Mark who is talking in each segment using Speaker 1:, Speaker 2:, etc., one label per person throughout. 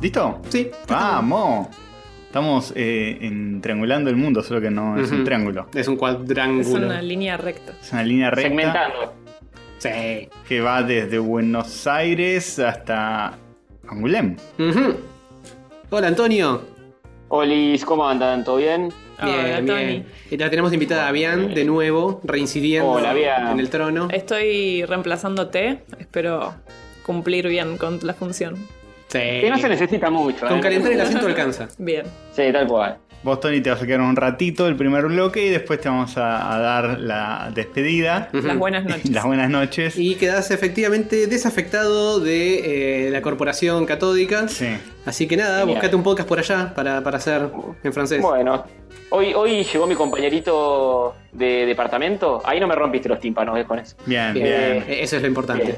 Speaker 1: ¿Listo?
Speaker 2: Sí.
Speaker 1: ¡Vamos! Estamos eh, en triangulando el mundo, solo que no es un
Speaker 2: Ujú.
Speaker 1: triángulo.
Speaker 2: Es un
Speaker 3: Es
Speaker 2: cuadrángulo.
Speaker 3: una línea recta.
Speaker 1: Es una línea recta
Speaker 4: Segmentando.
Speaker 2: Sí.
Speaker 1: que va desde Buenos Aires hasta Angulem.
Speaker 2: Ujú. Hola, Antonio.
Speaker 4: Olis, ¿cómo andan? ¿Todo bien?
Speaker 3: Ah, Hola, Tony.
Speaker 2: Y la tenemos invitada a Bian de nuevo, reincidiendo
Speaker 4: Hola, Bian.
Speaker 2: en el trono.
Speaker 3: Eh, Estoy reemplazándote. Espero cumplir bien con la función.
Speaker 2: Sí.
Speaker 1: Eh,
Speaker 4: Que no se necesita mucho.
Speaker 2: Con
Speaker 4: ¿eh?
Speaker 2: calentar el asiento alcanza.
Speaker 3: Bien.
Speaker 4: Sí, tal cual.
Speaker 1: Vos, Tony, te vas a quedar un ratito el primer bloque y después te vamos a, a dar la despedida.
Speaker 2: Ujú.
Speaker 3: Las buenas noches.
Speaker 1: Las buenas noches.
Speaker 2: Y quedás efectivamente desafectado de eh, la corporación catódica.
Speaker 1: Sí.
Speaker 2: Así que nada,
Speaker 4: Genial.
Speaker 2: buscate un podcast por allá para, para hacer en francés.
Speaker 4: Bueno. Hoy, hoy llegó mi compañerito de departamento. Ahí no me rompiste los tímpanos, eh, con eso.
Speaker 1: Bien,
Speaker 2: Bien,
Speaker 1: bien.
Speaker 2: eh, Eso es lo importante.
Speaker 4: Bien.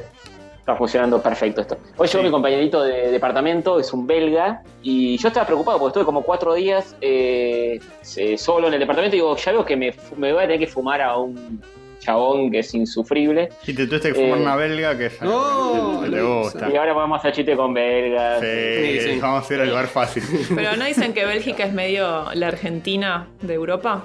Speaker 4: Está funcionando perfecto esto. Hoy llegó
Speaker 1: Sí.
Speaker 4: mi compañerito de departamento, es un belga, y yo estaba preocupado porque estuve como cuatro días eh, eh, solo en el departamento y digo, ya veo que me, fu- me voy a tener que fumar a un chabón que es insufrible.
Speaker 1: Y te tuviste que fumar
Speaker 4: Eh.
Speaker 1: una belga que es algo
Speaker 2: No,
Speaker 1: que te
Speaker 2: lo
Speaker 1: gusta.
Speaker 4: Y ahora vamos a hacer chiste con belgas.
Speaker 1: Sí,
Speaker 2: Sí, sí.
Speaker 1: vamos a ir al lugar fácil.
Speaker 3: Pero no dicen que Bélgica es medio la Argentina de Europa.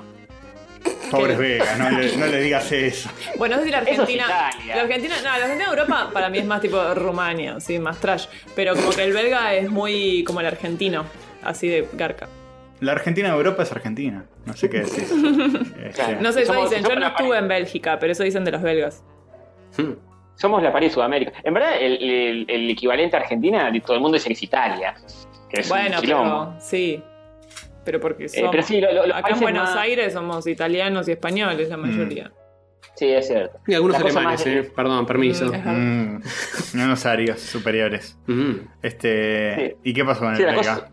Speaker 1: Pobres belgas, no le, no le digas eso.
Speaker 3: Bueno, es decir, la
Speaker 4: Eso es
Speaker 3: Argentina.
Speaker 4: Italia.
Speaker 3: La Argentina, no, la Argentina de Europa para mí es más tipo Rumania, sí, más trash. Pero como que el belga es muy como el argentino, así de garca.
Speaker 1: La Argentina de Europa es Argentina. No sé qué decir. Este,
Speaker 4: Claro.
Speaker 3: No sé, eso
Speaker 4: Somos-
Speaker 3: dicen. Yo
Speaker 4: somos
Speaker 3: no
Speaker 4: la
Speaker 3: estuve
Speaker 4: pareja.
Speaker 3: en Bélgica, pero eso dicen de los belgas.
Speaker 2: Hmm.
Speaker 4: Somos la París de Sudamérica. En verdad, el, el- el equivalente a Argentina, todo el mundo dice que es Italia. que es un
Speaker 3: Bueno,
Speaker 4: quilombo. Eh,
Speaker 3: pero sí. Pero porque somos.
Speaker 4: pero sí, lo- lo- los
Speaker 3: acá en
Speaker 4: países
Speaker 3: Buenos
Speaker 4: más- Mm.
Speaker 3: Aires somos italianos y españoles, la mayoría.
Speaker 4: Sí, es cierto.
Speaker 2: Y algunos
Speaker 4: La cosa
Speaker 2: alemanes,
Speaker 4: más-
Speaker 2: eh. Perdón, permiso.
Speaker 3: Mm, es verdad.
Speaker 1: Mm, unos arios superiores.
Speaker 3: Mm.
Speaker 2: Ujú.
Speaker 1: Este,
Speaker 4: Sí.
Speaker 1: ¿Y qué pasó con
Speaker 4: Sí,
Speaker 1: el
Speaker 4: la
Speaker 1: belga?
Speaker 4: cosa-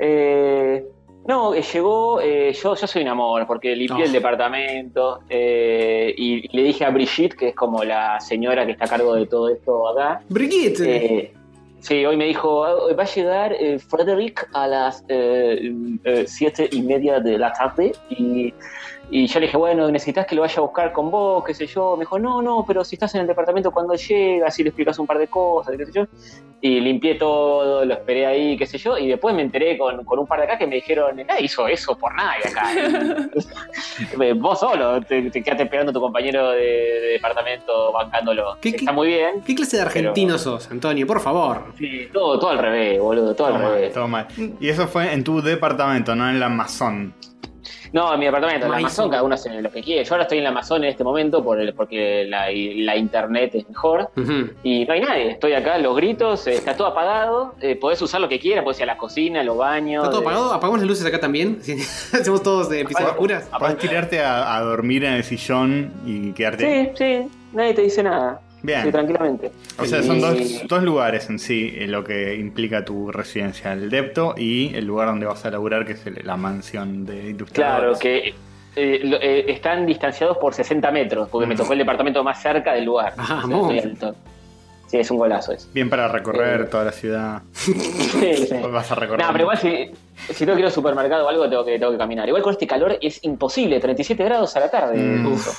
Speaker 4: Eh, no, eh, llegó, eh, yo, yo soy un amor, porque limpié
Speaker 2: Oh.
Speaker 4: el departamento eh, y le dije a Brigitte, que es como la señora que está a cargo de todo esto acá.
Speaker 2: Brigitte.
Speaker 4: eh, sí, hoy me dijo, "Ah, va a llegar eh, Frederick a las eh, eh, siete y media de la tarde y, y yo le dije, bueno, necesitas que lo vaya a buscar con vos, qué sé yo. Me dijo, no, no, pero si estás en el departamento cuando él llega, así le explicas un par de cosas, qué sé yo. Y limpié todo, lo esperé ahí, qué sé yo, y después me enteré con, con un par de acá que me dijeron, nadie hizo eso por nadie acá. vos solo, te, te quedaste esperando a tu compañero de, de departamento bancándolo.
Speaker 2: ¿Qué- qué-
Speaker 4: Está muy bien.
Speaker 2: ¿Qué clase de argentino
Speaker 4: Pero-
Speaker 2: sos, Antonio? Por favor.
Speaker 4: Sí, todo, todo al revés, boludo, todo
Speaker 1: Todo
Speaker 4: al
Speaker 1: mal,
Speaker 4: revés.
Speaker 1: todo mal. Y eso fue en tu departamento, no en la Amazon.
Speaker 4: No, en mi apartamento, en la
Speaker 2: Maíz.
Speaker 4: Amazon, cada uno hace lo que quiere. Yo ahora estoy en la Amazon en este momento por el- porque la, y la internet es mejor.
Speaker 2: Ujú.
Speaker 4: Y no hay nadie, estoy acá, los gritos, eh, está todo apagado, eh, podés usar lo que quieras, podés ir a la cocina, los baños.
Speaker 2: ¿Está todo
Speaker 4: eh,
Speaker 2: apagado? ¿Apagamos las luces acá también? Sí. ¿Hacemos todos de pisos
Speaker 4: Apaga-
Speaker 2: oscuras?
Speaker 4: apaga-
Speaker 1: Podés tirarte a, a dormir en el sillón y quedarte.
Speaker 4: Sí, sí, nadie te dice nada. Sí,
Speaker 1: Bien.
Speaker 4: tranquilamente.
Speaker 1: O sea, son
Speaker 4: Y-
Speaker 1: dos, dos lugares en sí eh, lo que implica tu residencia, el depto y el lugar donde vas a laburar, que es el- la mansión de
Speaker 4: Claro,
Speaker 1: industriales.
Speaker 4: que eh, lo- eh, están distanciados por 60 metros, porque me tocó el departamento más cerca del lugar.
Speaker 1: Ah,
Speaker 2: Vamos.
Speaker 4: O sea, estoy al to- Sí, es un golazo eso.
Speaker 1: Bien para recorrer
Speaker 4: Eh.
Speaker 1: toda la ciudad.
Speaker 4: Sí, sí.
Speaker 1: Vas a recorrer.
Speaker 4: No, pero igual si, si tengo que ir al supermercado o algo, tengo que, tengo que caminar. Igual con este calor es imposible, 37 grados a la tarde.
Speaker 1: Mm.
Speaker 4: justo.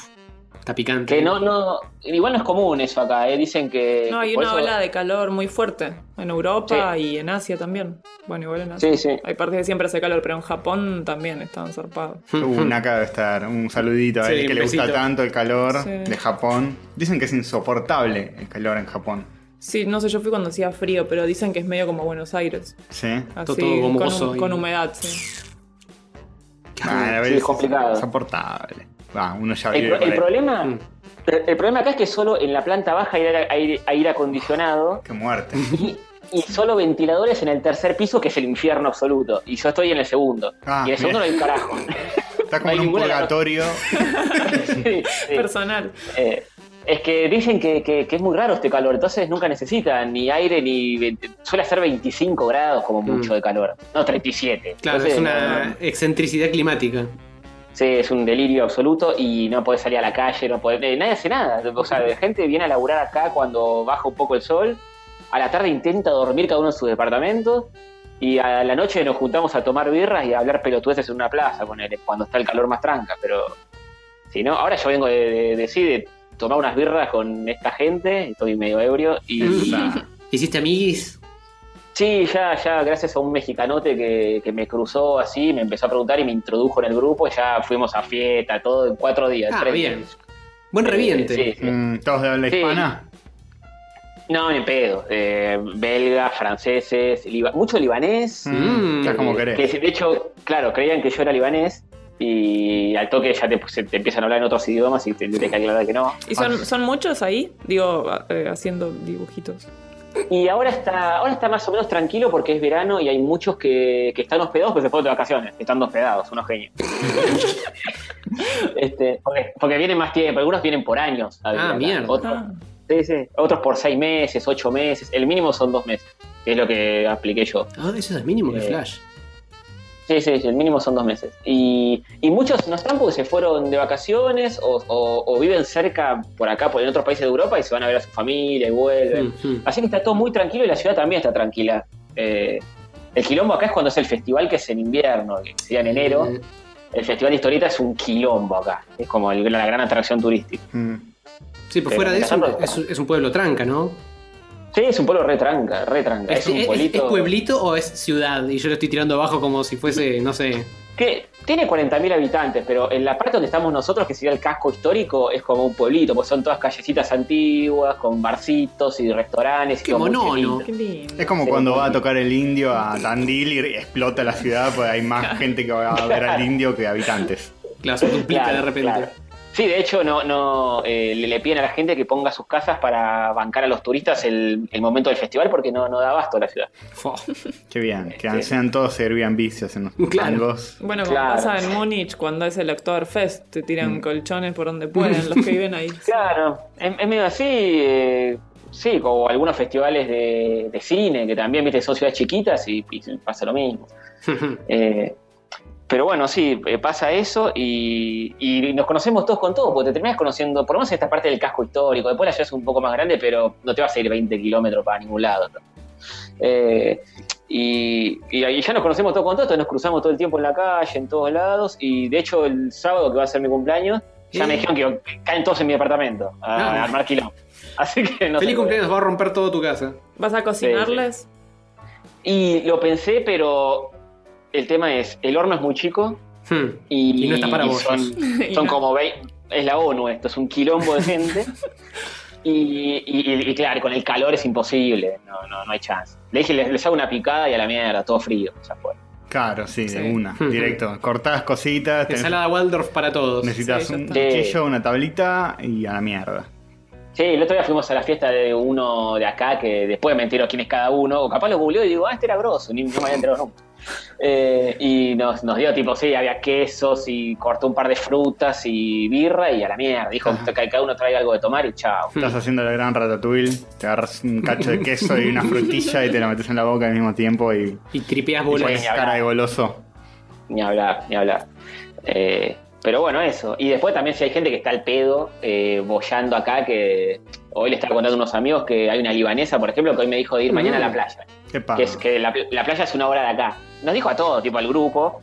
Speaker 2: Está picante.
Speaker 4: Que no, no, igual no es común eso acá, ¿eh? dicen que...
Speaker 3: No, hay
Speaker 4: por
Speaker 3: una
Speaker 4: eso-
Speaker 3: ola de calor muy fuerte en Europa y en Asia también. Bueno, igual en Asia.
Speaker 4: Sí, sí.
Speaker 3: Hay partes que siempre hace calor, pero en Japón también están zarpados.
Speaker 1: Uh, Naka debe estar. Un saludito a él
Speaker 2: Sí,
Speaker 1: que
Speaker 2: un
Speaker 1: le gusta
Speaker 2: besito.
Speaker 1: tanto el calor
Speaker 3: Sí.
Speaker 1: de Japón. Dicen que es insoportable el calor en Japón.
Speaker 3: Sí, no sé, yo fui cuando hacía frío, pero dicen que es medio como Buenos Aires.
Speaker 1: ¿Sí?
Speaker 3: Así,
Speaker 2: todo
Speaker 3: con,
Speaker 2: gomoso
Speaker 3: hum-
Speaker 2: y-
Speaker 3: con humedad, sí.
Speaker 1: Ah, a
Speaker 4: sí, es complicado.
Speaker 1: Insoportable. Va, uno ya
Speaker 4: El,
Speaker 1: vive
Speaker 4: pro-
Speaker 1: con
Speaker 4: el
Speaker 1: él.
Speaker 4: problema...
Speaker 2: Mm.
Speaker 4: El problema acá es que solo en la planta baja hay aire, aire- aire acondicionado
Speaker 1: Qué muerte.
Speaker 4: y, y solo ventiladores en el tercer piso, que es el infierno absoluto. Y yo estoy en el segundo.
Speaker 1: Ah,
Speaker 4: y en el segundo no hay un carajo.
Speaker 1: Está como
Speaker 4: hay
Speaker 1: en un
Speaker 4: ninguna de las dos.
Speaker 1: purgatorio.
Speaker 4: Sí, sí.
Speaker 3: Personal.
Speaker 4: Eh, es que dicen que, que- que es muy raro este calor, entonces nunca necesitan ni aire ni. 20 Suele ser 25 grados como mucho
Speaker 2: Mm.
Speaker 4: de calor, no 37.
Speaker 2: Claro,
Speaker 4: Entonces,
Speaker 2: es
Speaker 4: no,
Speaker 2: una
Speaker 4: no.
Speaker 2: excentricidad climática.
Speaker 4: sí, es un delirio absoluto y no podés salir a la calle, no podés, eh, nadie hace nada. O sea, la gente viene a laburar acá cuando baja un poco el sol, a la tarde intenta dormir cada uno en su departamento. Y a la noche nos juntamos a tomar birras y a hablar pelotudeces en una plaza, ponele, cuando está el calor más tranca, pero Si no, ahora yo vengo de, de, de- sí, de tomar unas birras con esta gente, estoy medio ebrio, y
Speaker 2: ¿Hiciste amiguis?
Speaker 4: Sí, ya, ya, gracias a un mexicanote que, que me cruzó así, me empezó a preguntar y me introdujo en el grupo. Ya fuimos a fiesta, todo en cuatro días.
Speaker 2: Ah,
Speaker 4: tres
Speaker 2: bien.
Speaker 4: días.
Speaker 2: Buen
Speaker 4: Eh,
Speaker 2: reviente.
Speaker 4: sí, sí.
Speaker 1: Mm, ¿Todos de habla
Speaker 4: Sí.
Speaker 1: hispana?
Speaker 4: No, ni pedo. Eh, belgas, franceses, liba- mucho libanés.
Speaker 1: Mm, ya como
Speaker 4: Eh,
Speaker 1: querés.
Speaker 4: que de hecho, claro, creían que yo era libanés y al toque ya te, se- te empiezan a hablar en otros idiomas y te tienes que aclarar que no.
Speaker 3: ¿Y son, son muchos ahí? Digo, eh, haciendo dibujitos.
Speaker 4: Y ahora está, ahora está más o menos tranquilo porque es verano y hay muchos que, que están hospedados, pero se fueron de vacaciones, están hospedados, unos genios. Este, porque, porque vienen más tiempo, algunos vienen por años. a vivir
Speaker 2: Ah,
Speaker 4: acá.
Speaker 2: mierda.
Speaker 4: Otros,
Speaker 3: Ah,
Speaker 4: sí, sí, otros por seis meses, ocho meses, el mínimo son dos meses, que es lo que apliqué yo.
Speaker 2: Ah, eso es mínimo de
Speaker 4: Eh,
Speaker 2: Flash.
Speaker 4: Sí, sí, sí, el mínimo son dos meses. Y, y muchos no están porque se fueron de vacaciones o, o- o viven cerca por acá, por en otros países de Europa y se van a ver a su familia y vuelven.
Speaker 2: Mm, mm.
Speaker 4: Así que está todo muy tranquilo y la ciudad también está tranquila. Eh, el quilombo acá es cuando es el festival que es en invierno, que sería en enero.
Speaker 2: Eh,
Speaker 4: El festival de historieta es un quilombo acá. Es como el- la gran atracción turística.
Speaker 1: Mm.
Speaker 2: Sí, pues
Speaker 4: Pero
Speaker 2: fuera de eso
Speaker 4: Alejandro-
Speaker 2: es, un- es un pueblo tranca, ¿no?
Speaker 4: Sí, es un pueblo retranca, retranca. Es,
Speaker 2: ¿Es,
Speaker 4: un
Speaker 2: es-
Speaker 4: pueblito.
Speaker 2: es pueblito o es ciudad? Y yo lo estoy tirando abajo como si fuese, no sé.
Speaker 4: que tiene 40.000 habitantes, pero en la parte donde estamos nosotros, que sería el casco histórico, es como un pueblito, pues son todas callecitas antiguas, con barcitos y restaurantes. y
Speaker 2: Qué
Speaker 4: todo muy
Speaker 2: monono.
Speaker 4: chiquito.
Speaker 3: qué lindo.
Speaker 1: Es como
Speaker 4: Sí,
Speaker 1: cuando
Speaker 4: como-
Speaker 1: va a tocar el indio a Tandil y explota la ciudad, pues hay más gente que va a ver al indio que habitantes.
Speaker 2: Claro, se duplica
Speaker 4: Claro,
Speaker 2: de repente.
Speaker 4: claro. Sí, de hecho, no, no eh, le, le piden a la gente que ponga sus casas para bancar a los turistas el, el momento del festival porque no, no da abasto la ciudad.
Speaker 2: Fo.
Speaker 1: Qué bien, que
Speaker 4: Sí.
Speaker 1: sean todos Airbnb, se hacen unos
Speaker 2: Claro.
Speaker 1: tangos.
Speaker 3: Bueno, como
Speaker 4: Claro.
Speaker 3: pasa en Múnich cuando es el Oktoberfest, te tiran colchones por donde pueden los que viven ahí.
Speaker 4: Claro, es, es medio así, eh, sí, como algunos festivales de, de cine que también, viste, son ciudades chiquitas y- y pasa lo mismo. Eh, pero bueno, sí, eh, pasa eso y, y nos conocemos todos con todos, porque te terminas conociendo, por lo menos esta parte del casco histórico, después la ciudad es un poco más grande, pero no te vas a ir 20 kilómetros para ningún lado. ¿no? Eh, y, y ahí ya nos conocemos todos con todos, nos cruzamos todo el tiempo en la calle, en todos lados, y de hecho el sábado que va a ser mi cumpleaños, ya
Speaker 2: Eh.
Speaker 4: me dijeron que caen todos en mi departamento a,
Speaker 2: Ah.
Speaker 4: a armar quilombo. Así que no sé.
Speaker 2: Feliz cumpleaños, va a romper todo tu casa.
Speaker 3: ¿Vas a cocinarles?
Speaker 4: Y lo pensé, pero el tema es, el horno es muy chico,
Speaker 2: Hmm.
Speaker 4: Y,
Speaker 2: Y no está para
Speaker 4: y
Speaker 2: bollos.
Speaker 4: Son,
Speaker 3: Y
Speaker 4: son
Speaker 3: no-
Speaker 4: como vei- es la ONU esto, es un quilombo de gente. y, y- y- y claro, con el calor es imposible, no, no, no hay chance. Le dije, les, les hago una picada y a la mierda, todo frío, ya fue.
Speaker 1: Claro, sí, de
Speaker 3: Sí.
Speaker 1: una, directo. Cortás cositas, tenés-
Speaker 2: Ensalada Waldorf para todos.
Speaker 1: necesitas
Speaker 3: Sí, ya
Speaker 1: un
Speaker 3: está.
Speaker 1: cuchillo, una tablita y a la mierda.
Speaker 4: Sí, el otro día fuimos a la fiesta de uno de acá que después me entero quién es cada uno, o capaz lo googleó y digo, ah, este era grosso, ni, no me había enterado nunca. Eh, y nos, nos dio tipo, sí, había quesos y cortó un par de frutas y birra y a la mierda. Dijo
Speaker 1: Ajá.
Speaker 4: que cada uno traiga algo de tomar y chao.
Speaker 1: Estás
Speaker 3: Hmm.
Speaker 1: haciendo la gran ratatouille, te agarras un cacho de queso y una frutilla y te la metes en la boca al mismo tiempo y
Speaker 2: Y tripeas
Speaker 1: y
Speaker 2: bolas.
Speaker 1: pones cara de goloso.
Speaker 4: Ni hablar, ni hablar. Eh, pero bueno, eso. Y después también si hay gente que está al pedo, eh, bollando acá, que hoy le estaba contando a unos amigos que hay una libanesa, por ejemplo, que hoy me dijo de ir mañana a
Speaker 2: Mm.
Speaker 4: la playa.
Speaker 2: Ah.
Speaker 1: Epa.
Speaker 4: Que, es, que la, la playa es una hora de acá. Nos dijo a todos, tipo al grupo.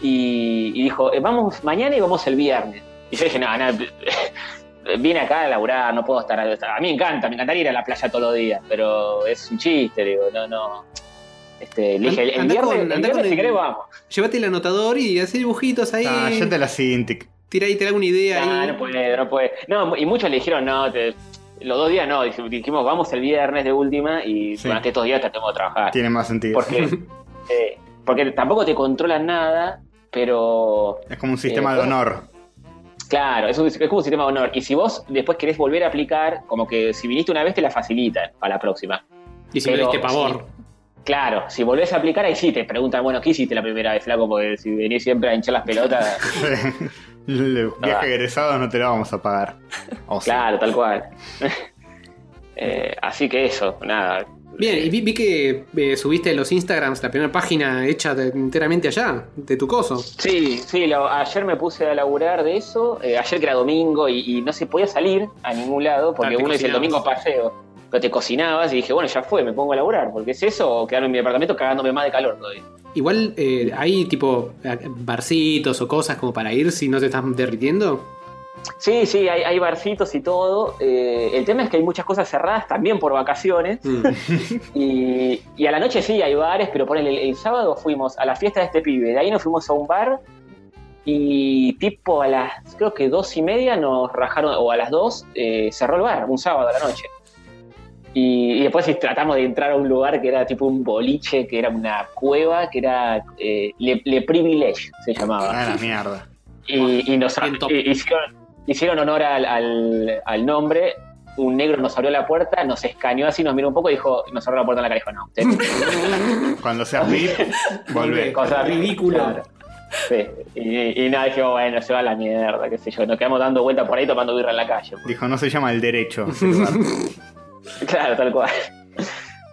Speaker 4: Y, y dijo, eh, vamos mañana y vamos el viernes. Y yo dije, no, no, vine acá a laburar, no puedo estar... A mí me encanta, me encantaría ir a la playa todos los días, pero es un chiste, digo, no, no. Este, le dije, el, el
Speaker 2: Andá
Speaker 4: viernes,
Speaker 2: con-
Speaker 4: el
Speaker 2: andá
Speaker 4: viernes
Speaker 2: con
Speaker 4: si
Speaker 2: el-
Speaker 4: querés vamos.
Speaker 2: Llévate el anotador y hacer dibujitos ahí.
Speaker 1: Ah, ya te la Cintic.
Speaker 2: Tira ahí, te da una idea
Speaker 4: No,
Speaker 2: ahí.
Speaker 4: no puede, no puede. No, y muchos le dijeron, no, te- los dos días no. Dij- Dijimos, vamos el viernes de última y
Speaker 1: Sí.
Speaker 4: durante estos días tratemos de trabajar.
Speaker 1: Tiene más sentido.
Speaker 4: Porque, eh, porque tampoco te controlan nada, pero
Speaker 1: Es como un sistema de
Speaker 4: bueno.
Speaker 1: honor.
Speaker 4: claro, es, un- es como un sistema de honor. Y si vos después querés volver a aplicar, como que si viniste una vez te la facilitan para la próxima.
Speaker 2: Y si no le
Speaker 4: pero-
Speaker 2: diste pavor.
Speaker 4: Claro, si volvés a aplicar, ahí sí te preguntan, bueno, ¿qué hiciste la primera vez, flaco? Porque si venís siempre a hinchar las pelotas.
Speaker 1: El
Speaker 4: Ah.
Speaker 1: viaje egresado no te lo vamos a pagar. O sea,
Speaker 4: Claro, tal cual. Eh, así que eso, nada.
Speaker 2: Bien, y vi, vi que eh, subiste los Instagrams, la primera página hecha de- enteramente allá, de tu coso.
Speaker 4: Sí, sí, lo- ayer me puse a laburar de eso, eh, ayer que era domingo y, y no se podía salir a ningún lado porque
Speaker 2: Ah, te
Speaker 4: uno dice el domingo
Speaker 2: cocinabas.
Speaker 4: paseo, pero te cocinabas y dije, bueno, ya fue, me pongo a laburar, porque es eso o quedarme en mi departamento cagándome más de calor todavía.
Speaker 2: Igual eh, hay tipo eh, barcitos o cosas como para ir si no te estás derritiendo.
Speaker 4: Sí, sí, hay, hay barcitos y todo. Eh, el tema es que hay muchas cosas cerradas también por vacaciones.
Speaker 2: Mm.
Speaker 4: Y, y a la noche sí, hay bares, pero ponele, el, el sábado fuimos a la fiesta de este pibe. De ahí nos fuimos a un bar y tipo a las, creo que dos y media nos rajaron, o a las dos, eh, cerró el bar, un sábado a la noche. Y, y después sí, tratamos de entrar a un lugar que era tipo un boliche, que era una cueva, que era eh, Le, Le Privilege, se llamaba
Speaker 1: Ah, la mierda.
Speaker 4: y, y nos
Speaker 2: Bien top.
Speaker 4: y- hicieron, hicieron honor al, al- al nombre. Un negro nos abrió la puerta, nos escaneó así, nos miró un poco y dijo, nos abrió la puerta en la cara y dijo, no, usted
Speaker 1: Cuando seas VIP, volvé.
Speaker 4: cosa
Speaker 2: Ridículo.
Speaker 4: Claro. Sí. Y, y nada, dijimos, bueno, se va a la mierda, qué sé yo. Nos quedamos dando vueltas por ahí tomando birra en la calle.
Speaker 1: Dijo, no se llama el derecho. ese lugar.
Speaker 4: Claro, tal cual.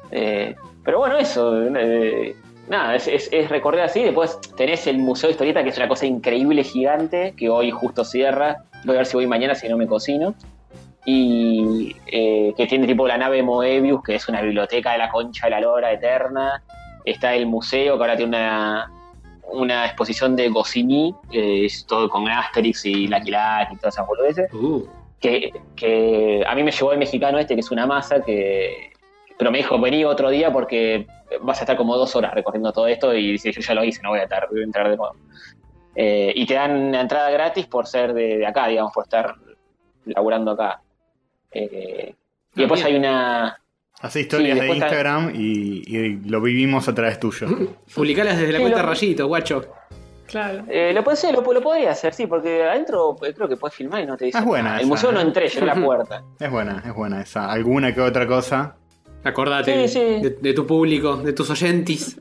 Speaker 4: Eh, pero bueno, eso. eh, nada, es, es- es recorrer así. Después tenés el Museo de Historieta, que es una cosa increíble, gigante, que hoy justo cierra. Voy a ver si voy mañana, si no me cocino. Y eh, que tiene tipo la nave Moebius, que es una biblioteca de la concha de la lora eterna. Está el museo, que ahora tiene una, una exposición de Goscinny, eh, es todo con Asterix y Lucky Lucky y todas esas boludeces
Speaker 2: Uh,
Speaker 4: que, que a mí me llevó el mexicano este, que es una masa, que, pero me dijo, vení otro día porque vas a estar como dos horas recorriendo todo esto y dice, yo ya lo hice, no voy a, tar- voy a entrar de nuevo. Eh, y te dan la entrada gratis por ser de, de acá, digamos, por estar laburando acá. Eh, y
Speaker 2: Ah,
Speaker 4: después
Speaker 2: bien.
Speaker 4: hay una...
Speaker 1: Hace historias
Speaker 4: Sí,
Speaker 1: de
Speaker 4: después está-
Speaker 1: Instagram y, y lo vivimos a través tuyo.
Speaker 2: publicalas desde la
Speaker 4: Sí,
Speaker 2: cuenta
Speaker 4: lo-
Speaker 2: Rayito, guacho.
Speaker 3: Claro.
Speaker 4: eh, lo, puede ser, lo, lo podría hacer, sí, porque adentro eh, creo que puedes filmar y no te dicen
Speaker 1: Es buena
Speaker 4: nada. El
Speaker 1: esa,
Speaker 4: museo no
Speaker 1: ¿eh?
Speaker 4: entré, yo la puerta.
Speaker 1: Es buena, es buena esa. Alguna que otra cosa.
Speaker 2: Acordate
Speaker 4: Sí, sí.
Speaker 2: De, de tu público, de tus oyentes.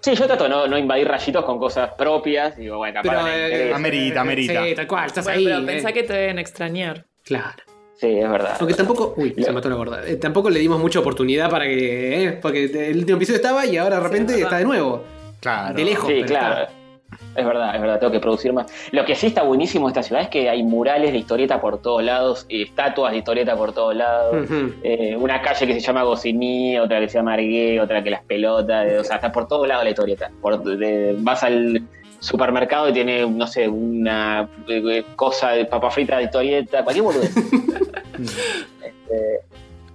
Speaker 4: Sí, yo trato de no, no invadir rayitos con cosas propias. Digo, bueno, capaz
Speaker 2: Pero,
Speaker 4: no les
Speaker 2: eh,
Speaker 4: interesa.
Speaker 1: Amerita, amerita.
Speaker 2: Sí, tal cual, estás
Speaker 3: Bueno,
Speaker 2: ahí.
Speaker 3: pero
Speaker 2: eh.
Speaker 3: pensá que te deben extrañar.
Speaker 2: Claro.
Speaker 4: Sí, es verdad.
Speaker 2: Aunque tampoco. Uy, se
Speaker 4: Lo-
Speaker 2: mató la gorda. Eh, tampoco le dimos mucha oportunidad para que. eh, porque el último episodio estaba y ahora de repente
Speaker 3: es verdad.
Speaker 2: está de nuevo.
Speaker 1: Claro.
Speaker 2: De lejos.
Speaker 4: Sí,
Speaker 2: pero
Speaker 4: claro.
Speaker 2: está.
Speaker 4: Es verdad, es verdad, tengo que producir más. Lo que sí está buenísimo en esta ciudad es que hay murales de historieta por todos lados, y estatuas de historieta por todos
Speaker 5: Hmm.
Speaker 4: lados.
Speaker 2: Ujú.
Speaker 4: Eh, una calle que se llama Goscinny, otra que se llama Argué, otra que Las Pelotas. eh, o sea, está por todos lados la historieta. Por- de- vas al supermercado y tiene, no sé, una eh, cosa de papa frita de historieta, cualquier boludez. Este,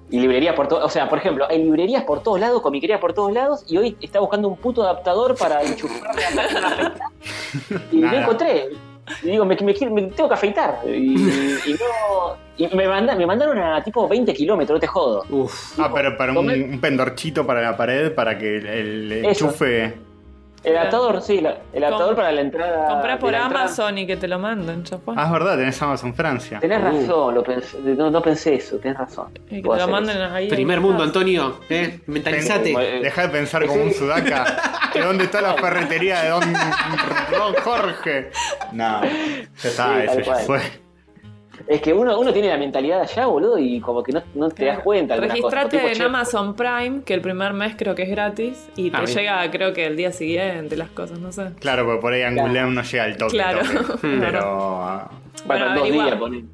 Speaker 4: y librerías por todos, o sea, por ejemplo, hay librerías por todos lados, comiquería por todos lados, y hoy está buscando un puto adaptador para enchufarme a la máquina de afeitar. Y
Speaker 1: Nada.
Speaker 4: lo encontré. Y digo, me, me quiero- me tengo que afeitar. Y, y no. Y me, manda- me mandaron a tipo 20 kilómetros, no te jodo.
Speaker 2: Uf.
Speaker 1: Ah, pero para un,
Speaker 4: Comer-
Speaker 1: un pendorchito para la pared para que el, el
Speaker 4: Eso.
Speaker 1: enchufe.
Speaker 4: El adaptador, sí, la- el adaptador para la entrada.
Speaker 3: Comprá
Speaker 4: de
Speaker 3: por
Speaker 4: Ah, la entrada.
Speaker 3: Amazon y que te lo manden, ya fue.
Speaker 1: Ah, es verdad, tenés Amazon Francia.
Speaker 4: Tenés
Speaker 2: Uh.
Speaker 4: razón, lo pensé- no, no pensé eso, tenés razón.
Speaker 3: y que te
Speaker 4: Puedo
Speaker 3: lo
Speaker 4: hacer
Speaker 3: manden
Speaker 4: eso.
Speaker 3: ahí.
Speaker 2: Primer
Speaker 3: en
Speaker 2: mundo,
Speaker 3: casa.
Speaker 2: Antonio. ¿eh? Mentalizate.
Speaker 4: Tengo-
Speaker 1: Deja de pensar como un sudaca. ¿De dónde está la ferretería de don, don Jorge? No, ya está,
Speaker 4: Sí,
Speaker 1: eso
Speaker 4: tal
Speaker 1: ya
Speaker 4: cual.
Speaker 1: fue.
Speaker 4: Es que uno, uno tiene la mentalidad allá, boludo, y como que no, no te das cuenta. de algunas cosas.
Speaker 3: Registrate
Speaker 4: Tipo,
Speaker 3: en
Speaker 4: che,
Speaker 3: Amazon Prime, que el primer mes creo que es gratis y te
Speaker 2: Ah, bien.
Speaker 3: llega creo que el día siguiente las cosas, no sé.
Speaker 1: Claro, porque por ahí Angulem no llega al toque.
Speaker 3: Claro.
Speaker 1: toque. Pero. ah,
Speaker 4: Bueno,
Speaker 3: Bueno,
Speaker 4: dos
Speaker 3: averigua.
Speaker 4: días, ponen.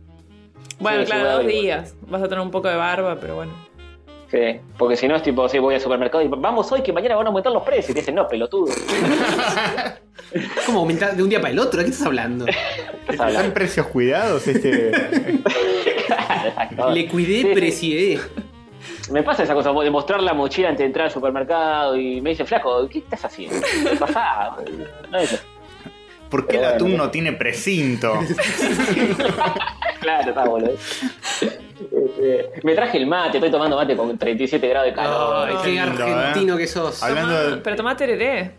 Speaker 3: Bueno,
Speaker 4: Sí, se
Speaker 3: claro,
Speaker 4: puede
Speaker 3: dos
Speaker 4: averiguar.
Speaker 3: días. Vas a tener un poco de barba, pero bueno.
Speaker 4: Sí, porque si no es tipo, sí, voy al supermercado y vamos hoy que mañana van a aumentar los precios. Y te dicen, no, pelotudo.
Speaker 2: ¿Cómo aumentar de un día para el otro? ¿De qué estás hablando?
Speaker 1: ¿Están precios cuidados? Este... Ah.
Speaker 2: Le
Speaker 4: Sí,
Speaker 2: cuidé,
Speaker 4: sí.
Speaker 2: presidé.
Speaker 4: Me pasa esa cosa de mostrar la mochila antes de entrar al supermercado y me dicen, flaco, ¿qué estás haciendo? ¿Qué pasa? No es-
Speaker 1: ¿Por qué el
Speaker 4: Bueno.
Speaker 1: atún no tiene precinto?
Speaker 4: claro, está, boludo. Este, me traje el mate, estoy tomando mate con 37 grados de calor.
Speaker 2: Ay, qué
Speaker 1: lindo,
Speaker 2: argentino
Speaker 1: eh.
Speaker 2: que sos.
Speaker 1: Habla- Hablando
Speaker 3: Tomá-
Speaker 1: de-
Speaker 3: Pero tomá tereré.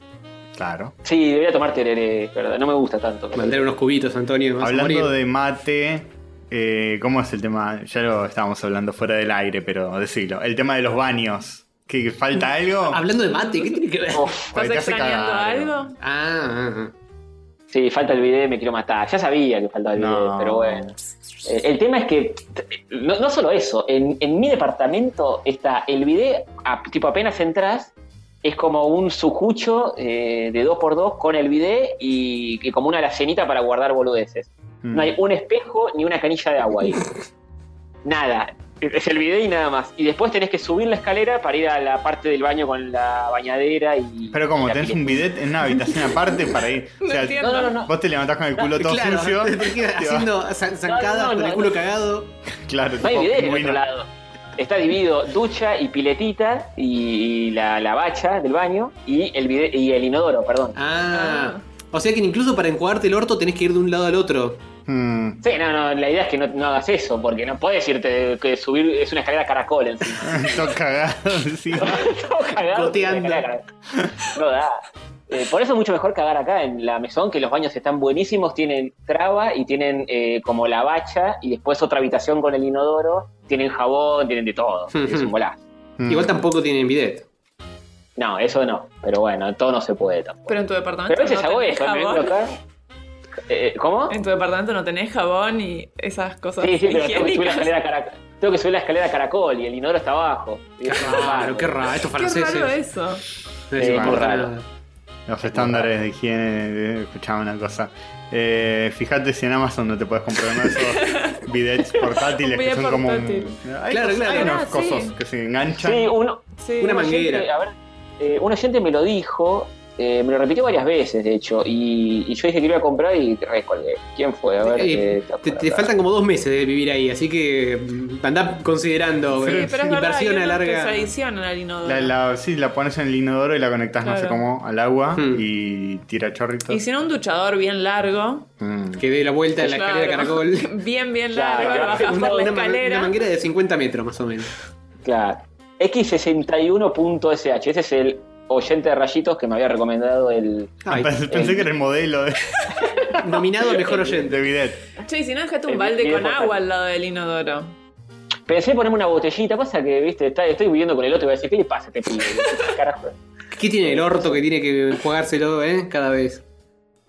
Speaker 1: Claro.
Speaker 4: Sí, debería tomar tereré, pero no me gusta tanto.
Speaker 2: Mandar unos cubitos, Antonio. vas a
Speaker 1: Hablando
Speaker 2: morir.
Speaker 1: de mate, eh, ¿cómo es el tema? Ya lo estábamos hablando fuera del aire, pero decilo. El tema de los baños. ¿Que falta algo?
Speaker 5: Ah,
Speaker 2: Hablando de mate, ¿qué tiene que ver?
Speaker 4: Uf,
Speaker 1: Porque
Speaker 3: ¿Estás
Speaker 1: te hace
Speaker 3: extrañando
Speaker 1: cagar.
Speaker 3: algo?
Speaker 2: Ah, ah, ah.
Speaker 4: sí, falta el video, me quiero matar. Ya sabía que faltaba el video,
Speaker 1: No.
Speaker 4: pero bueno. Eh, El tema es que, no, no solo eso, en, en mi departamento está el bidet, a- tipo apenas entras, es como un sucucho eh, de 2x2 con el bidet y, y como una lacenita para guardar boludeces.
Speaker 1: Mm.
Speaker 4: No hay un espejo ni una canilla de agua ahí. Nada. Es el video y nada más. Y después tenés que subir la escalera para ir a la parte del baño con la bañadera y.
Speaker 1: Pero como,
Speaker 4: y la
Speaker 1: tenés
Speaker 4: pileta.
Speaker 1: un bidet en una habitación aparte para ir. O sea,
Speaker 3: entiendo.
Speaker 4: No, no, no, no.
Speaker 1: vos te levantás con el culo todo
Speaker 2: claro,
Speaker 1: sucio.
Speaker 2: te quedas
Speaker 1: te vas-
Speaker 2: haciendo zan- zancadas
Speaker 4: No, no, no,
Speaker 2: con el
Speaker 4: no.
Speaker 2: culo cagado.
Speaker 1: Claro,
Speaker 4: No hay
Speaker 1: tipo,
Speaker 4: video en
Speaker 1: pingüino.
Speaker 4: otro lado. Está dividido ducha y piletita y, y la, la bacha del baño y el vide- y el inodoro, perdón.
Speaker 2: Ah.
Speaker 3: Ah.
Speaker 2: O sea que incluso para encuadrarte el orto tenés que ir de un lado al otro.
Speaker 1: Mm.
Speaker 4: Sí, no, no, la idea es que no, no hagas eso, porque no podés irte, que subir es una escalera caracol en sí.
Speaker 1: Todo cagado encima.
Speaker 4: Todo cagado,
Speaker 2: Goteando.
Speaker 4: una escalera caracol. No da. Eh, por eso es mucho mejor cagar acá en la mesón, que los baños están buenísimos, tienen traba y tienen eh, como la bacha y después otra habitación con el inodoro, tienen jabón, tienen de todo. es un golazo.
Speaker 1: Mm.
Speaker 2: Igual tampoco tienen bidet.
Speaker 4: No, eso no, pero bueno, todo no se puede tampoco.
Speaker 3: Pero en tu departamento.
Speaker 4: Pero a veces
Speaker 3: no
Speaker 4: hago
Speaker 3: tenés
Speaker 4: eso, me vengo
Speaker 3: jabón.
Speaker 4: acá. Eh, ¿Cómo?
Speaker 3: En tu departamento no tenés jabón y esas cosas.
Speaker 4: Sí, sí, pero tengo que subir la
Speaker 3: higiénicas.
Speaker 4: escalera caracol. Tengo que subir la escalera caracol y el inodoro está abajo. Y es un
Speaker 2: Claro,
Speaker 4: barro.
Speaker 2: qué raro. Estos
Speaker 3: Qué
Speaker 2: franceses.
Speaker 3: raro eh. eso.
Speaker 2: Debe
Speaker 4: Sí,
Speaker 2: ser
Speaker 4: muy
Speaker 2: por
Speaker 4: raro.
Speaker 2: nada.
Speaker 1: Los estándares de higiene. Escuchaba una cosa. Eh, fíjate si en Amazon no te puedes comprar uno de esos bidets portátiles
Speaker 3: Un bidet
Speaker 1: que son como. un-
Speaker 3: portátil.
Speaker 1: Hay,
Speaker 2: Claro,
Speaker 1: cos-
Speaker 2: claro.
Speaker 1: hay unos
Speaker 3: Ah, sí.
Speaker 1: cosos que se enganchan.
Speaker 4: Sí, uno,
Speaker 3: Sí.
Speaker 2: Una
Speaker 4: un oyente-
Speaker 2: manguera.
Speaker 4: a ver, eh, un oyente me lo dijo, eh, me lo repitió varias veces, de hecho, y, y yo dije que lo iba a comprar y recolgué. ¿Quién fue? A ver.
Speaker 2: Eh,
Speaker 4: eh,
Speaker 2: te, te faltan como dos meses de vivir ahí, así que mm, andá considerando
Speaker 1: Sí,
Speaker 2: eh,
Speaker 3: Sí, pero es verdad, hay
Speaker 2: inversión a
Speaker 3: unos que
Speaker 2: larga.
Speaker 3: se adicionan al inodoro.
Speaker 1: La, la- sí, la pones en el inodoro y la conectas no sé
Speaker 3: Claro.
Speaker 1: cómo al agua
Speaker 2: Hmm.
Speaker 1: y tira chorritos.
Speaker 3: Y si no, un duchador bien largo.
Speaker 1: Mm.
Speaker 2: Que dé la vuelta en la
Speaker 3: Claro.
Speaker 2: escalera caracol.
Speaker 3: Bien, bien
Speaker 4: Claro,
Speaker 3: largo.
Speaker 4: claro.
Speaker 3: Bajas
Speaker 2: Una,
Speaker 3: por la
Speaker 2: una man- una
Speaker 3: escalera.
Speaker 2: manguera de 50 metros más o menos.
Speaker 4: Claro. X61.sh, ese es el oyente de rayitos que me había recomendado el.
Speaker 1: Ah,
Speaker 2: Ay,
Speaker 1: pensé pensé que era el modelo de,
Speaker 2: nominado al mejor oyente.
Speaker 1: de bidet.
Speaker 3: Che, y si no, dejate un
Speaker 4: El
Speaker 3: balde
Speaker 4: video
Speaker 3: con
Speaker 4: portátil.
Speaker 3: agua al lado del inodoro.
Speaker 4: Pensé ponerme una botellita, pasa que, viste, está- estoy viviendo con el otro y voy a decir, ¿qué le pasa a este pibe? Carajo.
Speaker 2: ¿Qué tiene el orto que tiene que jugárselo, eh? Cada vez.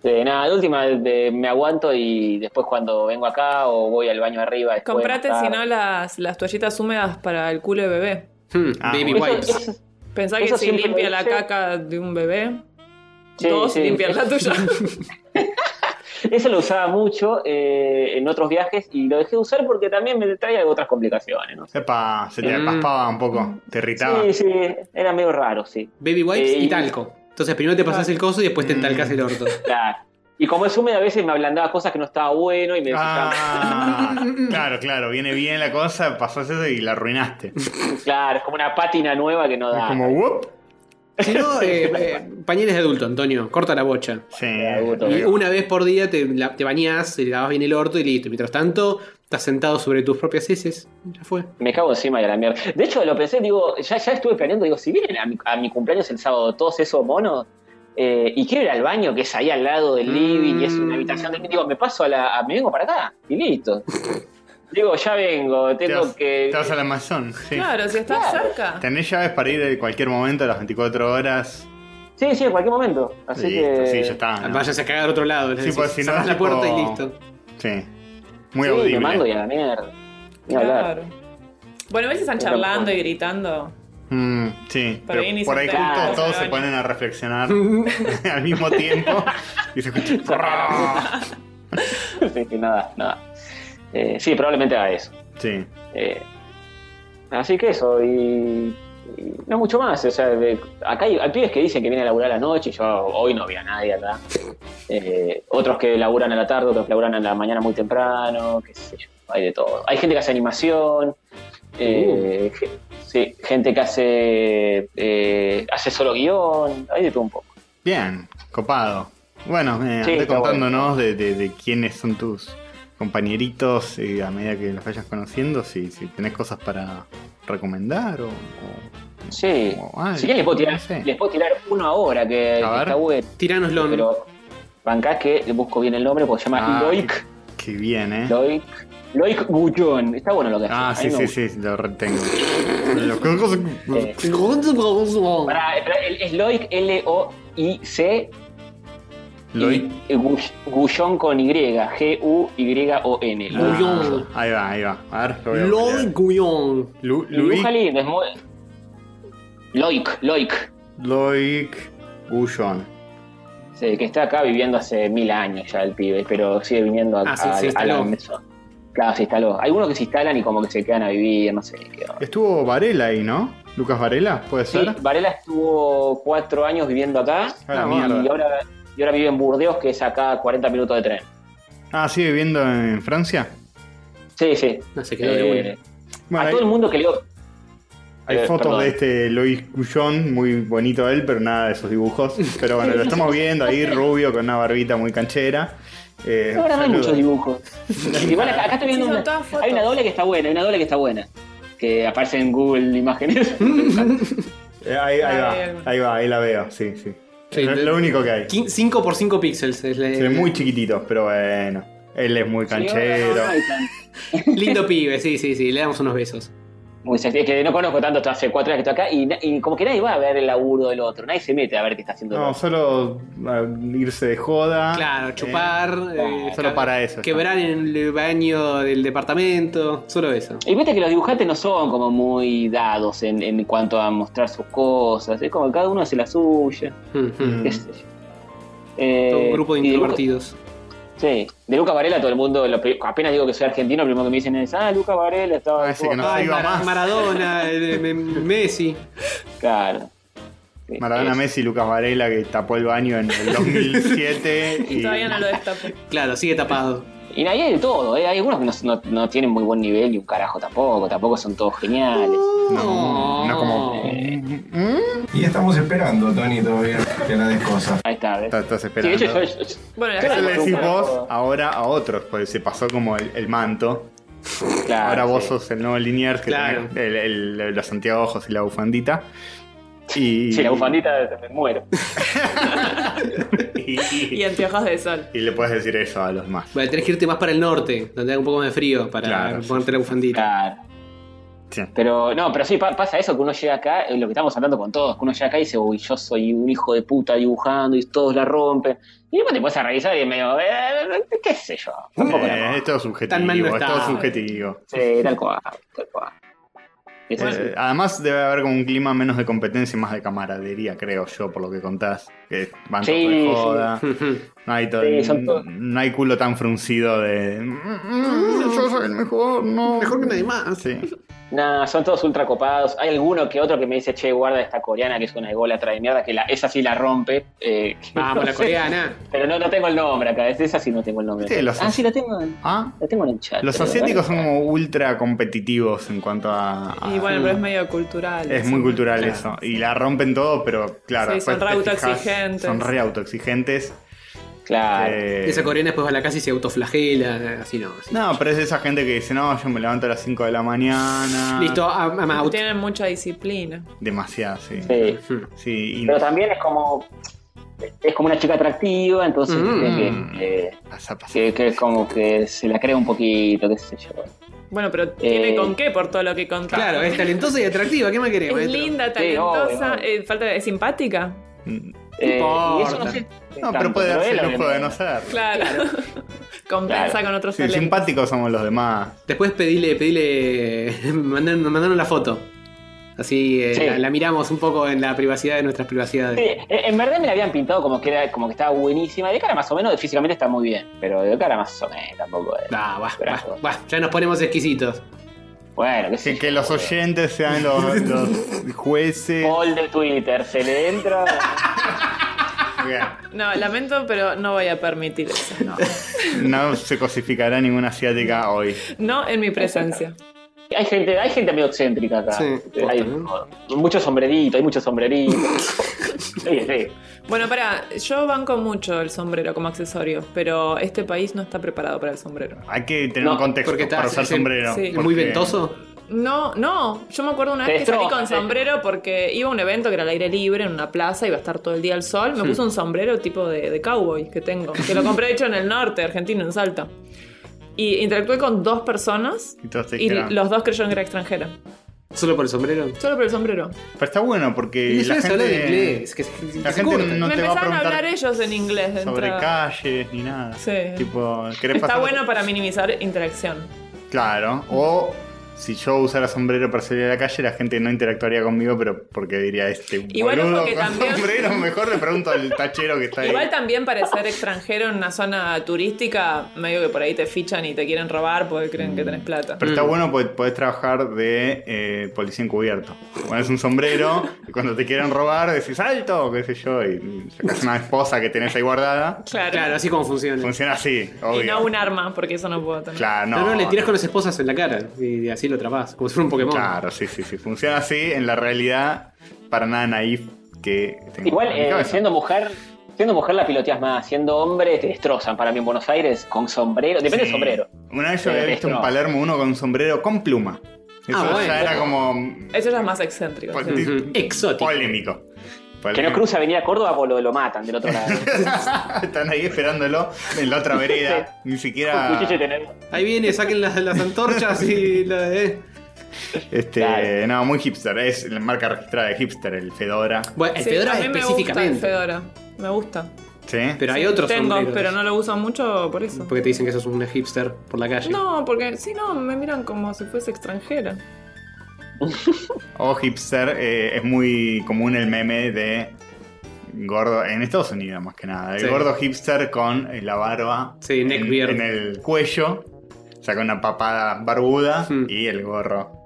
Speaker 4: De nada, de última de- me aguanto y después cuando vengo acá o voy al baño arriba. después,
Speaker 3: Comprate,
Speaker 4: más
Speaker 3: si
Speaker 4: tarde.
Speaker 3: no, las, las toallitas húmedas para el culo de bebé.
Speaker 2: Hmm,
Speaker 1: Ah,
Speaker 2: baby
Speaker 1: bueno.
Speaker 2: wipes.
Speaker 4: Eso- eso-
Speaker 3: Pensá que
Speaker 4: Eso
Speaker 3: si
Speaker 4: siempre
Speaker 3: limpia
Speaker 4: lo
Speaker 3: la
Speaker 4: hice.
Speaker 3: caca de un bebé,
Speaker 4: Sí,
Speaker 3: dos
Speaker 4: sí.
Speaker 3: limpian la tuya.
Speaker 4: Eso lo usaba mucho eh, en otros viajes y lo dejé de usar porque también me traía otras complicaciones. ¿no?
Speaker 1: Epa, se te
Speaker 2: Mm.
Speaker 1: paspaba un poco, te irritaba.
Speaker 4: Sí, sí, era medio raro, sí.
Speaker 2: Baby wipes
Speaker 4: Eh,
Speaker 2: y
Speaker 4: y-
Speaker 2: talco. Entonces primero te pasás el coso y después te
Speaker 1: Mm.
Speaker 2: entalcas el orto.
Speaker 4: Claro. Y como es húmedo a veces me ablandaba cosas que no estaba bueno y me
Speaker 1: Ah, claro, claro, viene bien la cosa, pasás eso y la arruinaste. Es
Speaker 4: Claro, es como una pátina nueva que no da.
Speaker 1: como, whoop.
Speaker 2: Si no, eh, eh, pañales de adulto, Antonio. Corta la bocha.
Speaker 1: Sí.
Speaker 4: gusto.
Speaker 2: Y
Speaker 4: Obvio.
Speaker 2: una vez por día te, la- te bañás, te lavas bien el orto y listo. Mientras tanto, estás sentado sobre tus propias heces. Ya fue.
Speaker 4: Me cago encima de la mierda. De hecho, lo pensé, digo, ya, ya estuve planeando, digo, si vienen a mi, a mi cumpleaños el sábado todos esos monos, eh, y quiero ir al baño, que es ahí al lado del living, y es
Speaker 1: Mm.
Speaker 4: una habitación del digo, me paso a la. a- me vengo para acá, y listo. digo, ya vengo,
Speaker 1: Te
Speaker 4: tengo
Speaker 1: vas,
Speaker 4: que.
Speaker 1: te vas al Amazon. Sí.
Speaker 3: Claro, si estás
Speaker 4: Claro.
Speaker 3: cerca.
Speaker 1: Tenés llaves para ir en cualquier momento, a las 24 horas.
Speaker 4: Sí, sí, en cualquier momento. Así
Speaker 1: Listo,
Speaker 4: que.
Speaker 1: sí, ya está. Ah, ¿no?
Speaker 2: Vayas a cagar a otro lado. es
Speaker 1: Sí,
Speaker 2: decir,
Speaker 1: pues, si no,
Speaker 2: cerrás la
Speaker 1: tipo-
Speaker 2: puerta y listo.
Speaker 1: Sí. Muy
Speaker 4: sí, me mando
Speaker 1: audible.
Speaker 4: y a la mierda. Ni hablar.
Speaker 3: Claro. Bueno, a veces están
Speaker 4: Otra
Speaker 3: charlando
Speaker 4: cosa.
Speaker 3: y gritando.
Speaker 1: Mm, sí,
Speaker 3: Por ahí
Speaker 1: pero
Speaker 3: ni
Speaker 1: por
Speaker 3: se
Speaker 1: ahí
Speaker 3: entera,
Speaker 1: justo
Speaker 4: claro.
Speaker 1: todos se ponen a reflexionar al mismo tiempo y se escucha. "Porra".
Speaker 4: sí, sí, nada, nada. Eh, sí, probablemente haga eso.
Speaker 1: Sí.
Speaker 4: Eh, así que eso, y, y no mucho más. O sea, de- acá hay, hay pibes que dicen que vienen a laburar a la noche, yo hoy no vi a nadie acá. Eh, otros que laburan a la tarde, otros que laburan a la mañana muy temprano, qué sé yo, hay de todo. Hay gente que hace animación, eh,
Speaker 1: Uh.
Speaker 4: ge- sí, gente que hace, eh, hace solo guión, hay de todo un poco.
Speaker 1: Bien, copado. Bueno, eh,
Speaker 4: Sí,
Speaker 1: andé
Speaker 4: está
Speaker 1: contándonos de, de- de quiénes son tus compañeritos eh, a medida que los vayas conociendo, si, si tenés cosas para recomendar o... o-
Speaker 4: Sí,
Speaker 1: o algo,
Speaker 4: si quieren les puedo tirar,
Speaker 1: no sé.
Speaker 4: les puedo tirar uno ahora que,
Speaker 1: Oh, A
Speaker 4: que
Speaker 1: ver.
Speaker 4: está bueno,
Speaker 2: Tiranoslo.
Speaker 4: pero bancás que busco bien el nombre porque se llama
Speaker 1: Ah,
Speaker 4: Loic.
Speaker 1: Qué bien, ¿eh?
Speaker 4: Loic, Loic Gullón. Está bueno lo que hace.
Speaker 1: Ah, sí, sí, sí, lo retengo. Los cocos-
Speaker 4: Eh. es Loic, L-O-I-C. y eh,
Speaker 1: Loic.
Speaker 4: Gull- Gullón con Y. G-U-Y-O-N.
Speaker 1: Ah,
Speaker 4: Loic.
Speaker 2: Gullón.
Speaker 1: ahí va, ahí va. A ver, lo voy a googlear.
Speaker 2: Lloyd Guyon.
Speaker 1: Lu-
Speaker 4: Y
Speaker 1: Luis
Speaker 4: búscale, es muy- Loic, Loic.
Speaker 1: Loic Gullón.
Speaker 4: Sí, que está acá viviendo hace mil años ya el pibe, pero sigue viniendo a,
Speaker 2: Ah, sí,
Speaker 4: a-
Speaker 2: se
Speaker 4: a la
Speaker 2: instaló.
Speaker 4: mesón. Claro, se instaló. Algunos que se instalan y como que se quedan a vivir, no sé. qué onda.
Speaker 1: Estuvo Varela ahí, ¿no? Lucas Varela, ¿puede
Speaker 4: Sí,
Speaker 1: ser?
Speaker 4: Varela estuvo cuatro años viviendo acá
Speaker 1: A Ah, la
Speaker 4: y,
Speaker 1: mierda.
Speaker 4: ahora, y ahora vive en Burdeos, que es acá a 40 minutos de tren.
Speaker 1: Ah, ¿sigue viviendo en Francia?
Speaker 4: Sí, sí.
Speaker 2: No se quedó
Speaker 4: Eh,
Speaker 2: de una.
Speaker 1: Bueno, Eh,
Speaker 4: a
Speaker 1: hay,
Speaker 4: todo el mundo que leo.
Speaker 1: hay
Speaker 4: eh,
Speaker 1: fotos
Speaker 4: perdón.
Speaker 1: de este Lois Cullón, muy bonito él, pero nada de esos dibujos. Pero bueno, lo estamos viendo ahí, rubio, con una barbita muy canchera. Eh,
Speaker 4: Ahora no hay
Speaker 1: saludo.
Speaker 4: muchos dibujos. Igual acá, acá estoy viendo
Speaker 3: Sí, son
Speaker 4: una,
Speaker 3: todas fotos.
Speaker 4: hay una doble que está buena, hay una doble que está buena. Que aparece en Google Imágenes.
Speaker 1: Eh, ahí, ahí
Speaker 3: Ah,
Speaker 1: va,
Speaker 3: hay alguna.
Speaker 1: ahí va, ahí la veo, sí, sí.
Speaker 2: Sí,
Speaker 1: es
Speaker 2: de-
Speaker 1: lo único que hay.
Speaker 2: 5 por 5 píxeles. Es la-
Speaker 1: Se ven muy chiquititos, pero bueno. Él es muy canchero.
Speaker 4: Ay, tan-
Speaker 2: Lindo pibe, sí, sí, sí. Le damos unos besos.
Speaker 4: Muy sexy. Es que no conozco tanto, hasta hace cuatro años que estoy acá y, na- y como que nadie va a ver el laburo del otro, nadie se mete a ver qué está haciendo el
Speaker 1: No,
Speaker 4: otro.
Speaker 1: solo ah, irse de joda.
Speaker 2: Claro,
Speaker 1: Eh,
Speaker 2: chupar. eh,
Speaker 1: solo
Speaker 2: ca-
Speaker 1: para eso está.
Speaker 2: Quebrar en el baño del departamento. Solo eso.
Speaker 4: Y viste que los dibujantes no son como muy dados en, en cuanto a mostrar sus cosas, es como que cada uno hace la suya,
Speaker 2: Mm, mm.
Speaker 1: Mm.
Speaker 4: qué sé yo. Eh,
Speaker 2: Todo un grupo de
Speaker 4: y Luca-
Speaker 2: introvertidos.
Speaker 4: sí, de Luca Varela todo el mundo, lo pri- apenas digo que soy argentino, lo primero que me dicen es, ah, Luca Varela estaba...
Speaker 1: Ah, ese que no
Speaker 2: Ay,
Speaker 1: iba
Speaker 2: Mara-
Speaker 1: más.
Speaker 2: Maradona, eh, me- Messi.
Speaker 4: Claro. Sí,
Speaker 1: Maradona
Speaker 4: es-
Speaker 1: Messi, Lucas Varela, que tapó el baño en el 2007.
Speaker 3: Y todavía no lo destapé.
Speaker 2: Claro, sigue tapado.
Speaker 4: Y ahí hay de todo, ¿eh? hay algunos que no, no- no tienen muy buen nivel y un carajo tampoco, tampoco son todos geniales.
Speaker 1: No, no como-
Speaker 6: Y estamos esperando, Tony, todavía que la des cosas.
Speaker 4: Ahí está, ¿ves?
Speaker 1: Está- Estás
Speaker 4: Sí, de
Speaker 1: esperando.
Speaker 4: hecho yo- yo- yo-
Speaker 3: Bueno, la
Speaker 4: Claro,
Speaker 1: Eso
Speaker 3: gente-
Speaker 1: le decís
Speaker 4: Lucas.
Speaker 1: vos ahora a otros, porque se pasó como el, el manto.
Speaker 4: claro,
Speaker 1: ahora vos
Speaker 4: Ah, sí.
Speaker 1: sos el nuevo Liniers que
Speaker 2: Claro.
Speaker 1: tenés el- el- los anteojos y la bufandita. Y,
Speaker 4: Sí, la bufandita me muero.
Speaker 1: Y, y-
Speaker 3: Y anteojos de sol.
Speaker 1: y le puedes decir eso a los más.
Speaker 2: Vale, tenés que irte más para el norte, donde hay un poco más de frío, para
Speaker 1: Claro, sí,
Speaker 2: ponerte la bufandita.
Speaker 4: Claro.
Speaker 1: Sí.
Speaker 4: Pero no, pero sí pa- pasa eso, que uno llega acá, eh, lo que estamos hablando con todos, que uno llega acá y dice, uy, yo soy un hijo de puta dibujando y todos la rompen. Y después te puedes a revisar y medio, eh, qué sé yo, tampoco la
Speaker 1: Eh, es todo subjetivo.
Speaker 2: Tan mal no
Speaker 1: es
Speaker 2: está.
Speaker 1: todo subjetivo.
Speaker 4: Sí, tal cual, tal cual. Eso sí.
Speaker 1: Eh, además debe haber como un clima menos de competencia y más de camaradería, creo yo, por lo que contás. Que van todos
Speaker 4: Sí,
Speaker 1: de
Speaker 4: sí.
Speaker 1: joda. No hay, todo-
Speaker 4: Sí, son todos-
Speaker 1: no hay culo tan fruncido de. "Mm, Yo soy el mejor, no.
Speaker 2: Mejor que nadie más.
Speaker 1: Sí.
Speaker 4: Nah, son todos ultra copados. Hay alguno que otro que me dice, che, guarda esta coreana que es una ególatra de mierda, que la, esa sí la rompe. eh, que
Speaker 1: Ah.
Speaker 2: Vamos,
Speaker 4: no
Speaker 2: la
Speaker 4: sé.
Speaker 2: coreana.
Speaker 4: Pero no, no tengo el nombre acá, es esa sí no tengo el nombre.
Speaker 1: Sí, los
Speaker 4: ah,
Speaker 1: as-
Speaker 4: sí, la tengo, en-
Speaker 1: Ah,
Speaker 4: la tengo en el chat. ¿eh?
Speaker 1: los
Speaker 4: pero,
Speaker 1: asiáticos son
Speaker 4: bueno.
Speaker 1: como ultra competitivos en cuanto a. a-
Speaker 3: Y bueno, pero es medio cultural.
Speaker 1: Ah, es
Speaker 3: eso.
Speaker 1: muy cultural
Speaker 2: Claro.
Speaker 1: eso. Y la rompen todo, pero claro.
Speaker 3: Sí, son
Speaker 1: después
Speaker 3: re
Speaker 1: te fijas,
Speaker 3: autoexigentes.
Speaker 1: Son re autoexigentes.
Speaker 4: Claro.
Speaker 1: eh,
Speaker 2: Esa coreana después va a la casa y se autoflagela, eh, así no. así.
Speaker 1: No, pero es esa gente que dice, no, yo me levanto a las 5 de la mañana.
Speaker 2: Listo, I'm, I'm out.
Speaker 3: Tienen mucha disciplina.
Speaker 1: Demasiado, sí.
Speaker 4: Sí.
Speaker 2: Mm.
Speaker 1: Sí, y
Speaker 4: Pero también es como. Es como una chica atractiva, entonces
Speaker 2: Mm.
Speaker 4: viste que, eh,
Speaker 1: pasa, pasa.
Speaker 4: que, que es como que se la crea un poquito, qué sé yo.
Speaker 3: Bueno, pero tiene
Speaker 4: Eh,
Speaker 3: con qué por todo lo que contás.
Speaker 2: Claro, es talentosa y atractiva, ¿qué más querés?
Speaker 3: Es
Speaker 2: maestro?
Speaker 3: linda,
Speaker 4: obvio,
Speaker 3: talentosa,
Speaker 4: obvio.
Speaker 3: eh, falta de- es simpática.
Speaker 1: Mm.
Speaker 4: Eh, y eso
Speaker 2: importa.
Speaker 4: no sé.
Speaker 1: No,
Speaker 4: tanto,
Speaker 1: pero puede darse
Speaker 4: él,
Speaker 1: el lujo de no
Speaker 4: obviamente.
Speaker 1: ser.
Speaker 3: Claro. Compensa
Speaker 4: Claro.
Speaker 3: con otros
Speaker 1: Sí,
Speaker 3: talentos.
Speaker 1: simpáticos somos los demás.
Speaker 2: Después pedile, pedile, mandaron, mandaron la foto. Así eh,
Speaker 4: Sí.
Speaker 2: la, la miramos un poco en la privacidad de nuestras privacidades.
Speaker 4: Sí, en- en verdad me la habían pintado como que era, como que estaba buenísima. De cara más o menos, físicamente está muy bien, pero de cara más o menos tampoco es.
Speaker 2: Ah, va, va,
Speaker 4: Gracias.
Speaker 2: va, ya nos ponemos exquisitos.
Speaker 4: Bueno, qué sé
Speaker 1: Que,
Speaker 4: yo,
Speaker 1: que los
Speaker 4: boludo.
Speaker 1: oyentes sean los, los jueces.
Speaker 4: Poll de Twitter, se le entra.
Speaker 1: Bien.
Speaker 3: No, lamento, pero no voy a permitir eso.
Speaker 1: No. No se cosificará ninguna asiática hoy.
Speaker 3: No en mi presencia.
Speaker 4: Hay gente, hay gente medio excéntrica acá.
Speaker 2: Sí,
Speaker 4: hay
Speaker 2: posta,
Speaker 4: muchos sombreritos, hay muchos sombreritos. sí, sí.
Speaker 3: Bueno, pará, yo banco mucho el sombrero como accesorio, pero este país no está preparado para el sombrero.
Speaker 1: Hay que tener
Speaker 4: No,
Speaker 1: un contexto
Speaker 2: porque está-
Speaker 1: para usar
Speaker 2: sí,
Speaker 1: sombrero.
Speaker 3: sí.
Speaker 1: porque-
Speaker 2: Muy ventoso.
Speaker 3: No, no, yo me acuerdo una
Speaker 4: Te
Speaker 3: vez que salí
Speaker 4: destroza,
Speaker 3: con
Speaker 4: te-
Speaker 3: sombrero porque iba a un evento que era al aire libre, en una plaza, iba a estar todo el día al sol. Me puse un sombrero tipo de, de cowboy que tengo, que lo compré hecho en el norte argentino, en Salta. Y interactué con dos personas
Speaker 1: Y todos te
Speaker 3: y
Speaker 1: dijeron.
Speaker 3: los dos creyeron que era extranjera.
Speaker 2: Solo por el sombrero.
Speaker 3: Solo por el sombrero.
Speaker 1: Pero está bueno
Speaker 2: Y
Speaker 1: porque
Speaker 2: les
Speaker 1: la
Speaker 2: sabes hablar
Speaker 1: gente,
Speaker 2: de inglés. Que se,
Speaker 1: la
Speaker 2: se
Speaker 1: gente
Speaker 2: corta.
Speaker 1: no
Speaker 3: me
Speaker 1: te va a
Speaker 3: empezaron a,
Speaker 1: preguntar
Speaker 3: hablar ellos en inglés de
Speaker 1: sobre
Speaker 3: entrada.
Speaker 1: calles ni nada.
Speaker 3: Sí.
Speaker 1: Tipo, ¿querés
Speaker 3: Está
Speaker 1: pasar?
Speaker 3: bueno para minimizar interacción.
Speaker 1: Claro. O si yo usara sombrero para salir a la calle, la gente no interactuaría conmigo, pero porque diría este
Speaker 3: Igual ojo
Speaker 1: boludo
Speaker 3: que
Speaker 1: con
Speaker 3: también-
Speaker 1: sombrero, mejor le pregunto al tachero que está ahí.
Speaker 3: Igual también para ser extranjero en una zona turística, medio que por ahí te fichan y te quieren robar porque creen que tenés plata.
Speaker 1: Pero
Speaker 5: Mm.
Speaker 1: está bueno porque podés trabajar de eh, policía encubierto. Pones un sombrero y cuando te quieren robar decís alto, qué sé yo, y sacas una esposa que tenés ahí guardada.
Speaker 3: Claro.
Speaker 5: Ah, Claro, así como funciona.
Speaker 1: Funciona así, obvio.
Speaker 3: Y no un arma, porque eso no puedo tener.
Speaker 1: Claro, no.
Speaker 5: No, no, le tiras con las esposas en la cara y así lo atrapás, como si fuera un Pokémon.
Speaker 1: Claro, sí, sí, sí. Funciona así en la realidad, para nada naif que tengo
Speaker 4: Igual,
Speaker 1: en mi
Speaker 4: eh,
Speaker 1: cabeza.
Speaker 4: siendo mujer, siendo mujer la piloteas más, siendo hombre te destrozan para mí en Buenos Aires con sombrero, depende
Speaker 1: Sí.
Speaker 4: del sombrero.
Speaker 1: Una vez yo
Speaker 4: Eh,
Speaker 1: había visto
Speaker 4: esto
Speaker 1: un
Speaker 4: no.
Speaker 1: Palermo uno con sombrero con pluma. Eso
Speaker 5: Ah, bueno.
Speaker 1: ya era como
Speaker 3: Eso ya es más excéntrico.
Speaker 1: Pues,
Speaker 3: sí.
Speaker 5: Ujú. Exótico.
Speaker 1: polémico.
Speaker 4: Que no
Speaker 1: Polémico.
Speaker 4: cruza Avenida Córdoba por lo, lo matan del otro lado.
Speaker 1: Están ahí esperándolo en la otra vereda. Ni siquiera.
Speaker 4: Cuchillo y tenedor.
Speaker 5: Ahí viene, saquen las, las antorchas y la, eh.
Speaker 1: Este,
Speaker 4: Claro.
Speaker 1: no, muy hipster. Es la marca registrada de hipster, el Fedora.
Speaker 5: Bueno, el
Speaker 3: Sí,
Speaker 5: Fedora
Speaker 3: a mí me gusta el
Speaker 5: específicamente.
Speaker 3: Fedora. Me gusta.
Speaker 1: ¿Sí?
Speaker 5: pero hay otros
Speaker 3: Tengo,
Speaker 5: sombreros.
Speaker 3: pero no lo uso mucho por eso.
Speaker 5: Porque te dicen que sos una hipster por la calle.
Speaker 3: No, porque si no, me miran como si fuese extranjera.
Speaker 1: O Oh, hipster eh, es muy común el meme de gordo en Estados Unidos más que nada. El
Speaker 5: Sí.
Speaker 1: gordo hipster con eh, la barba
Speaker 5: Sí,
Speaker 1: en,
Speaker 5: neckbeard.
Speaker 1: en el cuello, saca una papada barbuda
Speaker 5: Mm.
Speaker 1: y el gorro.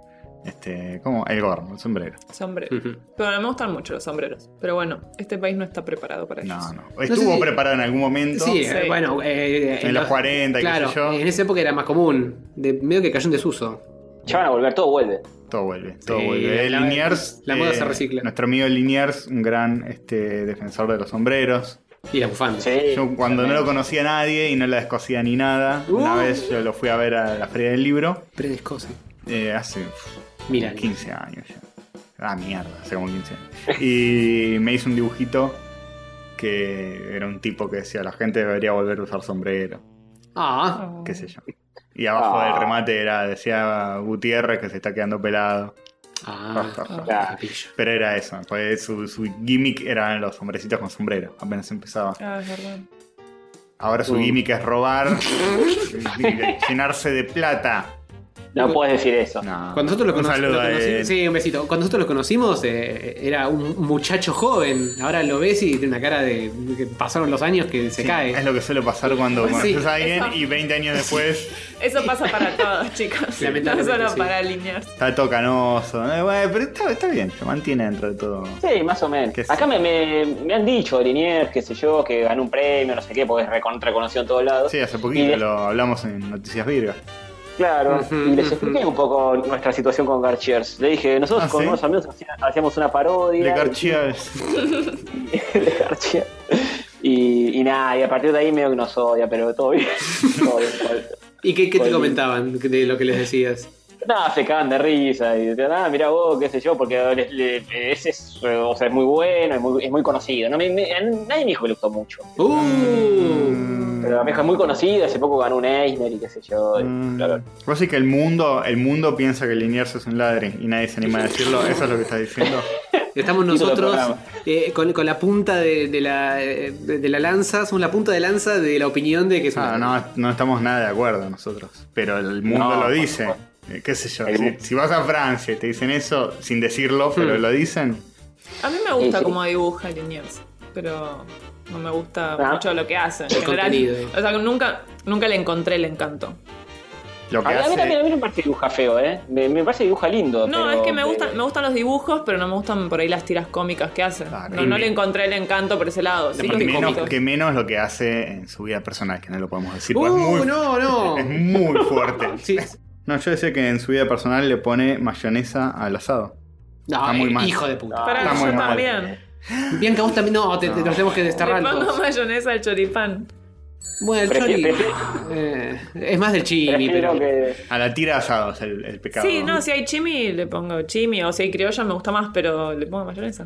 Speaker 1: Este, ¿cómo? El gorro, el sombrero.
Speaker 3: Sombrero.
Speaker 5: Ujú.
Speaker 3: Pero me gustan mucho los sombreros. Pero bueno, este país no está preparado para ellos.
Speaker 1: No, no. Estuvo
Speaker 5: si-
Speaker 1: preparado en algún momento.
Speaker 5: Sí,
Speaker 3: Sí.
Speaker 5: eh, bueno, eh,
Speaker 1: En los 40 y qué
Speaker 5: claro,
Speaker 1: sé yo.
Speaker 5: En esa época era más común. De, medio que cayó en desuso.
Speaker 4: Ya van a volver, todo vuelve.
Speaker 1: Todo vuelve, todo
Speaker 5: Sí,
Speaker 1: vuelve.
Speaker 5: la-
Speaker 1: Liniers, eh,
Speaker 5: la moda se recicla.
Speaker 1: Nuestro amigo Liniers, un gran este, defensor de los sombreros.
Speaker 5: Y la bufanda.
Speaker 4: Sí.
Speaker 1: Yo cuando no lo conocía a nadie y no la descosía ni nada, una
Speaker 5: Uh.
Speaker 1: vez yo lo fui a ver a la feria del libro,
Speaker 5: Predescosa.
Speaker 1: eh, hace uf,
Speaker 5: Mira.
Speaker 1: 15 años ya. Ah, mierda, hace como 15 años. Y me hizo un dibujito que era un tipo que decía, la gente debería volver a usar sombrero,
Speaker 5: Ah,
Speaker 3: Oh.
Speaker 1: qué sé yo. Y abajo
Speaker 4: Ah.
Speaker 1: del remate era, decía Gutiérrez que se está quedando pelado.
Speaker 5: ah,
Speaker 4: Claro.
Speaker 5: pillo.
Speaker 1: Pero era eso, pues su, su gimmick eran los hombrecitos con sombrero, apenas empezaba.
Speaker 3: Ah, es verdad.
Speaker 1: Ahora su
Speaker 5: Mm.
Speaker 1: gimmick es robar y- y llenarse de plata.
Speaker 4: No puedes decir eso.
Speaker 1: No.
Speaker 5: Cuando nosotros lo,
Speaker 1: Un
Speaker 5: cono-
Speaker 1: saludo
Speaker 5: lo
Speaker 1: a
Speaker 5: conocimos,
Speaker 1: él.
Speaker 5: sí, un besito. Cuando nosotros lo conocimos eh, era un muchacho joven. Ahora lo ves y tiene una cara de que pasaron los años que se
Speaker 1: Sí, Es
Speaker 5: cae.
Speaker 1: lo que suele pasar cuando
Speaker 5: Sí.
Speaker 1: conoces a alguien
Speaker 3: Eso.
Speaker 1: y 20 años después
Speaker 3: Eso pasa para todos, chicas. No
Speaker 5: Lamentablemente,
Speaker 3: solo
Speaker 5: sí.
Speaker 3: para alinearse.
Speaker 1: está todo canoso. Eh, bueno, pero está, está bien, se mantiene dentro de todo.
Speaker 4: Sí, más o menos.
Speaker 1: Que sí.
Speaker 4: Acá me, me- me han dicho, Liniers, qué sé yo, que ganó un premio, no sé qué, porque es recon- reconocido en todos lados.
Speaker 1: Sí, hace
Speaker 4: Y
Speaker 1: poquito
Speaker 4: le-
Speaker 1: lo hablamos en Noticias Virgas.
Speaker 4: Claro,
Speaker 5: Ujú,
Speaker 4: y les
Speaker 5: ujú.
Speaker 4: expliqué un poco nuestra situación con Garchiers. Le dije, nosotros
Speaker 1: Ah,
Speaker 4: con
Speaker 1: ¿sí?
Speaker 4: unos amigos hacía- hacíamos una parodia.
Speaker 1: Le
Speaker 4: de Garchiers. Y, y nada, y a partir de ahí medio que nos odia, pero todo bien. todo bien, todo bien.
Speaker 5: ¿Y qué, qué te
Speaker 4: Oye.
Speaker 5: comentaban de lo que les decías?
Speaker 4: Nada, se cagan de risa y decían, ah, mirá vos, qué sé yo, porque le- le- ese es, eh, o sea, es muy bueno, es muy, es muy conocido. No, me- me- a nadie me dijo que le gustó mucho.
Speaker 5: ¡Uh!
Speaker 4: Pero me dijo, es muy conocido, hace poco ganó un Eisner y qué sé yo. y
Speaker 3: Mm.
Speaker 4: bla, bla.
Speaker 1: Mm. Vos sí que el mundo, el mundo piensa que Liniers es un ladrín y nadie se anima a decirlo. Eso es lo que estás diciendo.
Speaker 5: Estamos
Speaker 4: Título del
Speaker 5: nosotros
Speaker 4: programa.
Speaker 5: eh, con, con la punta de, de la, eh, de, de la lanza, somos la punta de lanza de la opinión de que es
Speaker 1: Ah,
Speaker 5: una-
Speaker 1: no, no estamos nada de acuerdo nosotros. Pero el mundo
Speaker 4: No,
Speaker 1: lo
Speaker 4: por
Speaker 1: dice.
Speaker 4: supuesto.
Speaker 1: Eh, ¿Qué sé yo?
Speaker 4: El
Speaker 1: Si,
Speaker 4: mu- Mm.
Speaker 1: si vas a Francia y te dicen eso sin decirlo, pero
Speaker 5: Hmm.
Speaker 1: lo dicen.
Speaker 3: A mí me gusta
Speaker 4: Sí, sí.
Speaker 3: cómo dibuja Liniers, pero no me gusta
Speaker 4: Ah.
Speaker 3: mucho lo que hace. En
Speaker 5: El
Speaker 3: general,
Speaker 5: contenido.
Speaker 3: o sea, que nunca, nunca le encontré el encanto.
Speaker 1: Lo que
Speaker 4: A mí, a mí también- a
Speaker 1: hace.
Speaker 4: mí no me parece que dibuja feo, ¿eh? Me, me parece que dibuja lindo.
Speaker 3: No,
Speaker 4: pero-
Speaker 3: es que me
Speaker 4: pero-
Speaker 3: gustan, me gustan los dibujos, pero no me gustan por ahí las tiras cómicas que hace.
Speaker 1: Claro.
Speaker 3: No, no le encontré el encanto por ese lado. Sí,
Speaker 1: Que
Speaker 3: los
Speaker 1: Ah, menos,
Speaker 3: cómicos.
Speaker 1: que menos lo que hace en su vida personal, que no lo podemos decir. porque
Speaker 5: ¡Uh!
Speaker 1: es, muy,
Speaker 5: no, no.
Speaker 1: es muy fuerte.
Speaker 5: Sí.
Speaker 1: No, yo decía que en su vida personal le pone mayonesa al asado.
Speaker 5: No,
Speaker 1: Está muy
Speaker 5: eh,
Speaker 1: mal.
Speaker 5: hijo de puta.
Speaker 4: Ah,
Speaker 3: Para
Speaker 1: está muy
Speaker 3: yo
Speaker 1: mal.
Speaker 3: también.
Speaker 5: Bianca, vos también. No, te, te- nos tenemos que
Speaker 3: Le
Speaker 5: desterrar.
Speaker 3: pongo
Speaker 5: todos.
Speaker 3: mayonesa al choripán.
Speaker 5: Bueno, el
Speaker 4: Prefi-
Speaker 5: chori.
Speaker 4: prefi-
Speaker 5: eh, es más del chimi,
Speaker 4: prefiero
Speaker 5: pero.
Speaker 4: que-
Speaker 1: A la tira de asados, el, el pecado.
Speaker 3: Sí, no, si hay chimi, le pongo chimi. O si hay criolla, me gusta más, pero le pongo mayonesa.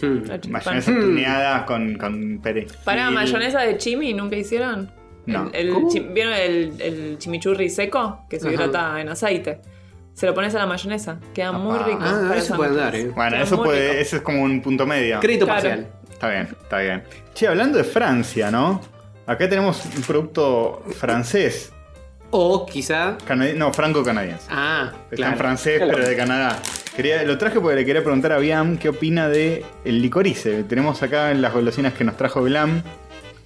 Speaker 5: Hmm.
Speaker 3: al choripán.
Speaker 1: Mayonesa tuneada con, con perejil.
Speaker 3: Pará, mayonesa de chimi nunca hicieron.
Speaker 1: No.
Speaker 3: El- el
Speaker 5: ¿Cómo?
Speaker 3: chi- ¿Vieron el, el chimichurri seco? Que se
Speaker 5: Ajá.
Speaker 3: hidrata en aceite. Se lo pones a la mayonesa. Queda muy
Speaker 1: Ah,
Speaker 3: rico.
Speaker 5: Ah,
Speaker 3: para
Speaker 5: eso
Speaker 3: el
Speaker 5: puede
Speaker 3: sándwich.
Speaker 5: andar, eh.
Speaker 1: Bueno,
Speaker 3: Está
Speaker 1: eso
Speaker 3: muy rico.
Speaker 1: puede, eso es como un punto medio.
Speaker 5: Crédito
Speaker 3: Claro.
Speaker 5: parcial.
Speaker 1: Está bien, está bien. Che, hablando de Francia, ¿no? Acá tenemos un producto francés
Speaker 2: O quizá.
Speaker 1: Canadi- no, franco-canadiense.
Speaker 2: Ah,
Speaker 1: Está en
Speaker 2: claro.
Speaker 1: francés,
Speaker 4: Claro.
Speaker 1: pero de Canadá. Quería, lo traje porque le quería preguntar a Biam qué opina de el licorice. Tenemos acá en las golosinas que nos trajo Biam.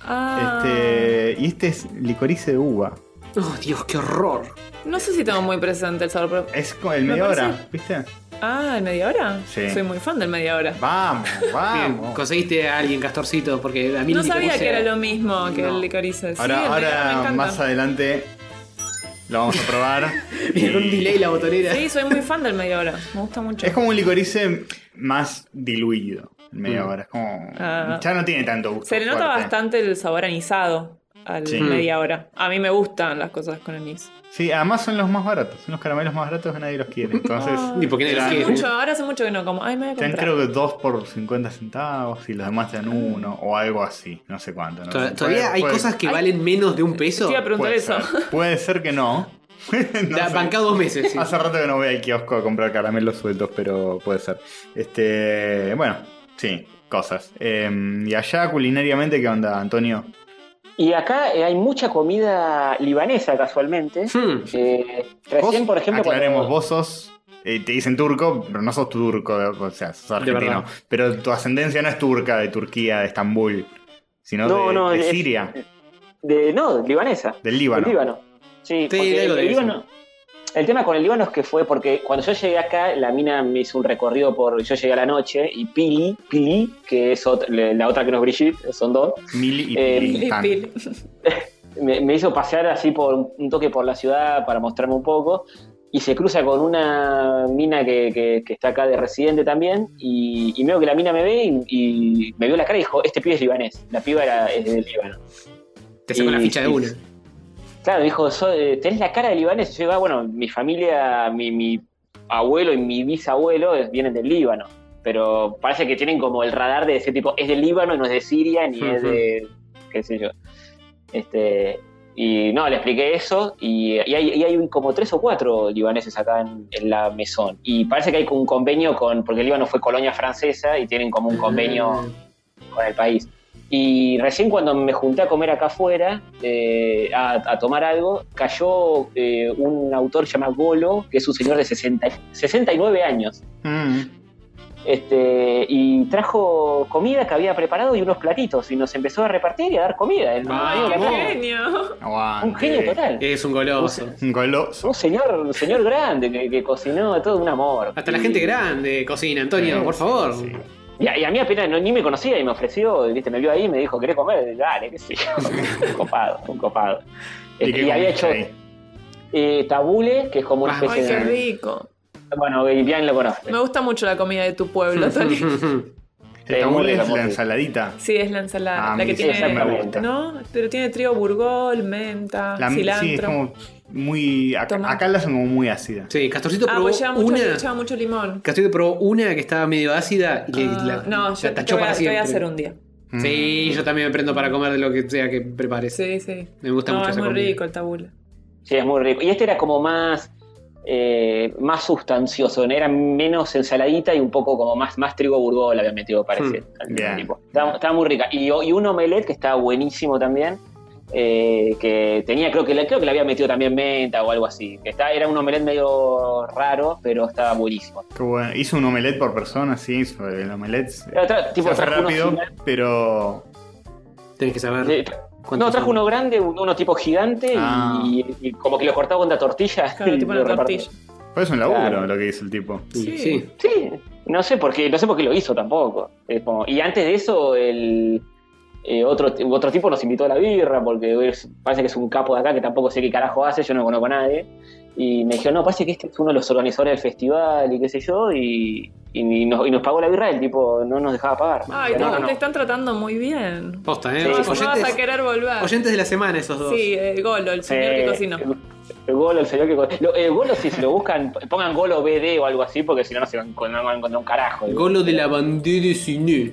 Speaker 3: Ah,
Speaker 1: Este, y este es licorice de uva.
Speaker 2: Oh, Dios, qué horror.
Speaker 3: No sé si tengo muy presente el sabor, pero.
Speaker 1: Es con el
Speaker 3: Me
Speaker 1: media
Speaker 3: parece-
Speaker 1: hora, ¿viste?
Speaker 3: Ah, ¿el media hora?
Speaker 1: Sí.
Speaker 3: Soy muy fan del media hora.
Speaker 1: Vamos,
Speaker 2: Bien,
Speaker 1: vamos.
Speaker 2: Ah, conseguiste a alguien, Castorcito, porque a mí
Speaker 3: No
Speaker 2: ni
Speaker 3: sabía
Speaker 2: cómo
Speaker 3: que
Speaker 2: sea.
Speaker 3: era lo mismo que
Speaker 2: No.
Speaker 3: el licorice. Sí,
Speaker 1: ahora
Speaker 3: el media hora me
Speaker 1: ahora
Speaker 3: encanta.
Speaker 1: más adelante lo vamos a probar.
Speaker 2: Bien, un
Speaker 1: Y-
Speaker 2: delay la botonera.
Speaker 3: Sí, soy muy fan del media hora. Me gusta mucho.
Speaker 1: Es como un licorice más diluido. En media
Speaker 2: Mm.
Speaker 1: hora. Es como.
Speaker 3: Ah.
Speaker 1: ya no tiene tanto gusto.
Speaker 3: Se le nota
Speaker 1: fuerte.
Speaker 3: bastante el sabor anisado al
Speaker 1: Sí.
Speaker 3: media hora. A mí me gustan las cosas con anís.
Speaker 1: Sí, además son los más baratos. Son los caramelos más baratos que nadie los quiere. Entonces.
Speaker 3: Ah.
Speaker 2: Ni porque nadie los
Speaker 1: Claro.
Speaker 2: quiere.
Speaker 3: Mucho, ahora hace mucho que no como. Ay, me voy a
Speaker 1: Te dan
Speaker 3: comprar.
Speaker 1: creo que dos por 50 centavos y los demás te dan uno o algo así, no sé cuánto. ¿no?
Speaker 2: Tod-
Speaker 1: Puede-
Speaker 2: Todavía hay
Speaker 1: puede-
Speaker 2: cosas que
Speaker 3: Ay.
Speaker 2: valen menos de un peso.
Speaker 3: Te iba a preguntar
Speaker 1: puede
Speaker 3: eso.
Speaker 1: ser. Puede ser que no. No
Speaker 2: Da-
Speaker 1: sé.
Speaker 2: Bancado dos meses. sí.
Speaker 1: Hace rato que no voy al kiosco a comprar caramelos sueltos, pero puede ser. Este, bueno, sí, cosas. Eh, y allá culinariamente, ¿qué onda, Antonio?
Speaker 4: Y acá eh, hay mucha comida libanesa casualmente.
Speaker 2: Hmm.
Speaker 4: Eh, recién,
Speaker 1: Vos,
Speaker 4: por ejemplo,
Speaker 1: aclaremos,
Speaker 4: cuando-
Speaker 1: vos sos eh, te dicen turco, pero no sos turco, eh, o sea, sos
Speaker 2: De verdad.
Speaker 1: argentino, pero tu ascendencia no es turca de Turquía, de Estambul, sino
Speaker 4: No,
Speaker 1: de,
Speaker 4: no,
Speaker 1: de
Speaker 4: es-
Speaker 1: Siria,
Speaker 4: de, no, libanesa.
Speaker 1: del Líbano.
Speaker 4: El Líbano. Sí,
Speaker 2: Sí,
Speaker 4: porque
Speaker 2: algo
Speaker 4: el
Speaker 2: de eso.
Speaker 4: Líbano- El tema con el Líbano es que fue porque cuando yo llegué acá, la mina me hizo un recorrido por. Yo llegué a la noche y Pili, Pili, que es ot- la otra que no es Brigitte, son dos,
Speaker 1: Mili y
Speaker 4: Eh,
Speaker 1: Pili
Speaker 3: Y
Speaker 1: Tan.
Speaker 3: pil.
Speaker 4: me, me hizo pasear así por un, un toque por la ciudad para mostrarme un poco. Y se cruza con una mina que, que- que está acá de residente también. Y, y veo que la mina me ve y, y me vio la cara y dijo: Este pibe es libanés. La piba era, es del Líbano.
Speaker 2: Te saco la
Speaker 4: Y-
Speaker 2: ficha de
Speaker 4: y-
Speaker 2: una.
Speaker 4: Claro, dijo, "So- eh, tenés la cara de libanés. Y yo digo, "Ah, bueno, mi familia, mi, mi abuelo y mi bisabuelo es- vienen del Líbano. Pero parece que tienen como el radar de decir, tipo, es del Líbano, no es de Siria, ni es
Speaker 2: Ujú.
Speaker 4: de. qué sé yo. Este, y no, le expliqué eso. Y, y hay, y hay como tres o cuatro libaneses acá en, en la mesón. Y parece que hay un convenio con. porque el Líbano fue colonia francesa y tienen como un convenio
Speaker 5: Mm.
Speaker 4: con el país. Y recién cuando me junté a comer acá afuera, eh, a, a tomar algo, cayó eh, un autor llamado Golo, que es un señor de 60, 69 años.
Speaker 1: Mm.
Speaker 4: Este, y trajo comida que había preparado y unos platitos. Y nos empezó a repartir y a dar comida. El
Speaker 2: Ah, Eh,
Speaker 4: dueño de la
Speaker 2: no.
Speaker 4: casa.
Speaker 3: Genio.
Speaker 1: Aguante.
Speaker 4: un genio total.
Speaker 2: Es un goloso.
Speaker 1: Un goloso.
Speaker 4: Un señor, un señor grande que, que cocinó todo un amor.
Speaker 2: Hasta la gente
Speaker 4: Y-
Speaker 2: grande cocina, Antonio, por favor.
Speaker 1: Sí.
Speaker 4: Y a, y a mí apenas no- ni me conocía y me ofreció, viste, me vio ahí y me dijo, ¿querés comer? Dale, qué sé yo. un copado, un copado.
Speaker 1: ¿Y
Speaker 4: Este,
Speaker 1: qué
Speaker 4: y había
Speaker 1: comiste
Speaker 4: hecho
Speaker 1: ahí?
Speaker 4: eh, tabule, que es como una
Speaker 2: Ah,
Speaker 4: especie
Speaker 3: Ay, qué
Speaker 4: de...
Speaker 3: rico.
Speaker 4: Bueno, y bien lo conoce.
Speaker 3: Me gusta mucho la comida de tu pueblo, Tony.
Speaker 1: El tabule
Speaker 4: Eh,
Speaker 1: es la
Speaker 4: muy-
Speaker 1: ensaladita.
Speaker 3: Sí, es la ensalada.
Speaker 1: Ah,
Speaker 3: la
Speaker 1: a
Speaker 3: que
Speaker 1: mí sí,
Speaker 3: tiene.
Speaker 1: esa me gusta.
Speaker 3: ¿No? Pero tiene trigo burgol, menta,
Speaker 1: La- sí, es
Speaker 3: cilantro.
Speaker 1: como muy. Acá,
Speaker 3: Tomate.
Speaker 1: acá la hacen como muy ácida.
Speaker 2: Sí, Castorcito
Speaker 3: Ah,
Speaker 2: probó
Speaker 3: pues lleva mucho,
Speaker 2: una.
Speaker 3: lleva mucho limón.
Speaker 2: Castorcito probó una que estaba medio ácida y le-
Speaker 3: Ah,
Speaker 2: la,
Speaker 3: no,
Speaker 2: la
Speaker 3: yo te
Speaker 2: tachó
Speaker 3: voy, a,
Speaker 2: para
Speaker 3: te voy a
Speaker 2: siempre.
Speaker 3: hacer un día.
Speaker 1: Mm.
Speaker 2: Sí, yo también me prendo para comer de lo que sea que prepares.
Speaker 3: Sí, sí.
Speaker 2: Me gusta
Speaker 3: no,
Speaker 2: mucho
Speaker 3: es
Speaker 2: esa
Speaker 3: muy
Speaker 2: comida.
Speaker 3: rico el tabule.
Speaker 4: Sí, es muy rico. Y este era como más, eh, más sustancioso, era menos ensaladita y un poco como más, más trigo burgol había metido, parece.
Speaker 2: Hmm,
Speaker 4: al mismo
Speaker 1: bien.
Speaker 4: tiempo. Estaba, estaba muy rica. Y, y un omelette que estaba buenísimo también. eh, que tenía, creo que, le, creo que le había metido también menta o algo así. Que estaba- era un omelette medio raro, pero estaba buenísimo.
Speaker 1: Qué bueno. Hizo un omelette por persona, sí. hizo El omelette se
Speaker 4: Pero tra- tipo,
Speaker 1: se hace
Speaker 4: trajo unos
Speaker 1: rápido,
Speaker 4: gigantes-
Speaker 1: pero.
Speaker 2: Tenés que saber.
Speaker 4: eh,
Speaker 2: cuántos
Speaker 4: no, trajo
Speaker 2: son.
Speaker 4: uno grande, uno tipo gigante y-
Speaker 1: Ah.
Speaker 4: y, y como que lo cortaba con la tortilla.
Speaker 3: Claro,
Speaker 4: y
Speaker 3: tipo
Speaker 4: lo
Speaker 3: una
Speaker 4: repartía.
Speaker 3: tortilla.
Speaker 1: Pues es un laburo
Speaker 4: Claro.
Speaker 1: lo que hizo el tipo.
Speaker 2: Sí.
Speaker 3: Sí.
Speaker 4: Sí, no sé por qué, no sé por qué lo hizo tampoco. Es como- y antes de eso, el eh, otro, otro tipo nos invitó a la birra, porque es- parece que es un capo de acá que tampoco sé qué carajo hace, yo no conozco a nadie. Y me dijo, no, parece que este es uno de los organizadores del festival y qué sé yo, y, y- y nos, y nos pagó la birra, el tipo no nos dejaba pagar.
Speaker 3: Ay, este
Speaker 4: Pero
Speaker 3: te,
Speaker 2: no, no.
Speaker 3: te están tratando muy bien.
Speaker 2: Posta, ¿eh?
Speaker 4: Sí.
Speaker 3: No, vas- no vas a
Speaker 2: Oyentes,
Speaker 3: querer volver.
Speaker 2: oyentes de la semana, esos dos.
Speaker 3: Sí, eh, Golo, el señor que
Speaker 4: Eh,
Speaker 3: cocinó.
Speaker 4: el- El golo, el señor que co- lo- el golo, si se lo buscan, pongan golo BD o algo así, porque si no, no se van, no van a encontrar un carajo.
Speaker 2: Golo de la bandera de cine.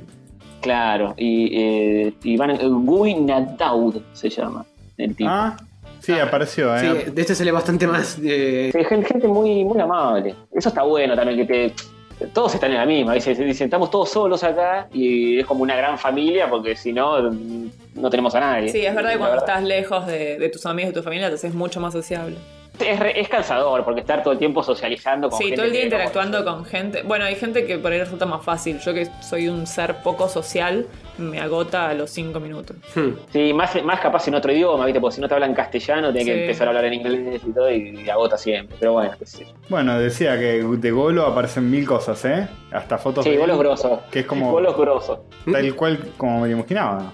Speaker 4: Claro, y, eh, y van, Guy Nadaud se llama el tipo.
Speaker 1: Ah, sí, apareció,
Speaker 2: Sí,
Speaker 1: ¿eh?
Speaker 2: de este sale bastante más. eh,
Speaker 4: Sí, Gente, gente muy, muy amable. Eso está bueno también, que te- todos están en la misma. ¿viste? Dicen, estamos todos solos acá y es como una gran familia, porque si no, mm, no tenemos a nadie.
Speaker 3: Sí, es verdad que
Speaker 4: La
Speaker 3: cuando estás lejos de, de tus amigos y tu familia te haces mucho más sociable.
Speaker 4: Es, re- es cansador porque estar todo el tiempo socializando con
Speaker 3: Sí,
Speaker 4: gente
Speaker 3: todo el día
Speaker 4: que no
Speaker 3: interactuando
Speaker 4: conoces.
Speaker 3: con gente. Bueno, hay gente que por ahí resulta más fácil. Yo que soy un ser poco social, me agota a los cinco minutos.
Speaker 5: Hmm.
Speaker 4: Sí, más, más capaz en otro idioma, ¿viste? Porque si no te hablan castellano, tenés
Speaker 3: Sí.
Speaker 4: que empezar a hablar en inglés y todo y, y agota siempre. Pero bueno, qué sé yo.
Speaker 1: Bueno, decía que de Golo aparecen mil cosas, ¿eh? Hasta fotos
Speaker 4: Sí,
Speaker 1: de
Speaker 4: bolos
Speaker 1: él,
Speaker 4: grosos.
Speaker 1: Que es como-
Speaker 4: Bolos grosos.
Speaker 1: tal cual como me lo imaginaba.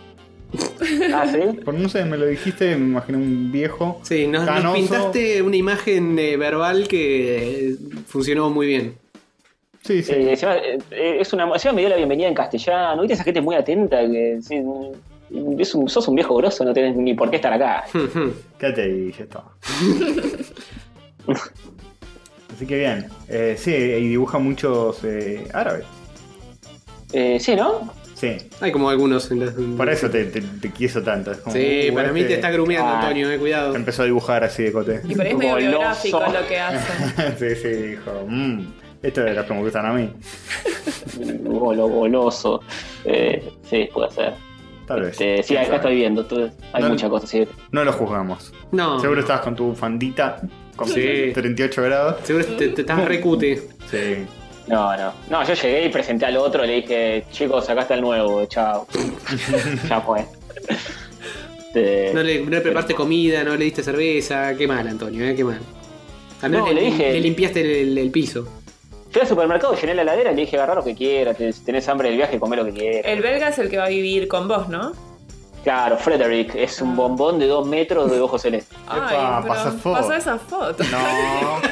Speaker 4: Ah, sí.
Speaker 1: Por no sé, me lo dijiste, me imaginé un viejo.
Speaker 5: Sí, nos, nos
Speaker 1: Canoso.
Speaker 5: pintaste una imagen eh, verbal que eh, funcionó muy bien.
Speaker 1: Sí, sí.
Speaker 4: Eh, encima, eh, eh, es una, encima me dio la bienvenida en castellano. ¿Viste esa gente muy atenta? Que, sí, es un- sos un viejo grosso, no tenés ni por qué estar acá.
Speaker 5: Hmm, hmm.
Speaker 1: Quédate ahí, ya está. Así que bien. Eh, sí, y dibuja muchos eh, árabes.
Speaker 4: Eh, sí, ¿no?
Speaker 1: Sí.
Speaker 5: Hay como algunos en las.
Speaker 1: Por eso te, te- te quiso tanto. es como,
Speaker 5: Sí,
Speaker 1: uh,
Speaker 5: para mí
Speaker 1: este Em,
Speaker 5: te está grumeando,
Speaker 4: Ah.
Speaker 5: Antonio, eh, cuidado.
Speaker 1: te Empezó a dibujar así de cote.
Speaker 3: Y por ahí es medio
Speaker 4: Goloso.
Speaker 3: biográfico lo que hacen.
Speaker 1: sí, sí, dijo. "Mm, esto era como que me gustan a mí.
Speaker 4: Golo, goloso. Eh, sí, puede ser.
Speaker 1: Tal vez.
Speaker 4: Este, sí, acá estoy viendo. tú- hay
Speaker 1: No-
Speaker 4: muchas cosas, sí.
Speaker 1: No lo juzgamos.
Speaker 5: No.
Speaker 1: Seguro estabas con tu fandita con
Speaker 5: Sí.
Speaker 1: 38 grados.
Speaker 5: Seguro te, te estás recute.
Speaker 1: Sí.
Speaker 4: No, no. No, yo llegué y presenté al otro, le dije, chicos, acá está el nuevo, chao. ya fue. Este,
Speaker 5: No le, no le preparaste comida, no le diste cerveza. Qué mal, Antonio, eh, qué mal. Al menos
Speaker 4: No,
Speaker 5: le,
Speaker 4: le dije-
Speaker 5: le limpiaste el, el piso.
Speaker 4: Fui al supermercado, llené la heladera y le dije, agarrá lo que quieras, te- si tenés hambre del viaje, comé lo que quieras.
Speaker 3: El belga es el que va a vivir con vos, ¿no?
Speaker 4: Claro, Frederick es un bombón de dos metros de ojos celestes.
Speaker 1: Epa, pasa foto.
Speaker 3: pasa esa foto.
Speaker 1: No. Son-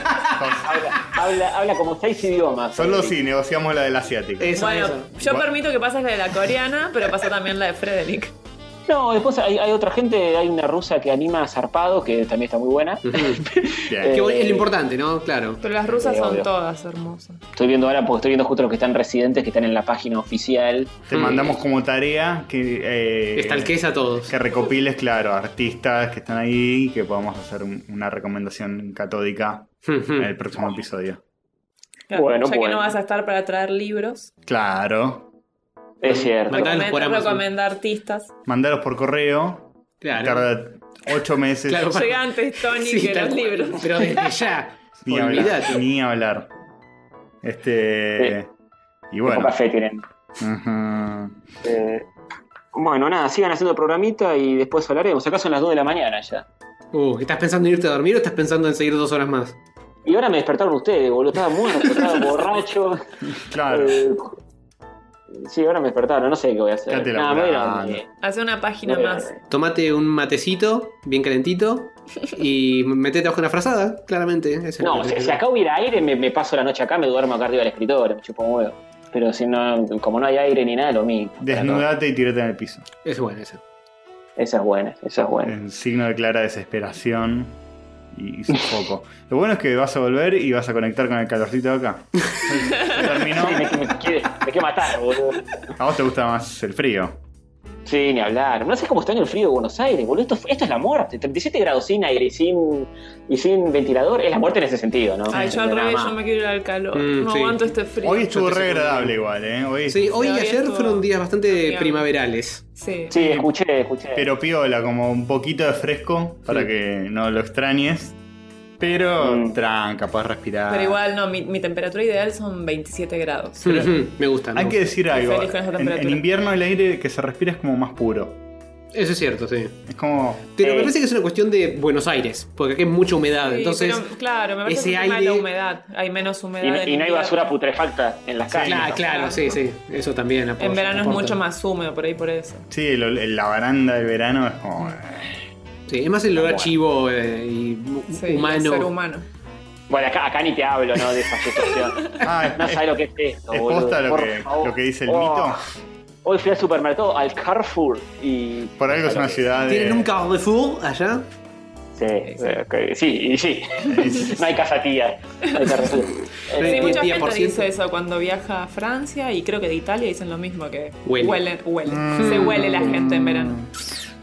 Speaker 4: Habla, habla, habla como seis idiomas.
Speaker 1: Solo
Speaker 4: Frederick.
Speaker 1: si negociamos la del asiático.
Speaker 5: Eso,
Speaker 3: Bueno,
Speaker 5: eso.
Speaker 3: yo
Speaker 1: Bueno.
Speaker 3: permito que pases la de la coreana, pero pasa también la de Frederick.
Speaker 4: No, después hay, hay otra gente, hay una rusa que anima a Zarpado, que también está muy buena.
Speaker 5: Ujú.
Speaker 1: Bien.
Speaker 5: Qué
Speaker 4: Eh,
Speaker 5: bueno, es lo importante, ¿no? Claro.
Speaker 3: Pero las rusas
Speaker 4: Sí,
Speaker 3: son
Speaker 4: obvio.
Speaker 3: todas hermosas.
Speaker 4: Estoy viendo ahora porque estoy viendo justo los que están residentes, que están en la página oficial.
Speaker 5: mm.
Speaker 1: Te mandamos como tarea que. eh,
Speaker 5: Estalques a todos.
Speaker 1: que recopiles, claro, artistas que están ahí y que podamos hacer un- una recomendación catódica en el
Speaker 4: Mm.
Speaker 1: próximo episodio.
Speaker 3: Claro,
Speaker 4: Bueno,
Speaker 3: ya que
Speaker 4: bueno.
Speaker 3: no vas a estar para traer libros,
Speaker 1: Claro.
Speaker 4: Es cierto.
Speaker 5: Mandalos
Speaker 3: recomen-
Speaker 5: por Amazon.
Speaker 3: recomendar artistas.
Speaker 1: Mandaros por correo.
Speaker 5: Claro.
Speaker 1: Tarda ocho meses.
Speaker 5: Claro, para-
Speaker 3: Llega antes Tony
Speaker 5: Sí,
Speaker 3: que
Speaker 5: tal
Speaker 3: los
Speaker 5: cual.
Speaker 3: libros.
Speaker 5: Pero desde ya.
Speaker 1: Ni hablar.
Speaker 5: Olvídate.
Speaker 1: Ni hablar. Este.
Speaker 4: Sí.
Speaker 1: Y
Speaker 4: Qué
Speaker 1: bueno.
Speaker 4: poca fe tienen.
Speaker 1: ujú.
Speaker 4: Eh, bueno, nada, sigan haciendo programita y después hablaremos. Acá son las 2 de la mañana ya.
Speaker 5: Uh, ¿estás pensando en irte a dormir o estás pensando en seguir dos horas más?
Speaker 4: Y ahora me despertaron ustedes, boludo. Estaba muerto, estaba borracho.
Speaker 1: Claro.
Speaker 4: Eh, sí, ahora me despertaron. No sé qué voy a hacer.
Speaker 1: Quédate
Speaker 4: Nada, me voy a ir a
Speaker 1: laburando.
Speaker 4: dormir. Eh,
Speaker 3: Hace una página
Speaker 4: Bueno,
Speaker 3: más.
Speaker 5: Tomate un matecito, bien calentito, y metete bajo una frazada, claramente. ese
Speaker 4: No,
Speaker 5: es
Speaker 4: si,
Speaker 5: el-
Speaker 4: si acá hubiera aire, me, me paso la noche acá, me duermo acá arriba del escritorio, me chupo un huevo. Pero si no, como no hay aire ni nada, lo mismo.
Speaker 1: Desnudate y tírate en el piso.
Speaker 5: Es bueno eso.
Speaker 4: Esa es buena, esa es buena.
Speaker 1: En signo de clara desesperación y, y sofoco. Lo bueno es que vas a volver y vas a conectar con el calorcito de acá. Terminó.
Speaker 4: Sí, me, me quiere, me quiere matar, boludo.
Speaker 1: A vos te gusta más el frío.
Speaker 4: Sí, ni hablar. No sé cómo está en el frío de Buenos Aires, boludo. Esto, esto es la muerte. 37 grados sin aire y sin, y sin ventilador es la muerte en ese sentido, ¿no?
Speaker 3: Ay, yo al
Speaker 4: Nada
Speaker 3: revés,
Speaker 4: más.
Speaker 3: yo me quiero ir al calor.
Speaker 5: Mm,
Speaker 3: no
Speaker 5: sí.
Speaker 3: aguanto este frío.
Speaker 1: Hoy estuvo
Speaker 5: yo te
Speaker 1: re
Speaker 5: sigo
Speaker 1: agradable igual, ¿eh? Hoy,
Speaker 5: Sí, hoy y
Speaker 3: hoy
Speaker 5: ayer
Speaker 3: estuvo-
Speaker 5: fueron días bastante
Speaker 3: Bien.
Speaker 5: primaverales.
Speaker 3: Sí.
Speaker 4: Sí, escuché, escuché.
Speaker 1: Pero piola, como un poquito de fresco para
Speaker 5: Sí.
Speaker 1: que no lo extrañes. Pero
Speaker 4: Mm.
Speaker 1: tranca, podés respirar.
Speaker 3: Pero igual, no, mi, mi temperatura ideal son 27 grados.
Speaker 5: Ujú, me gustan.
Speaker 1: Hay
Speaker 5: me
Speaker 1: que decir algo.
Speaker 3: feliz con esa
Speaker 1: En- En,
Speaker 3: temperatura.
Speaker 1: invierno el aire que se respira es como más puro.
Speaker 5: gustan. Eso es cierto, sí.
Speaker 1: Es como.
Speaker 5: Pero me
Speaker 4: Eh.
Speaker 5: parece que es una cuestión de Buenos Aires, porque aquí hay mucha humedad.
Speaker 3: Sí,
Speaker 5: entonces,
Speaker 3: pero, claro, me parece
Speaker 5: ese
Speaker 3: que el tema de
Speaker 5: aire-
Speaker 3: la humedad. Hay menos humedad.
Speaker 4: Y, no-
Speaker 3: en
Speaker 4: y no hay
Speaker 3: invierno.
Speaker 4: basura putrefacta en las calles.
Speaker 5: claro, claro, sí, sí. Eso también aporta.
Speaker 3: En verano es
Speaker 5: aporta.
Speaker 3: mucho más húmedo, por ahí por eso.
Speaker 1: Sí, el ol- el- la baranda del verano es como. eh.
Speaker 5: Sí, es más el olor a
Speaker 4: Bueno.
Speaker 5: chivo eh, y hu-
Speaker 3: Sí,
Speaker 5: humano.
Speaker 3: Ser humano.
Speaker 4: Bueno, acá, acá ni te hablo, ¿no? De esa situación.
Speaker 1: Ah,
Speaker 4: No
Speaker 1: es-
Speaker 4: sabes lo que es esto,
Speaker 1: ¿Es
Speaker 4: boludo.
Speaker 1: posta lo
Speaker 4: Por
Speaker 1: que,
Speaker 4: favor.
Speaker 1: lo que dice el
Speaker 4: Oh.
Speaker 1: mito?
Speaker 4: Hoy fui al supermercado, al Carrefour, y...
Speaker 1: Por algo es una
Speaker 2: Eh,
Speaker 1: ciudad de...
Speaker 5: ¿Tienen un Carrefour allá?
Speaker 4: Sí, eh, ok, sí, y sí.
Speaker 1: es-
Speaker 4: No hay casa tía, no hay Carrefour.
Speaker 5: Sí,
Speaker 3: Sí,
Speaker 4: Eh,
Speaker 3: mucha
Speaker 5: 10%.
Speaker 3: gente dice eso cuando viaja a Francia y creo que de Italia dicen lo mismo que
Speaker 5: Huele.
Speaker 3: huele, huele.
Speaker 1: Mm.
Speaker 3: se huele la gente en verano.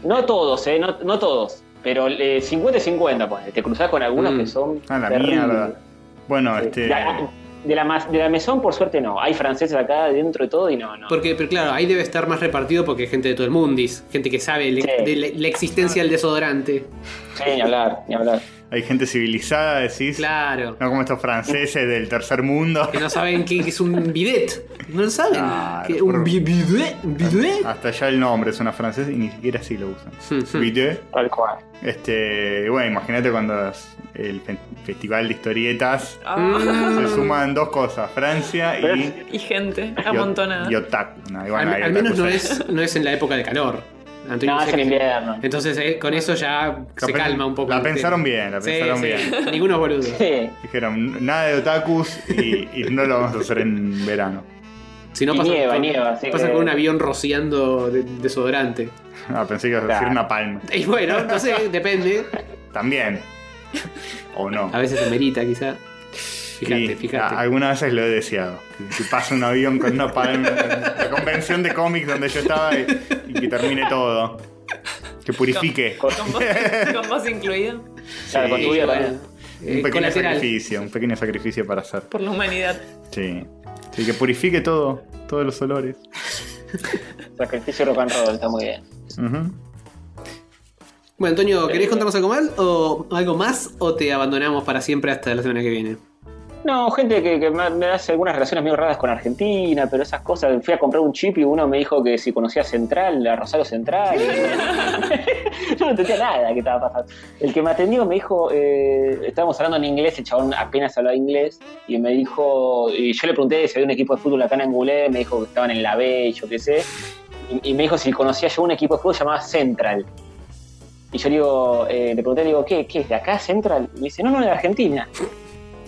Speaker 4: No todos, ¿eh? No, no todos. Pero eh, 50 y 50, pues. Te cruzás con algunos
Speaker 5: Mm.
Speaker 4: que son.
Speaker 1: A Ah, la
Speaker 4: terribles.
Speaker 1: mierda. Bueno, este...
Speaker 4: Ya, de la, mas- de la mesón, por suerte, no. Hay franceses acá dentro de todo y no, no.
Speaker 2: Porque, pero claro, ahí debe estar más repartido porque hay gente de todo el mundis, gente que sabe le-
Speaker 4: Sí.
Speaker 2: de la, la existencia
Speaker 3: Ah.
Speaker 2: del desodorante.
Speaker 4: Sí, ni hablar, ni hablar.
Speaker 1: Hay gente civilizada, decís.
Speaker 2: Claro.
Speaker 1: No como estos franceses del tercer mundo.
Speaker 2: Que no saben qué es un bidet. No lo saben.
Speaker 1: Claro,
Speaker 2: Que un
Speaker 1: por-
Speaker 2: bi- bidet. un bidet.
Speaker 1: Hasta ya el nombre es una francesa y ni siquiera así lo usan. ¿Viste?
Speaker 4: Tal cual.
Speaker 1: Este, bueno, imagínate cuando es el fe- festival de historietas
Speaker 5: Mm.
Speaker 3: Ah,
Speaker 1: se suman dos cosas, Francia y,
Speaker 3: Y gente
Speaker 1: y o-
Speaker 3: amontonada.
Speaker 1: y otaku. No, y bueno,
Speaker 2: Al,
Speaker 1: hay
Speaker 2: al menos
Speaker 1: otakus
Speaker 2: no
Speaker 1: ahí.
Speaker 2: es, no es en la época de calor. Antonio
Speaker 4: No,
Speaker 2: dice
Speaker 4: es en
Speaker 2: que-
Speaker 4: invierno.
Speaker 2: Entonces eh, con eso ya
Speaker 1: La
Speaker 2: se
Speaker 1: pen-
Speaker 2: calma un poco.
Speaker 1: La
Speaker 2: el tema.
Speaker 1: pensaron bien, la
Speaker 2: Sí,
Speaker 1: pensaron
Speaker 2: sí.
Speaker 1: bien.
Speaker 2: Ninguno boludo.
Speaker 4: Sí.
Speaker 1: Dijeron, nada de otakus y, y no lo vamos a hacer en verano.
Speaker 2: Si no
Speaker 4: Y
Speaker 2: pasa,
Speaker 4: nieva,
Speaker 2: con,
Speaker 4: nieva, así
Speaker 2: pasa
Speaker 4: que-
Speaker 2: con un avión rociando de- desodorante.
Speaker 1: Ah, pensé que ibas a decir
Speaker 4: Claro.
Speaker 1: una palma.
Speaker 2: Y bueno, no sé, depende.
Speaker 1: También. O no.
Speaker 2: A veces se merita, quizá. Fíjate,
Speaker 1: Sí, ah,
Speaker 2: fíjate.
Speaker 1: a- algunas veces lo he deseado. Que, que pase un avión con una palma. La convención de cómics donde yo estaba y, y que termine todo. Que purifique.
Speaker 3: Con vos, con vos incluido.
Speaker 4: Claro, con
Speaker 1: Sí,
Speaker 4: tu vida
Speaker 2: bueno,
Speaker 4: también.
Speaker 2: eh,
Speaker 1: Un pequeño
Speaker 2: colateral.
Speaker 1: sacrificio, un pequeño sacrificio para hacer.
Speaker 3: Por la humanidad.
Speaker 1: Sí. Sí, que purifique todo, todos los olores.
Speaker 4: Sacrificio rock and roll, está muy bien.
Speaker 1: Ujú.
Speaker 2: Bueno, Antonio, ¿querés contarnos algo más o algo más o te abandonamos para siempre hasta la semana que viene?
Speaker 4: No, gente que, que me me hace algunas relaciones medio raras con Argentina, pero esas cosas. Fui a comprar un chip y uno me dijo que si conocía Central, a Rosario Central. y- Yo no entendía nada que estaba pasando. El que me atendió me dijo, eh, estábamos hablando en inglés, el chabón apenas hablaba inglés, y me dijo, y yo le pregunté si había un equipo de fútbol acá en Angulé, me dijo que estaban en la B, yo qué sé, y, y me dijo si conocía yo un equipo de fútbol llamado Central. Y yo le digo, eh, le pregunté, le digo, ¿qué, qué es de acá Central? Y me dice, no, no, de Argentina.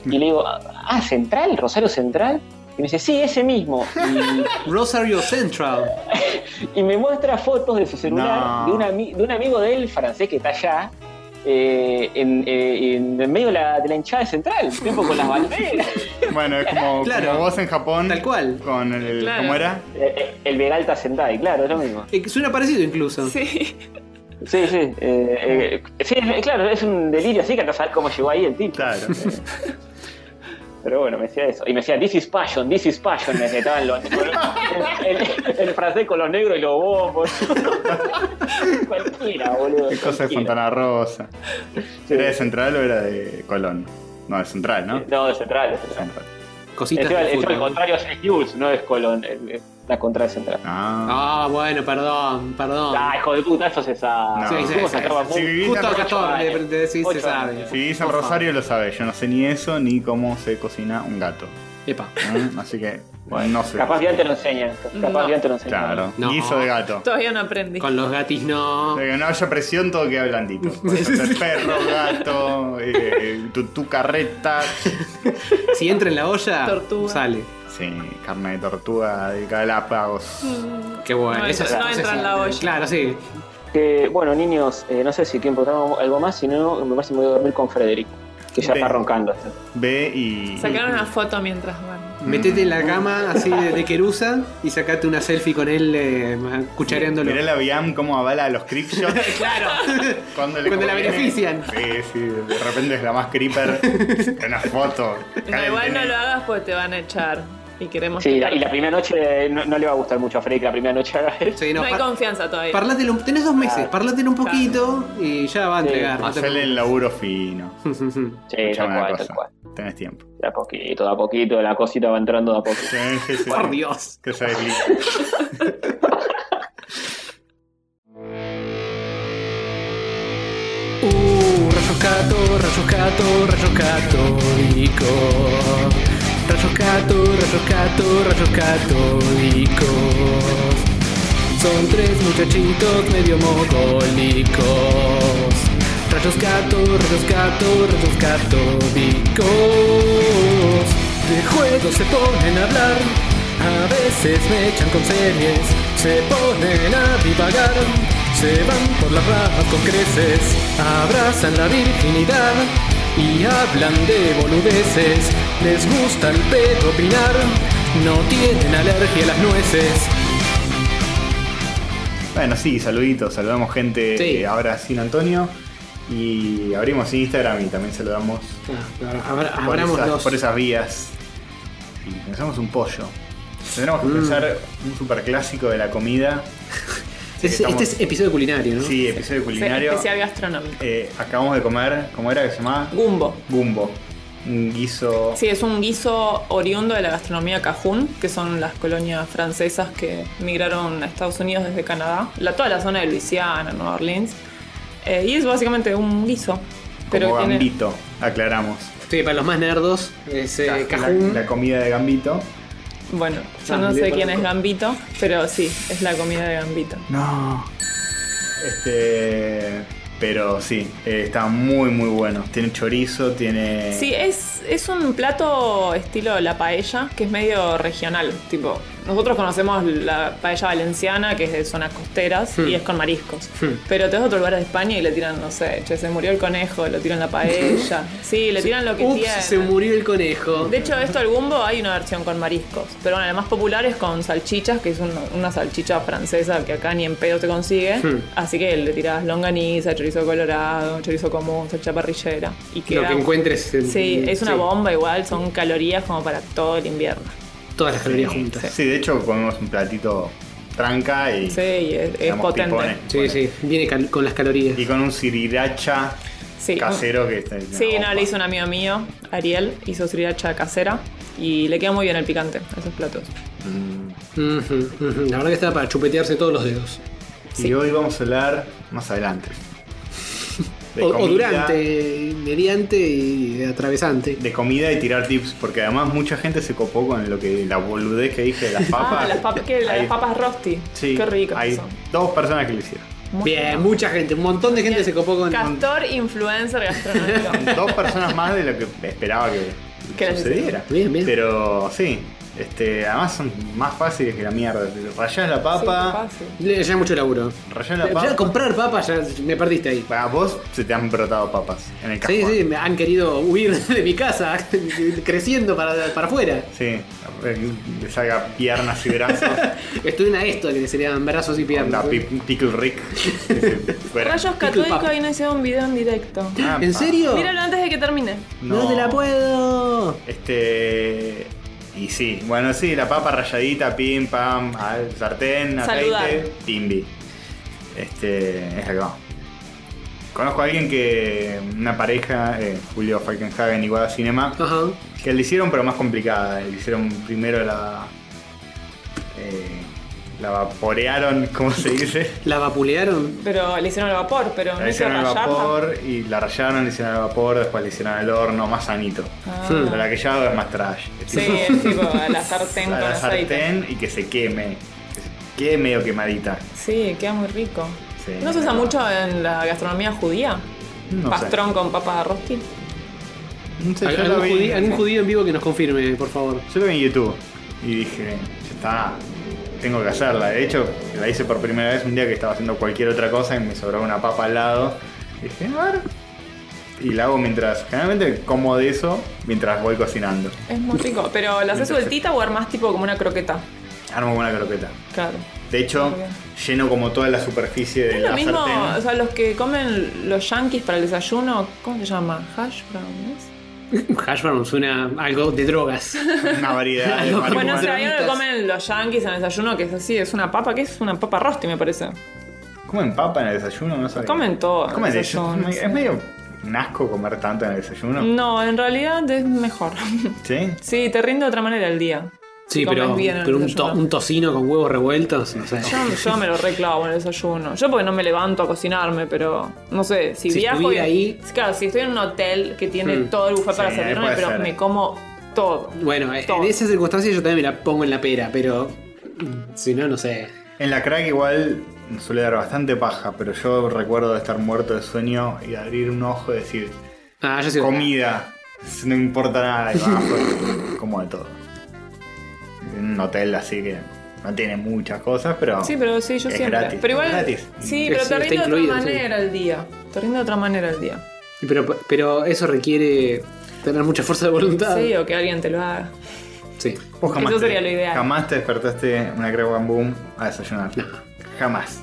Speaker 4: Y le digo, ah, Central, Rosario Central. Y me dice, sí, ese mismo. Y,
Speaker 2: Rosario Central.
Speaker 4: y me muestra fotos de su
Speaker 1: No.
Speaker 4: celular de, un ami- de un amigo de él, francés, que está allá, eh, en, eh, en el medio de la, de la hinchada de Central, tipo con las banderas. Eh,
Speaker 1: Bueno, es como,
Speaker 2: Claro.
Speaker 1: como vos en Japón.
Speaker 2: Tal cual.
Speaker 1: Con el.
Speaker 3: Claro.
Speaker 1: ¿Cómo era?
Speaker 4: Eh, eh, El Veralta Sentai, claro, es lo mismo.
Speaker 2: Eh, Suena parecido incluso.
Speaker 3: Sí.
Speaker 4: Sí, sí. eh, eh, sí, es- claro, es un delirio así que no saber cómo llegó ahí el tipo.
Speaker 1: Claro.
Speaker 4: Pero bueno, me decía eso. Y me decía, this is passion, this is passion. Me estaban los, el, el- el francés con los negros y los bobos. cualquiera, boludo.
Speaker 1: Qué cosa de
Speaker 4: cualquiera.
Speaker 1: Fontana Rosa.
Speaker 4: Sí.
Speaker 1: ¿Era de Central o era de Colón? No, de Central, ¿no?
Speaker 4: No, de central, de central.
Speaker 1: Central.
Speaker 2: Cositas
Speaker 4: Encima,
Speaker 2: de
Speaker 4: encima el
Speaker 2: fútbol.
Speaker 4: contrario es Hughes, no es Colón. es- es la contra de central.
Speaker 1: Ah.
Speaker 2: Ah, bueno, perdón, perdón.
Speaker 4: Ah, hijo de puta, eso se sabe.
Speaker 1: No.
Speaker 2: Sí, sí,
Speaker 4: ¿Cómo
Speaker 2: sí,
Speaker 4: sacaba
Speaker 1: sí, sí.
Speaker 4: puntos?
Speaker 2: Justo a
Speaker 1: ocho
Speaker 2: 14
Speaker 4: años.
Speaker 2: le- le decís, se
Speaker 4: Ocho
Speaker 2: sabe.
Speaker 4: años.
Speaker 1: Si dice
Speaker 2: Por favor.
Speaker 1: Rosario lo sabe, yo no sé ni eso ni cómo se cocina un gato.
Speaker 2: Epa.
Speaker 1: ¿Mm? Así que no sé.
Speaker 4: Capaz bien te lo enseñan. Capaz
Speaker 3: No.
Speaker 4: bien te lo enseñan.
Speaker 1: Claro.
Speaker 2: No.
Speaker 1: Guiso de gato.
Speaker 3: Todavía no aprendí.
Speaker 2: Con los gatis no.
Speaker 1: Para Que no haya presión, todo queda blandito. Puede ser perro, gato, eh, tu, tu carreta.
Speaker 2: Si entra en la olla,
Speaker 3: Tortuga.
Speaker 2: sale.
Speaker 1: Sí, carne de tortuga de Galápagos.
Speaker 2: Qué bueno.
Speaker 3: No
Speaker 2: eso
Speaker 3: entra-
Speaker 2: sí,
Speaker 3: no
Speaker 2: eso
Speaker 3: entra
Speaker 2: sí.
Speaker 3: en la olla.
Speaker 2: Claro, sí.
Speaker 4: Que, bueno, niños, eh, no sé si quieren preguntar algo más, si no, me parece que me voy a dormir con Frederick, que ya
Speaker 1: Ven.
Speaker 4: está roncando.
Speaker 1: Ve y.
Speaker 3: Sacaron una foto mientras van.
Speaker 2: Metete en la cama así de, de querusa y sacate una selfie con él eh, cuchareándolo.
Speaker 1: Mirá la Viam cómo avala a los creep shots.
Speaker 2: Claro.
Speaker 1: Cuando,
Speaker 2: Cuando la
Speaker 1: conviene.
Speaker 2: benefician.
Speaker 1: Sí, sí, de repente es la más creeper. una foto.
Speaker 3: No, igual no lo hagas porque te van a echar. Y queremos
Speaker 4: Sí,
Speaker 3: que-
Speaker 4: la- y la primera noche eh, no, no le va a gustar mucho a Frederick la primera noche.
Speaker 2: Sí,
Speaker 3: No
Speaker 2: no,
Speaker 3: hay
Speaker 2: par-
Speaker 3: confianza todavía.
Speaker 2: parlátelo- tenés dos meses, parlátelo un poquito y ya va a
Speaker 4: Sí.
Speaker 2: entregar. no te
Speaker 1: Hacerle el laburo fino.
Speaker 2: preocupes.
Speaker 4: sí,
Speaker 1: Escuchame
Speaker 4: tal
Speaker 1: una
Speaker 4: cual,
Speaker 1: cosa.
Speaker 4: tal cual.
Speaker 1: Tenés tiempo.
Speaker 4: De a poquito, de a poquito, la cosita va entrando de a poquito.
Speaker 1: Sí, sí, sí.
Speaker 2: Por Dios.
Speaker 1: Que se desliza.
Speaker 2: Uh, rayos gato, rayos gato, rayos católicos. Rayos gato, rayos gato, rayos católicos. Son tres muchachitos medio mogólicos. Rayos gato, rayos gato, rayos católicos. De juegos se ponen a hablar. A veces me echan con series. Se ponen a divagar. Se van por las ramas con creces, abrazan la virginidad y hablan de boludeces. Les gusta el pedo opinar, no tienen alergia a las nueces.
Speaker 1: Bueno, sí, saluditos, saludamos gente
Speaker 2: Sí.
Speaker 1: eh, ahora sin Antonio. Y abrimos Instagram y también saludamos
Speaker 2: Abra-
Speaker 1: por
Speaker 2: abramos
Speaker 1: esas,
Speaker 2: los-
Speaker 1: por esas vías. si pensamos un pollo, tendremos
Speaker 2: Mm.
Speaker 1: que pensar un superclásico de la comida.
Speaker 5: Es-
Speaker 1: Estamos-
Speaker 5: Este es episodio
Speaker 2: Mm.
Speaker 5: culinario, ¿no?
Speaker 1: Sí, episodio culinario.
Speaker 3: Especial gastronómico.
Speaker 1: Eh, acabamos de comer, ¿cómo era que se llamaba?
Speaker 3: Gumbo.
Speaker 1: Gumbo. Un guiso.
Speaker 3: Sí, es un guiso oriundo de la gastronomía cajún, que son las colonias francesas que migraron a Estados Unidos desde Canadá, la, toda la zona de Luisiana, Nueva Orleans. Eh, y es básicamente un guiso. Pero
Speaker 1: como
Speaker 3: tiene-
Speaker 1: gambito, aclaramos.
Speaker 5: Sí, para los más nerdos, es eh,
Speaker 1: La-
Speaker 5: cajún.
Speaker 1: la comida de gambito.
Speaker 3: Bueno, yo
Speaker 5: Ah,
Speaker 3: no
Speaker 5: bien,
Speaker 3: sé quién
Speaker 5: perdón.
Speaker 3: es Gambito, pero sí, es la comida de Gambito.
Speaker 1: No. Este. Pero sí, eh, está muy, muy bueno. Tiene chorizo, tiene.
Speaker 3: Sí, es, es un plato estilo la paella, que es medio regional. Tipo, nosotros conocemos la paella valenciana, que es de zonas costeras
Speaker 5: Hmm.
Speaker 3: y es con mariscos. Pero te vas a otro lugar de España y le tiran, no sé, che, se murió el conejo, le tiran la paella. Sí, le tiran lo que
Speaker 5: Ups,
Speaker 3: tienen.
Speaker 5: se murió el conejo.
Speaker 3: De hecho, esto, el gumbo, hay una versión con mariscos. Pero bueno, la más popular es con salchichas, que es una, una salchicha francesa que acá ni en pedo te consigue.
Speaker 5: Hmm.
Speaker 3: Así que le tirás longaniza, chorizo colorado, chorizo común, salchicha parrillera. Y
Speaker 5: lo
Speaker 3: queda,
Speaker 5: que encuentres. en-
Speaker 3: Sí, es una
Speaker 5: sí,
Speaker 3: bomba igual, son calorías como para todo el invierno.
Speaker 5: Todas las calorías juntas.
Speaker 1: Sí, de hecho comemos un platito tranca y.
Speaker 3: Sí, y es,
Speaker 1: digamos,
Speaker 3: es
Speaker 1: eh,
Speaker 3: potente.
Speaker 1: pipones.
Speaker 5: Sí,
Speaker 1: Bueno.
Speaker 5: sí, viene cal- con las calorías.
Speaker 1: Y con un sriracha
Speaker 3: Sí.
Speaker 1: casero que está. una
Speaker 3: Sí, no,
Speaker 1: bomba.
Speaker 3: le hizo un amigo mío, Ariel, hizo sriracha casera y le queda muy bien el picante a esos platos.
Speaker 5: Ujú, ujú. La verdad que está para chupetearse todos los dedos.
Speaker 1: Y
Speaker 3: sí.
Speaker 1: hoy vamos a hablar más adelante. De
Speaker 5: O, o
Speaker 1: comida-
Speaker 5: durante, mediante y atravesante.
Speaker 1: De comida y tirar tips, porque además mucha gente se copó con lo que la boludez que dije de las papas.
Speaker 3: Ah, las, pap- que- las
Speaker 1: Hay-
Speaker 3: papas rosti.
Speaker 1: Sí,
Speaker 3: Qué ricas
Speaker 1: Hay
Speaker 3: son.
Speaker 1: dos personas que lo hicieron.
Speaker 5: Bien, mucha gente, un montón de gente se copó con.
Speaker 3: Castor influencer gastronómico.
Speaker 1: Dos personas más de lo que esperaba que,
Speaker 3: Que les-
Speaker 1: sucediera.
Speaker 5: Bien, bien.
Speaker 1: Pero sí, este, además son más fáciles que la mierda. Rayás la papa,
Speaker 3: Sí, fácil.
Speaker 5: Le- Ya mucho laburo.
Speaker 1: rayás la
Speaker 5: Ya
Speaker 1: papa.
Speaker 5: comprar papas, ya me perdiste ahí.
Speaker 1: Para vos se te han brotado papas en el
Speaker 5: Sí,
Speaker 1: cajón.
Speaker 5: sí, me han querido huir de mi casa, creciendo para, para afuera.
Speaker 1: Sí, le salga piernas y brazos.
Speaker 5: Estuvieron a esto que serían brazos y
Speaker 1: Onda,
Speaker 5: piernas.
Speaker 1: pi- Pickle Rick. Fuera.
Speaker 3: Rayos
Speaker 5: Pickle
Speaker 3: Católicos
Speaker 5: papa.
Speaker 3: hoy no hicieron un video en directo.
Speaker 1: Ah,
Speaker 5: ¿En
Speaker 1: pa.
Speaker 5: serio?
Speaker 3: Míralo antes de que termine.
Speaker 5: No. te la puedo.
Speaker 1: Este. Y sí, bueno, sí, la papa rayadita, pim, pam, al sartén,
Speaker 3: Saludar.
Speaker 1: aceite, pimbi. Este. Es algo. Conozco a alguien que. Una pareja, eh, Julio Falkenhagen y Guada Cinema,
Speaker 5: Ajá.
Speaker 1: que le hicieron, pero más complicada. Le hicieron primero la. eh, la vaporearon, ¿cómo se dice?
Speaker 5: ¿La vapulearon?
Speaker 3: Pero le hicieron el vapor, pero no
Speaker 1: La
Speaker 3: hay que
Speaker 1: hicieron al
Speaker 3: rayarla.
Speaker 1: vapor y la rayaron, la hicieron al vapor, después la hicieron al horno, más sanito.
Speaker 3: Ah.
Speaker 1: Pero la que yo hago es más trash.
Speaker 3: Sí, es tipo a la sartén
Speaker 1: a
Speaker 3: con
Speaker 1: la
Speaker 3: aceite.
Speaker 1: sartén y que se queme. Que se quede medio quemadita.
Speaker 3: Sí, queda muy rico.
Speaker 1: Sí,
Speaker 3: ¿No se usa
Speaker 1: no.
Speaker 3: mucho en la gastronomía judía?
Speaker 1: No
Speaker 3: Pastrón con papas rosti.
Speaker 1: sé. No sé, yo lo
Speaker 5: ¿Algún,
Speaker 1: vi,
Speaker 5: judí- algún judío en vivo que nos confirme, por favor.
Speaker 1: Yo lo vi en YouTube y dije, ya está, tengo que hacerla. De hecho, la hice por primera vez un día que estaba haciendo cualquier otra cosa y me sobraba una papa al lado. Dije, a ver. Y la hago mientras, generalmente como de eso mientras voy cocinando.
Speaker 3: Es muy rico. Pero ¿la haces sueltita o armás tipo como una croqueta?
Speaker 1: Armo una croqueta.
Speaker 3: Claro.
Speaker 1: De hecho,
Speaker 3: Muy bien.
Speaker 1: lleno como toda la superficie de
Speaker 3: Es
Speaker 1: la
Speaker 3: lo mismo, o
Speaker 1: sartén.
Speaker 3: sea, los que comen los yanquis para el desayuno, ¿cómo se llama? ¿Hash brown? ¿es?
Speaker 5: Hash brown suena algo de drogas.
Speaker 1: Una variedad de
Speaker 5: Bueno,
Speaker 1: marihuana.
Speaker 3: Bueno, o sea, hay uno que
Speaker 5: Bolitas.
Speaker 3: comen los yanquis en el desayuno que es así, es una papa, que es una papa rosti, me parece.
Speaker 1: ¿Comen papa en el desayuno? No sabía.
Speaker 3: Comen todo en
Speaker 1: Comen
Speaker 3: el
Speaker 1: de-
Speaker 3: desayuno,
Speaker 1: Es
Speaker 3: sí. Mm.
Speaker 1: medio un asco comer tanto en el desayuno.
Speaker 3: No, en realidad es mejor.
Speaker 1: ¿Sí?
Speaker 3: sí, te rinde de otra manera el día.
Speaker 5: Sí,
Speaker 3: Si comes
Speaker 5: pero,
Speaker 3: bien en el
Speaker 5: pero un, to-
Speaker 3: desayuno.
Speaker 5: un tocino con huevos revueltos. no sé.
Speaker 3: Yo, yo me lo reclavo en el desayuno. Yo porque no me levanto a cocinarme, pero no sé, si,
Speaker 5: Si
Speaker 3: viajo y
Speaker 5: estuviera ahí- Mm.
Speaker 3: Claro, si estoy en un hotel que tiene todo el buffet para
Speaker 1: Sí, ahí
Speaker 3: servirme,
Speaker 1: puede
Speaker 3: pero
Speaker 1: ser.
Speaker 3: me como todo.
Speaker 5: Bueno, eh,
Speaker 3: Todo.
Speaker 5: en esas circunstancias yo también me la pongo en la pera, pero mm, si no, no sé.
Speaker 1: En la crack igual nos suele dar bastante paja, pero yo recuerdo de estar muerto de sueño y abrir un ojo y decir,
Speaker 5: Ah, yo sí.
Speaker 1: comida, no importa nada, y va, pues, como de todo. En un hotel así que no tiene muchas cosas, pero...
Speaker 3: Sí, pero sí, yo
Speaker 1: es
Speaker 3: siempre.
Speaker 1: gratis,
Speaker 3: pero igual.
Speaker 1: es gratis.
Speaker 3: Sí,
Speaker 5: Sí,
Speaker 3: pero
Speaker 5: sí,
Speaker 3: te
Speaker 5: está
Speaker 3: rinde de otra
Speaker 5: incluido, sí.
Speaker 3: manera el día. Te rinde de otra manera el día.
Speaker 5: Pero, pero eso requiere tener mucha fuerza de voluntad.
Speaker 3: Sí, o que alguien te lo haga.
Speaker 5: Sí.
Speaker 1: Vos jamás
Speaker 3: Eso
Speaker 1: te-
Speaker 3: sería lo ideal.
Speaker 1: Jamás te despertaste en una crack bam boom a desayunar. Jamás.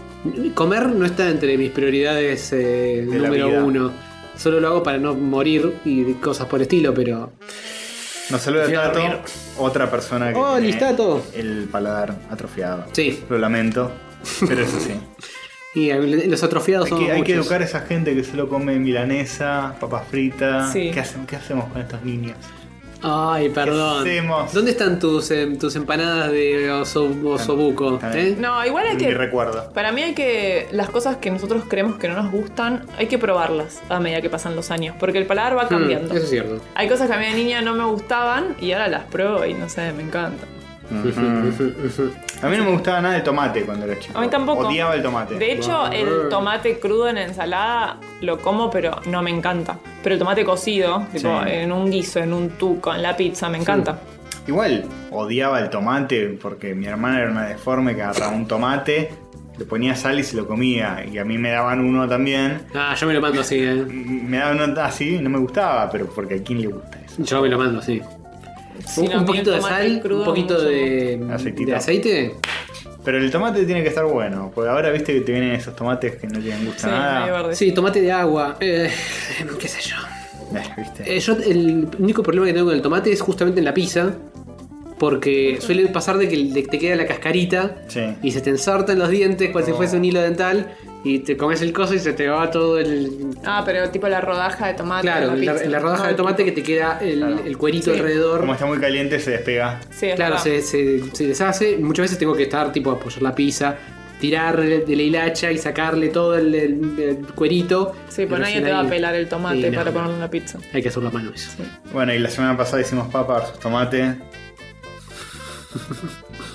Speaker 5: Comer no está entre mis prioridades eh,
Speaker 1: De la
Speaker 5: número
Speaker 1: vida.
Speaker 5: uno. Solo lo hago para no morir y cosas por el estilo, pero.
Speaker 1: Nos saluda
Speaker 5: Prefiero
Speaker 1: Tato,
Speaker 5: dormir.
Speaker 1: otra persona que
Speaker 5: Oh,
Speaker 1: tiene
Speaker 5: listato.
Speaker 1: el paladar atrofiado.
Speaker 5: Sí.
Speaker 1: Lo lamento, pero eso sí.
Speaker 5: Y eh, los atrofiados
Speaker 1: Hay
Speaker 5: son
Speaker 1: que, hay que
Speaker 5: muchos.
Speaker 1: educar a esa gente que solo come milanesa, papas fritas.
Speaker 3: Sí.
Speaker 1: ¿Qué, hacen- ¿Qué hacemos con estos niños?
Speaker 5: Ay, perdón.
Speaker 1: hacemos?
Speaker 5: ¿Dónde están tus, em, tus empanadas de oso- osobuco?
Speaker 1: Están-
Speaker 5: eh?
Speaker 3: No, igual hay
Speaker 1: Mi
Speaker 3: que.
Speaker 1: recuerdo.
Speaker 3: Para mí hay que. Las cosas que nosotros creemos que no nos gustan, hay que probarlas a medida que pasan los años. Porque el paladar va
Speaker 5: Hmm,
Speaker 3: cambiando.
Speaker 5: eso es cierto.
Speaker 3: Hay cosas que a mí de niña no me gustaban y ahora las pruebo y no sé, me encanta.
Speaker 1: A mí no me gustaba nada el tomate cuando era chico.
Speaker 3: A mí tampoco.
Speaker 1: Odiaba el tomate.
Speaker 3: De hecho, el tomate crudo en ensalada lo como, pero no me encanta. Pero el tomate cocido, tipo,
Speaker 1: Sí.
Speaker 3: en un guiso, en un tuco, en la pizza, me encanta.
Speaker 1: Igual, odiaba el tomate porque mi hermana era una deforme que agarraba un tomate, le ponía sal y se lo comía. Y a mí me daban uno también.
Speaker 5: Ah, yo me lo mando así, eh.
Speaker 1: Me daban uno así, no me gustaba, pero porque a quién le gusta eso.
Speaker 5: Yo me lo mando así.
Speaker 3: Si
Speaker 5: un,
Speaker 3: no, a
Speaker 5: un
Speaker 3: mí
Speaker 5: poquito
Speaker 3: el
Speaker 5: de
Speaker 3: tomate
Speaker 5: sal,
Speaker 3: crudo
Speaker 5: un poquito
Speaker 3: mucho
Speaker 5: de,
Speaker 1: Aceitito.
Speaker 5: de aceite.
Speaker 1: Pero el tomate tiene que estar bueno, porque ahora viste que te vienen esos tomates que no tienen gusto
Speaker 3: Sí,
Speaker 1: a
Speaker 3: medio
Speaker 1: nada.
Speaker 3: verde.
Speaker 5: Ah. Sí, tomate de agua. Eh, qué sé yo.
Speaker 1: Eh, ¿viste?
Speaker 5: Eh, yo el único problema que tengo con el tomate es justamente en la pizza. Porque suele pasar de que de que te queda la cascarita
Speaker 1: Sí.
Speaker 5: y se te ensarta en los dientes cual si
Speaker 1: Oh.
Speaker 5: fuese un hilo dental y te comes el coso y se te va todo el...
Speaker 3: Ah, pero tipo la rodaja de tomate.
Speaker 5: claro,
Speaker 3: en
Speaker 5: la,
Speaker 3: la, pizza.
Speaker 5: la rodaja
Speaker 3: No,
Speaker 5: de tomate que te queda el, el cuerito
Speaker 3: Sí.
Speaker 5: alrededor.
Speaker 1: Como está muy caliente se despega.
Speaker 3: Sí, es
Speaker 5: Claro,
Speaker 3: verdad.
Speaker 5: se, se- se deshace. Muchas veces tengo que estar, tipo, a apoyar la pizza, tirar de la hilacha y sacarle todo el, el- el cuerito.
Speaker 3: Sí,
Speaker 5: Y
Speaker 3: pues nadie
Speaker 5: recién
Speaker 3: te va a
Speaker 5: ahí-
Speaker 3: pelar el tomate
Speaker 5: Sí, no,
Speaker 3: para
Speaker 5: no.
Speaker 3: ponerlo en la pizza.
Speaker 5: Hay que hacerlo a mano eso.
Speaker 1: Bueno, y la semana pasada hicimos papa versus tomate.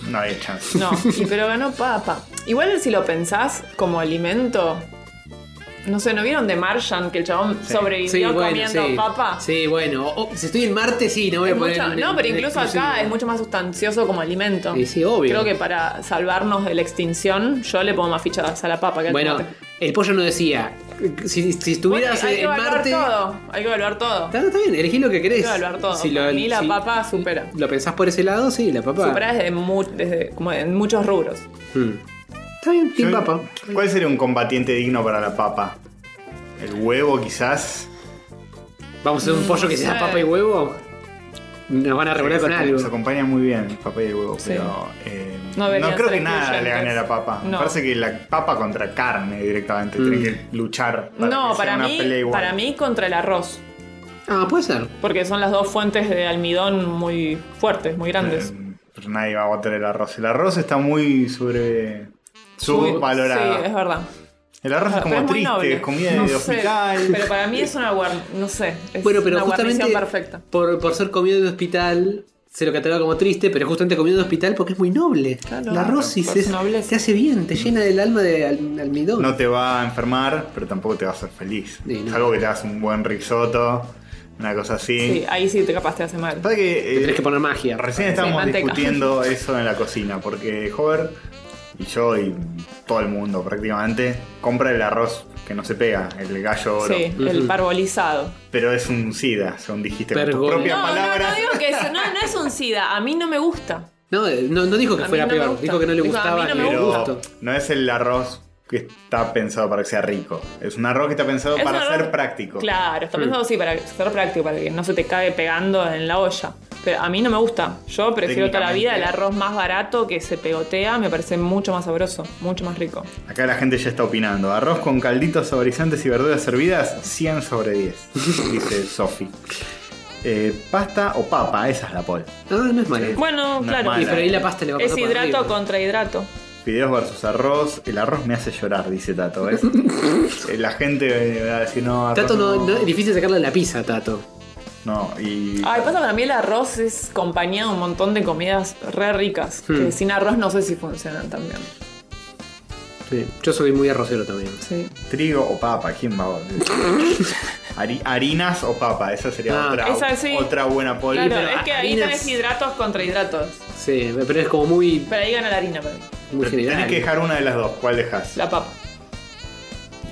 Speaker 1: No había chance.
Speaker 3: No, y pero ganó papa. Igual si lo pensás como alimento. No sé, ¿no vieron de Martian que el chabón sobrevivió comiendo
Speaker 5: sí.
Speaker 3: papa?
Speaker 5: Sí, bueno. O- o- si estoy en Marte, sí, no voy a
Speaker 3: Es
Speaker 5: poner.
Speaker 3: mucho-
Speaker 5: un-
Speaker 3: no, pero
Speaker 5: un
Speaker 3: incluso
Speaker 5: exclusivo.
Speaker 3: acá es mucho más sustancioso como alimento.
Speaker 5: Sí, sí, obvio.
Speaker 3: Creo que para salvarnos de la extinción, yo le pongo más fichas a la papa que al
Speaker 5: Bueno,
Speaker 3: tomate.
Speaker 5: el pollo no decía. Si, si
Speaker 3: Bueno,
Speaker 5: estuvieras
Speaker 3: hay que
Speaker 5: en
Speaker 3: evaluar
Speaker 5: Marte.
Speaker 3: todo. Hay que evaluar todo.
Speaker 5: Está, está bien, elegí lo que querés.
Speaker 3: Hay que evaluar todo.
Speaker 5: Si
Speaker 3: Para mí la
Speaker 5: si
Speaker 3: papa supera.
Speaker 5: Lo pensás por ese lado, sí, la papa.
Speaker 3: Supera desde, mu- desde- como en muchos rubros.
Speaker 5: Hmm. Está bien,
Speaker 1: Yo-
Speaker 5: Team Papa.
Speaker 1: ¿Cuál sería un combatiente digno para la papa? ¿El huevo quizás?
Speaker 5: Vamos a hacer un pollo que
Speaker 3: sé.
Speaker 5: sea papa y huevo. Nos van a
Speaker 3: Ah,
Speaker 5: revelar con
Speaker 1: se,
Speaker 5: algo.
Speaker 1: se acompaña muy bien el papel y el huevo, pero eh,
Speaker 3: No
Speaker 1: no,
Speaker 3: deberían
Speaker 1: creo
Speaker 3: ser
Speaker 1: que nada le gane a la papa. Me
Speaker 3: No. Mm.
Speaker 1: Parece que la papa contra carne directamente tiene que luchar. para que
Speaker 3: no,
Speaker 1: sea
Speaker 3: para
Speaker 1: una
Speaker 3: mí,
Speaker 1: pelea igual. Eh,
Speaker 3: para mí contra el arroz.
Speaker 5: Ah, puede ser.
Speaker 3: Porque son las dos fuentes de almidón muy fuertes, muy grandes.
Speaker 1: Eh, pero nadie va a votar el arroz. El arroz está muy sobre subvalorado.
Speaker 3: Sí, es verdad.
Speaker 1: el arroz es
Speaker 3: Pero
Speaker 1: como
Speaker 3: muy
Speaker 1: triste,
Speaker 3: noble.
Speaker 1: es comida
Speaker 3: No
Speaker 1: de
Speaker 3: sé,
Speaker 1: hospital.
Speaker 3: Pero para mí es una guarnición, no sé, es
Speaker 5: Bueno, pero
Speaker 3: una guarnición
Speaker 5: justamente
Speaker 3: perfecta.
Speaker 5: por, por ser comida de hospital se lo cataloga como triste, pero justamente comida de hospital porque es muy noble.
Speaker 3: Claro.
Speaker 5: la rosis
Speaker 3: Por su
Speaker 5: es,
Speaker 3: nobleza.
Speaker 5: te hace bien, te llena el alma de al- almidón.
Speaker 1: Mm. No te va a enfermar, pero tampoco te va a hacer feliz.
Speaker 5: Sí, no.
Speaker 1: Salvo que te hagas un buen risotto, una cosa
Speaker 3: Sí,
Speaker 1: así.
Speaker 3: ahí sí te capaz te hace mal.
Speaker 1: Pasa que, eh,
Speaker 5: Tenés que poner magia.
Speaker 1: Recién estábamos
Speaker 3: manteca.
Speaker 1: discutiendo eso en la cocina, porque Hover y yo y todo el mundo prácticamente compra el arroz que no se pega, el gallo oro.
Speaker 3: Sí, el parbolizado.
Speaker 1: Pero es un SIDA, según dijiste con tus
Speaker 5: Vergüenza.
Speaker 1: propias
Speaker 3: No, no,
Speaker 1: palabras.
Speaker 3: no digo que es, no, no es un SIDA, a mí no me gusta.
Speaker 5: No, eh, no, no dijo que
Speaker 3: A mí
Speaker 5: fuera
Speaker 3: no me
Speaker 5: peor,
Speaker 3: gusta.
Speaker 5: dijo que no le
Speaker 3: Dijo, a mí
Speaker 5: gustaba.
Speaker 3: no
Speaker 5: y
Speaker 3: me
Speaker 5: le
Speaker 3: gusta.
Speaker 1: Pero
Speaker 5: gustó.
Speaker 1: no es el arroz que está pensado para que sea rico. Es un arroz que está pensado
Speaker 3: Es
Speaker 1: para
Speaker 3: un
Speaker 1: ser
Speaker 3: arroz-
Speaker 1: práctico.
Speaker 3: Claro,
Speaker 5: Mm.
Speaker 3: está pensado sí para ser práctico, para que no se te cague pegando en la olla. Pero a mí no me gusta. Yo prefiero toda la vida el
Speaker 1: Técnicamente.
Speaker 3: arroz más barato que se pegotea, me parece mucho más sabroso, mucho más rico.
Speaker 1: Acá la gente ya está opinando. Arroz con calditos saborizantes y verduras servidas, 100 sobre 10, dice Sofi. Eh, pasta o papa, esa es la pol.
Speaker 5: Ah, No, no es malo.
Speaker 3: Bueno,
Speaker 1: No es
Speaker 3: claro.
Speaker 1: mala.
Speaker 5: Y por ahí la pasta le va a
Speaker 3: Es
Speaker 5: pasar por
Speaker 3: hidrato
Speaker 5: arriba.
Speaker 3: contra hidrato.
Speaker 1: Fideos versus arroz. El arroz me hace llorar, dice Tato, ¿ves? Eh, la gente eh, va a decir, no, arroz
Speaker 5: Tato no, no-
Speaker 1: no.
Speaker 5: es difícil sacarle de la pizza, Tato.
Speaker 1: No, y...
Speaker 3: Ay, pasa para mí el arroz es compañía de un montón de comidas re ricas. Que
Speaker 5: Hmm.
Speaker 3: sin arroz no sé si funcionan también.
Speaker 5: Sí, Yo soy muy arrocero también.
Speaker 3: Sí.
Speaker 1: Trigo o papa, ¿quién va a Hari- Harinas o papa, esa sería
Speaker 5: Ah,
Speaker 1: otra,
Speaker 3: esa sí.
Speaker 1: otra buena poli.
Speaker 3: Claro,
Speaker 5: pero
Speaker 3: es que ahí
Speaker 5: harinas-
Speaker 3: tenés hidratos contra hidratos.
Speaker 5: Sí, pero es como muy,
Speaker 3: Pero ahí gana la harina para mí.
Speaker 5: muy
Speaker 1: Pero
Speaker 5: general.
Speaker 1: tenés que dejar una de las dos, ¿cuál dejas?
Speaker 3: La papa.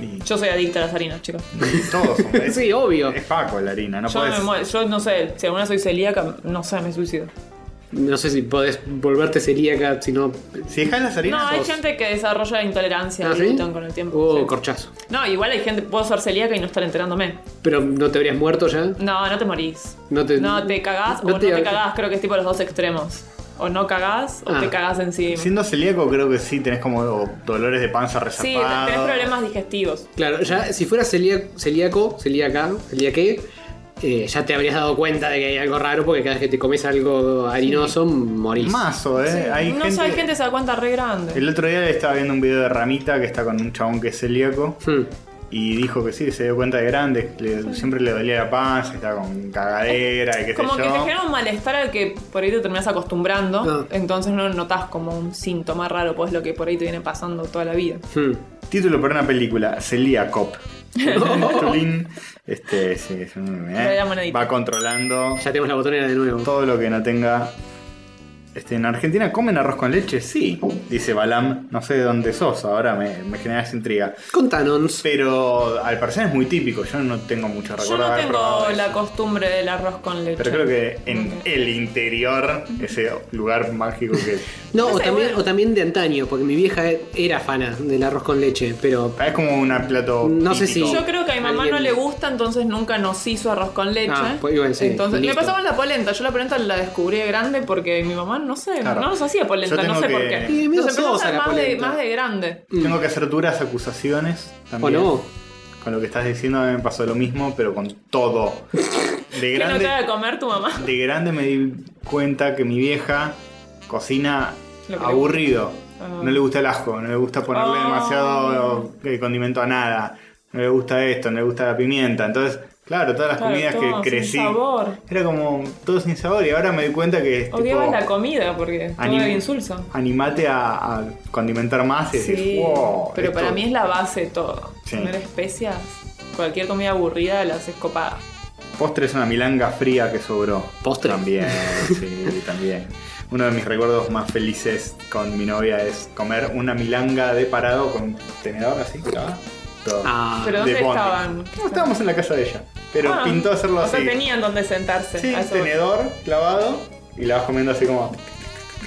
Speaker 1: Y
Speaker 3: Yo soy adicta a las harinas, chicos.
Speaker 1: todos son- es-
Speaker 5: Sí, obvio.
Speaker 1: Es Paco la harina, no
Speaker 3: yo,
Speaker 1: puedes.
Speaker 3: me muero- yo no sé, si alguna soy celíaca, no sé, me suicido.
Speaker 5: No sé si podés volverte celíaca, si no.
Speaker 1: Si dejas las harinas.
Speaker 3: No, hay
Speaker 1: sos- Uh,
Speaker 3: gente que desarrolla intolerancia
Speaker 5: ¿Ah,
Speaker 3: al
Speaker 5: sí?
Speaker 3: gluten con el tiempo.
Speaker 5: Oh,
Speaker 3: sí.
Speaker 5: corchazo.
Speaker 3: No, igual hay gente, puedo ser celíaca y no estar enterándome.
Speaker 5: Pero no te habrías muerto ya.
Speaker 3: No, no te morís.
Speaker 5: No te-
Speaker 3: no, te cagás
Speaker 5: no
Speaker 3: o
Speaker 5: te-
Speaker 3: no te cagás, creo que es tipo los dos extremos. O no cagás o
Speaker 5: Ah.
Speaker 3: te cagás encima.
Speaker 1: Siendo celíaco creo que sí tenés como o dolores de panza
Speaker 3: sí,
Speaker 1: resarpados.
Speaker 3: tenés problemas digestivos.
Speaker 5: Claro, ya si fueras celia- celíaco, celíaca, celíaque, eh, ya te habrías dado cuenta de que hay algo raro porque cada vez que te comes algo harinoso, morís.
Speaker 1: Mazo, eh. Hay
Speaker 3: no
Speaker 1: gente...
Speaker 3: sé, hay gente que se da cuenta re grande.
Speaker 1: El otro día estaba viendo un video de Ramita que está con un chabón que es celíaco
Speaker 5: Hmm.
Speaker 1: y dijo que sí, se dio cuenta de grande, le- siempre le dolía la panza, estaba con cagadera y qué sé
Speaker 3: Como que te
Speaker 1: yo.
Speaker 3: genera un malestar al que por ahí te terminas acostumbrando,
Speaker 5: Ah.
Speaker 3: entonces no notas como un síntoma raro, pues lo que por ahí te viene pasando toda la vida.
Speaker 5: hmm.
Speaker 1: Título para una película, Celia Cop. Tulín. este, sí, es un- eh,
Speaker 3: Le da monedita.
Speaker 1: va controlando
Speaker 5: Ya tenemos la botonera de nuevo.
Speaker 1: todo lo que no tenga. Este, en Argentina comen arroz con leche, sí, dice Balam. No sé de dónde sos, ahora me, me generas intriga.
Speaker 5: Contanos.
Speaker 1: Pero al parecer es muy típico, yo no tengo mucho
Speaker 3: Yo
Speaker 1: recuerdo. de
Speaker 3: no
Speaker 1: haber
Speaker 3: tengo
Speaker 1: probado eso.
Speaker 3: la costumbre del arroz con leche.
Speaker 1: Pero creo que en el interior, ese lugar mágico que.
Speaker 5: No,
Speaker 3: No
Speaker 5: o
Speaker 3: sé,
Speaker 5: también,
Speaker 3: bueno.
Speaker 5: o también de antaño, porque mi vieja e-, era fana del arroz con leche, pero
Speaker 1: Es como un plato.
Speaker 5: No sé
Speaker 1: típico.
Speaker 5: si-
Speaker 3: Yo creo que a mi mamá
Speaker 5: Alguien-
Speaker 3: no le gusta, entonces nunca nos hizo arroz con leche.
Speaker 5: Ah, pues igual, sí,
Speaker 3: entonces, le
Speaker 5: listo.
Speaker 3: pasaba la polenta. Yo la polenta la descubrí de grande porque mi mamá, no sé,
Speaker 1: Claro.
Speaker 3: no nos hacía polenta,
Speaker 1: Yo tengo
Speaker 3: no sé
Speaker 1: que-
Speaker 3: por
Speaker 1: Sí,
Speaker 3: qué.
Speaker 5: medio
Speaker 3: Nos empezó a
Speaker 5: sosa
Speaker 3: hacer
Speaker 5: la
Speaker 3: más de,
Speaker 5: polenta.
Speaker 3: más de grande.
Speaker 1: Tengo que hacer duras acusaciones también.
Speaker 5: ¿O no?
Speaker 1: Con lo que estás diciendo a mí me pasó lo mismo, pero con todo. De
Speaker 3: ¿Qué no te
Speaker 1: grande,
Speaker 3: da de comer tu mamá?
Speaker 1: de grande me di cuenta que mi vieja cocina
Speaker 3: Lo que le
Speaker 1: aburrido.
Speaker 3: Ah.
Speaker 1: No le gusta el ajo, no le gusta ponerle
Speaker 3: Ah.
Speaker 1: demasiado eh, condimento a nada. No le gusta esto, no le gusta la pimienta. Entonces, claro, todas las
Speaker 3: Claro,
Speaker 1: comidas
Speaker 3: todo
Speaker 1: que
Speaker 3: sin
Speaker 1: crecí.
Speaker 3: sabor.
Speaker 1: Era como todo sin sabor y ahora me di cuenta que es
Speaker 3: Odiabas
Speaker 1: tipo,
Speaker 3: la comida porque todo
Speaker 1: anim-
Speaker 3: era insulsa.
Speaker 1: animate a, a condimentar más y decís,
Speaker 3: Sí,
Speaker 1: wow.
Speaker 3: pero
Speaker 1: esto-
Speaker 3: para mí es la base de todo.
Speaker 1: Sí.
Speaker 3: Poner especias, cualquier comida aburrida la haces copada.
Speaker 1: Postre es una milanga fría que sobró.
Speaker 5: ¿Postre?
Speaker 1: También, sí, también. Uno de mis recuerdos más felices con mi novia es comer una milanga de parado con un tenedor así, clavada, todo.
Speaker 5: Ah,
Speaker 3: Pero-
Speaker 1: de
Speaker 3: ¿dónde
Speaker 1: bondi.
Speaker 3: estaban?
Speaker 1: No, estábamos en la casa de ella, pero
Speaker 3: Ah,
Speaker 1: pintó hacerlo
Speaker 3: o
Speaker 1: así.
Speaker 3: sea, tenían donde sentarse.
Speaker 1: sí,
Speaker 3: a eso voy.
Speaker 1: tenedor clavado y la vas comiendo así como...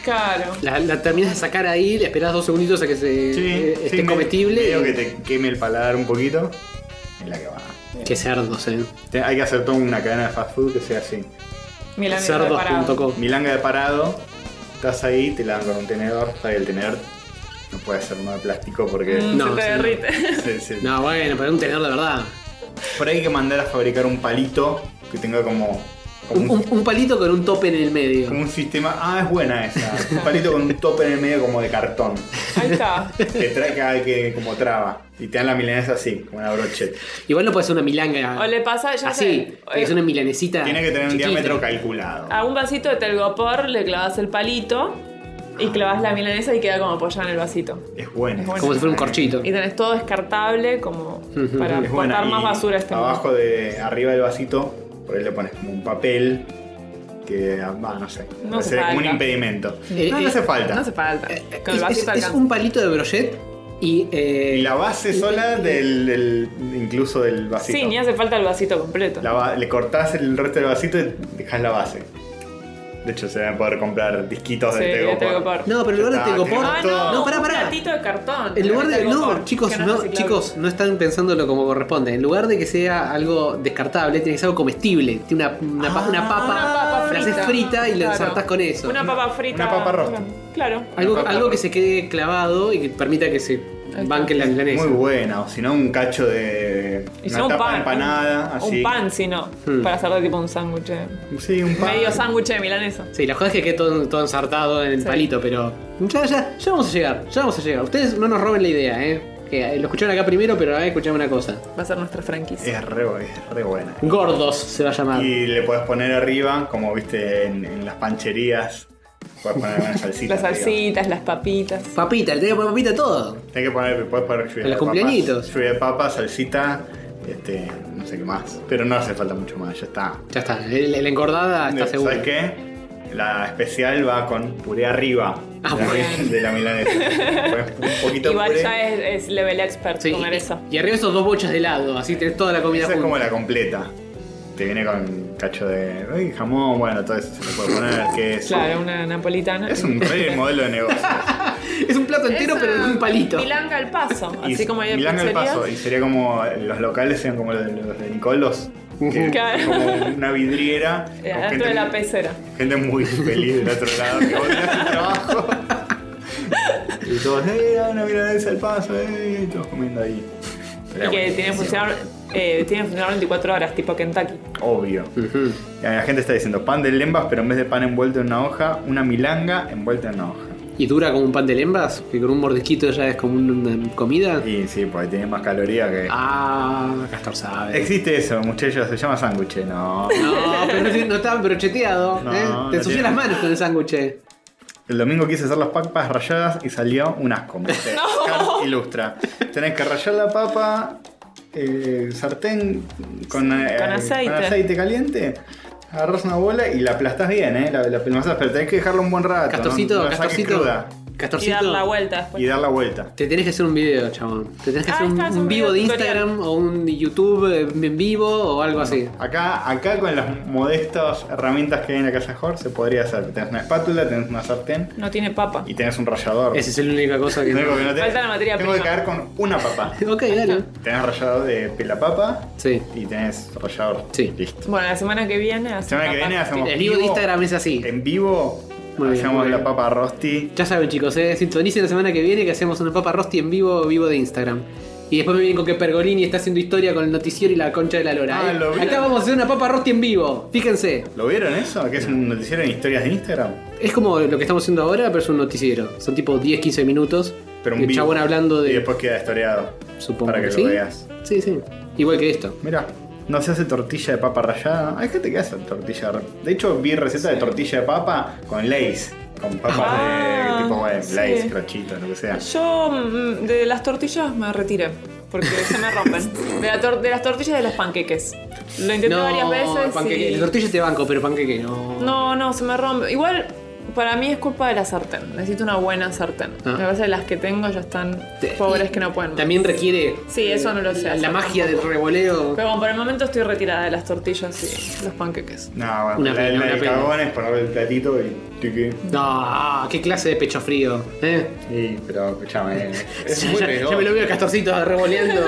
Speaker 3: Claro.
Speaker 5: la, la terminas de sacar ahí, le esperás dos segunditos a que se
Speaker 1: Sí,
Speaker 5: eh,
Speaker 1: sí,
Speaker 5: esté
Speaker 1: me-
Speaker 5: comestible.
Speaker 1: Medio que
Speaker 5: y-
Speaker 1: te queme el paladar un poquito. En la que va.
Speaker 5: Qué cerdos, eh.
Speaker 1: Te- Hay que hacer toda una cadena de fast food que sea así.
Speaker 3: Milanesa preparada.
Speaker 5: Cerdos.com.
Speaker 1: Milanga de parado, estás ahí, te la dan con un tenedor, está ahí el tenedor. No puede ser uno de plástico porque.
Speaker 3: Mm,
Speaker 5: No,
Speaker 3: se te
Speaker 5: sí.
Speaker 3: derrite.
Speaker 1: se- se-
Speaker 5: No, bueno, pero un tenedor de verdad.
Speaker 1: Por ahí hay que mandar a fabricar un palito que tenga como. como
Speaker 5: Un,
Speaker 1: un,
Speaker 5: un- un palito con un tope en el medio.
Speaker 1: como un sistema. Ah, es buena esa. Un palito con un tope en el medio como de cartón.
Speaker 3: Ahí está.
Speaker 1: Que trae que, que como traba. Y te dan la milanesa así, como una brocheta.
Speaker 5: Igual no puede ser una milanga.
Speaker 3: O le pasa, ya
Speaker 5: así.
Speaker 3: sé.
Speaker 5: Es
Speaker 3: eh,
Speaker 5: una milanecita.
Speaker 1: Tiene que tener un
Speaker 5: chiquita.
Speaker 1: diámetro calculado.
Speaker 3: A un vasito de telgopor le clavas el palito y clavas la milanesa y queda como apoyada en el vasito.
Speaker 1: Es buena.
Speaker 3: Es buena.
Speaker 5: Como si fuera un corchito.
Speaker 3: Y tenés todo descartable como para
Speaker 1: Es buena,
Speaker 3: botar
Speaker 1: y
Speaker 3: más basura a este
Speaker 1: Abajo de. arriba del vasito, por ahí le pones como un papel. Que va, no sé.
Speaker 3: No
Speaker 1: va a
Speaker 3: hace
Speaker 1: ser como un
Speaker 3: falta.
Speaker 1: impedimento.
Speaker 5: Eh,
Speaker 1: no, no
Speaker 5: eh,
Speaker 1: hace falta.
Speaker 3: mundo. No hace falta. Con el
Speaker 5: Es-
Speaker 3: vasito
Speaker 5: es, es
Speaker 3: alcanza.
Speaker 5: un palito de brochet y. eh,
Speaker 1: Y la base sola del, del- incluso del vasito.
Speaker 3: Sí, ni hace falta el vasito completo.
Speaker 1: La va- le cortás el resto del vasito y dejás la base. De hecho, se van a poder comprar disquitos
Speaker 3: Sí,
Speaker 1: de
Speaker 3: de
Speaker 1: Tegopor.
Speaker 3: Tegopor.
Speaker 5: No, pero en lugar de
Speaker 1: Ah,
Speaker 5: tegopor.
Speaker 1: tenemos
Speaker 3: Ah,
Speaker 1: todo.
Speaker 3: no,
Speaker 5: No, pará,
Speaker 3: un
Speaker 5: pará.
Speaker 3: platito de cartón.
Speaker 5: En lugar de. No,
Speaker 3: Telgopor,
Speaker 5: chicos,
Speaker 3: que es
Speaker 5: no,
Speaker 3: reciclable.
Speaker 5: chicos, no están pensándolo como corresponde. En lugar de que sea algo descartable, tiene que ser algo comestible. Tiene una, una, pa- una papa.
Speaker 3: Ah, Una papa
Speaker 5: la
Speaker 3: frita.
Speaker 5: haces frita y la
Speaker 3: Claro.
Speaker 5: ensartás con eso.
Speaker 3: Una papa frita.
Speaker 1: una papa roja.
Speaker 3: Claro.
Speaker 5: algo
Speaker 1: una papa
Speaker 5: algo que
Speaker 1: frita.
Speaker 5: se quede clavado y que permita que se
Speaker 3: está.
Speaker 5: banque la milanesa.
Speaker 1: Muy buena, o si no, un cacho de.
Speaker 3: Y si
Speaker 1: Una
Speaker 3: no, un
Speaker 1: tapa
Speaker 3: pan.
Speaker 1: de empanada, así.
Speaker 3: Un pan, si no.
Speaker 5: Hmm.
Speaker 3: Para hacer de tipo un sándwich. de-
Speaker 1: Sí, un pan.
Speaker 3: Medio sándwich de milanesa.
Speaker 5: Sí, la joda es que quede todo, todo ensartado en el
Speaker 3: Sí.
Speaker 5: palito, pero ya, ya, ya vamos a llegar, ya vamos a llegar. Ustedes no nos roben la idea, ¿eh? Que eh, lo escucharon acá primero, pero ahora escuchame una cosa.
Speaker 3: Va a ser nuestra franquicia.
Speaker 1: Es re, bu- es re buena.
Speaker 5: Gordos se va a llamar.
Speaker 3: Ah.
Speaker 1: Y le podés poner arriba, como viste en, en las pancherías, podés poner una salsita.
Speaker 3: Las
Speaker 1: arriba.
Speaker 3: salsitas, las papitas.
Speaker 5: Papita, le tengo que poner papita a todo.
Speaker 1: Tenés que poner, podés poner lluvia
Speaker 5: Los
Speaker 1: de papas,
Speaker 5: cumpleañitos.
Speaker 1: Lluvia de papas, salsita, este, no sé qué más. Pero no hace falta mucho más, ya está.
Speaker 5: Ya está, el- el- la engordada Ah, está seguro.
Speaker 1: ¿Sabes qué? La especial va con puré arriba
Speaker 5: Ah,
Speaker 1: de, la-
Speaker 3: bien.
Speaker 1: de la milanesa. Pones un poquito de
Speaker 3: Igual
Speaker 1: puré.
Speaker 3: ya es, es level expert
Speaker 5: Sí,
Speaker 3: comer eso.
Speaker 5: y, y arriba esos dos bochas de helado, así tenés toda la comida
Speaker 1: Esa es como
Speaker 5: junta.
Speaker 1: la completa. Te viene con cacho de ay, jamón, bueno, todo eso se le puede poner, queso.
Speaker 3: Claro, una napolitana.
Speaker 1: Es un re modelo de negocio.
Speaker 5: Es un plato entero,
Speaker 3: Esa
Speaker 5: pero en un palito.
Speaker 3: Milanga al paso,
Speaker 1: Y
Speaker 3: así como hay eh,
Speaker 1: Milanga al
Speaker 3: pizzerías.
Speaker 1: paso. Y sería como los locales sean como los de, los de Nicolos. que
Speaker 3: Claro.
Speaker 1: Como una vidriera. con
Speaker 3: Eh, Adentro de la pecera.
Speaker 1: gente muy feliz del otro lado que odia su trabajo. Y todos, eh, da una milanesa al paso, eh, y todos comiendo ahí.
Speaker 5: Ah,
Speaker 3: Y que tiene funcionar, eh, tiene funcionar 24 horas, tipo Kentucky.
Speaker 1: Obvio. La gente está diciendo pan de lembas, pero en vez de pan envuelto en una hoja, una milanga envuelta en una hoja.
Speaker 5: Y dura como un pan de lembas, que con un mordisquito ya es como una comida.
Speaker 1: Y sí, porque tiene más caloría que.
Speaker 5: Ah, Castor sabe.
Speaker 1: Existe eso, muchachos, se llama sándwich, no.
Speaker 5: No, pero no, no estaba brocheteado.
Speaker 1: No,
Speaker 5: ¿eh?
Speaker 1: no
Speaker 5: Te ensucié
Speaker 1: tiene-
Speaker 5: las manos con el sándwich. eh.
Speaker 1: El domingo quise hacer las papas rayadas y salió un asco. me dice Carl Ilustra. Tenés que rayar la papa, eh, sartén con, eh,
Speaker 3: Con aceite.
Speaker 1: con aceite caliente. Agarras una bola y la aplastás bien, ¿eh? La, la pelmazás, pero tenés que dejarlo un buen rato.
Speaker 5: Castorcito,
Speaker 1: no, no la saques
Speaker 5: castorcito.
Speaker 1: cruda.
Speaker 3: Y
Speaker 5: Castorcito.
Speaker 3: dar la vuelta después.
Speaker 1: Y dar la vuelta.
Speaker 5: Te tenés que hacer un video, chabón. Te tenés que
Speaker 3: Ah,
Speaker 5: hacer un,
Speaker 3: está, es un
Speaker 5: un vivo de
Speaker 3: video tutorial.
Speaker 5: Instagram o un YouTube eh, en vivo o algo así.
Speaker 1: Acá, acá con las modestas herramientas que hay en la casa de Jorge se podría hacer. Tenés una espátula, tenés una sartén
Speaker 3: No tiene papa.
Speaker 1: y tenés un rallador.
Speaker 5: Esa es la única cosa que.
Speaker 1: Lo único que no tenés-
Speaker 3: Falta la materia
Speaker 1: Tengo que
Speaker 3: prima.
Speaker 1: caer con una papa.
Speaker 5: Ok, dale.
Speaker 1: Tenés rallador de pelapapa
Speaker 5: Sí.
Speaker 1: y tenés rallador.
Speaker 5: Sí.
Speaker 1: Listo.
Speaker 3: Bueno, la semana que viene
Speaker 1: La
Speaker 3: hacemos
Speaker 1: semana que
Speaker 3: la
Speaker 1: viene
Speaker 3: papa.
Speaker 1: hacemos
Speaker 5: El vivo de Instagram es así.
Speaker 1: en vivo.
Speaker 5: Muy bien,
Speaker 1: hacemos
Speaker 5: muy
Speaker 1: la
Speaker 5: bien.
Speaker 1: papa rosti.
Speaker 5: Ya saben, chicos, eh, sintonicen la semana que viene que hacemos una papa rosti en vivo, vivo de Instagram. Y después me vienen con que Pergolini está haciendo historia con el noticiero y la concha de la lora.
Speaker 1: Ah,
Speaker 5: eh.
Speaker 1: lo vi.
Speaker 5: Acá vamos a hacer una papa rosti en vivo. Fíjense.
Speaker 1: ¿Lo vieron eso? Que es un noticiero en historias de Instagram.
Speaker 5: Es como lo que estamos haciendo ahora, pero es un noticiero. Son tipo 10, 15 minutos.
Speaker 1: Pero un
Speaker 5: el
Speaker 1: vivo.
Speaker 5: chabón hablando
Speaker 1: Y
Speaker 5: de.
Speaker 1: después queda historiado.
Speaker 5: Supongo
Speaker 1: Para que
Speaker 5: que
Speaker 1: lo
Speaker 5: sí.
Speaker 1: veas.
Speaker 5: Sí, sí. Igual que esto.
Speaker 1: Mira, no se hace tortilla de papa rallada. Hay gente que hace tortilla. de- De hecho, vi receta de tortilla de papa con Lays. Con papas
Speaker 3: Ah,
Speaker 1: de tipo, bueno,
Speaker 3: sí.
Speaker 1: Lays, crochito, lo que sea.
Speaker 3: Yo mm, de las tortillas me retiré. Porque se me rompen. De, la tor- de las tortillas de los panqueques. Lo intenté varias veces.
Speaker 5: panqueque.
Speaker 3: y-
Speaker 5: El tortillo te banco, pero panqueque no.
Speaker 3: No, no, se me rompe. Igual, para mí es culpa de la sartén. Necesito una buena sartén.
Speaker 5: Ah.
Speaker 3: Me parece que las que tengo ya están
Speaker 5: Te-
Speaker 3: pobres
Speaker 5: y
Speaker 3: que no pueden más.
Speaker 5: También requiere.
Speaker 3: Sí, eso no lo sé
Speaker 5: La,
Speaker 3: hacer
Speaker 5: la magia del revoleo.
Speaker 3: Pero bueno, por el momento estoy retirada de las tortillas y los panqueques.
Speaker 1: No, bueno,
Speaker 5: Una
Speaker 1: la,
Speaker 5: pena,
Speaker 1: la
Speaker 5: una
Speaker 1: del
Speaker 5: pena.
Speaker 1: cagón es ponerle el platito y tiqui.
Speaker 5: No, qué clase de pecho frío. ¿eh?
Speaker 1: Sí, pero escuchame. Es
Speaker 5: Ya,
Speaker 1: muy
Speaker 5: ya-
Speaker 1: rico.
Speaker 5: ya me lo veo el castorcito revoleando.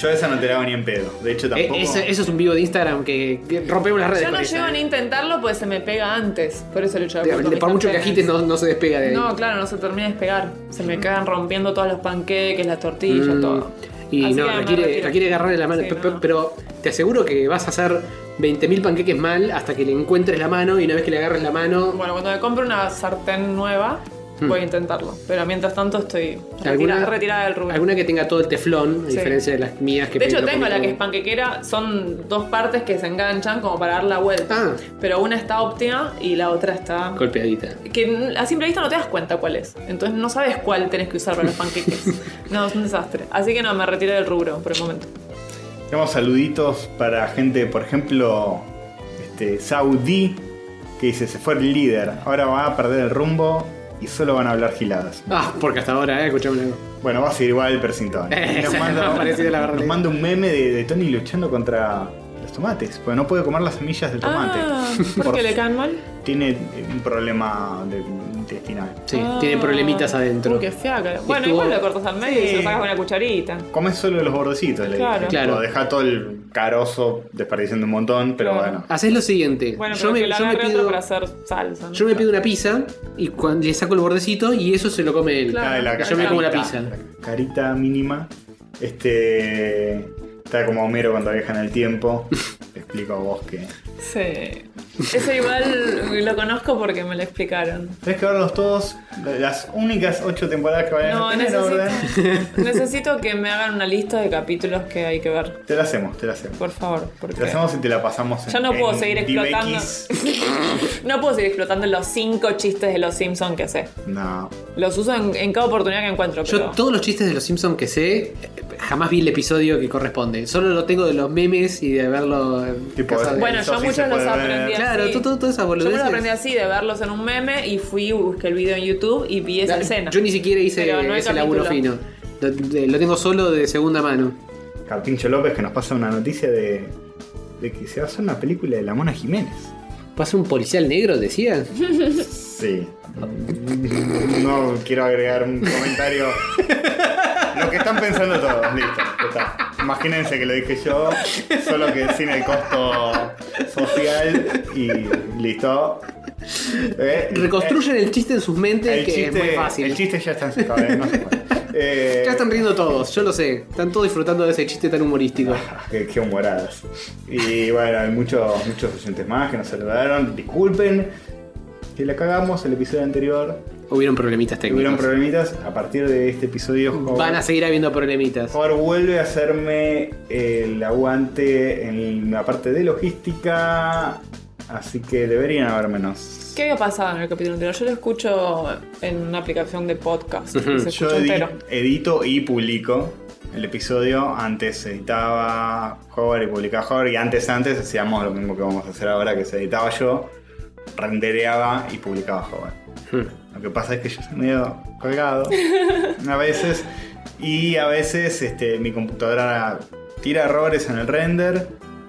Speaker 1: Yo esa no te la hago ni en pedo. De hecho,
Speaker 5: Eh,
Speaker 1: tampoco.
Speaker 5: eso, eso es un vivo de Instagram que, que rompemos las redes.
Speaker 3: Yo
Speaker 5: con
Speaker 3: no
Speaker 5: eso,
Speaker 3: llego
Speaker 5: eh.
Speaker 3: ni a intentarlo porque se me pega antes. Por eso le echo la
Speaker 5: De-
Speaker 3: culpa a
Speaker 5: de-
Speaker 3: mis
Speaker 5: Por mucho que
Speaker 3: sartenes.
Speaker 5: agites, no, eh. no se despega de ahí.
Speaker 3: No, claro, no se termina de despegar. Se me quedan rompiendo todos los panqueques, las tortillas,
Speaker 5: Mm,
Speaker 3: todo.
Speaker 5: Y
Speaker 3: Así que
Speaker 5: no,
Speaker 3: me
Speaker 5: requiere,
Speaker 3: retiro.
Speaker 5: requiere agarrarle la mano.
Speaker 3: Sí,
Speaker 5: Pe-
Speaker 3: no,
Speaker 5: pe-
Speaker 3: no.
Speaker 5: Pero te aseguro que vas a hacer 20.000 panqueques mal hasta que le encuentres la mano. Y una vez que le agarres la mano,
Speaker 3: Bueno, cuando me compre una sartén nueva, voy a intentarlo. Pero mientras tanto estoy retira-
Speaker 5: Hmm. ¿Alguna-
Speaker 3: retirada del rubro.
Speaker 5: alguna que tenga todo el teflón, a
Speaker 3: Sí.
Speaker 5: diferencia de las mías que
Speaker 3: De hecho,
Speaker 5: pegan
Speaker 3: tengo la
Speaker 5: como-
Speaker 3: que es panquequera, son dos partes que se enganchan como para dar la vuelta.
Speaker 5: Ah.
Speaker 3: Pero una está óptima y la otra está.
Speaker 5: golpeadita.
Speaker 3: Que a simple vista no te das cuenta cuál es. Entonces no sabes cuál tenés que usar para los panqueques. no, es un desastre. Así que no, me retiré del rubro por el momento.
Speaker 1: Tenemos saluditos para gente, por ejemplo, este, Saudí, que dice, se fue el líder, ahora va a perder el rumbo y solo van a hablar giladas.
Speaker 5: Ah, porque hasta ahora, eh, escuchame una cosa.
Speaker 1: Bueno, va a seguir igual, pero sin Tony. Nos
Speaker 5: Esa
Speaker 1: manda,
Speaker 5: me pareció la verdad.
Speaker 1: nos manda un meme de, de Tony luchando contra los tomates, porque no puede comer las semillas del tomate.
Speaker 3: Ah, ¿por
Speaker 1: Por-
Speaker 3: qué le caen mal?
Speaker 1: Tiene un problema de- intestinal.
Speaker 5: Sí,
Speaker 3: Ah.
Speaker 5: tiene problemitas adentro.
Speaker 3: Uy, qué fiaca. Bueno,
Speaker 5: estuvo-
Speaker 3: igual lo cortas al medio y
Speaker 1: Sí.
Speaker 3: se lo sacas con una cucharita.
Speaker 1: Come solo los bordecitos, le
Speaker 3: Claro.
Speaker 1: dije.
Speaker 5: Claro.
Speaker 1: Tipo, Deja todo el carozo desperdiciando un montón, pero
Speaker 3: Claro.
Speaker 1: bueno.
Speaker 5: Haces lo siguiente.
Speaker 3: Bueno, pero
Speaker 5: yo, me,
Speaker 3: que la
Speaker 5: yo me
Speaker 3: agarre otro
Speaker 5: pido,
Speaker 3: para hacer salsa. ¿no?
Speaker 5: yo me pido una pizza y cuan- le saco el bordecito y eso se lo come él.
Speaker 3: Claro.
Speaker 1: Ah, la
Speaker 5: Yo me como la pizza.
Speaker 1: carita mínima. Este. Está como Homero cuando viaja en el tiempo. Te explico a vos que.
Speaker 3: Sí. Eso igual lo conozco porque me lo explicaron.
Speaker 1: Tenés que verlos todos. Las únicas ocho temporadas que vayan
Speaker 3: No,
Speaker 1: a tener, ¿verdad?
Speaker 3: necesito, necesito que me hagan una lista de capítulos que hay que ver,
Speaker 1: Te la hacemos, te la hacemos.
Speaker 3: por favor. Porque
Speaker 1: Te la hacemos y te la pasamos en
Speaker 3: Yo no puedo
Speaker 1: en
Speaker 3: seguir explotando.
Speaker 1: DivX.
Speaker 3: no puedo seguir explotando los cinco chistes de los Simpsons que sé.
Speaker 1: No.
Speaker 3: Los uso en, en cada oportunidad que encuentro.
Speaker 5: Yo
Speaker 3: pero-
Speaker 5: todos los chistes de los Simpsons que sé, eh, jamás vi el episodio que corresponde. Solo lo tengo de los memes y de verlo en
Speaker 1: Tipo, eh.
Speaker 5: casa de-
Speaker 3: Bueno,
Speaker 1: Eso
Speaker 3: yo
Speaker 1: sí se
Speaker 3: muchos los
Speaker 1: puede ver.
Speaker 3: aprendí así.
Speaker 5: Claro, tú- tú- todas esas
Speaker 3: Yo me
Speaker 5: boludeces.
Speaker 3: los aprendí así, de verlos en un meme y fui, busqué el video en YouTube y vi esa
Speaker 5: La-
Speaker 3: escena.
Speaker 5: Yo ni siquiera hice
Speaker 3: Pero no hay
Speaker 5: ese laburo
Speaker 3: capítulo.
Speaker 5: fino. Lo, de- lo tengo solo de segunda mano.
Speaker 1: Carpincho López que nos pasa una noticia de de que se basó en la película de la Mona Jiménez.
Speaker 5: ¿Pasa un policial negro, decían?
Speaker 1: Sí. No quiero agregar un comentario. Lo que están pensando todos, listo. ya está. Imagínense que lo dije yo, solo que sin el costo social y listo. Eh,
Speaker 5: Reconstruyen el chiste en sus mentes,
Speaker 1: eh, el
Speaker 5: que
Speaker 1: chiste,
Speaker 5: es muy fácil.
Speaker 1: El chiste ya está encestado, eh, no se puede. Eh,
Speaker 5: Ya están riendo todos, yo lo sé. Están todos disfrutando de ese chiste tan humorístico.
Speaker 1: Qué, qué humoradas. Y bueno, hay muchos, muchos oyentes más que nos saludaron. Disculpen que la cagamos el episodio anterior.
Speaker 5: Hubieron problemitas técnicos.
Speaker 1: Tuvieron problemitas. A partir de este episodio, Howard-
Speaker 5: Van a seguir habiendo problemitas.
Speaker 1: Howard vuelve a hacerme el aguante en la parte de logística. Así que deberían haber menos.
Speaker 3: ¿Qué había pasado en el capítulo anterior? Yo lo escucho en una aplicación de podcast.
Speaker 5: Ujú.
Speaker 3: Se
Speaker 1: Yo
Speaker 3: escucha
Speaker 1: edi-
Speaker 3: entero.
Speaker 1: edito y publico el episodio. Antes editaba Hover y publicaba Hover. Y antes, antes hacíamos lo mismo que vamos a hacer ahora, que se editaba yo, rendereaba y publicaba Hover. Lo que pasa es que yo soy medio colgado a veces. Y a veces este, mi computadora tira errores en el render.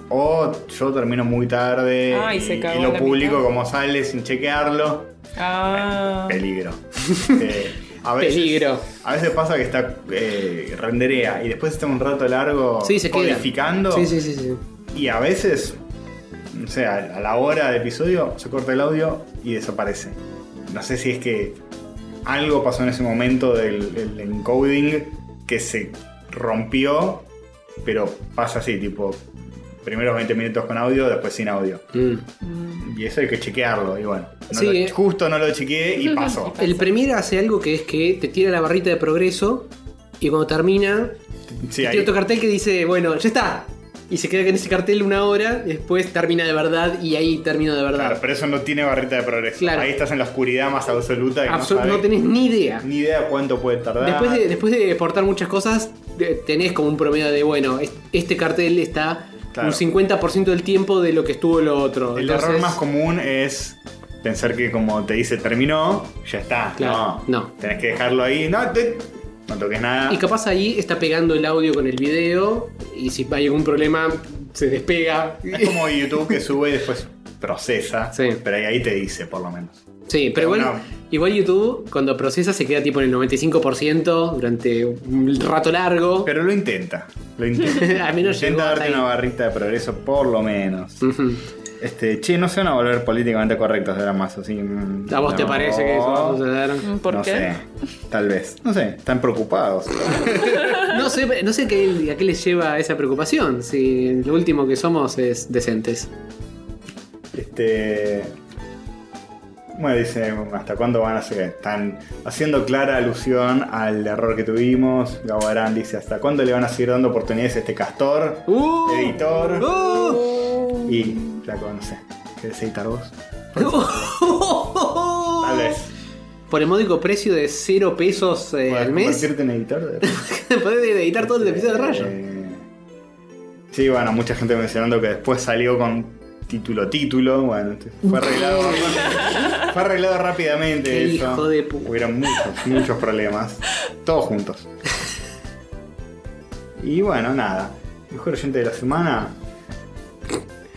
Speaker 1: O yo termino muy tarde
Speaker 3: Ah, y
Speaker 1: y,
Speaker 3: se
Speaker 1: y
Speaker 3: cagó
Speaker 1: lo
Speaker 3: la
Speaker 1: publico
Speaker 3: mitad.
Speaker 1: como sale sin chequearlo.
Speaker 3: Ah.
Speaker 1: Peligro. Eh, a veces,
Speaker 5: Peligro.
Speaker 1: A veces pasa que está eh, renderea y después está un rato largo
Speaker 5: Sí, se queda.
Speaker 1: codificando.
Speaker 5: Sí, sí, sí, sí.
Speaker 1: Y a veces, o sea, a la hora del episodio se corta el audio y desaparece. No sé si es que algo pasó en ese momento del del encoding que se rompió, pero pasa así, tipo, primeros 20 minutos con audio, después sin audio.
Speaker 5: Mm.
Speaker 1: Y eso hay que chequearlo, y bueno. no
Speaker 5: Sí,
Speaker 1: lo-
Speaker 5: eh.
Speaker 1: justo no lo chequeé y pasó.
Speaker 5: El Premiere hace algo que es que te tira la barrita de progreso y cuando termina,
Speaker 1: Sí,
Speaker 5: tiene
Speaker 1: ahí.
Speaker 5: otro cartel que dice, bueno, ya está. Y se queda en ese cartel una hora, después termina de verdad y ahí termino de
Speaker 1: Claro,
Speaker 5: verdad.
Speaker 1: pero eso no tiene barrita de progreso.
Speaker 5: Claro.
Speaker 1: Ahí estás en la oscuridad más absoluta y
Speaker 5: Absol-
Speaker 1: no, sabes
Speaker 5: no tenés ni idea.
Speaker 1: ni idea cuánto puede tardar.
Speaker 5: Después de, después de exportar muchas cosas, de- tenés como un promedio de, bueno, es- este cartel está
Speaker 1: Claro.
Speaker 5: un 50% del tiempo de lo que estuvo lo otro.
Speaker 1: El
Speaker 5: Entonces-
Speaker 1: error más común es pensar que como te dice terminó, ya está.
Speaker 5: Claro,
Speaker 1: no.
Speaker 5: no.
Speaker 1: Tenés que dejarlo ahí. No, te- no toques nada.
Speaker 5: Y capaz ahí está pegando el audio con el video y si hay algún problema se despega.
Speaker 1: Es como YouTube que sube y después procesa.
Speaker 5: Sí.
Speaker 1: Pero ahí, ahí te dice, por lo menos.
Speaker 5: Sí, pero igual,
Speaker 1: Bueno.
Speaker 5: igual YouTube cuando procesa se queda tipo en el 95% durante un rato largo.
Speaker 1: Pero lo intenta. Lo intenta.
Speaker 5: Al menos llegó
Speaker 1: intenta darte
Speaker 5: ahí. Mm.
Speaker 1: una barrita de progreso, por lo menos.
Speaker 5: Ujú.
Speaker 1: Este, che, no se van a volver políticamente correctos de la masa. ¿sí? Mm,
Speaker 5: ¿A vos te
Speaker 1: no.
Speaker 5: parece que eso va a suceder?
Speaker 3: mm, ¿Por
Speaker 1: no
Speaker 3: qué?
Speaker 1: sé, tal vez. No sé, están preocupados.
Speaker 5: No sé, no sé qué- a qué les lleva esa preocupación, si lo último que somos es decentes.
Speaker 1: Este. Bueno, dice, ¿hasta cuándo van a ser? Están haciendo clara alusión al error que tuvimos. Gabo Arán dice, ¿hasta cuándo le van a seguir dando oportunidades a este castor?
Speaker 5: ¡Uh!
Speaker 1: Editor.
Speaker 5: ¡Uh!
Speaker 1: Y, ya no sé, ¿querés editar vos? Tal vez.
Speaker 5: Por el módico precio de 0 pesos eh,
Speaker 1: ¿Puedes
Speaker 5: al mes,
Speaker 1: convertirte en editor? de-
Speaker 5: podés editar todo el episodio de Rayo.
Speaker 1: Eh, Sí, bueno, mucha gente mencionando que después salió con título título. Bueno, este, fue arreglado, fue arreglado rápidamente.
Speaker 5: Qué
Speaker 1: eso.
Speaker 5: hijo de pu-
Speaker 1: Hubieron muchos, muchos problemas. Todos juntos. Y bueno, nada. Mejor oyente de la semana.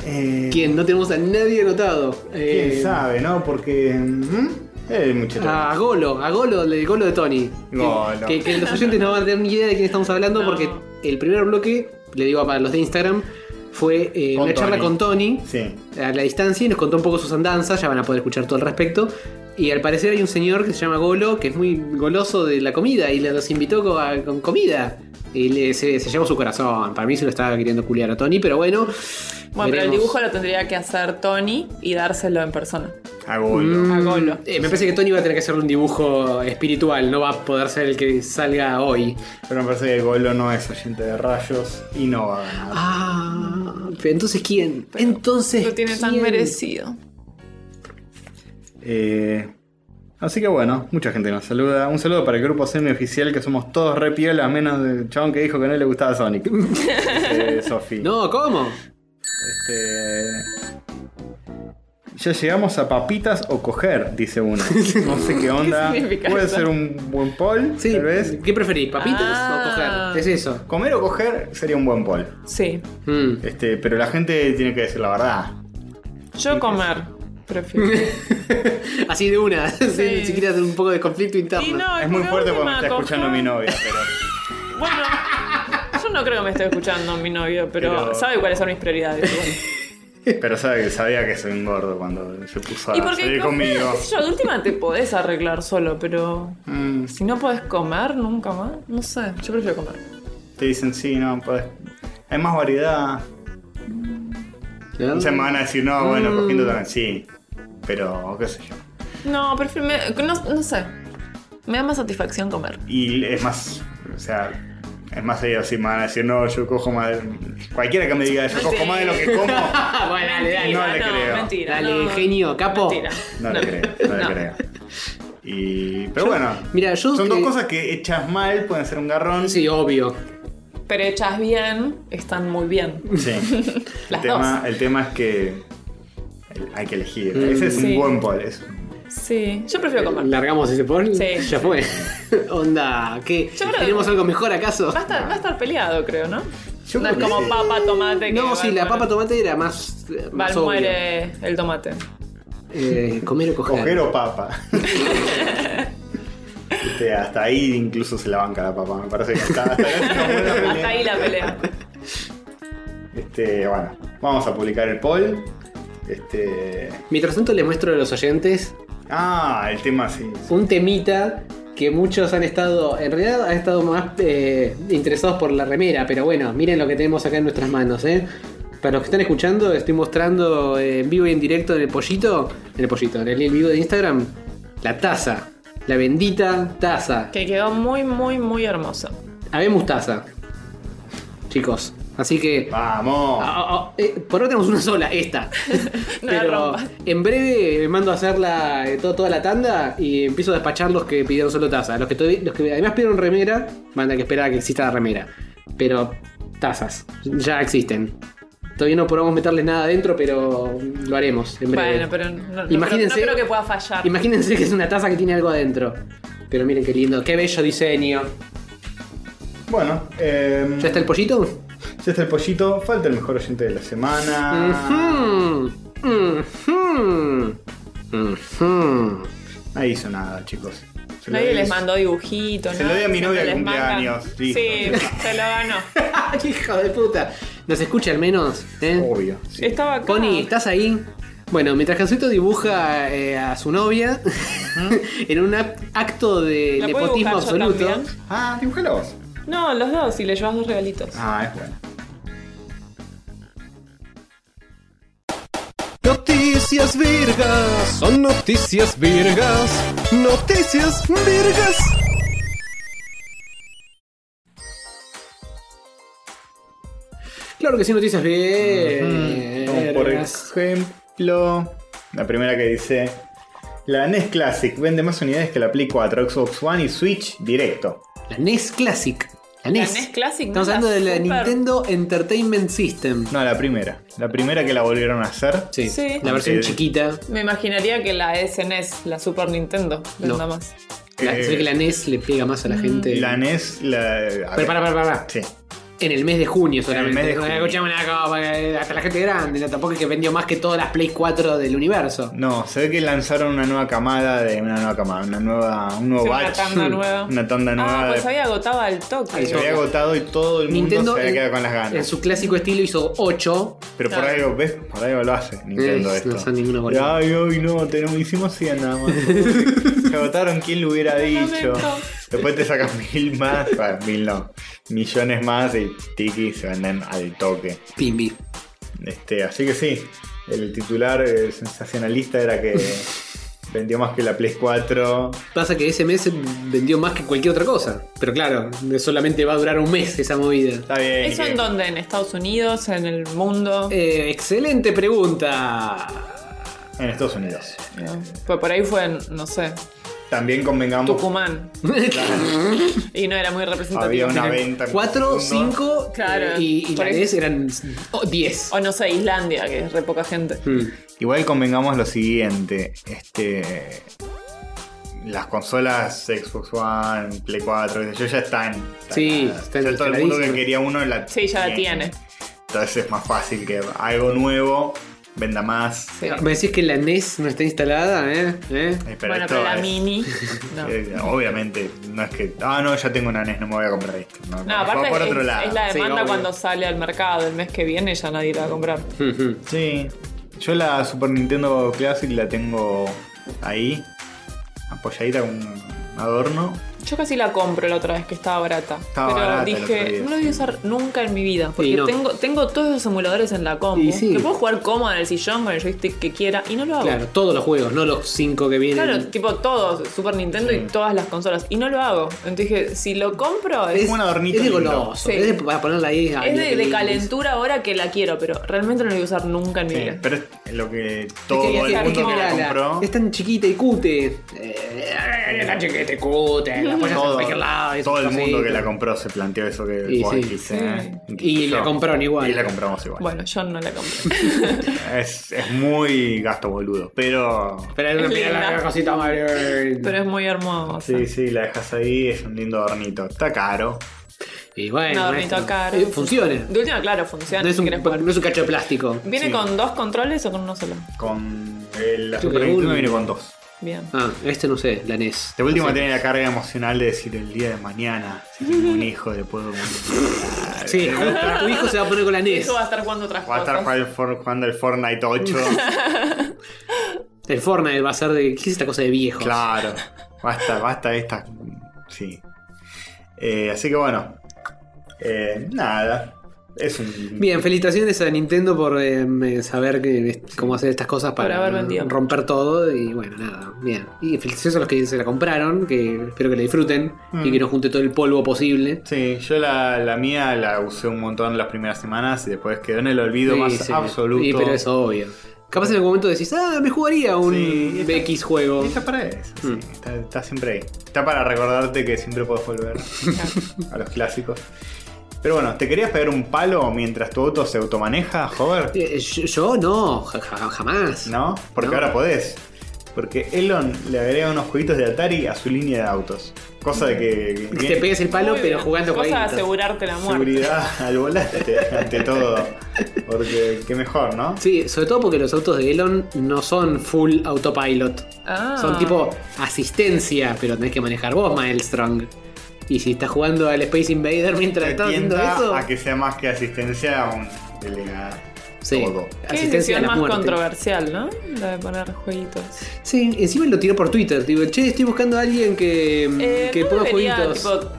Speaker 1: Eh,
Speaker 5: Quien no tenemos a nadie anotado.
Speaker 1: quién
Speaker 5: Eh,
Speaker 1: sabe, ¿no? Porque. ¿hmm? El muchacho.
Speaker 5: A Golo, a Golo, el Golo de Tony.
Speaker 1: Golo.
Speaker 5: Que, que los oyentes no van a tener ni idea de quién estamos hablando
Speaker 3: No.
Speaker 5: porque el primer bloque, le digo para los de Instagram, fue eh,
Speaker 1: Con
Speaker 5: una charla
Speaker 1: Tony.
Speaker 5: con Tony
Speaker 1: Sí.
Speaker 5: a la distancia y nos contó un poco sus andanzas, ya van a poder escuchar todo al respecto. Y al parecer hay un señor que se llama Golo, que es muy goloso de la comida y le- los invitó co- a- con, comida. Y le- se, se llevó su corazón. Para mí se lo estaba queriendo culiar a Tony, pero bueno.
Speaker 3: Bueno, pero el
Speaker 5: veremos.
Speaker 3: dibujo lo tendría que hacer Tony y dárselo en persona.
Speaker 1: A Golo.
Speaker 5: Mm,
Speaker 3: A Golo.
Speaker 5: eh, me parece que Tony va a tener que hacer un dibujo espiritual, no va a poder ser el que salga hoy.
Speaker 1: Pero me parece que Golo no es oyente de rayos y no va a ganar.
Speaker 5: Ah, pero entonces quién? Entonces.
Speaker 3: Lo tiene tan
Speaker 5: ¿quién?
Speaker 3: merecido.
Speaker 1: Eh, así que bueno, mucha gente nos saluda. Un saludo para el grupo semioficial que somos todos re piola, menos el chabón que dijo que no le gustaba Sonic. eh, Sofi.
Speaker 5: No, ¿cómo?
Speaker 1: Este, Ya llegamos a papitas o coger, dice uno. No sé qué onda.
Speaker 3: significa
Speaker 1: Puede
Speaker 3: eso?
Speaker 1: ser un buen poll,
Speaker 5: Sí,
Speaker 1: tal vez.
Speaker 5: ¿qué preferís? ¿Papitas
Speaker 3: Ah.
Speaker 5: o coger? Es eso.
Speaker 1: Comer o coger sería un buen poll.
Speaker 3: Sí.
Speaker 5: Mm.
Speaker 1: Este, pero la gente tiene que decir la verdad.
Speaker 3: Yo comer. Prefiero.
Speaker 5: Así de una, sin ni siquiera hacer un poco de conflicto interno.
Speaker 3: Y no,
Speaker 1: es muy fuerte porque
Speaker 3: porque
Speaker 1: me
Speaker 3: última,
Speaker 1: está escuchando
Speaker 3: coger-
Speaker 1: mi novia, pero.
Speaker 3: Bueno, yo no creo que me esté escuchando mi novio, pero,
Speaker 1: Pero-
Speaker 3: sabe cuáles son mis prioridades. igual.
Speaker 1: Pero sabe, que- sabía que soy un gordo cuando se puso a
Speaker 3: y porque
Speaker 1: salir
Speaker 3: coger,
Speaker 1: conmigo.
Speaker 3: qué sé yo, de última te podés arreglar solo, pero
Speaker 1: Mm,
Speaker 3: si no podés comer nunca más, no sé, yo prefiero comer.
Speaker 1: te dicen, sí, no, podés. Hay más variedad.
Speaker 5: ¿No?
Speaker 1: Entonces me van a decir, no,
Speaker 5: Mm.
Speaker 1: bueno, cogiendo también. Sí, pero qué sé yo.
Speaker 3: No, prefiero, me- no, no sé, me da más satisfacción comer.
Speaker 1: Y es más, o sea, es más seguido así, me van a decir, no, yo cojo más. Cualquiera que me diga, yo cojo más de lo que como,
Speaker 5: Ah, bueno, dale, dale.
Speaker 1: No le creo.
Speaker 3: Mentira,
Speaker 5: Dale,
Speaker 3: no.
Speaker 5: genio, capo.
Speaker 3: Mentira.
Speaker 1: no le creo, no le creo. Y, pero bueno,
Speaker 5: Mira, yo.
Speaker 1: son dos
Speaker 5: eh,
Speaker 1: cosas que hechas mal pueden ser un garrón.
Speaker 5: Sí, obvio.
Speaker 3: Pero hechas bien, están muy bien.
Speaker 1: Sí. el,
Speaker 3: Las
Speaker 1: tema, el tema es que hay que elegir.
Speaker 5: Mm.
Speaker 1: Ese es
Speaker 3: Sí.
Speaker 1: un buen poll. es-
Speaker 3: Sí, yo prefiero comer.
Speaker 5: Largamos ese poll.
Speaker 3: Sí.
Speaker 5: Ya fue. Onda, ¿qué?
Speaker 3: Yo creo
Speaker 5: ¿Tenemos
Speaker 3: que-
Speaker 5: algo mejor acaso?
Speaker 3: Va a, estar, va a estar peleado, creo, ¿no?
Speaker 1: Yo
Speaker 3: no
Speaker 1: creo
Speaker 3: es
Speaker 1: que
Speaker 3: como
Speaker 1: sí.
Speaker 3: papa, tomate. que
Speaker 5: No,
Speaker 3: Val
Speaker 5: sí, la
Speaker 3: muere-
Speaker 5: papa tomate era más. eh, más
Speaker 3: Val
Speaker 5: obvio.
Speaker 3: muere el tomate.
Speaker 5: Eh, comer o coger.
Speaker 1: Coger o papa. Este, hasta ahí incluso se la banca la papa, me parece que hasta, hasta ahí es una buena pelea.
Speaker 3: Hasta ahí la pelea.
Speaker 1: Este, bueno, vamos a publicar el poll. Este.
Speaker 5: Mientras tanto, les muestro a los oyentes
Speaker 1: Ah, el tema sí. sí.
Speaker 5: un temita que muchos han estado, en realidad han estado más eh, interesados por la remera, pero bueno, miren lo que tenemos acá en nuestras manos, ¿eh? Para los que están escuchando, estoy mostrando eh, en vivo y en directo en el pollito, en el pollito, en el vivo de Instagram, la taza, la bendita taza,
Speaker 3: Que quedó muy, muy, muy hermoso.
Speaker 5: habemos taza, chicos, así que...
Speaker 3: Oh.
Speaker 1: Vamos.
Speaker 5: Ah, ah, ah, eh, por ahora tenemos una sola, esta.
Speaker 3: No la
Speaker 5: Pero
Speaker 3: rompas.
Speaker 5: en breve mando a hacer la, eh, todo- toda la tanda y empiezo a despachar los que pidieron solo taza. Los que, todavía- los que además pidieron remera, van a tener que esperar a que exista la remera. Pero tazas, ya existen. Todavía no probamos meterles nada adentro, pero lo haremos en breve.
Speaker 3: Bueno, pero no, no
Speaker 5: Imagínense-
Speaker 3: creo, no creo que pueda fallar.
Speaker 5: Imagínense que es una taza que tiene algo adentro. Pero miren qué lindo, qué bello diseño.
Speaker 1: Bueno, eh,
Speaker 5: ¿Ya está el pollito?
Speaker 1: ya está el pollito. Falta el mejor oyente de la
Speaker 3: Ah.
Speaker 1: semana.
Speaker 5: Ujú, hmm, ujú, hmm, ujú.
Speaker 1: No hizo nada, chicos. Se lo
Speaker 3: Nadie
Speaker 1: di-
Speaker 3: les mandó dibujitos.
Speaker 1: Se
Speaker 3: ¿no?
Speaker 1: lo di a mi
Speaker 3: Si
Speaker 1: novia
Speaker 3: no
Speaker 1: que
Speaker 3: les
Speaker 1: cumplía
Speaker 3: mandan-
Speaker 1: años.
Speaker 3: Sí,
Speaker 1: Listo, ya
Speaker 3: se lo ganó.
Speaker 5: Hijo de puta. ¿Nos escucha al menos? ¿Eh?
Speaker 1: Obvio. sí.
Speaker 3: Estaba acá.
Speaker 5: Pony, ¿estás ahí? Bueno, mientras Jesuito dibuja eh, a su novia en un act- acto de
Speaker 3: ¿Mm? ¿La puedo
Speaker 5: nepotismo
Speaker 3: dibujar yo
Speaker 5: absoluto.
Speaker 3: también?
Speaker 1: Ah, dibujalo vos.
Speaker 3: No, los dos, y le llevas dos regalitos.
Speaker 1: Ah, es bueno.
Speaker 2: Noticias virgas, son noticias virgas, noticias virgas.
Speaker 5: Claro que sí, noticias bien.
Speaker 1: Como por ejemplo, la primera que dice: La NES Classic vende más unidades que la Play 4, Xbox One y Switch directo.
Speaker 5: La NES Classic. La NES.
Speaker 3: NES E Classic,
Speaker 5: Estamos
Speaker 3: ¿no? La
Speaker 5: hablando de la
Speaker 3: super-
Speaker 5: Nintendo Entertainment System.
Speaker 1: No, la primera. La primera que la volvieron a hacer.
Speaker 5: Sí.
Speaker 3: Sí.
Speaker 5: La versión
Speaker 1: Eh,
Speaker 5: chiquita.
Speaker 3: Me imaginaría que la SNES, la Super Nintendo,
Speaker 5: No.
Speaker 3: nada más.
Speaker 5: La,
Speaker 1: Eh,
Speaker 5: sé que la NES le pega más a
Speaker 3: Mm.
Speaker 5: la gente.
Speaker 1: La E NES, la. a
Speaker 5: Pero
Speaker 1: ver,
Speaker 5: para, para, para.
Speaker 1: Sí.
Speaker 5: En el mes de junio
Speaker 1: En
Speaker 5: solamente.
Speaker 1: el mes de
Speaker 5: No,
Speaker 1: junio.
Speaker 5: escuchame una cosa, eh, hasta la gente grande, no, tampoco es que vendió más que todas las Play 4 del universo.
Speaker 1: No, se ve que lanzaron una nueva camada de. Una nueva camada, una nueva. Un nuevo
Speaker 3: Sí, una
Speaker 1: batch.
Speaker 3: tanda nueva.
Speaker 1: Una tanda nueva.
Speaker 3: Ah, pues
Speaker 1: de-
Speaker 3: había agotado al toque.
Speaker 5: Al
Speaker 1: Se había
Speaker 5: toque.
Speaker 1: agotado y todo el mundo
Speaker 5: Nintendo
Speaker 1: se había
Speaker 5: en-
Speaker 1: quedado con las
Speaker 5: En
Speaker 1: ganas.
Speaker 5: su clásico estilo hizo 8.
Speaker 1: Pero por
Speaker 3: Claro.
Speaker 1: algo, ¿ves? Por algo lo hace Nintendo
Speaker 5: Eh,
Speaker 1: esto.
Speaker 5: no son ninguno
Speaker 1: Y,
Speaker 5: boludo.
Speaker 1: Ay, hoy no, tenemos, hicimos 100 nada más. Se agotaron, ¿quién lo hubiera dicho?
Speaker 3: lamento.
Speaker 1: Después te sacan mil más, bueno, mil no, millones más y tiki se venden al toque.
Speaker 5: Pimbi.
Speaker 1: Este, así que sí, el titular eh, sensacionalista era que vendió más que la Play 4.
Speaker 5: Pasa que ese mes vendió más que cualquier otra cosa. Pero claro, solamente va a durar un mes esa movida.
Speaker 1: Está bien.
Speaker 3: ¿Eso
Speaker 1: que-
Speaker 3: en dónde? ¿En Estados Unidos? ¿En el mundo?
Speaker 5: Eh, excelente pregunta.
Speaker 1: En Estados Unidos.
Speaker 3: No. Pues por ahí fue, en, no sé,
Speaker 1: También convengamos.
Speaker 3: Tucumán. y no era muy representativo.
Speaker 1: Había una venta. en segundo.
Speaker 5: 4, 5
Speaker 3: Claro.
Speaker 5: eh, y, y
Speaker 3: Por
Speaker 5: la
Speaker 3: ahí-
Speaker 5: 10 eran Hmm. 10.
Speaker 3: O no sé, Islandia, que es re poca gente.
Speaker 1: Igual convengamos lo siguiente. Este. Las consolas Xbox One, Play 4, qué sé yo, ya están.
Speaker 5: Sí,
Speaker 1: instaladas.
Speaker 5: están
Speaker 1: Ya todo el mundo que
Speaker 5: instaladísimas.
Speaker 1: quería uno la
Speaker 3: Sí, ya la tiene.
Speaker 1: Entonces es más fácil que algo nuevo venda más.
Speaker 3: Sí.
Speaker 5: Me decís que la NES no está instalada, ¿eh? ¿Eh?
Speaker 1: Eh, Pero
Speaker 3: Bueno,
Speaker 1: esto
Speaker 3: pero la
Speaker 1: es-
Speaker 3: mini. No.
Speaker 1: eh, obviamente, no es que. Ah, no, ya tengo una NES, no me voy a comprar esto. No,
Speaker 3: No,
Speaker 1: va
Speaker 3: aparte
Speaker 1: por
Speaker 3: es,
Speaker 1: otro lado.
Speaker 3: es la
Speaker 5: Sí,
Speaker 3: demanda
Speaker 5: obvio.
Speaker 3: cuando sale al mercado el mes que viene, ya nadie la va a comprar.
Speaker 5: Ujú.
Speaker 1: Sí. Yo la Super Nintendo Classic la tengo ahí, apoyadita con un adorno.
Speaker 3: Yo casi la compro la otra vez que estaba barata.
Speaker 1: Estaba
Speaker 3: pero
Speaker 1: barata el
Speaker 3: dije,
Speaker 1: otro día,
Speaker 3: no la voy a
Speaker 1: sí.
Speaker 3: usar nunca en mi vida. Porque
Speaker 5: no.
Speaker 3: tengo, tengo todos los emuladores en la compu.
Speaker 5: Y sí.
Speaker 3: Que puedo jugar cómodo en el sillón con el joystick que quiera y no lo hago.
Speaker 5: Claro, todos los juegos, no los 5 que vienen.
Speaker 3: Ah, Claro, tipo todos, Super Nintendo y todas las consolas. Y no lo hago. Entonces dije, si lo compro es,
Speaker 1: como un adornito
Speaker 5: Es de
Speaker 1: lindo.
Speaker 5: goloso,
Speaker 3: Sí.
Speaker 5: es de- para ponerla ahí. ah,
Speaker 3: es
Speaker 5: ay,
Speaker 3: de, de
Speaker 5: lindo.
Speaker 3: calentura ahora que la quiero, pero realmente no la voy a usar nunca en mi
Speaker 1: Sí,
Speaker 3: vida.
Speaker 1: pero es lo que todo
Speaker 5: Es que,
Speaker 1: el
Speaker 5: es
Speaker 1: mundo
Speaker 5: que
Speaker 1: que la
Speaker 5: mirala,
Speaker 1: compró.
Speaker 5: es tan chiquita y cute. Eh, es tan chiquita y cute. La apoyas en
Speaker 1: Todo,
Speaker 5: cualquier lado. es
Speaker 1: todo
Speaker 5: un
Speaker 1: el mundo
Speaker 5: cosito.
Speaker 1: que la compró se planteó eso que
Speaker 5: Y
Speaker 1: vos
Speaker 5: sí.
Speaker 1: dijiste, ¿eh?
Speaker 5: Y la
Speaker 1: Yo.
Speaker 5: compraron igual.
Speaker 1: Y la compramos igual.
Speaker 3: Bueno, yo no la compré.
Speaker 1: Es, es muy gasto boludo, pero.
Speaker 5: Pero es
Speaker 3: Es
Speaker 5: mira la
Speaker 3: linda.
Speaker 5: cosita más linda.
Speaker 3: pero es muy hermosa.
Speaker 1: Sí, sí, la dejas ahí, es un lindo adornito. Está caro.
Speaker 5: Y bueno,
Speaker 3: No,
Speaker 5: esto-
Speaker 3: dormito caro.
Speaker 5: eh, funciona.
Speaker 3: De última, claro, funciona.
Speaker 5: No es,
Speaker 3: si
Speaker 5: un,
Speaker 3: querés jugar.
Speaker 5: no es un cacho de plástico.
Speaker 3: ¿Viene
Speaker 1: sí.
Speaker 3: con dos controles o con uno solo?
Speaker 1: Con el, la
Speaker 5: Creo
Speaker 1: Super
Speaker 5: que
Speaker 1: Nintendo
Speaker 5: uno.
Speaker 1: viene con dos.
Speaker 3: Bien.
Speaker 5: Ah, este no sé, la NES.
Speaker 1: De última tiene la carga emocional de decir el día de mañana, si tengo un hijo, le puedo mostrar.
Speaker 5: Sí, tu hijo se va a poner con la E NES.
Speaker 3: Eso va a estar jugando otras
Speaker 1: Va a estar
Speaker 3: cosas.
Speaker 1: jugando el, For- jugando el Fortnite 8.
Speaker 5: El Fortnite va a ser de. ¿Qué es esta cosa de viejo?
Speaker 1: claro. Basta, basta de esta. Sí. Eh, así que bueno. Eh, nada. Es un.
Speaker 5: Bien, felicitaciones a Nintendo por eh, eh, saber que, es- cómo hacer estas cosas
Speaker 3: Por
Speaker 5: para
Speaker 3: haber vendido.
Speaker 5: romper todo y bueno, nada, bien. Y felicitaciones a los que se la compraron, que espero que la disfruten
Speaker 3: Mm.
Speaker 5: y que no junte todo el polvo posible.
Speaker 1: Sí, yo la, la mía la usé un montón las primeras semanas y después quedó en el olvido
Speaker 5: Sí,
Speaker 1: más
Speaker 5: sí.
Speaker 1: absoluto.
Speaker 5: Y, pero es obvio. Capaz en algún momento decís, ah, me jugaría un
Speaker 1: Sí, esta-
Speaker 5: X juego.
Speaker 1: Y está para eso, sí,
Speaker 5: Mm.
Speaker 1: está, está siempre ahí. Está para recordarte que siempre puedes volver a los clásicos. Pero bueno, ¿te querías pegar un palo mientras tu auto se automaneja, joder?
Speaker 5: Eh, yo, yo no, ja- ja- jamás.
Speaker 1: ¿No? Porque
Speaker 5: No.
Speaker 1: ahora podés. Porque Elon le agrega unos jueguitos de Atari a su línea de autos. Cosa de que. que-
Speaker 5: Que Te pegues el palo,
Speaker 3: Muy
Speaker 5: pero
Speaker 3: bien.
Speaker 5: jugando
Speaker 3: Cosa de
Speaker 5: jueguitos.
Speaker 3: asegurarte la muerte.
Speaker 1: seguridad al volante, ante todo. Porque qué mejor, ¿no?
Speaker 5: Sí, sobre todo porque los autos de Elon no son full autopilot.
Speaker 3: Ah.
Speaker 5: Son tipo asistencia, pero tenés que manejar vos, Maelstrong. Y si estás jugando al Space Invader mientras
Speaker 1: Te
Speaker 5: estás haciendo
Speaker 1: tienta
Speaker 5: eso.
Speaker 1: a que sea más que asistencia un delegado.
Speaker 5: Sí,
Speaker 1: todo.
Speaker 3: Qué
Speaker 5: asistencia a
Speaker 3: decisión
Speaker 5: la
Speaker 3: más
Speaker 5: muerte.
Speaker 3: controversial, ¿no? La de poner jueguitos.
Speaker 5: Sí, encima lo tiró por Twitter. Digo, che, estoy buscando a alguien que,
Speaker 3: Eh,
Speaker 5: Mm, que
Speaker 3: ¿no
Speaker 5: ponga
Speaker 3: debería,
Speaker 5: jueguitos.
Speaker 3: tipo,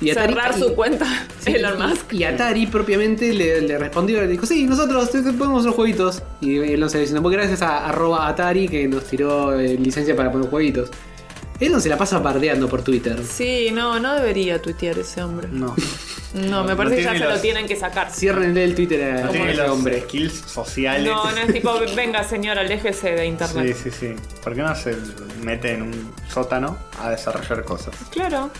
Speaker 5: y Atari-
Speaker 3: cerrar
Speaker 5: y-
Speaker 3: su cuenta
Speaker 5: sí,
Speaker 3: Elon Musk.
Speaker 5: Y Atari propiamente le, le respondió, le dijo, sí, nosotros te, te podemos hacer jueguitos. Y Elon se diciendo, pues gracias a arroba Atari que nos tiró eh, licencia para poner jueguitos. Elon se la pasa bardeando por Twitter.
Speaker 3: Sí, no, no debería tuitear ese hombre.
Speaker 1: No.
Speaker 3: No, me
Speaker 1: No
Speaker 3: parece que ya
Speaker 1: tiene
Speaker 3: se
Speaker 1: los-
Speaker 3: lo tienen que sacar.
Speaker 5: Ciérrenle el Twitter a
Speaker 1: No
Speaker 5: a
Speaker 1: tiene
Speaker 5: ese
Speaker 1: los
Speaker 5: hombre.
Speaker 1: skills sociales.
Speaker 3: No, no es tipo, venga señor, aléjese de
Speaker 1: Sí,
Speaker 3: internet.
Speaker 1: sí, sí. ¿Por qué no se mete en un sótano a desarrollar cosas?
Speaker 3: Claro.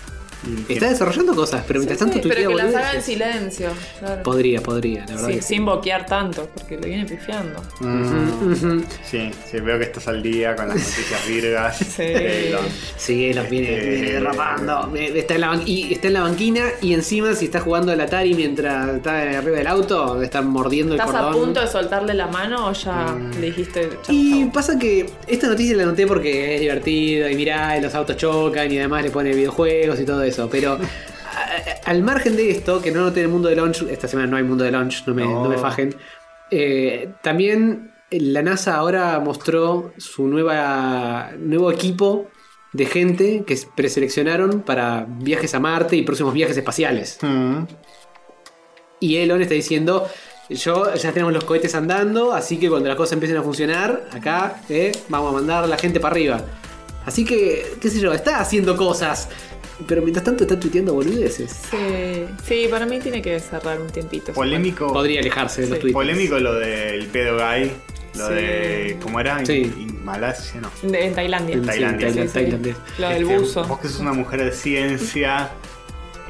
Speaker 1: Y
Speaker 5: Está desarrollando cosas, pero mientras tanto
Speaker 3: Sí,
Speaker 5: tuitea
Speaker 3: pero que las
Speaker 5: boludeces.
Speaker 3: haga en silencio. Claro.
Speaker 5: Podría, podría, la verdad.
Speaker 3: Sí,
Speaker 5: que sí.
Speaker 3: sin boquear tanto, porque le viene pifiando.
Speaker 1: Mm,
Speaker 5: Ujú.
Speaker 1: sí, sí, veo que estás al día con las noticias virgas.
Speaker 3: Sí.
Speaker 1: Eh, no.
Speaker 5: Sí, los viene,
Speaker 1: Este-
Speaker 5: viene derrapando. Eh, Está en, la ban- y está en la banquina y encima si está jugando al Atari mientras está arriba del auto, está mordiendo el
Speaker 3: ¿Estás
Speaker 5: cordón.
Speaker 3: a punto de soltarle la mano o ya le dijiste chau,
Speaker 5: Mm. Y
Speaker 3: chau?
Speaker 5: pasa que esta noticia la noté porque es divertido y mirá, y los autos chocan y además le pone videojuegos y todo eso. Pero a- al margen de esto, que no noté el mundo de launch, esta semana no hay mundo de launch, no me,
Speaker 1: No.
Speaker 5: no me fajen. eh, también la NASA ahora mostró su nueva nuevo equipo de gente que preseleccionaron para viajes a Marte y próximos viajes espaciales.
Speaker 1: Mm.
Speaker 5: Y Elon está diciendo, yo ya tenemos los cohetes andando, así que cuando las cosas empiecen a funcionar, acá eh, vamos a mandar a la gente para arriba. Así que, qué sé yo, está haciendo cosas. Pero mientras tanto está tuiteando boludeces.
Speaker 3: Sí. sí, para mí tiene que cerrar un tiempito.
Speaker 1: Polémico.
Speaker 5: Podría alejarse de los
Speaker 3: Sí.
Speaker 5: tweets.
Speaker 1: Polémico lo del pedo gay. Lo
Speaker 3: Sí.
Speaker 1: de. ¿Cómo era?
Speaker 5: Sí.
Speaker 1: In- in Malasia, no.
Speaker 3: De- en Tailandia.
Speaker 5: En
Speaker 1: Sí, Tailandia.
Speaker 5: Tailandia,
Speaker 3: Sí, sí.
Speaker 5: tailandés.
Speaker 3: Lo del
Speaker 1: Este,
Speaker 3: buzo.
Speaker 1: Vos que sos una mujer de ciencia.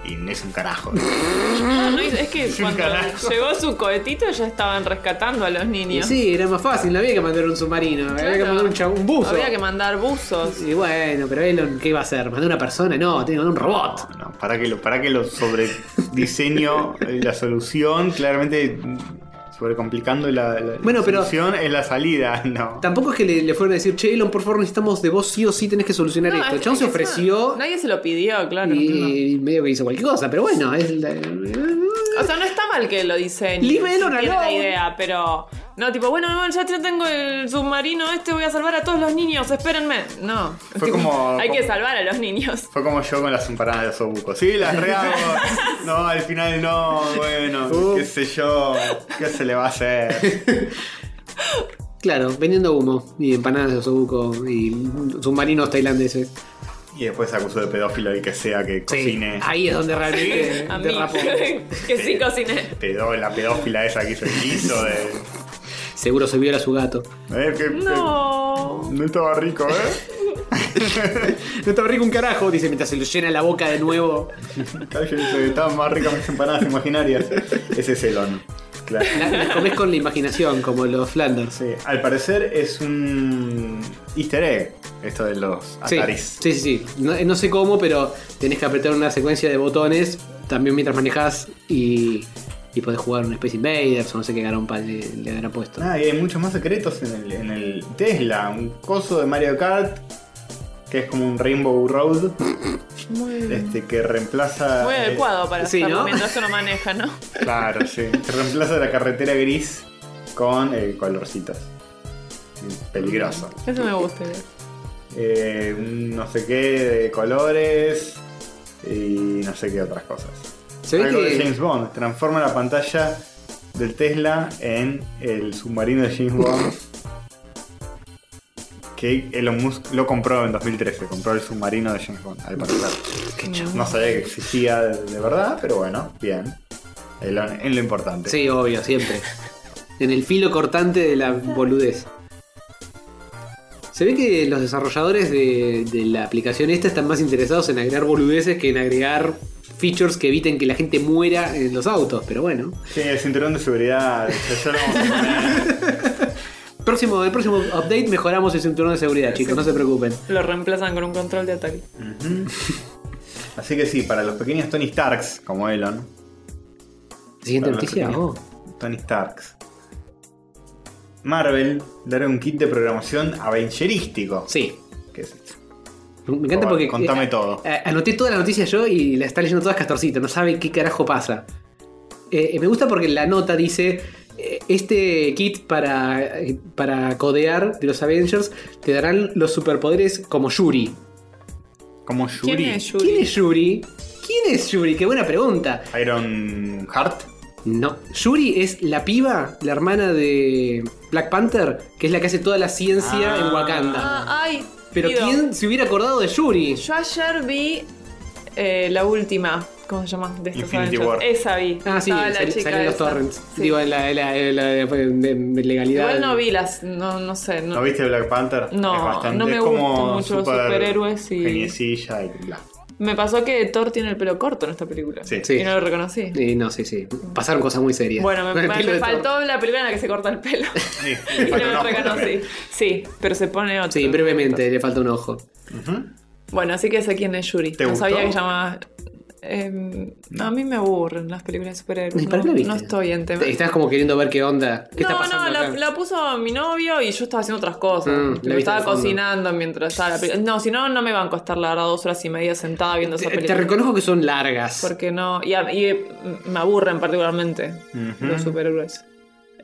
Speaker 1: Y no es un carajo.
Speaker 3: Ah, No, no, es que
Speaker 1: Sí,
Speaker 3: cuando
Speaker 1: carajo.
Speaker 3: llegó su cohetito ya estaban rescatando a los
Speaker 5: Y
Speaker 3: niños.
Speaker 5: sí, era más fácil, no había que mandar un submarino, había que
Speaker 3: Claro.
Speaker 5: mandar un, chabón- un buzo.
Speaker 3: Había que mandar buzos.
Speaker 5: Y bueno, pero Elon, ¿qué iba a hacer? ¿Mandó una persona? No, tiene que mandar un robot.
Speaker 1: No, para que lo, para que lo sobrediseño eh, la solución, claramente mm, sobrecomplicando la, la-
Speaker 5: Bueno,
Speaker 1: la
Speaker 5: pero-
Speaker 1: solución es la salida, no.
Speaker 5: Tampoco es que le, le fueron a decir, che, Elon, por favor, necesitamos de vos sí o sí, tenés que solucionar
Speaker 3: No,
Speaker 5: esto. El
Speaker 3: es-
Speaker 5: chabón se
Speaker 3: es-
Speaker 5: ofreció
Speaker 3: Nadie se lo pidió, claro.
Speaker 5: y, y medio que hizo cualquier cosa, pero bueno, es la-
Speaker 3: O sea, no está mal que lo diseñe.
Speaker 5: Leave
Speaker 3: si
Speaker 5: Elon
Speaker 3: tiene la
Speaker 5: alone.
Speaker 3: idea, pero. No, tipo, bueno, bueno, ya te- tengo el submarino este, voy a salvar a todos los niños, espérenme. No.
Speaker 1: Fue
Speaker 3: Tipo,
Speaker 1: como-
Speaker 3: Hay
Speaker 1: como-
Speaker 3: que salvar a los niños.
Speaker 1: Fue como yo con las empanadas de osobuco. Sí, las rehago. No, al final no, bueno,
Speaker 5: Uh.
Speaker 1: qué sé yo, qué se le va a hacer.
Speaker 5: Claro, vendiendo humo y empanadas de osobuco y submarinos tailandeses.
Speaker 1: Y después acusó de pedófilo y que sea que cocine.
Speaker 3: Ah.
Speaker 5: ahí es donde realmente
Speaker 3: A mí.
Speaker 5: derrapó.
Speaker 3: que sí cociné.
Speaker 1: Pedó, la pedófila esa que hizo el guiso de.
Speaker 5: Seguro se viola a su gato.
Speaker 1: Eh, que- que-
Speaker 3: No.
Speaker 1: no estaba rico, ¿eh?
Speaker 5: No estaba rico un carajo, dice mientras se lo llena la boca de nuevo.
Speaker 1: Cállense, estaban más ricas mis empanadas imaginarias. Ese es Elon. Claro.
Speaker 5: La, la comes con la imaginación, como los Flanders.
Speaker 1: Sí, al parecer es un easter egg esto de los
Speaker 5: Sí,
Speaker 1: Ataris.
Speaker 5: sí, sí. sí. No, no sé cómo, pero tenés que apretar una secuencia de botones también mientras manejás y, y podés jugar un Space Invaders o no sé qué garompa le, le habrá puesto.
Speaker 1: Ah, y hay muchos más secretos en el, en el Tesla, un coso de Mario Kart que es como un Rainbow Road este que reemplaza
Speaker 3: Muy
Speaker 1: eh,
Speaker 3: adecuado para
Speaker 5: sí,
Speaker 3: estarlo
Speaker 5: ¿no?
Speaker 3: mientras uno maneja, ¿no?
Speaker 1: Claro, sí. Que reemplaza la carretera gris con eh, colorcitos. Peligroso.
Speaker 3: Eso me gusta.
Speaker 1: Eh, un no sé qué de colores y no sé qué otras cosas.
Speaker 5: Se ve
Speaker 1: Algo de
Speaker 5: que
Speaker 1: James Bond. Transforma la pantalla del Tesla en el submarino de James Bond. que Elon Musk lo compró en 2013. Compró el submarino de James Bond, al parecer. no sabía que existía de, de verdad, pero bueno, bien. Elon, en lo importante.
Speaker 5: Sí, obvio, siempre. En el filo cortante de la boludez. Se ve que los desarrolladores de, de la aplicación esta están más interesados en agregar boludeces que en agregar features que eviten que la gente muera en los autos, pero bueno.
Speaker 1: Sí, el cinturón de seguridad. ya lo vamos a poner.
Speaker 5: Próximo, el próximo update mejoramos el cinturón de seguridad, chicos, no se preocupen.
Speaker 3: Lo reemplazan con un control de ataque.
Speaker 1: Ujú. Así que sí, para los pequeños Tony Starks, como Elon.
Speaker 5: Siguiente
Speaker 1: Para los
Speaker 5: noticia.
Speaker 1: pequeños
Speaker 5: oh.
Speaker 1: Tony Starks. Marvel dará un kit de programación avengerístico.
Speaker 5: Sí.
Speaker 1: ¿Qué es esto?
Speaker 5: Me encanta
Speaker 1: Por favor,
Speaker 5: porque.
Speaker 1: contame
Speaker 5: eh,
Speaker 1: todo.
Speaker 5: eh, anoté todas las noticias yo y las está leyendo todas Castorcito, no sabe qué carajo pasa. Eh, eh, me gusta porque la nota dice: eh, Este kit para, eh, para codear de los Avengers te darán los superpoderes como Yuri.
Speaker 1: Como
Speaker 3: ¿Quién
Speaker 1: Yuri.
Speaker 3: es Yuri?
Speaker 5: ¿Quién es Yuri? ¿Quién es Yuri? Qué buena pregunta.
Speaker 1: Iron Heart.
Speaker 5: No. Yuri es la piba, la hermana de Black Panther, que es la que hace toda la ciencia
Speaker 1: Ah.
Speaker 5: en Wakanda.
Speaker 3: Ah, ay.
Speaker 5: Pero
Speaker 3: Guido.
Speaker 5: ¿quién se hubiera acordado de Yuri?
Speaker 3: Yo ayer vi eh, la última. ¿Cómo se llama? De estos
Speaker 1: Infinity
Speaker 3: Avengers.
Speaker 1: War.
Speaker 3: Esa vi.
Speaker 5: Ah, sí,
Speaker 3: Estaba la
Speaker 5: sal-
Speaker 3: chica
Speaker 5: salió en los
Speaker 3: esa.
Speaker 5: torrents.
Speaker 3: Sí.
Speaker 5: Digo, en la, en la- en la- en- en- en legalidad.
Speaker 3: Igual no vi las. No, no sé. No,
Speaker 1: ¿No viste Black Panther?
Speaker 3: No,
Speaker 1: es bastante,
Speaker 3: no me
Speaker 1: es como
Speaker 3: gustan mucho los
Speaker 1: super
Speaker 3: superhéroes y-
Speaker 1: geniecilla y bla.
Speaker 3: Me pasó que Thor tiene el pelo corto en esta película.
Speaker 1: Sí.
Speaker 5: Sí.
Speaker 3: Y no lo reconocí.
Speaker 5: Eh, no, sí, sí. Pasaron cosas muy serias.
Speaker 3: Bueno, me,
Speaker 5: Con el
Speaker 3: me-
Speaker 5: pelo
Speaker 3: me
Speaker 5: de Thor.
Speaker 3: faltó la película en la que se corta el pelo.
Speaker 1: Sí,
Speaker 3: y
Speaker 1: le
Speaker 3: no
Speaker 1: falta un
Speaker 3: lo
Speaker 1: ojo
Speaker 3: reconocí.
Speaker 1: también.
Speaker 3: Sí, pero se pone otro.
Speaker 5: Sí, brevemente, le falta un ojo.
Speaker 1: Ujú.
Speaker 3: Bueno, así que sé quién es Yuri.
Speaker 1: ¿Te
Speaker 3: no
Speaker 1: gustó?
Speaker 3: sabía que llamaba. eh, a mí me aburren las películas de superhéroes.
Speaker 5: ¿Y para
Speaker 3: no,
Speaker 5: qué la viste?
Speaker 3: no estoy en tema.
Speaker 5: Te- Estás como queriendo ver qué onda. ¿Qué
Speaker 3: no,
Speaker 5: está pasando?
Speaker 3: no, la,
Speaker 5: acá?
Speaker 3: la puso mi novio y yo estaba haciendo otras cosas.
Speaker 5: Mm, la
Speaker 3: Me
Speaker 5: viste de
Speaker 3: estaba
Speaker 5: fondo.
Speaker 3: cocinando mientras estaba la película. No, si no, no me van a estar la verdad dos horas y media sentada viendo esa
Speaker 5: Te,
Speaker 3: película.
Speaker 5: te reconozco que son largas.
Speaker 3: Porque no. Y, a- y, eh, me aburren particularmente
Speaker 1: Ujú.
Speaker 3: los superhéroes.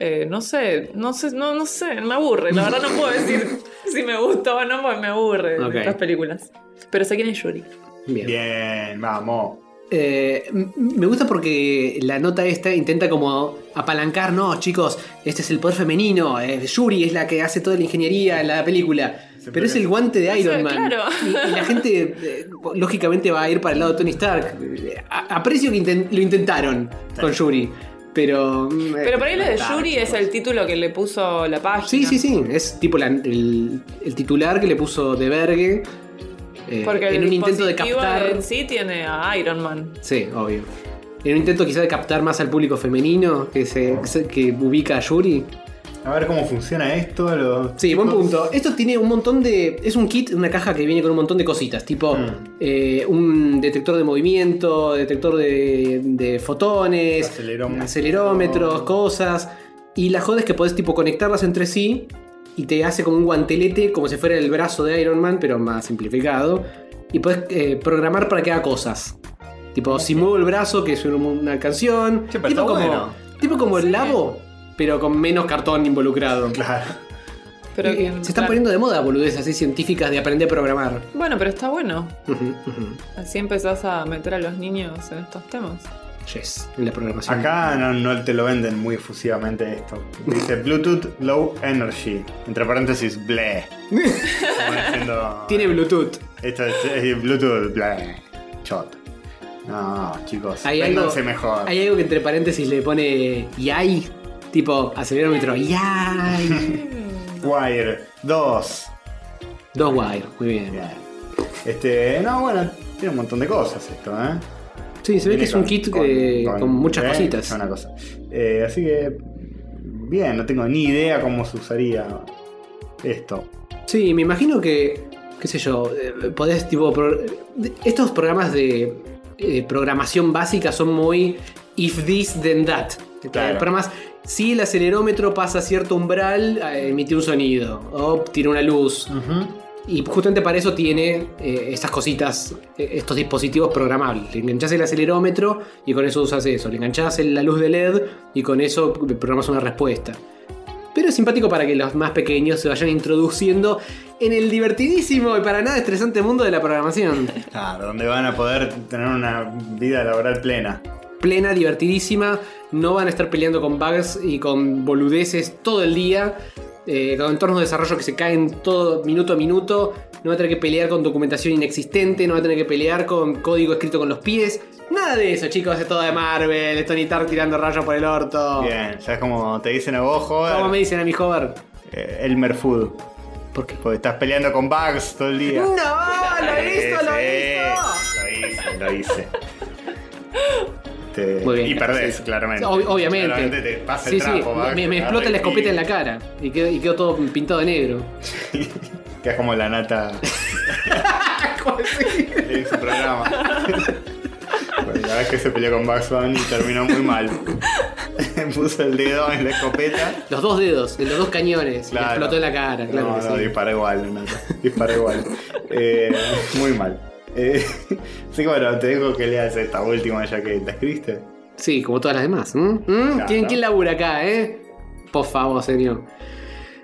Speaker 3: Eh, no sé, no sé, no, no sé, me aburre. La verdad no puedo decir si me gustó o no, porque me aburre
Speaker 5: Ok. Eh,
Speaker 3: estas películas. Pero sé quién es Yuri.
Speaker 5: Bien.
Speaker 1: Bien, vamos.
Speaker 5: Eh, m- me gusta porque la nota esta intenta como apalancar, no, chicos, este es el poder femenino, eh, Yuri es la que hace toda la ingeniería en la película, pero es el guante de
Speaker 3: Eso,
Speaker 5: Iron Man.
Speaker 3: claro.
Speaker 5: Y, y la gente eh, lógicamente va a ir para el lado de Tony Stark. A- aprecio que inten- lo intentaron con Yuri. Pero. mm, eh,
Speaker 3: Pero por ahí lo de
Speaker 5: Está,
Speaker 3: Yuri es el título que le puso la página.
Speaker 5: Sí, sí, sí. Es tipo la- el, el titular que le puso de Berge. eh,
Speaker 3: Porque
Speaker 5: en
Speaker 3: el
Speaker 5: un intento de
Speaker 3: dispositivo
Speaker 5: captar.
Speaker 3: en sí tiene a Iron Man.
Speaker 5: Sí, obvio. En un intento quizá de captar más al público femenino que se que ubica a Yuri.
Speaker 1: A ver cómo funciona esto. Los
Speaker 5: Sí, buen
Speaker 1: tipos.
Speaker 5: punto. Esto tiene un montón de. Es un kit, una caja que viene con un montón de cositas, tipo
Speaker 1: Mm.
Speaker 5: eh, un detector de movimiento, detector de, de fotones,
Speaker 1: Acelerómetro.
Speaker 5: acelerómetros, cosas. Y la joda es que podés tipo conectarlas entre sí y te hace como un guantelete, como si fuera el brazo de Iron Man, pero más simplificado. Y podés eh, programar para que haga cosas. Tipo, si muevo el brazo, que es una, una canción.
Speaker 1: Che, pero
Speaker 5: tipo,
Speaker 1: está
Speaker 5: como,
Speaker 1: bueno.
Speaker 5: tipo como
Speaker 3: Sí.
Speaker 5: el labo, pero con menos cartón involucrado.
Speaker 1: Claro.
Speaker 3: Pero
Speaker 5: Eh,
Speaker 3: que-
Speaker 5: se están
Speaker 3: claro.
Speaker 5: poniendo de moda boludeces así científicas de aprender a programar.
Speaker 3: Bueno, pero está bueno.
Speaker 5: Ujú, ujú.
Speaker 3: Así empezás a meter a los niños en estos temas.
Speaker 5: Yes, en la programación.
Speaker 1: Acá no, no te lo venden muy efusivamente esto. Dice Bluetooth Low Energy. Entre paréntesis, bleh. Como diciendo,
Speaker 5: Tiene Bluetooth.
Speaker 1: Esto es, es Bluetooth, bleh. Shot. No, chicos.
Speaker 5: Hay algo,
Speaker 1: véndanse mejor.
Speaker 5: hay algo que entre paréntesis le pone YAI. Tipo, acelerómetro. YAI.
Speaker 1: Wire 2.
Speaker 5: Dos wire. Muy bien.
Speaker 1: Bien. Este, no, bueno, tiene un montón de cosas esto, ¿eh?
Speaker 5: Sí, se ve que
Speaker 1: Viene
Speaker 5: es un
Speaker 1: con-
Speaker 5: kit eh, con, muchas
Speaker 1: eh,
Speaker 5: cositas.
Speaker 1: Una cosa. Eh, así que, bien, no tengo ni idea cómo se usaría esto.
Speaker 5: Sí, me imagino que, qué sé yo, eh, podés tipo... pro- de- estos programas de eh, programación básica son muy if this then that.
Speaker 1: Claro.
Speaker 5: Eh, Programas, si el acelerómetro pasa cierto umbral, eh, emite un sonido o tira una luz. Y justamente para eso tiene eh, estas cositas, eh, estos dispositivos programables. Le enganchás el acelerómetro y con eso usas eso. Le enganchás el- la luz de LED y con eso programas una respuesta. Pero es simpático para que los más pequeños se vayan introduciendo en el divertidísimo y para nada estresante mundo de la programación.
Speaker 1: Claro, donde van a poder tener una vida laboral plena.
Speaker 5: Plena, divertidísima, no van a estar peleando con bugs y con boludeces todo el día, eh, con entornos de desarrollo que se caen todo minuto a minuto, no va a tener que pelear con documentación inexistente, no va a tener que pelear con código escrito con los pies. Nada de eso, chicos, es todo de Marvel, es Tony Stark tirando rayos por el orto.
Speaker 1: Bien, ya es como te dicen a vos,
Speaker 5: ¿Cómo Oh. me
Speaker 1: joder,
Speaker 5: dicen a mi hover?
Speaker 1: eh, Elmer Food.
Speaker 5: ¿Por qué?
Speaker 1: Porque estás peleando con bugs todo el día.
Speaker 5: ¡No! ¡Lo hizo! ¡Lo hizo!
Speaker 1: hizo! Lo hice, lo hice. Este,
Speaker 5: Muy bien,
Speaker 1: y perdés,
Speaker 5: sí.
Speaker 1: claramente.
Speaker 5: Ob- obviamente.
Speaker 1: Claramente eh, te pasa
Speaker 5: Sí,
Speaker 1: el
Speaker 5: sí,
Speaker 1: trapo, bugs,
Speaker 5: Me,
Speaker 1: te agarra
Speaker 5: me explota
Speaker 1: el
Speaker 5: la escopeta
Speaker 1: pico.
Speaker 5: en la cara y quedó, y quedó todo pintado de negro.
Speaker 1: Que es como la nata de su programa. Bueno, la vez que se peleó con Bugs Bunny terminó muy mal. Puso el dedo en la escopeta.
Speaker 5: Los dos dedos, de los dos cañones, y le
Speaker 1: Claro.
Speaker 5: explotó en la cara, claro
Speaker 1: no,
Speaker 5: que
Speaker 1: no,
Speaker 5: sí.
Speaker 1: dispara igual, Nata. Dispara igual. Eh, muy mal. Eh, así que bueno, te dejo que leas esta última ya que la escribiste.
Speaker 5: Sí, como todas las demás. ¿m? ¿M?
Speaker 1: Claro.
Speaker 5: ¿Quién, quién labura acá, eh? Por favor, señor.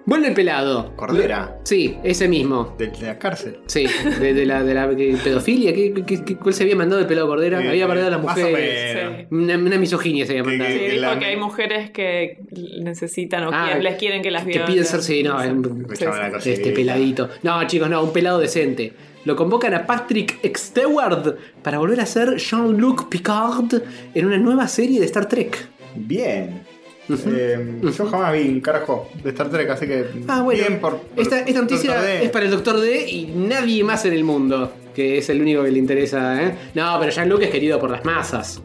Speaker 5: Vuelve el pelado.
Speaker 1: Cordera.
Speaker 5: Sí, ese mismo.
Speaker 1: De, de la cárcel.
Speaker 5: Sí, de, de la, de la que- pedofilia. ¿Qué, qué- qué- cuál se había mandado el pelado Cordera?
Speaker 1: Eh,
Speaker 5: había mandado a las
Speaker 1: más o
Speaker 5: mujeres.
Speaker 1: menos.
Speaker 5: Una, una misoginia se había
Speaker 1: Que-
Speaker 5: mandado.
Speaker 3: Sí,
Speaker 1: que
Speaker 3: dijo
Speaker 1: la-
Speaker 3: que hay mujeres que necesitan o
Speaker 5: Ah,
Speaker 3: quieren- les quieren que las
Speaker 5: que
Speaker 3: violen.
Speaker 5: piden ser- sí, no,
Speaker 3: Sí,
Speaker 5: em,
Speaker 1: Escuchaba una
Speaker 5: de este
Speaker 1: cosita.
Speaker 5: peladito. No, chicos, no, un pelado decente. Lo convocan a Patrick Stewart para volver a ser Jean-Luc Picard en una nueva serie de Star Trek.
Speaker 1: Bien. Eh, yo jamás vi un carajo de Star Trek, así que.
Speaker 5: Ah, bueno.
Speaker 1: Bien por. por-
Speaker 5: esta, esta noticia
Speaker 1: Doctor D.
Speaker 5: es para el Doctor D y nadie más en el mundo, que es el único que le interesa, ¿eh? No, pero Jean-Luc es querido por las masas.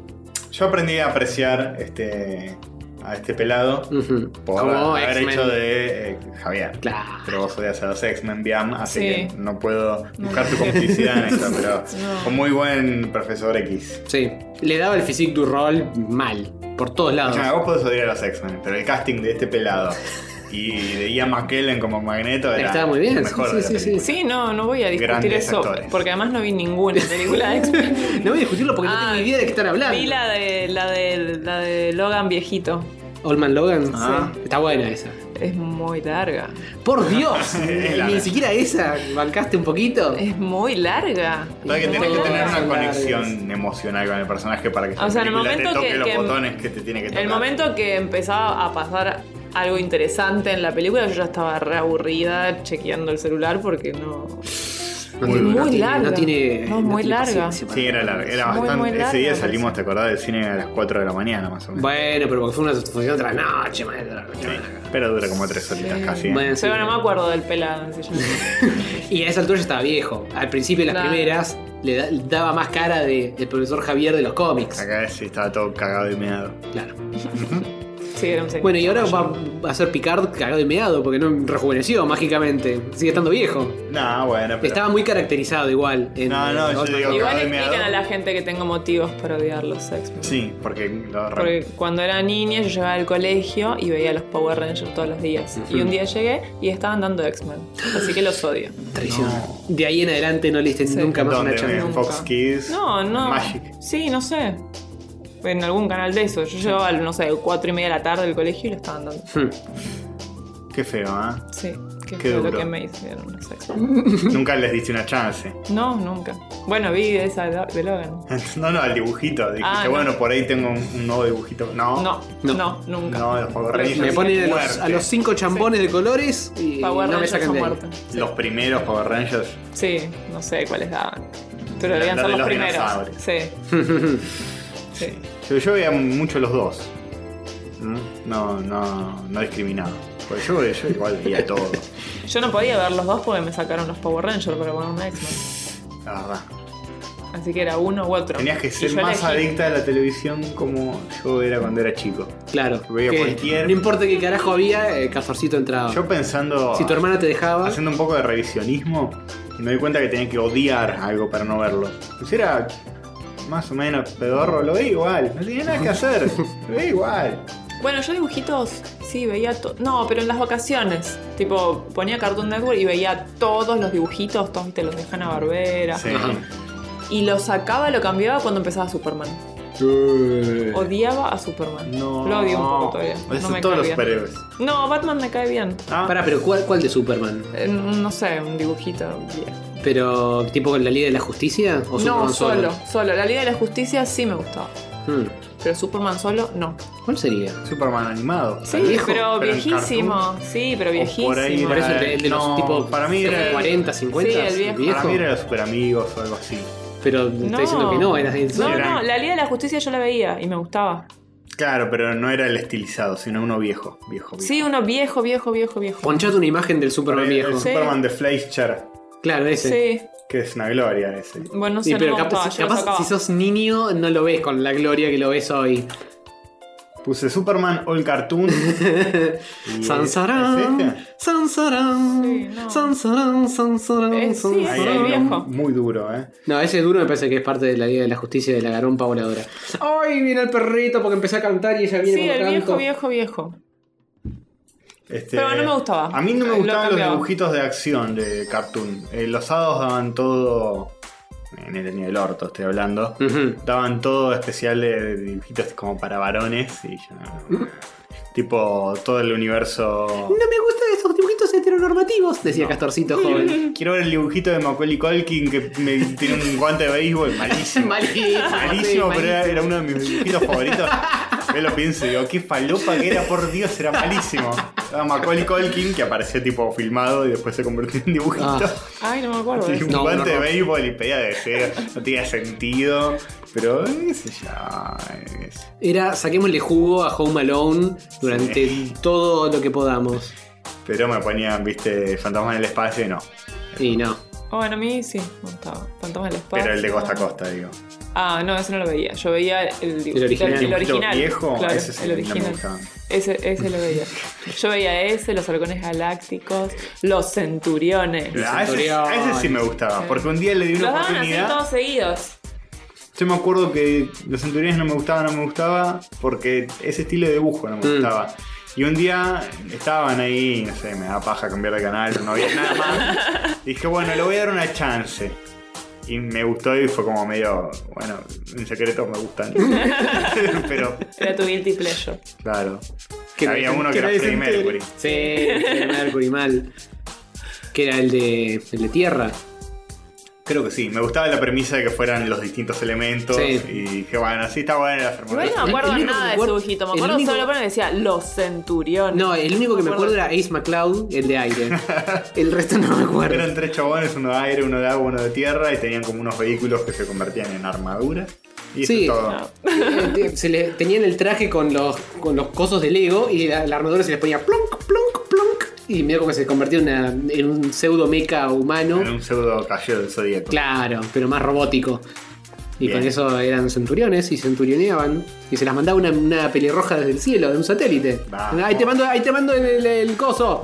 Speaker 1: Yo aprendí a apreciar este, a este pelado
Speaker 5: Ujú.
Speaker 1: por
Speaker 5: Como
Speaker 1: haber
Speaker 5: X-Men.
Speaker 1: hecho de eh, Javier.
Speaker 5: Claro.
Speaker 1: Pero vos odias a los X-Men Biam, así
Speaker 3: Sí.
Speaker 1: que no puedo
Speaker 3: No.
Speaker 1: buscar tu complicidad en esto, pero
Speaker 3: No.
Speaker 1: con muy buen profesor X.
Speaker 5: Sí, le daba el physique du rol mal, por todos lados.
Speaker 1: Escuchame, vos podés odiar a los X-Men, pero el casting de este pelado y de Ian McKellen como Magneto era
Speaker 5: Estaba muy bien,
Speaker 1: lo mejor
Speaker 5: sí,
Speaker 1: de
Speaker 5: sí,
Speaker 1: la
Speaker 5: sí,
Speaker 1: película.
Speaker 3: Sí, no, no voy a discutir
Speaker 1: Grandes
Speaker 3: eso.
Speaker 1: actores.
Speaker 3: Porque además no vi ninguna película de X-Men.
Speaker 5: No voy a discutirlo porque no
Speaker 3: Ah,
Speaker 5: tengo idea de qué están hablando.
Speaker 3: Vi la de, la de, la de Logan viejito.
Speaker 5: Oldman Logan.
Speaker 1: Ah.
Speaker 5: Sí. Está buena esa.
Speaker 3: Es muy larga.
Speaker 5: Por Dios,
Speaker 1: Es larga.
Speaker 5: ni siquiera esa bancaste un poquito.
Speaker 3: Es muy larga.
Speaker 1: Sabés que
Speaker 3: Muy
Speaker 1: tenés que tener
Speaker 3: larga.
Speaker 1: una
Speaker 5: Largas.
Speaker 1: conexión emocional con el personaje para que
Speaker 3: O sea, en el
Speaker 1: película te
Speaker 3: momento
Speaker 1: toque
Speaker 3: que-
Speaker 1: los
Speaker 3: que-
Speaker 1: botones que te tiene que tocar.
Speaker 3: El momento que empezaba a pasar algo interesante en la película, yo ya estaba re aburrida chequeando el celular porque no.
Speaker 1: Muy
Speaker 5: tiene-
Speaker 1: dura.
Speaker 3: Muy
Speaker 5: tiene-
Speaker 3: larga.
Speaker 5: No tiene.
Speaker 3: No, muy
Speaker 5: tiene
Speaker 3: larga.
Speaker 5: paciencia para-
Speaker 1: Sí, era larga, era
Speaker 3: Muy, muy
Speaker 1: bastante. Ese
Speaker 3: larga,
Speaker 1: día
Speaker 3: parece.
Speaker 1: salimos, te acordás, del cine a las 4 de la mañana más o menos.
Speaker 5: Bueno, pero porque fue una función de la noche, madre de la noche.
Speaker 1: Pero dura como 3 horitas casi. ¿eh?
Speaker 5: Bueno, sí.
Speaker 3: Pero no me acuerdo del pelado. no sé yo.
Speaker 5: Y a esa altura ya estaba viejo. Al principio, las
Speaker 3: Claro.
Speaker 5: primeras, le, da- le daba más cara de- del profesor Javier de los cómics.
Speaker 1: Acá sí estaba todo cagado y meado.
Speaker 5: Claro.
Speaker 3: Sí, era un señor.
Speaker 5: Bueno, y ahora va va a ser Picard cagado de meado porque no rejuveneció mágicamente. Sigue estando viejo.
Speaker 1: No, bueno, pero.
Speaker 5: Estaba muy caracterizado igual. en-
Speaker 1: No, no,
Speaker 5: en
Speaker 1: yo
Speaker 5: Old Man.
Speaker 1: digo-
Speaker 3: Igual
Speaker 1: Academia
Speaker 3: explican
Speaker 1: dos.
Speaker 3: a la gente que tengo motivos para odiar los X-Men.
Speaker 1: Sí, porque lo re-
Speaker 3: Porque cuando era niña yo llegaba al colegio y veía a los Power Rangers todos los días. Y un día llegué y estaban dando X-Men. Así que los odio.
Speaker 5: Traición. De ahí en adelante no leíste
Speaker 3: Sí.
Speaker 5: nunca más una
Speaker 1: ¿Dónde?
Speaker 5: charla.
Speaker 1: En
Speaker 3: nunca.
Speaker 1: Fox Kids.
Speaker 3: No, no.
Speaker 1: Magic.
Speaker 3: Sí, no sé. En algún canal de eso. Yo llegaba, no sé, cuatro y media de la tarde del colegio y lo estaban dando.
Speaker 1: Qué feo, ¿ah?
Speaker 3: Sí, que
Speaker 1: Qué
Speaker 3: fue lo
Speaker 1: duro.
Speaker 3: que me hicieron los X-Men.
Speaker 1: Nunca les diste una chance.
Speaker 3: No, nunca. Bueno, vi esa de de Logan.
Speaker 1: No, no, al dibujito. Dijiste,
Speaker 3: Ah, no.
Speaker 1: bueno, por ahí tengo un, un nuevo dibujito. No.
Speaker 3: No,
Speaker 5: No.
Speaker 3: no, nunca.
Speaker 1: No, los Power Rangers.
Speaker 5: Me ponen a los,
Speaker 1: Muerte.
Speaker 5: a los cinco chambones de colores y
Speaker 3: Power
Speaker 5: no me
Speaker 3: Rangers
Speaker 5: sacan
Speaker 3: son
Speaker 5: de ahí.
Speaker 3: muertos.
Speaker 1: Los primeros Power Rangers.
Speaker 3: Sí, no sé cuáles daban. Pero debían
Speaker 1: Los
Speaker 3: ser
Speaker 1: de
Speaker 3: los,
Speaker 1: los
Speaker 3: primeros.
Speaker 1: dinosaurios.
Speaker 3: Sí. sí.
Speaker 1: Yo, yo veía mucho los dos. ¿Mm? No, no, no discriminaba. Porque yo, yo igual veía todo.
Speaker 3: Yo no podía ver los dos porque me sacaron los Power Rangers para poner un X-Men.
Speaker 1: La verdad.
Speaker 3: Así que era uno u otro.
Speaker 1: Tenías que
Speaker 3: Y
Speaker 1: ser
Speaker 3: yo
Speaker 1: más
Speaker 3: elegí-
Speaker 1: adicta a la televisión como yo era cuando era chico.
Speaker 5: Claro.
Speaker 1: Veía
Speaker 5: que
Speaker 1: cualquier-
Speaker 5: No importa qué carajo había, eh, Cazorcito entraba.
Speaker 1: Yo pensando.
Speaker 5: si tu hermana te dejaba.
Speaker 1: haciendo un poco de revisionismo, me doy cuenta que tenía que odiar algo para no verlo. Pues era más o menos pedorro, lo veía igual, no tenía nada que hacer, lo veía igual.
Speaker 3: Bueno, yo dibujitos, sí, veía todo. No, pero en las vacaciones. Tipo, ponía Cartoon Network y veía todos los dibujitos, todos te los dejan a Barbera.
Speaker 1: Sí.
Speaker 5: Ajá.
Speaker 3: Y lo sacaba, lo cambiaba cuando empezaba Superman. Odiaba a Superman.
Speaker 1: No.
Speaker 3: Lo odio un poco todavía.
Speaker 1: Esos
Speaker 3: No
Speaker 1: son
Speaker 3: me
Speaker 1: todos
Speaker 3: cae
Speaker 1: los
Speaker 3: bien.
Speaker 1: superhéroes.
Speaker 3: No, Batman me cae bien.
Speaker 1: Ah,
Speaker 5: Pará, pero ¿cuál, ¿cuál de Superman?
Speaker 3: Eh, No sé, un dibujito. bien.
Speaker 5: ¿Pero tipo con la Liga de la Justicia? ¿O
Speaker 3: No,
Speaker 5: Superman
Speaker 3: solo,
Speaker 5: solo?
Speaker 3: solo. La Liga de la Justicia sí me gustaba.
Speaker 5: Hmm.
Speaker 3: Pero Superman solo, no.
Speaker 5: ¿Cuál sería?
Speaker 1: Superman animado.
Speaker 3: Sí,
Speaker 5: viejo,
Speaker 3: pero,
Speaker 1: pero en
Speaker 3: viejísimo. Sí, pero viejísimo.
Speaker 1: por ahí
Speaker 5: Por eso el de, el de
Speaker 1: No,
Speaker 5: los tipos
Speaker 1: para mí era-
Speaker 5: 40, 50,
Speaker 3: Sí, el viejo.
Speaker 1: Para mí eran los super amigos o algo así.
Speaker 5: Pero te está diciendo que no, eras
Speaker 3: No,
Speaker 1: Era-
Speaker 3: no, la Liga de la Justicia yo la veía y me gustaba.
Speaker 1: Claro, pero no era el estilizado, sino uno viejo. viejo, viejo.
Speaker 3: Sí, uno viejo, viejo, viejo, viejo.
Speaker 5: Ponchate una imagen del
Speaker 1: Por ahí
Speaker 5: Superman
Speaker 1: El
Speaker 5: viejo.
Speaker 3: Sí.
Speaker 1: Superman de Fleischer,
Speaker 5: Claro, ese.
Speaker 3: Sí,
Speaker 1: que es una gloria ese.
Speaker 3: bueno, no
Speaker 5: Sí,
Speaker 3: sé,
Speaker 5: pero
Speaker 3: no me
Speaker 5: capaz,
Speaker 3: gustaba, yo lo
Speaker 5: capaz
Speaker 3: sacaba.
Speaker 5: si sos niño no lo ves con la gloria que lo ves hoy.
Speaker 1: Puse Superman All Cartoon. Y
Speaker 5: Sansarán,
Speaker 1: es este.
Speaker 5: Sansarán,
Speaker 3: Sí, no.
Speaker 5: Sansarán, Sansarán,
Speaker 3: Eh, sí,
Speaker 5: Sansarán.
Speaker 1: Ahí
Speaker 3: es.
Speaker 1: hay uno
Speaker 3: Muy viejo.
Speaker 1: muy duro, ¿eh?
Speaker 5: No, ese duro me parece que es parte de la Liga de la Justicia de la garompa voladora. ¡Ay, viene el perrito! Porque empecé a cantar y ella viene
Speaker 3: Sí,
Speaker 5: como
Speaker 3: el
Speaker 5: canto.
Speaker 3: viejo, viejo, viejo.
Speaker 1: Este,
Speaker 3: Pero no me gustaba.
Speaker 1: A mí no me
Speaker 3: Lo
Speaker 1: gustaban los
Speaker 3: cambiaba.
Speaker 1: dibujitos de acción de Cartoon. Eh, los hados daban todo. En el año del orto estoy hablando.
Speaker 5: Ujú.
Speaker 1: Daban todo especial de, de dibujitos como para varones. Y yo no- tipo todo el universo.
Speaker 5: No me gustan estos dibujitos heteronormativos, decía Castorcito joven.
Speaker 1: Quiero ver el dibujito de Macaulay Culkin que me tiene un guante de béisbol malísimo.
Speaker 5: Malísimo, sí,
Speaker 1: Malísimo, pero era, era uno de mis dibujitos favoritos. Yo lo pienso y digo, qué falopa que era, por Dios, era malísimo. Era Macaulay Culkin, que aparecía tipo filmado y después se convirtió en dibujito.
Speaker 5: Ah.
Speaker 3: Ay, no me acuerdo. de
Speaker 1: Y
Speaker 3: eso.
Speaker 1: un
Speaker 5: No,
Speaker 1: guante
Speaker 5: no,
Speaker 1: de
Speaker 5: no.
Speaker 1: béisbol y pedía de ser, no tenía sentido. Pero, eh, qué sé yo. eh, es-
Speaker 5: Era, saquémosle jugo a Home Alone durante todo lo que podamos.
Speaker 1: Pero me ponían, viste, fantasmas en el espacio y no.
Speaker 5: Y no.
Speaker 3: Bueno, a mí sí, me gustaba. Fantasma del espacio.
Speaker 1: Pero el de costa a costa, digo.
Speaker 3: Ah, no, ese no lo veía. Yo veía el,
Speaker 5: El original.
Speaker 3: el
Speaker 1: El
Speaker 3: original.
Speaker 1: viejo,
Speaker 3: claro,
Speaker 1: ese sí,
Speaker 3: el
Speaker 1: no me gustaba.
Speaker 3: original. Ese, ese lo veía. Yo veía ese, los halcones galácticos, los centuriones.
Speaker 1: A Ah, ese, a ese sí me gustaba, porque un día le di
Speaker 3: Los
Speaker 1: una
Speaker 3: daban así
Speaker 1: oportunidad.
Speaker 3: todos seguidos.
Speaker 1: Yo me acuerdo que los centuriones no me gustaban, no me gustaba, porque ese estilo de dibujo no me
Speaker 5: Mm.
Speaker 1: gustaba. Y un día estaban ahí, no sé, me da paja cambiar de canal, no había nada más. Dije, bueno, le voy a dar una chance. Y me gustó y fue como medio, bueno, en secreto me gustan. Pero,
Speaker 3: Era tu guilty pleasure.
Speaker 1: claro.
Speaker 5: Que
Speaker 1: había
Speaker 5: nadie-
Speaker 1: uno que era
Speaker 5: nadie
Speaker 1: Freddie
Speaker 5: se entere.
Speaker 1: Mercury.
Speaker 5: Sí, Freddie Mercury mal. Que era el de, el de tierra.
Speaker 1: Creo que sí, me gustaba la premisa de que fueran los distintos elementos
Speaker 5: Sí.
Speaker 1: y dije, bueno, así está bueno la fermentación.
Speaker 5: El-
Speaker 3: Igual no me acuerdo
Speaker 5: el único que
Speaker 3: nada de
Speaker 5: recuerdo-
Speaker 3: su hijito. Me
Speaker 5: el
Speaker 3: acuerdo
Speaker 5: único-
Speaker 3: solo cuando decía los centuriones.
Speaker 5: No, el único que me acuerdo era Ace McCloud, el de aire. El resto no me acuerdo.
Speaker 1: Eran tres chabones, uno de aire, uno de agua, uno de tierra, y tenían como unos vehículos que se convertían en armaduras. Y eso
Speaker 5: Sí.
Speaker 1: es todo.
Speaker 3: Ah.
Speaker 5: Eh, eh, se le, tenían el traje con los, con los cosos de Lego y la, la armadura se les ponía plonk, plonk, plonk. Y medio como que se convertía en, una- en un pseudo mecha
Speaker 1: En
Speaker 5: humano.
Speaker 1: un pseudo cayó del zodíaco.
Speaker 5: Claro, pero más robótico. Y
Speaker 1: Bien.
Speaker 5: con eso eran centuriones y centurioneaban. Y se las mandaba una, una pelirroja desde el cielo, de un satélite.
Speaker 1: Vamos.
Speaker 5: Ahí te mando, ahí te mando el, el- el coso.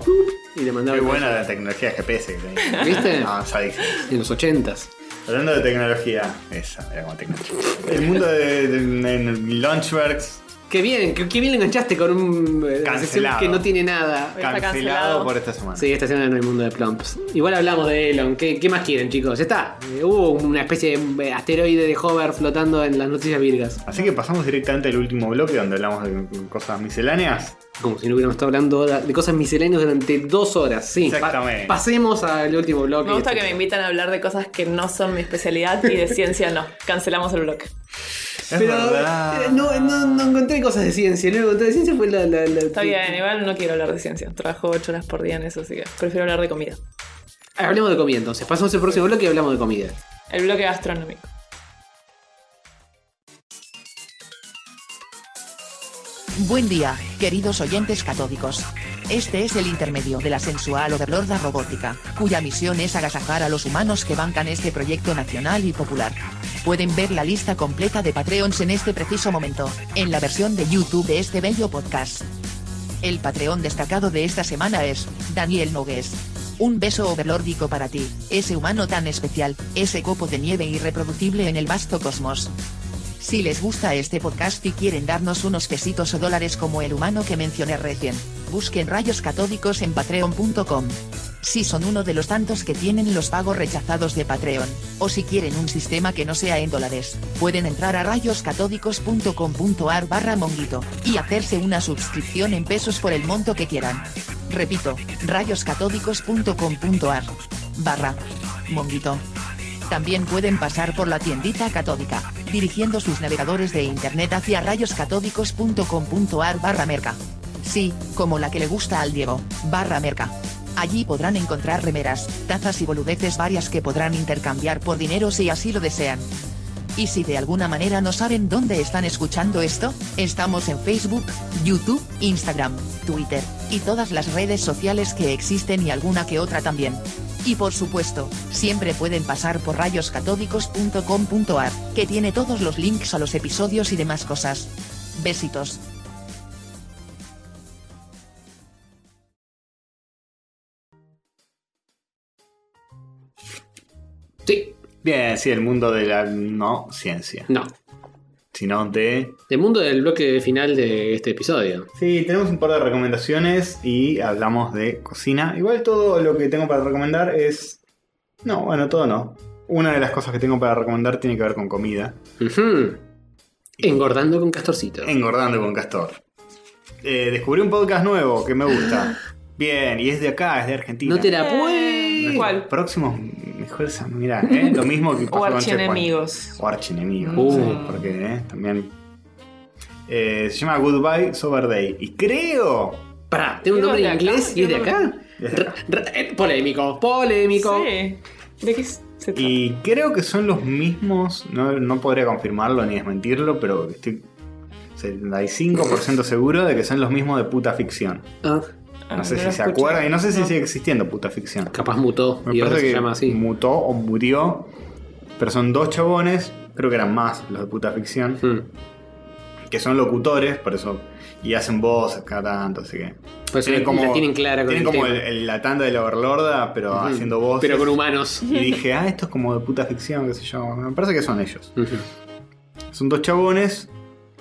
Speaker 5: Y le mandaba
Speaker 1: Muy
Speaker 5: el
Speaker 1: buena la tecnología GPS que tenía.
Speaker 5: ¿Viste?
Speaker 1: Avanzadísima.
Speaker 5: coso. En los ochentas.
Speaker 1: Hablando de tecnología, esa, era como tecnología. El mundo de, de- en Launchworks,
Speaker 5: Qué bien, qué, qué bien lo enganchaste con un eh,
Speaker 1: Cancelado.
Speaker 5: sección que no tiene nada.
Speaker 3: Está
Speaker 1: cancelado,
Speaker 3: cancelado.
Speaker 1: por esta semana.
Speaker 5: Sí, esta semana no hay mundo de Plumps. Igual hablamos de Elon. ¿Qué, qué más quieren, chicos? Ya está. Eh, Hubo una especie de eh, asteroide de Hover flotando en las noticias virgas.
Speaker 1: Así que pasamos directamente al último bloque donde hablamos de cosas misceláneas.
Speaker 5: Como si no hubiéramos estado hablando ahora de cosas misceláneas durante dos horas. Sí, pa-
Speaker 1: Exactamente.
Speaker 5: pasemos al último bloque.
Speaker 3: Me gusta que me invitan a hablar de cosas que no son mi especialidad y de ciencia no. Cancelamos el bloque.
Speaker 1: Es
Speaker 5: Pero
Speaker 1: verdad.
Speaker 5: eh, no, no, no encontré cosas de ciencia. Lo que encontré de ciencia fue la. la- la-
Speaker 3: Está bien, igual no quiero hablar de ciencia. Trabajo ocho horas por día en eso, así que prefiero hablar de comida.
Speaker 5: Ah, Hablemos de comida entonces. Pasamos al próximo bloque y hablamos de comida.
Speaker 3: El bloque gastronómico.
Speaker 7: Buen día, queridos oyentes catódicos. Este es el intermedio de la sensual overlorda robótica, cuya misión es agasajar a los humanos que bancan este proyecto nacional y popular. Pueden ver la lista completa de Patreons en este preciso momento, en la versión de YouTube de este bello podcast. El Patreon destacado de esta semana es, Daniel Nogues. Un beso overlórdico para ti, ese humano tan especial, ese copo de nieve irreproducible en el vasto cosmos. Si les gusta este podcast y quieren darnos unos pesitos o dólares como el humano que mencioné recién, busquen rayos catódicos en patreon.com. Si son uno de los tantos que tienen los pagos rechazados de Patreon, o si quieren un sistema que no sea en dólares, pueden entrar a rayoscatódicos.com.ar barra monguito, y hacerse una suscripción en pesos por el monto que quieran. Repito, rayoscatódicos.com.ar barra monguito. También pueden pasar por la tiendita catódica, dirigiendo sus navegadores de internet hacia rayoscatódicos.com.ar barra merca. Sí, como la que le gusta al Diego, barra merca. Allí podrán encontrar remeras, tazas y boludeces varias que podrán intercambiar por dinero si así lo desean. Y si de alguna manera no saben dónde están escuchando esto, estamos en Facebook, YouTube, Instagram, Twitter, y todas las redes sociales que existen y alguna que otra también. Y por supuesto, siempre pueden pasar por rayoscatódicos.com.ar, que tiene todos los links a los episodios y demás cosas. Besitos.
Speaker 5: Sí,
Speaker 1: Bien, sí, el mundo de la no ciencia,
Speaker 5: no.
Speaker 1: sino de...
Speaker 5: Del mundo del bloque final de este episodio.
Speaker 1: Sí, tenemos un par de recomendaciones y hablamos de cocina. Igual todo lo que tengo para recomendar es... No, bueno, todo no. Una de las cosas que tengo para recomendar tiene que ver con comida.
Speaker 5: Ujú. Engordando con castorcito.
Speaker 1: Engordando con Castor. Eh, descubrí un podcast nuevo que me gusta. Bien, y es de acá, es de Argentina.
Speaker 5: No te la
Speaker 3: Eh,
Speaker 5: puedes.
Speaker 3: ¿Cuál?
Speaker 1: Próximos mejores amigos. Mirá, ¿eh? lo mismo que pasó
Speaker 3: O
Speaker 1: con
Speaker 3: archienemigos.
Speaker 1: Checkpoint. O archienemigos.
Speaker 5: Uh.
Speaker 1: sí, porque eh, también. Eh, se llama Goodbye Sober Day. Y creo.
Speaker 5: Pará, tiene un
Speaker 3: Es
Speaker 5: nombre
Speaker 3: de
Speaker 5: en
Speaker 3: acá,
Speaker 5: inglés y es de
Speaker 3: tiene un
Speaker 5: acá. Ra- ra- eh, polémico, polémico.
Speaker 3: Sí. ¿De qué se trata?
Speaker 1: Y creo que son los mismos. No, no podría confirmarlo ni desmentirlo, pero estoy 75% seguro de que son los mismos de puta ficción.
Speaker 5: Ah,
Speaker 3: Ah,
Speaker 1: No sé
Speaker 3: lo
Speaker 1: si se
Speaker 3: escuché.
Speaker 1: acuerdan y no sé si
Speaker 3: No.
Speaker 1: sigue existiendo puta ficción.
Speaker 5: capaz mutó
Speaker 1: Me
Speaker 5: y ahora
Speaker 1: parece
Speaker 5: se
Speaker 1: que
Speaker 5: llama así.
Speaker 1: mutó o murió. Pero son dos chabones, creo que eran más los de puta ficción,
Speaker 5: Mm.
Speaker 1: que son locutores, por eso. Y hacen voces cada tanto, así que.
Speaker 5: Pues la- la tienen clara con
Speaker 1: tienen
Speaker 5: el
Speaker 1: como
Speaker 5: tema.
Speaker 1: el- el- la tanda de la overlorda, pero
Speaker 5: Ujú.
Speaker 1: haciendo voces.
Speaker 5: Pero con humanos.
Speaker 1: Y dije, ah, esto es como de puta ficción, qué sé yo. Me parece que son ellos.
Speaker 5: Ujú.
Speaker 1: Son dos chabones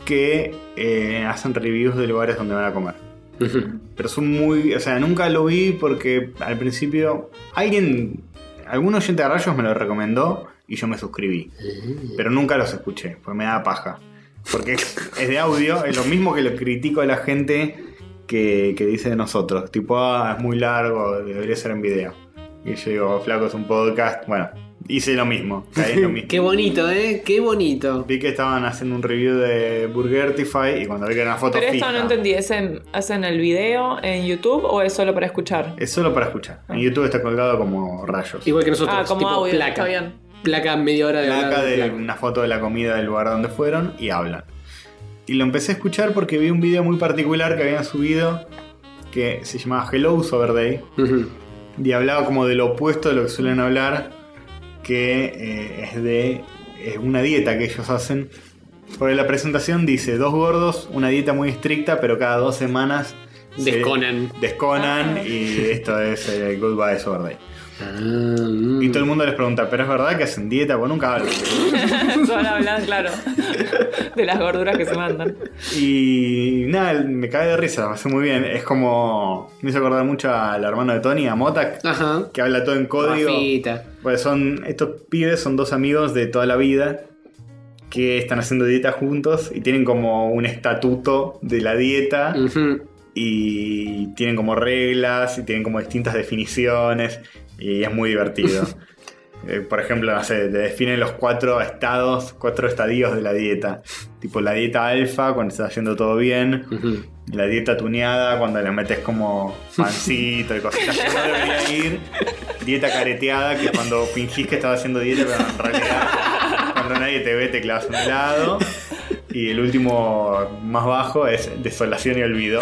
Speaker 1: que eh, hacen reviews de lugares donde van a comer.
Speaker 5: Ujú.
Speaker 1: Pero son muy. O sea, nunca lo vi porque al principio. Alguien. Algún oyente de rayos me lo recomendó y yo me suscribí.
Speaker 3: Eh.
Speaker 1: Pero nunca los escuché, porque me daba paja. Porque es es de audio, es lo mismo que lo critico a la gente que, que dice de nosotros. Tipo, ah, es muy largo, debería ser en video. Y yo digo, flaco, es un podcast. Bueno, hice lo mismo. Caí en lo mismo.
Speaker 5: Qué bonito, ¿eh? Qué bonito.
Speaker 1: Vi que estaban haciendo un review de Burgertify y cuando vi que era una foto
Speaker 3: Pero esto
Speaker 1: fija.
Speaker 3: no entendí, ¿es en- ¿hacen el video en YouTube o es solo para escuchar?
Speaker 1: Es solo para escuchar. En YouTube está colgado como rayos.
Speaker 5: Igual que nosotros.
Speaker 3: Ah, como
Speaker 5: tipo
Speaker 3: audio,
Speaker 5: placa.
Speaker 3: está bien.
Speaker 5: Placa media hora de
Speaker 1: placa
Speaker 5: hablar
Speaker 1: de
Speaker 5: placa.
Speaker 1: una foto de la comida del lugar donde fueron y hablan. Y lo empecé a escuchar porque vi un video muy particular que habían subido que se llamaba Hello Sober Day
Speaker 5: Ujú.
Speaker 1: y hablaba como de lo opuesto de lo que suelen hablar, que eh, es de es una dieta que ellos hacen. Porque la presentación dice dos gordos, una dieta muy estricta, pero cada dos semanas se-
Speaker 5: Desconan.
Speaker 1: desconan y esto es eh, Goodbye Sober Day.
Speaker 5: Ah, mm.
Speaker 1: Y todo el mundo les pregunta, ¿pero es verdad que hacen dieta? Bueno, nunca hablan.
Speaker 3: Solo hablan, claro, de las gorduras que se mandan.
Speaker 1: Y nada, me cae de risa, me hace muy bien. Es como. Me hizo acordar mucho al hermano de Tony, a Motak,
Speaker 5: Ajá.
Speaker 1: que habla todo en
Speaker 5: Ah,
Speaker 1: código.
Speaker 5: Rafita.
Speaker 1: Pues son. Estos pibes son dos amigos de toda la vida que están haciendo dieta juntos y tienen como un estatuto de la dieta
Speaker 5: Ujú.
Speaker 1: y tienen como reglas y tienen como distintas definiciones y es muy divertido. Eh, Por ejemplo, no sé, te definen los cuatro estados, cuatro estadios de la dieta. Tipo la dieta alfa, cuando está haciendo todo bien.
Speaker 5: Ujú.
Speaker 1: La dieta tuneada, cuando le metes como pancito y cositas que no debería ir. Dieta careteada, que es cuando fingís que estás haciendo dieta, pero en realidad cuando nadie te ve te clavas un helado. Y el último más bajo es desolación y olvido,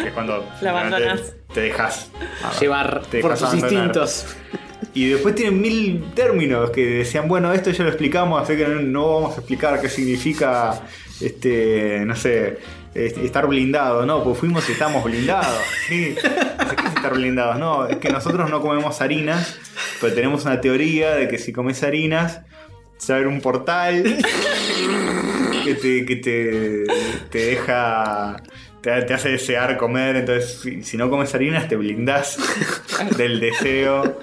Speaker 1: que es cuando
Speaker 3: La
Speaker 1: finalmente
Speaker 3: abandonás.
Speaker 1: te dejas
Speaker 5: Llevar
Speaker 1: te
Speaker 5: por
Speaker 1: dejas
Speaker 5: sus
Speaker 1: abandonar.
Speaker 5: instintos.
Speaker 1: Y después tienen mil términos que decían, bueno, esto ya lo explicamos, así que no, no vamos a explicar qué significa, este, no sé, este, estar blindado, ¿no? Pues fuimos y estamos blindados. Sí. No sé ¿Qué es estar blindados? No, es que nosotros no comemos harinas, pero tenemos una teoría de que si comes harinas, se abre un portal que te, que te, te deja. Te, te hace desear comer, entonces si, si no comes harinas te blindás del deseo.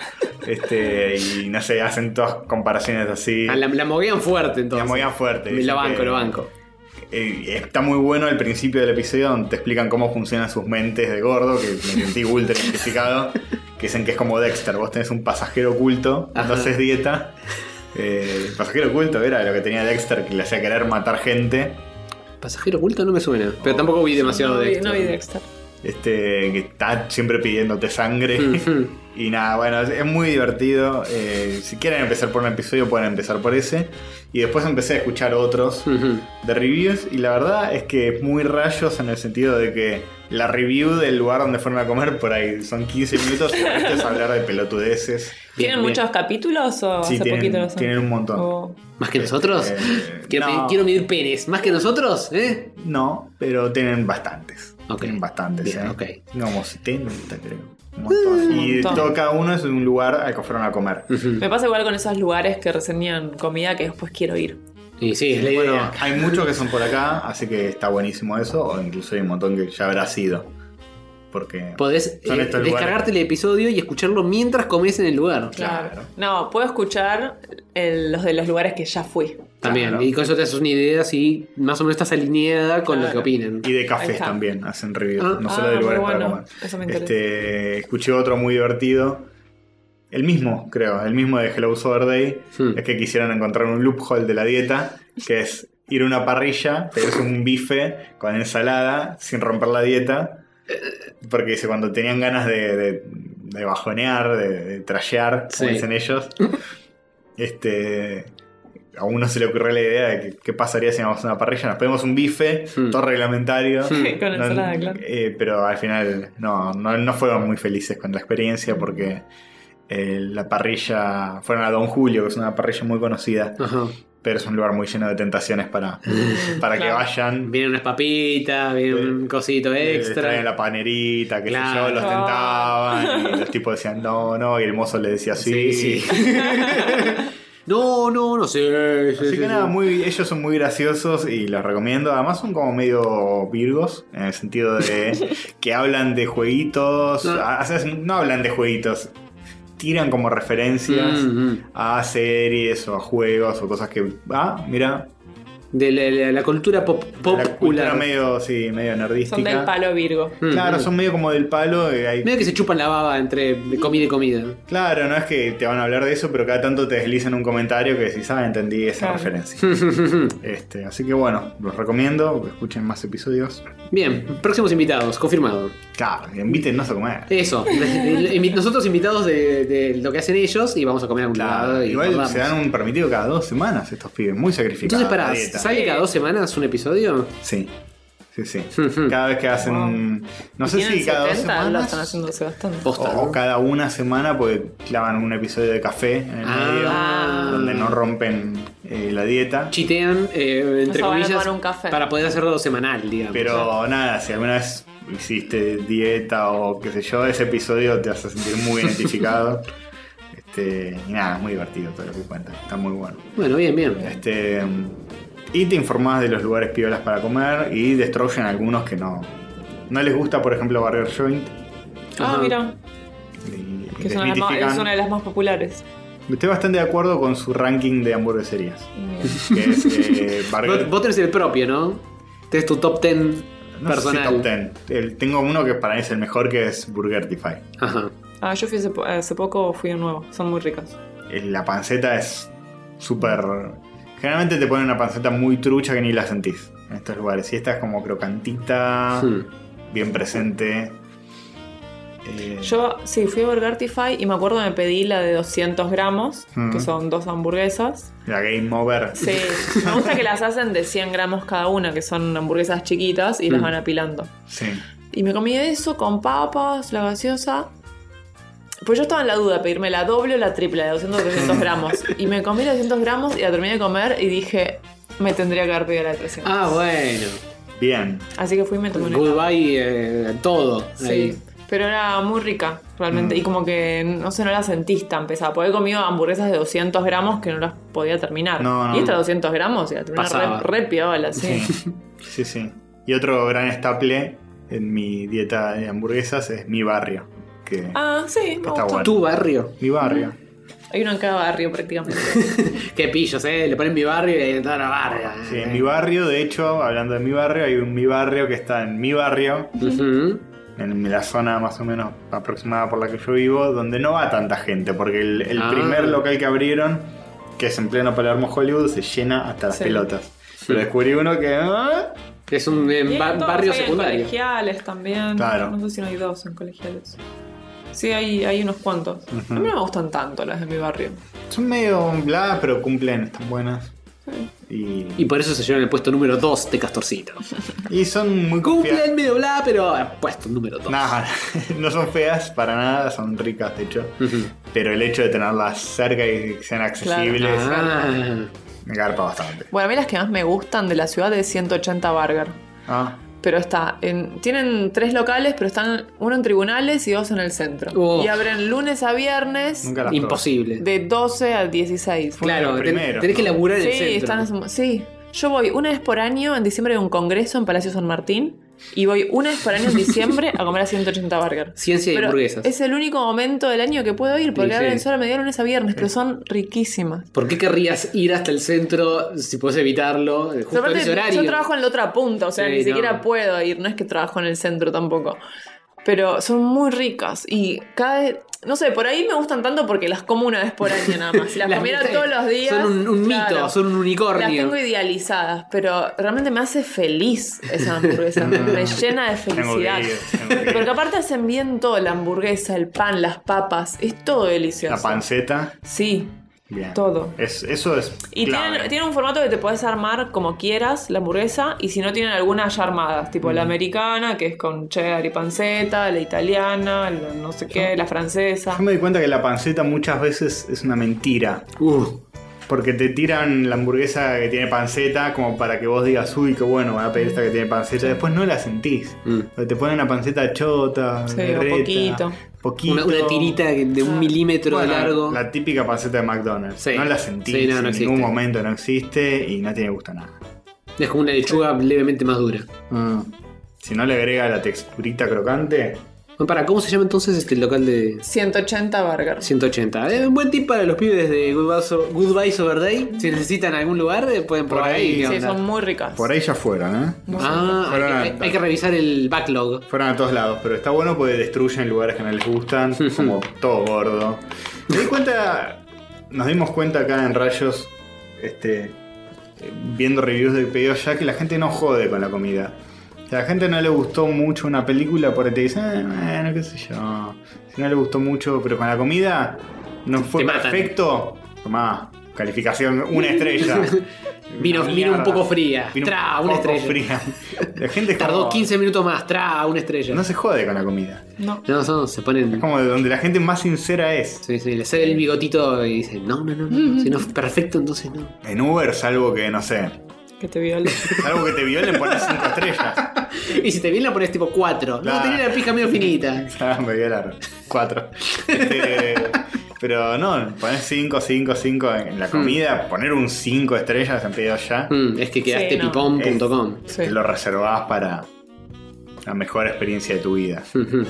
Speaker 1: Este, y no sé, hacen todas comparaciones así.
Speaker 5: Ah, la, la moguean fuerte entonces.
Speaker 1: La moguean fuerte,
Speaker 5: Me
Speaker 1: dicen
Speaker 5: lo banco,
Speaker 1: que-
Speaker 5: lo banco.
Speaker 1: Eh, está muy bueno el principio del episodio donde te explican cómo funcionan sus mentes de gordo, que me sentí ultra identificado. Que dicen que es como Dexter, vos tenés un pasajero oculto,
Speaker 5: Ajá.
Speaker 1: no haces dieta. Eh, el pasajero oculto era lo que tenía Dexter, que le hacía querer matar gente.
Speaker 5: Pasajero oculto no me suena. Pero tampoco vi demasiado
Speaker 3: No
Speaker 5: de
Speaker 3: vi,
Speaker 5: esto.
Speaker 3: no vi Dexter.
Speaker 1: Este, que está siempre pidiéndote sangre.
Speaker 5: Ujú.
Speaker 1: Y nada, bueno, es- es muy divertido. Eh, si quieren empezar por un episodio, pueden empezar por ese. Y después empecé a escuchar otros
Speaker 5: Ujú.
Speaker 1: de reviews. Y la verdad es que es muy rayos en el sentido de que la review del lugar donde fueron a comer por ahí son 15 minutos. Y esto es hablar de pelotudeces.
Speaker 5: Bien,
Speaker 3: ¿Tienen
Speaker 5: bien.
Speaker 3: muchos capítulos o
Speaker 1: Sí,
Speaker 3: hace poquito
Speaker 1: tienen,
Speaker 3: los han-
Speaker 1: tienen un montón.
Speaker 3: o-
Speaker 5: ¿Más que nosotros?
Speaker 1: Eh,
Speaker 5: quiero,
Speaker 1: no.
Speaker 5: pedir- quiero medir penes. ¿Más que nosotros? ¿Eh?
Speaker 1: No, pero tienen bastantes.
Speaker 5: Ok.
Speaker 1: Tienen bastantes,
Speaker 5: Bien,
Speaker 1: ¿eh?
Speaker 5: ok.
Speaker 1: No, como 70, creo. Un montón. y
Speaker 3: montón.
Speaker 1: todo cada uno es un lugar al que fueron a comer.
Speaker 5: Ujú.
Speaker 3: Me pasa igual con esos lugares que reseñan comida que después quiero ir.
Speaker 5: Y sí, es la
Speaker 1: Eh, Bueno,
Speaker 5: idea.
Speaker 1: hay muchos que son por acá, así que está buenísimo eso, o incluso hay un montón que ya habrá sido. Porque.
Speaker 5: Podés
Speaker 1: Son
Speaker 5: eh,
Speaker 1: estos lugares.
Speaker 5: descargarte el episodio y escucharlo mientras comes en el lugar.
Speaker 1: Claro.
Speaker 3: No, puedo escuchar el- los de los lugares que ya fui.
Speaker 5: También.
Speaker 1: Claro.
Speaker 5: Y con eso te haces una idea si más o menos estás alineada con lo que
Speaker 3: Claro.
Speaker 5: opinan.
Speaker 1: Y de
Speaker 3: Ahí
Speaker 1: cafés
Speaker 3: está.
Speaker 1: también hacen reviews,
Speaker 5: Ah,
Speaker 1: no solo
Speaker 3: ah,
Speaker 1: de lugares
Speaker 3: muy
Speaker 1: para
Speaker 3: bueno,
Speaker 1: comer.
Speaker 3: eso me interesa.
Speaker 1: Este, escuché otro muy divertido. El mismo, creo, el mismo de Hello Sober Day.
Speaker 5: Hmm.
Speaker 1: Es que quisieron encontrar un loophole de la dieta, que es ir a una parrilla, pedirse un bife con ensalada, sin romper la dieta. Porque dice, cuando tenían ganas de, de- de bajonear, de, de trashear, como
Speaker 5: Sí.
Speaker 1: dicen ellos, este, a uno se le ocurrió la idea de que, qué pasaría si íbamos a una parrilla. Nos pedimos un bife,
Speaker 5: Hmm.
Speaker 1: todo reglamentario.
Speaker 5: Hmm.
Speaker 3: Con
Speaker 1: No,
Speaker 3: ensalada, claro.
Speaker 1: eh, pero al final no, no, no fueron muy felices con la experiencia porque eh, la parrilla fueron a Don Julio, que es una parrilla muy conocida,
Speaker 5: Ajá.
Speaker 1: pero es un lugar muy lleno de tentaciones para, para que
Speaker 3: Claro.
Speaker 1: vayan.
Speaker 5: Vienen unas papitas, viene
Speaker 1: Eh,
Speaker 5: un cosito
Speaker 1: Eh, les
Speaker 5: extra.
Speaker 1: traían la panerita, que
Speaker 5: Claro.
Speaker 1: yo, los tentaban y los tipos decían no, no, y el mozo le decía sí.
Speaker 5: Sí, no, no, no sé. sí,
Speaker 1: Así
Speaker 5: sí,
Speaker 1: que
Speaker 5: sí.
Speaker 1: nada, muy, ellos son muy graciosos y los recomiendo. Además son como medio virgos, en el sentido de que hablan de jueguitos.
Speaker 5: No.
Speaker 1: a- o sea, no hablan de jueguitos. Tiran como referencias
Speaker 5: Mm, mm.
Speaker 1: a series o a juegos o cosas que... Ah, mira,
Speaker 5: de la, la- la cultura pop,
Speaker 1: La cultura
Speaker 5: popular. Mm. Medio...
Speaker 1: medio, sí, medio nerdística.
Speaker 3: Son del palo Virgo.
Speaker 1: Claro, son medio como del palo. eh, hay-
Speaker 5: que se chupan la baba entre de comida y comida.
Speaker 1: Claro, no es que te van a hablar de eso, pero cada tanto te deslizan un comentario que decís, ah, entendí esa
Speaker 3: Claro.
Speaker 1: referencia. este, así que bueno, los recomiendo, escuchen más episodios.
Speaker 5: Bien, próximos invitados, confirmado.
Speaker 1: Claro, invítennos a comer.
Speaker 5: Eso, invi- nosotros invitados de, de lo que hacen ellos y vamos a comer a un lado.
Speaker 1: Claro,
Speaker 5: y
Speaker 1: igual
Speaker 5: charlamos.
Speaker 1: se dan un permitido cada dos semanas estos pibes, muy sacrificados.
Speaker 5: Entonces,
Speaker 1: la
Speaker 5: para,
Speaker 1: dieta.
Speaker 5: ¿sale cada dos semanas un episodio?
Speaker 1: Sí, sí, sí.
Speaker 5: Ujú.
Speaker 1: Cada vez que hacen un- No sé
Speaker 3: Tienen
Speaker 1: si cada dos
Speaker 3: 70, lo están
Speaker 1: semanas.
Speaker 3: haciéndose bastante.
Speaker 1: O,
Speaker 5: Posta,
Speaker 1: o
Speaker 5: ¿no?
Speaker 1: cada una semana, porque clavan un episodio de café en el
Speaker 5: Ah.
Speaker 1: medio, donde no rompen eh, la dieta.
Speaker 5: Chitean, eh, entre
Speaker 3: van a
Speaker 5: comillas,
Speaker 3: tomar un café.
Speaker 5: para poder hacerlo semanal, digamos.
Speaker 1: Pero nada, si alguna vez hiciste dieta o qué sé yo, ese episodio te hace sentir muy identificado. Este, y nada, es muy divertido todo lo que cuentan, está muy bueno.
Speaker 5: Bueno, bien, bien.
Speaker 1: Este, y te informás de los lugares piolas para comer y destruyen algunos que no. No les gusta, por ejemplo, Barrier Joint.
Speaker 3: Ah,
Speaker 5: Ajá.
Speaker 3: mira,
Speaker 1: y
Speaker 3: que es una, de las más-
Speaker 1: desmitifican.
Speaker 3: es una de las más populares.
Speaker 1: Estoy bastante de acuerdo con su ranking de hamburgueserías. Que es eh,
Speaker 5: Vos,
Speaker 1: Burger-
Speaker 5: vos tenés el propio, ¿no? Tenés tu top 10
Speaker 1: no sé si
Speaker 5: personal.
Speaker 1: top 10. El- tengo uno que para mí es el mejor, que es Burgertify.
Speaker 5: Ajá.
Speaker 3: Ah, yo fui hace, po- hace poco, fui de nuevo. Son muy ricas.
Speaker 1: Eh, La panceta es súper. Generalmente te ponen una panceta muy trucha que ni la sentís en estos lugares. Y esta es como crocantita,
Speaker 5: Hmm.
Speaker 1: bien presente. Eh,
Speaker 3: Yo sí, fui a Burgertify y me acuerdo me pedí la de 200 gramos,
Speaker 1: Ujú.
Speaker 3: que son dos hamburguesas.
Speaker 1: La Game Over.
Speaker 3: Sí, me gusta que las hacen de 100 gramos cada una, que son hamburguesas chiquitas y las
Speaker 5: Mm.
Speaker 3: van apilando.
Speaker 1: Sí.
Speaker 3: Y me comí eso con papas, la gaseosa. Pues yo estaba en la duda, pedirme la doble o la triple, de 200 o 300 gramos. Y me comí la 200 gramos y la terminé de comer y dije, me tendría que haber pedido la de 300.
Speaker 5: Ah, bueno.
Speaker 1: Bien.
Speaker 3: Así que fui y me tomé una.
Speaker 5: Goodbye eh, todo.
Speaker 3: Sí,
Speaker 5: ahí.
Speaker 3: pero era muy rica, realmente.
Speaker 1: Mm.
Speaker 3: Y como que, no sé, no la sentís tan pesada. Porque he comido hamburguesas de 200 gramos que no las podía terminar.
Speaker 1: No, no.
Speaker 3: Y esta 200 gramos y la terminé
Speaker 5: Pasaba.
Speaker 3: re, re piola, sí.
Speaker 1: Sí. sí, sí. Y otro gran estaple en mi dieta de hamburguesas es mi barrio. Que
Speaker 3: Ah, Mm. sí, me
Speaker 1: Está
Speaker 3: gustó.
Speaker 1: bueno.
Speaker 5: Tu barrio.
Speaker 1: Mi barrio.
Speaker 3: Hay uno en cada barrio prácticamente.
Speaker 5: Qué pillos, eh. Le ponen mi barrio y le toda la barra. eh.
Speaker 1: Sí, en mi barrio, de hecho, hablando de mi barrio, hay un mi barrio que está en mi barrio,
Speaker 5: Ujú.
Speaker 1: en la zona más o menos aproximada por la que yo vivo, donde no va tanta gente, porque el, el
Speaker 5: Ah.
Speaker 1: primer local que abrieron, que es en pleno Palermo Hollywood, se llena hasta las
Speaker 3: Sí.
Speaker 1: pelotas. Pero descubrí uno que... ah,
Speaker 5: Es un eh,
Speaker 3: Y
Speaker 5: ba-
Speaker 3: en todos
Speaker 5: barrio
Speaker 3: hay En
Speaker 5: secundario.
Speaker 3: colegiales también.
Speaker 1: Claro.
Speaker 3: No sé si no hay dos en colegiales. Sí, hay, hay unos cuantos. A mí no me gustan tanto las de mi barrio.
Speaker 1: Son medio bladas, pero cumplen, están buenas. Y,
Speaker 5: Y por eso se llevan el puesto número 2 de Castorcito.
Speaker 1: y son muy
Speaker 5: Cumple
Speaker 1: confia-
Speaker 5: el medio bla, pero eh, puesto número 2.
Speaker 1: Nah, no son feas para nada, son ricas de hecho.
Speaker 5: Mm.
Speaker 1: Pero el hecho de tenerlas cerca y que sean accesibles,
Speaker 5: Ah,
Speaker 1: me garpa bastante.
Speaker 3: Bueno, a mí las que más me gustan de la ciudad es 180 Burger.
Speaker 1: Ah,
Speaker 3: Pero está en, tienen tres locales, pero están uno en tribunales y dos en el centro.
Speaker 5: Uf.
Speaker 3: Y abren lunes a viernes
Speaker 1: nunca las probé.
Speaker 5: imposible.
Speaker 3: de 12 a 16.
Speaker 1: uno de
Speaker 5: claro,
Speaker 1: los
Speaker 5: ten-
Speaker 1: primeros,
Speaker 5: tenés que
Speaker 1: ¿no?
Speaker 5: laburar en el
Speaker 3: Sí,
Speaker 5: centro.
Speaker 3: están en su- sí. Yo voy una vez por año en diciembre de un congreso en Palacio San Martín y voy una vez por año en diciembre a comer a 180 burger.
Speaker 5: Ciencia y
Speaker 3: Pero
Speaker 5: hamburguesas.
Speaker 3: Es el único momento del año que puedo ir porque
Speaker 5: Sí, sí.
Speaker 3: abren solo a mediodía lunes a viernes, pero son riquísimas.
Speaker 5: ¿Por qué querrías ir hasta el centro si podés evitarlo? eh, Justo en
Speaker 3: Aparte,
Speaker 5: ese horario.
Speaker 3: yo trabajo en la otra punta, o sea,
Speaker 5: Sí,
Speaker 3: ni
Speaker 5: no.
Speaker 3: siquiera puedo ir, no es que trabajo en el centro tampoco. Pero son muy ricas y cada vez, no sé, por ahí me gustan tanto porque las como una vez por año nada más. Si las,
Speaker 5: Las
Speaker 3: comiera
Speaker 5: mitas-
Speaker 3: todos los días.
Speaker 5: Son un, un
Speaker 3: claro.
Speaker 5: mito, son un
Speaker 3: Las
Speaker 5: unicornio.
Speaker 3: tengo idealizadas, pero realmente me hace feliz esa hamburguesa. me llena de
Speaker 1: Tengo que
Speaker 3: felicidad.
Speaker 1: ir, tengo que ir.
Speaker 3: Porque aparte hacen bien todo, la hamburguesa, el pan, las papas, es todo delicioso.
Speaker 1: La panceta,
Speaker 3: Sí.
Speaker 1: bien.
Speaker 3: Todo.
Speaker 1: Es- eso es.
Speaker 3: Y
Speaker 1: clave.
Speaker 3: tienen, tienen un formato que te puedes armar como quieras la hamburguesa y si no tienen alguna ya armadas, tipo
Speaker 1: Mm.
Speaker 3: la americana, que es con cheddar y panceta, la italiana, la no sé qué, la francesa.
Speaker 1: Yo me di cuenta que la panceta muchas veces es una mentira.
Speaker 5: Uh,
Speaker 1: Porque te tiran la hamburguesa que tiene panceta como para que vos digas, uy, qué bueno, voy a pedir esta que tiene panceta. Después no la sentís.
Speaker 5: Mm.
Speaker 1: Porque Te ponen una panceta chota,
Speaker 3: Sí, o
Speaker 1: berreta,
Speaker 3: poquito.
Speaker 1: poquito.
Speaker 5: una, una tirita que- de
Speaker 3: Ah.
Speaker 5: un milímetro
Speaker 1: Bueno,
Speaker 5: de largo.
Speaker 1: La típica panceta de McDonald's.
Speaker 5: Sí.
Speaker 1: No la sentís.
Speaker 5: Sí, no, no
Speaker 1: en
Speaker 5: existe.
Speaker 1: ningún momento no existe y no tiene gusto a nada.
Speaker 5: Es como una
Speaker 1: Ah.
Speaker 5: lechuga levemente más dura.
Speaker 1: Si no le agrega la texturita crocante,
Speaker 5: Ajá. Bueno, para, ¿cómo se llama entonces este local de
Speaker 3: 180 burgers.
Speaker 5: 180? Eh, un buen tip para los pibes de Good Vibes, O- Good Vibes Over Day. Si necesitan algún lugar, eh, pueden por,
Speaker 1: Por ahí,
Speaker 5: ahí. ¿qué
Speaker 3: Sí,
Speaker 5: onda?
Speaker 3: son muy ricas.
Speaker 1: Por ahí ya fueron, ¿eh?
Speaker 5: Ah, hay,
Speaker 1: Fueron
Speaker 5: que-
Speaker 1: a-
Speaker 5: hay- hay que revisar el backlog.
Speaker 1: Fueron a todos lados, pero está bueno porque destruyen lugares que no les gustan, como todo gordo. Me di cuenta, nos dimos cuenta acá en Rayos, este, eh, viendo reviews de pedido ya, que la gente no jode con la comida. Si a la gente no le gustó mucho una película, por ahí te dicen, "Eh, bueno, qué sé yo. Si no le gustó mucho, pero con la comida no fue
Speaker 5: te matan.
Speaker 1: perfecto, tomá, calificación una estrella.
Speaker 5: Vino,
Speaker 1: Una
Speaker 5: vino un
Speaker 1: mierda.
Speaker 5: poco fría.
Speaker 1: Vino un
Speaker 5: Tra, una
Speaker 1: poco
Speaker 5: estrella.
Speaker 1: fría. La gente es
Speaker 5: Tardó
Speaker 1: como-
Speaker 5: 15 minutos más. Tra, una estrella.
Speaker 1: Oh. No se jode con la comida.
Speaker 3: No.
Speaker 5: No, son- se ponen.
Speaker 1: Es como de donde la gente más sincera es.
Speaker 5: Sí, sí, le sale el bigotito y dice, no, no, no, no. Si no es perfecto, entonces no.
Speaker 1: En Uber, salvo que, no sé,
Speaker 3: Que te viole.
Speaker 1: salvo que te violen, pones 5 estrellas.
Speaker 5: Y si te viene la pones tipo 4. No,
Speaker 1: Claro.
Speaker 5: tenía la pija medio finita.
Speaker 1: Ah, me violaron. 4. pero no, pones 5, 5, 5 en
Speaker 3: Mm.
Speaker 1: la comida. Poner un 5 estrellas en pedido ya.
Speaker 5: Mm, es que quedaste
Speaker 3: Sí, no.
Speaker 5: pipón.com.
Speaker 3: Sí.
Speaker 1: Te lo reservás para la mejor experiencia de tu vida.
Speaker 5: Ujú.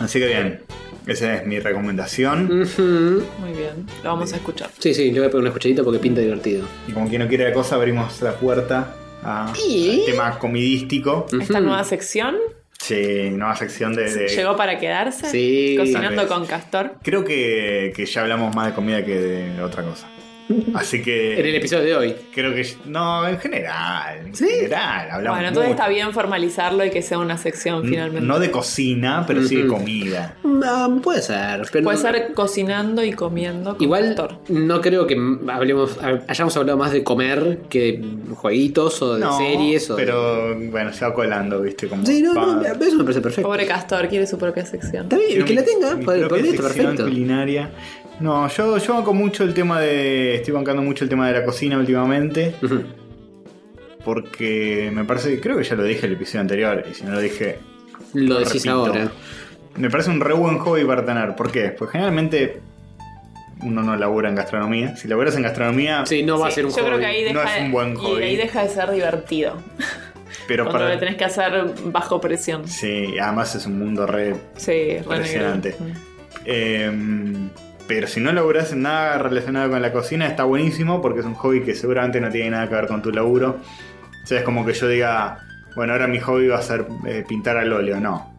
Speaker 1: Así que bien, esa es mi
Speaker 3: Mm.
Speaker 1: recomendación.
Speaker 5: Ujú.
Speaker 3: Muy bien. Lo vamos a escuchar.
Speaker 5: Sí, sí, le voy a pegar una escuchadita porque pinta divertido.
Speaker 1: Y como quien no quiere la cosa, abrimos la puerta a, al tema comidístico.
Speaker 3: Esta nueva sección
Speaker 1: Sí, nueva sección de- de
Speaker 3: llegó para quedarse.
Speaker 5: Sí,
Speaker 1: tal
Speaker 3: Cocinando
Speaker 1: vez.
Speaker 3: con Castor.
Speaker 1: Creo que, que ya hablamos más de comida que de otra cosa. Así
Speaker 5: En
Speaker 1: que
Speaker 5: el episodio de hoy.
Speaker 1: creo que no, en general, en general hablamos
Speaker 3: Bueno, entonces
Speaker 1: mucho.
Speaker 3: está bien formalizarlo y que sea una sección
Speaker 1: N-
Speaker 3: finalmente.
Speaker 1: No de cocina, pero sí de comida.
Speaker 5: Ah, puede ser. pero
Speaker 3: Puede
Speaker 5: no-
Speaker 3: ser cocinando y comiendo con
Speaker 5: Igual
Speaker 3: Castor.
Speaker 5: no creo que hablemos, hayamos hablado más de comer que de jueguitos o de
Speaker 1: No,
Speaker 5: series o de-
Speaker 1: pero bueno, se va colando, viste, como
Speaker 5: Sí, no, no,
Speaker 1: pa-
Speaker 5: eso me parece perfecto.
Speaker 3: Pobre Castor, quiere su propia sección.
Speaker 5: Está bien,
Speaker 1: Quiero
Speaker 5: el que
Speaker 1: mi-
Speaker 5: la tenga,
Speaker 1: mi
Speaker 5: por, por
Speaker 1: propia
Speaker 5: mí está
Speaker 1: sección
Speaker 5: perfecto.
Speaker 1: culinaria. No, yo, yo banco mucho el tema de. Estoy bancando mucho el tema de la cocina últimamente.
Speaker 5: Ujú. Mm.
Speaker 1: Porque me parece. Creo que ya lo dije en el episodio anterior. Y si no lo dije,
Speaker 5: Lo decís
Speaker 1: repito.
Speaker 5: ahora.
Speaker 1: Me parece un re buen hobby para tener. ¿Por qué? Pues generalmente uno no labura en gastronomía. Si laburas en gastronomía,
Speaker 5: Sí, no va a
Speaker 3: Sí,
Speaker 5: ser un
Speaker 3: yo creo
Speaker 5: hobby.
Speaker 3: que ahí
Speaker 1: No
Speaker 3: deja,
Speaker 1: es un buen
Speaker 3: Y
Speaker 1: hobby.
Speaker 3: ahí deja de ser divertido.
Speaker 1: pero
Speaker 3: cuando
Speaker 1: para...
Speaker 3: lo tenés que hacer bajo presión.
Speaker 1: Sí, además es un mundo re...
Speaker 3: Sí, re
Speaker 1: Impresionante.
Speaker 3: negro. Mm,
Speaker 1: Em, pero si no laburas en nada relacionado con la cocina, está buenísimo porque es un hobby que seguramente no tiene nada que ver con tu laburo. O sea, es como que yo diga, bueno, ahora mi hobby va a ser eh, pintar al óleo. No,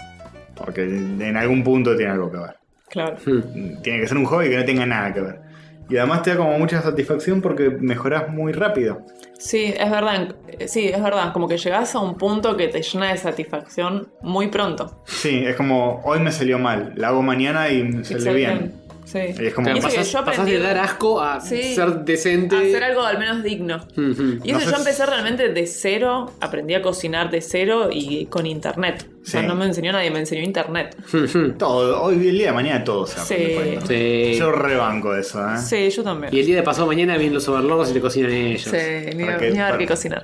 Speaker 1: porque en algún punto tiene algo que ver.
Speaker 3: Claro.
Speaker 1: tiene que ser un hobby que no tenga nada que ver. Y además te da como mucha satisfacción porque mejorás muy rápido.
Speaker 3: Sí, es verdad. Sí, es verdad. Como que llegás a un punto que te llena de satisfacción muy pronto.
Speaker 1: Sí, es como hoy me salió mal, la hago mañana y me sale bien.
Speaker 3: Exactamente. Sí.
Speaker 1: Y es como
Speaker 3: Y eso
Speaker 1: pasás-
Speaker 3: que
Speaker 5: Pasás
Speaker 3: yo aprendí
Speaker 5: de dar asco a
Speaker 3: Sí.
Speaker 5: ser decente.
Speaker 3: a hacer algo al menos digno.
Speaker 5: Ujú.
Speaker 3: Y
Speaker 1: No
Speaker 3: eso
Speaker 1: sé
Speaker 3: yo
Speaker 1: si-
Speaker 3: empecé realmente de cero, aprendí a cocinar de cero y con internet. O sea,
Speaker 1: Sí.
Speaker 3: no me enseñó nadie, me enseñó internet.
Speaker 5: Ujú.
Speaker 1: todo, hoy el día de mañana todo se
Speaker 3: Sí.
Speaker 1: aprende por ahí, ¿no?
Speaker 5: Sí.
Speaker 1: Yo rebanco eso, ¿eh?
Speaker 3: Sí, yo también.
Speaker 5: Y el día de pasado mañana vienen los overlords y te cocinan ellos.
Speaker 3: Sí, ni,
Speaker 1: Para
Speaker 3: a-
Speaker 1: que-
Speaker 3: ni a ver
Speaker 1: para-
Speaker 3: qué cocinar.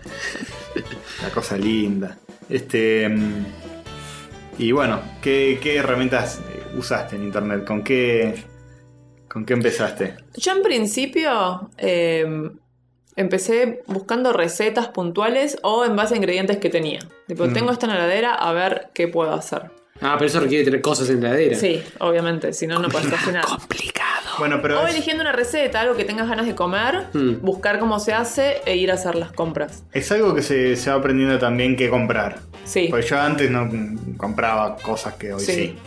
Speaker 1: La cosa linda. Este. mm, Y bueno, ¿qué, qué herramientas eh, usaste en internet? ¿Con qué. ¿Con qué empezaste?
Speaker 3: Yo en principio eh, empecé buscando recetas puntuales o en base a ingredientes que tenía. Tipo, tengo esta en la heladera, a ver qué puedo hacer.
Speaker 5: Ah, pero eso requiere tener cosas en la heladera.
Speaker 3: Sí, obviamente, si no, no puedes cocinar.
Speaker 1: Bueno, pero.
Speaker 3: O
Speaker 1: es-
Speaker 3: eligiendo una receta, algo que tengas ganas de comer,
Speaker 5: Mm.
Speaker 3: buscar cómo se hace e ir a hacer las compras.
Speaker 1: Es algo que se, se va aprendiendo también que comprar.
Speaker 3: Sí,
Speaker 1: Porque yo antes no mm, compraba cosas que hoy
Speaker 3: Sí.
Speaker 1: sí.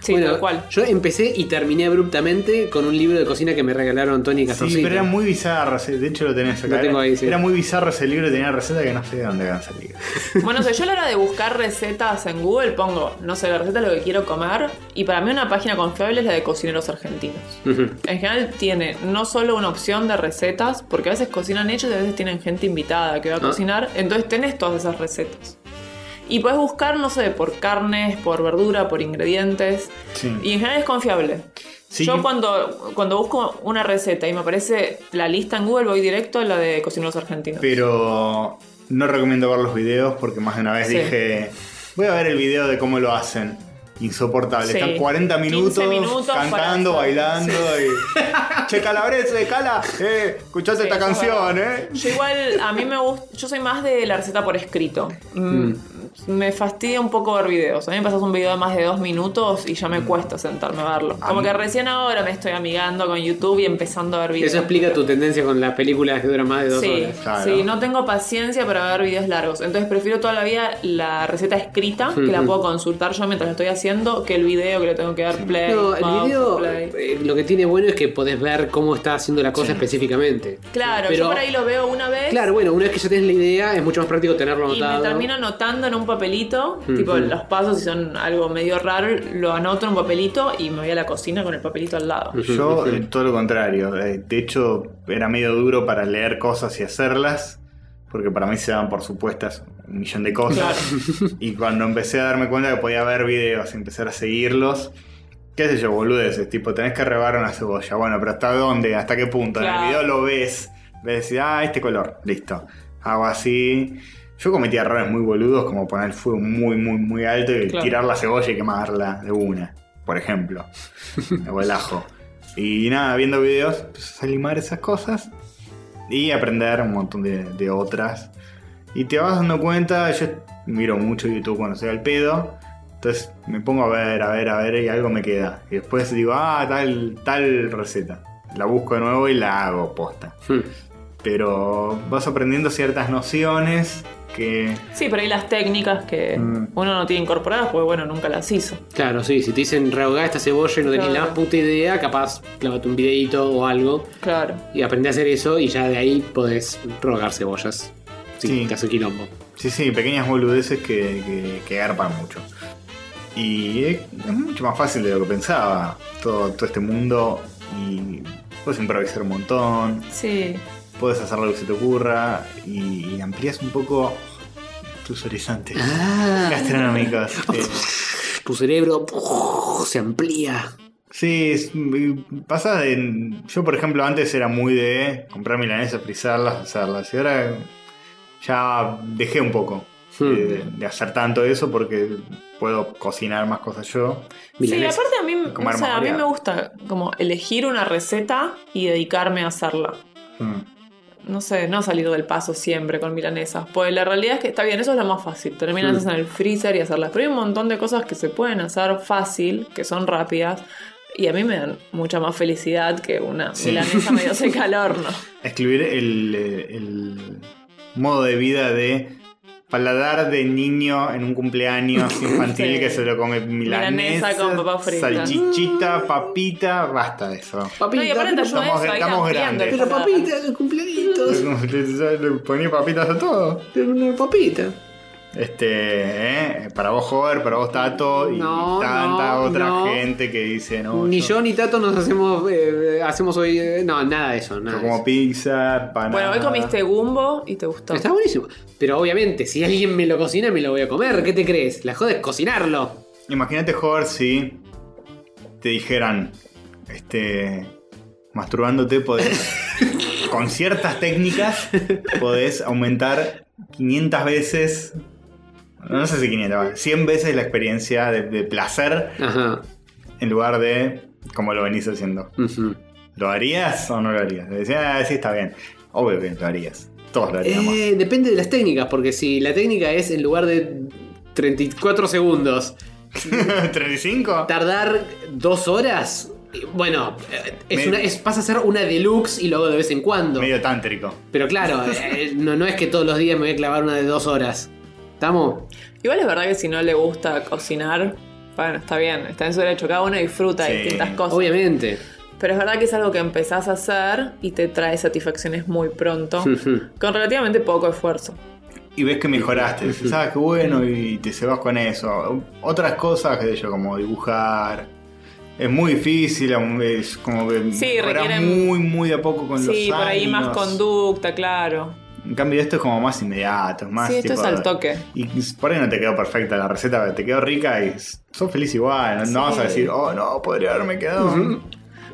Speaker 3: sí,
Speaker 5: Bueno,
Speaker 3: tal cual.
Speaker 5: Yo empecé y terminé abruptamente con un libro de cocina que me regalaron Tony y
Speaker 1: Sí,
Speaker 5: Castorcito.
Speaker 1: pero era muy bizarro. ese- De hecho, lo tenés acá.
Speaker 5: Lo tengo ahí, sí.
Speaker 1: Era muy bizarro ese libro y tenía receta que no sé de dónde van a salir.
Speaker 3: Bueno, o sea, yo a la hora de buscar recetas en Google pongo, no sé, la receta de lo que quiero comer. Y para mí una página confiable es la de cocineros argentinos.
Speaker 5: Ujú.
Speaker 3: En general tiene no solo una opción de recetas, porque a veces cocinan ellos y a veces tienen gente invitada que va a
Speaker 5: Ah.
Speaker 3: cocinar. Entonces tenés todas esas recetas. Y puedes buscar, no sé, por carnes, por verdura, por ingredientes.
Speaker 1: Sí.
Speaker 3: Y en general es confiable.
Speaker 1: Sí.
Speaker 3: Yo cuando, cuando busco una receta y me aparece la lista en Google, voy directo a la de cocineros argentinos.
Speaker 1: Pero no recomiendo ver los videos porque más de una vez
Speaker 3: Sí.
Speaker 1: dije, voy a ver el video de cómo lo hacen. insoportable.
Speaker 3: Sí.
Speaker 1: Están 40 minutos,
Speaker 3: 15 minutos
Speaker 1: cantando,
Speaker 3: para-
Speaker 1: bailando y. che, calabrese, cala, eh, escuchaste
Speaker 3: Sí,
Speaker 1: esta
Speaker 3: eso es
Speaker 1: canción,
Speaker 3: verdad.
Speaker 1: eh.
Speaker 3: Yo igual, a mí me gusta, yo soy más de la receta por escrito. Mm, Me fastidia un poco ver videos. A mí me pasas un video de más de dos minutos y ya
Speaker 5: Mm.
Speaker 3: me cuesta sentarme a verlo.
Speaker 1: A
Speaker 3: Como
Speaker 1: mí-
Speaker 3: que recién ahora me estoy amigando con YouTube y empezando a ver videos.
Speaker 5: Eso explica tu tendencia con las películas que duran más de dos
Speaker 3: Sí,
Speaker 5: horas.
Speaker 1: Claro.
Speaker 3: sí, no tengo paciencia para ver videos largos. Entonces prefiero toda la vida la receta escrita, que la
Speaker 5: Ujú.
Speaker 3: puedo consultar yo mientras la estoy haciendo, que el video que le tengo que dar play.
Speaker 5: No, el
Speaker 3: pause,
Speaker 5: video
Speaker 3: play.
Speaker 5: eh, lo que tiene bueno es que podés ver cómo está haciendo la cosa específicamente.
Speaker 3: Claro,
Speaker 5: Pero-
Speaker 3: yo por ahí lo veo una vez.
Speaker 5: Claro, bueno, una vez que ya tenés la idea, es mucho más práctico tenerlo
Speaker 3: Y me
Speaker 5: anotado.
Speaker 3: termino anotando en un papelito,
Speaker 5: Mm,
Speaker 3: tipo
Speaker 5: mm.
Speaker 3: los pasos si son algo medio raro, lo anoto en un papelito y me voy a la cocina con el papelito al lado.
Speaker 1: Yo, eh, todo lo contrario. Eh, De hecho, era medio duro para leer cosas y hacerlas, porque para mí se daban por supuestas un millón de cosas. Y cuando empecé a darme cuenta que podía ver videos, empezar a seguirlos, qué sé yo, boludeces, tipo, tenés que rebar una cebolla. Bueno, pero ¿hasta dónde? ¿Hasta qué punto? En
Speaker 3: Claro.
Speaker 1: el video lo ves, ves decís, ah, este color, listo. Hago así. Yo cometí errores muy boludos, como poner el fuego muy, muy, muy alto y
Speaker 3: Claro.
Speaker 1: tirar la cebolla y quemarla de una, por ejemplo. o el ajo. Y nada, viendo videos, empezás a limar esas cosas y aprender un montón de, de otras. Y te vas dando cuenta, yo miro mucho YouTube cuando soy al pedo, entonces me pongo a ver, a ver, a ver y algo me queda. Y después digo, ah, tal, tal receta. La busco de nuevo y la hago posta.
Speaker 5: Hmm.
Speaker 1: Pero vas aprendiendo ciertas nociones que...
Speaker 3: Sí, pero hay las técnicas que
Speaker 1: Mm.
Speaker 3: uno no tiene incorporadas porque, bueno, nunca las hizo.
Speaker 5: Claro, sí, si te dicen rehogá esta cebolla y no tenés
Speaker 3: Claro.
Speaker 5: la más puta idea, capaz clavate un videito o algo
Speaker 3: Claro.
Speaker 5: y aprendé a hacer eso y ya de ahí podés rehogar cebollas. Sí,
Speaker 1: Sí.
Speaker 5: te hace quilombo.
Speaker 1: Sí, sí, pequeñas boludeces que, que, que garpan mucho. Y es, es mucho más fácil de lo que pensaba todo, todo este mundo y puedes improvisar un montón.
Speaker 3: Sí.
Speaker 1: puedes hacer lo que se te ocurra y, y amplías un poco tus horizontes gastronómicos. Eh,
Speaker 5: Ah, Tu cerebro ¡puf! se amplía.
Speaker 1: Sí, es- mm, pasa de. Yo, por ejemplo, antes era muy de comprar milanesas, frizarlas, hacerlas. Y ahora ya dejé un poco
Speaker 5: Hmm.
Speaker 1: de, de hacer tanto eso porque puedo cocinar más cosas yo.
Speaker 5: Milanesa.
Speaker 3: Sí, aparte a mí,
Speaker 1: Como
Speaker 3: o sea, a mí
Speaker 1: armónica.
Speaker 3: me gusta como elegir una receta y dedicarme a hacerla.
Speaker 1: Mm.
Speaker 3: No sé, no salir del paso siempre con milanesas. Pues la realidad es que está bien, eso es lo más fácil. Tener milanesas en el freezer y hacerlas. Pero hay un montón de cosas que se pueden hacer fácil, que son rápidas. Y a mí me dan mucha más felicidad que una
Speaker 1: Sí.
Speaker 3: milanesa medio seca al horno.
Speaker 1: excluir el, eh, el modo de vida de paladar de niño en un cumpleaños infantil
Speaker 3: Sí.
Speaker 1: que se lo come milanesa,
Speaker 3: Milanesa con papa frita.
Speaker 1: salchichita, papita, basta de eso.
Speaker 3: No,
Speaker 5: Papita,
Speaker 3: y aparte te ayuda
Speaker 1: Estamos-
Speaker 3: eso a ir
Speaker 1: estamos
Speaker 3: ampliando
Speaker 1: grandes.
Speaker 3: el
Speaker 5: pero
Speaker 3: paladar.
Speaker 5: papita, los cumpleañitos.
Speaker 1: Le ponía papitas a todo.
Speaker 5: Pero una papita.
Speaker 1: Este, ¿eh? para vos Jover, para vos Tato y
Speaker 5: No,
Speaker 1: tanta
Speaker 5: no,
Speaker 1: otra
Speaker 5: no.
Speaker 1: gente que dice no.
Speaker 5: ni yo ni Tato nos hacemos eh, hacemos hoy. eh, no, nada de eso. Nada
Speaker 1: yo
Speaker 5: de
Speaker 1: como
Speaker 5: eso.
Speaker 1: pizza, panada.
Speaker 3: Bueno, hoy comiste gumbo y te gustó.
Speaker 5: Está buenísimo. Pero obviamente, si alguien me lo cocina, me lo voy a comer. ¿Qué te crees? La joda es cocinarlo.
Speaker 1: Imagínate, Jorge, si te dijeran, este, masturbándote podés, con ciertas técnicas, podés aumentar 500 veces, no sé si 500, va, 100 veces la experiencia de, de placer
Speaker 5: Ajá.
Speaker 1: en lugar de como lo venís haciendo.
Speaker 5: Ujú.
Speaker 1: ¿Lo harías o no lo harías? Le decía, ah, sí, está bien. Obvio que lo harías. Todos lo haríamos.
Speaker 5: Eh, depende de las técnicas, porque si la técnica es en lugar de 34 segundos,
Speaker 1: ¿35?
Speaker 5: tardar dos horas, eh, bueno, eh, es
Speaker 1: Me-
Speaker 5: una- es- pasa a ser una deluxe y lo hago de vez en cuando.
Speaker 1: Medio tántrico.
Speaker 5: Pero claro, eh, no, no es que todos los días me voy a clavar una de dos horas. ¿Estamos?
Speaker 3: Igual es verdad que si no le gusta cocinar, bueno, está bien, está en su derecho. Cada uno disfruta de
Speaker 1: Sí.
Speaker 3: distintas cosas.
Speaker 5: Obviamente.
Speaker 3: Pero es verdad que es algo que empezás a hacer y te trae satisfacciones muy pronto,
Speaker 5: Ujú.
Speaker 3: con relativamente poco esfuerzo.
Speaker 1: y ves que mejoraste. Dices, ah, qué bueno, y te cebas con eso. Otras cosas, qué sé yo, como dibujar. Es muy difícil, es como que
Speaker 3: Sí,
Speaker 1: mejorás
Speaker 3: requieren-
Speaker 1: muy, muy de a poco con los
Speaker 3: Sí, por ahí más
Speaker 1: años.
Speaker 3: conducta, claro.
Speaker 1: En cambio, esto es como más inmediato, es más.
Speaker 3: Sí, esto
Speaker 1: tipo-
Speaker 3: es al toque.
Speaker 1: Y por ahí no te quedó perfecta la receta, pero te quedó rica y sos feliz igual. No, no vas a decir, oh, no, podría haberme quedado.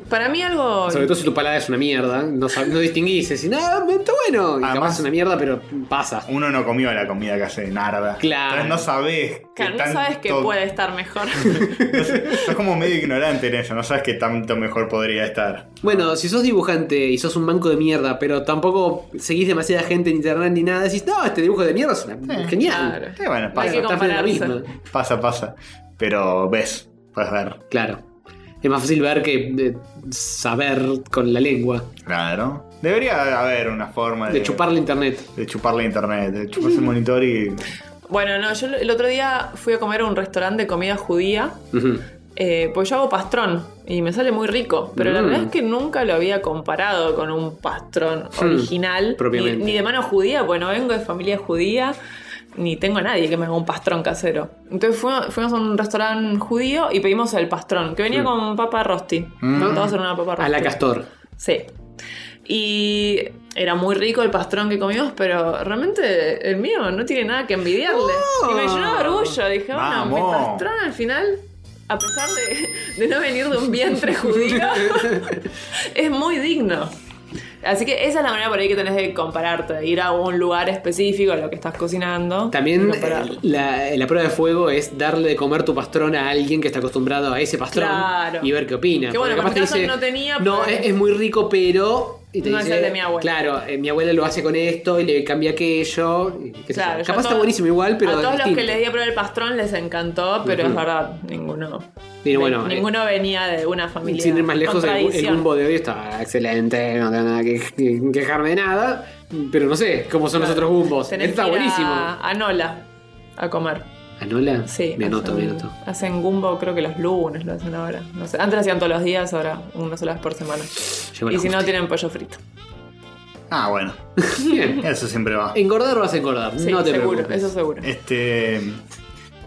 Speaker 3: Para mí algo.
Speaker 5: Sobre todo si tu palabra es una mierda, no, sab- no distinguís, decís, ah, está bueno. Y capaz
Speaker 1: Además-
Speaker 5: es una mierda, pero pasa.
Speaker 1: Uno no comió la comida que hace de Narda.
Speaker 5: Claro.
Speaker 1: Entonces no sabes. qué
Speaker 3: Claro, no sabes que
Speaker 1: tanto-
Speaker 3: puede estar mejor.
Speaker 1: Sos como medio ignorante en eso, no sabes qué tanto mejor podría estar.
Speaker 5: Bueno, si sos dibujante y sos un banco de mierda, pero tampoco seguís demasiada gente en internet ni nada, decís, no, este dibujo de mierda es una... genial.
Speaker 3: Claro.
Speaker 1: Eh, bueno,
Speaker 3: Hay
Speaker 1: pasa,
Speaker 3: que
Speaker 5: Estás en la
Speaker 3: compararse.
Speaker 5: misma.
Speaker 1: pasa, pasa. Pero ves, puedes ver.
Speaker 5: Claro. Es más fácil ver que eh, saber con la lengua.
Speaker 1: Claro. Debería haber una forma de,
Speaker 5: De chuparle internet.
Speaker 1: de chuparle internet, de
Speaker 3: Mm.
Speaker 1: chuparse el monitor y.
Speaker 3: Bueno, no, yo el otro día fui a comer a un restaurante de comida judía.
Speaker 5: Ujú.
Speaker 3: Eh, pues yo hago pastrón y me sale muy rico, pero la
Speaker 5: Mm.
Speaker 3: verdad es que nunca lo había comparado con un pastrón
Speaker 5: Hmm,
Speaker 3: original, ni,
Speaker 5: propiamente.
Speaker 3: ni de mano judía, pues no vengo de familia judía, ni tengo a nadie que me haga un pastrón casero. Entonces fuimos, fuimos a un restaurante judío y pedimos el pastrón, que venía con papa rosti. Vamos a hacer una papa rosti.
Speaker 5: Mm. A la castor.
Speaker 3: Sí. Y era muy rico el pastrón que comimos, pero realmente el mío no tiene nada que envidiarle.
Speaker 5: ¡Oh!
Speaker 3: Y me llenó de orgullo. Dije, bueno, mi
Speaker 1: ¡Vamos!
Speaker 3: pastrón al final, a pesar de, de no venir de un vientre judío, es muy digno. Así que esa es la manera por ahí que tenés de compararte, de ir a un lugar específico, a lo que estás cocinando.
Speaker 5: También
Speaker 3: y compararlo.
Speaker 5: eh, la, la prueba de fuego es darle de comer tu pastrón a alguien que está acostumbrado a ese pastrón
Speaker 3: Claro.
Speaker 5: y ver qué opina.
Speaker 3: Que bueno,
Speaker 5: Porque
Speaker 3: en mi
Speaker 5: capaz
Speaker 3: caso no tenía,
Speaker 5: No,
Speaker 3: pero-
Speaker 5: es, es muy rico, pero. y te
Speaker 3: No es
Speaker 5: dice,
Speaker 3: el de mi abuela.
Speaker 5: Claro, eh, mi abuela lo hace con esto y le cambia aquello. y qué sé yo.
Speaker 3: Claro, yo
Speaker 5: Capaz
Speaker 3: a
Speaker 5: está
Speaker 3: todos-
Speaker 5: buenísimo igual, pero.
Speaker 3: A todos los
Speaker 5: distinto.
Speaker 3: que les di a probar el pastrón les encantó, pero
Speaker 5: Ujú.
Speaker 3: es verdad, ninguno.
Speaker 5: Pero bueno, eh,
Speaker 3: ninguno venía de una familia.
Speaker 5: Sin ir más lejos,
Speaker 3: con
Speaker 5: el, el
Speaker 3: tradición.
Speaker 5: bumbo de hoy está excelente, no tengo nada que, que- que quejarme de nada. Pero no sé cómo son los otros bumbos.
Speaker 3: Tenés
Speaker 5: Está
Speaker 3: que ir a-
Speaker 5: buenísimo.
Speaker 3: A, Nola a comer.
Speaker 5: ¿Anola?
Speaker 3: Sí.
Speaker 5: Me anoto, me
Speaker 3: hacen-
Speaker 5: anoto.
Speaker 3: Hacen gumbo, creo que los lunes lo hacen ahora. No sé. Antes lo hacían todos los días, ahora una sola vez por semana.
Speaker 5: Llevo la
Speaker 3: y si no,
Speaker 5: justa.
Speaker 3: tienen pollo frito.
Speaker 1: Ah, bueno.
Speaker 5: Bien.
Speaker 1: Eso siempre va.
Speaker 5: Engordar vas a engordar,
Speaker 3: Sí,
Speaker 5: no te
Speaker 3: seguro,
Speaker 5: preocupes.
Speaker 3: eso seguro.
Speaker 1: Este.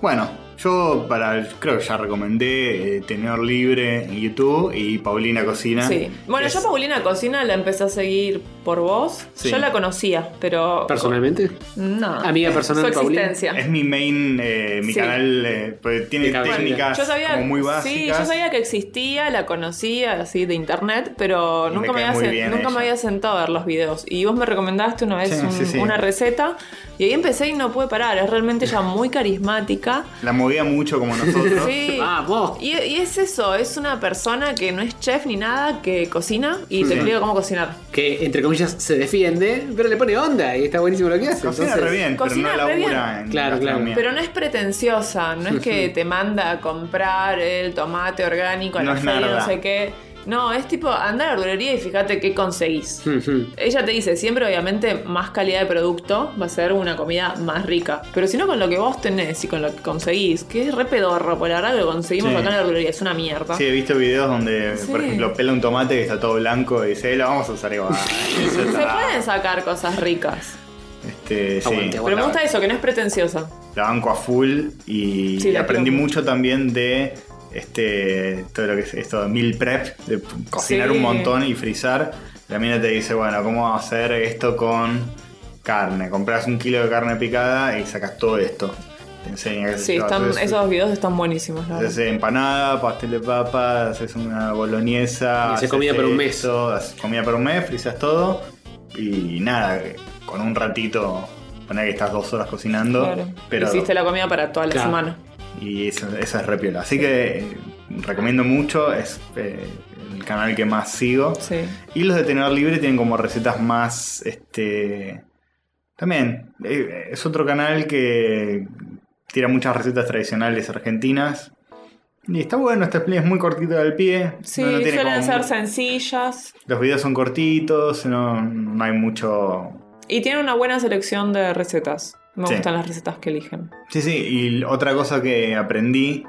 Speaker 1: Bueno, yo para. Creo que ya recomendé eh, Tenedor Libre en YouTube y Paulina
Speaker 5: ¿Eh?
Speaker 1: Cocina.
Speaker 3: Sí. Bueno,
Speaker 1: Es-
Speaker 3: yo Paulina Cocina la empecé a seguir por vos.
Speaker 1: Sí.
Speaker 3: Yo la conocía, pero.
Speaker 5: Personalmente,
Speaker 3: No.
Speaker 5: Amiga personal de
Speaker 3: Su
Speaker 5: Paulina.
Speaker 3: existencia.
Speaker 1: Es mi main, eh, mi
Speaker 3: Sí.
Speaker 1: canal, eh, pues tiene
Speaker 5: De cabecera.
Speaker 1: técnicas
Speaker 3: Yo sabía,
Speaker 1: como muy básicas.
Speaker 3: sí, yo sabía que existía, la conocía así de internet, pero
Speaker 1: Y
Speaker 3: nunca,
Speaker 1: me
Speaker 3: me
Speaker 1: cae
Speaker 3: había,
Speaker 1: muy
Speaker 3: sen-
Speaker 1: bien
Speaker 3: nunca
Speaker 1: ella.
Speaker 3: me había sentado a ver los videos. Y vos me recomendaste una vez
Speaker 1: Sí,
Speaker 3: un-
Speaker 1: sí, sí.
Speaker 3: una receta y ahí empecé y no pude parar. Es realmente ya muy carismática.
Speaker 1: La movía mucho como nosotros.
Speaker 3: Sí.
Speaker 5: Vamos.
Speaker 3: Y, y es eso, es una persona que no es chef ni nada, que cocina y te
Speaker 1: Sí.
Speaker 3: explica cómo cocinar.
Speaker 5: que entre comillas se defiende, pero le pone onda y está buenísimo lo que hace.
Speaker 1: Cocina
Speaker 5: entonces-
Speaker 1: re bien,
Speaker 3: Cocina
Speaker 1: pero no
Speaker 3: re
Speaker 1: labura
Speaker 3: bien.
Speaker 1: en
Speaker 5: Claro, claro.
Speaker 1: gastronomía.
Speaker 3: Pero no es pretenciosa, no es que te manda a comprar el tomate orgánico,
Speaker 1: No
Speaker 3: la
Speaker 1: es
Speaker 3: feria,
Speaker 1: nada.
Speaker 3: no sé qué. No, es tipo, anda a la verdulería y fíjate qué conseguís.
Speaker 5: Ujú.
Speaker 3: Ella te dice, siempre obviamente más calidad de producto va a ser una comida más rica. Pero si no con lo que vos tenés y con lo que conseguís, que es re pedorro, por la verdad que lo conseguimos
Speaker 1: Sí.
Speaker 3: acá en la verdulería, es una mierda.
Speaker 1: Sí, he visto videos donde,
Speaker 3: Sí.
Speaker 1: por ejemplo, pela un tomate que está todo blanco y dice, "Eh, lo vamos a usar igual. Eso
Speaker 3: Se
Speaker 1: está-
Speaker 3: pueden sacar cosas ricas.
Speaker 1: Este, sí.
Speaker 5: Aguante, aguante.
Speaker 3: Pero me gusta eso, que no es pretenciosa.
Speaker 1: la banco a full y
Speaker 3: Sí, la
Speaker 1: aprendí
Speaker 3: quiero
Speaker 1: mucho también de este todo lo que es esto de meal prep, de cocinar
Speaker 3: Sí.
Speaker 1: un montón y frizar. La mina te dice, bueno, ¿cómo vamos a hacer esto con carne? Compras un kilo de carne picada y sacas todo esto. Te enseña qué sé
Speaker 3: Sí,
Speaker 1: yo,
Speaker 3: están-
Speaker 1: haces-
Speaker 3: esos videos están buenísimos, la verdad.
Speaker 1: Haces empanada, pastel de papa, haces una boloñesa.
Speaker 5: Y haces comida por un mes.
Speaker 1: esto, haces comida por un mes, frizas todo. Y nada, con un ratito, poner que estás dos horas cocinando.
Speaker 3: Claro.
Speaker 1: Pero
Speaker 3: Hiciste la comida para toda la
Speaker 5: Claro.
Speaker 3: semana.
Speaker 1: y eso, eso es repiola. Así que eh, recomiendo mucho, es eh, el canal que más sigo.
Speaker 3: Sí.
Speaker 1: Y los de Tenedor Libre tienen como recetas más. este También eh, es otro canal que tira muchas recetas tradicionales argentinas. Y está bueno, este play es muy cortito al pie.
Speaker 3: Sí,
Speaker 1: no- no tiene
Speaker 3: suelen
Speaker 1: como
Speaker 3: ser
Speaker 1: mu-
Speaker 3: sencillas.
Speaker 1: Los videos son cortitos, no, no hay mucho.
Speaker 3: Y tienen una buena selección de recetas. Me
Speaker 1: Sí.
Speaker 3: gustan las recetas que eligen.
Speaker 1: Sí, sí, y otra cosa que aprendí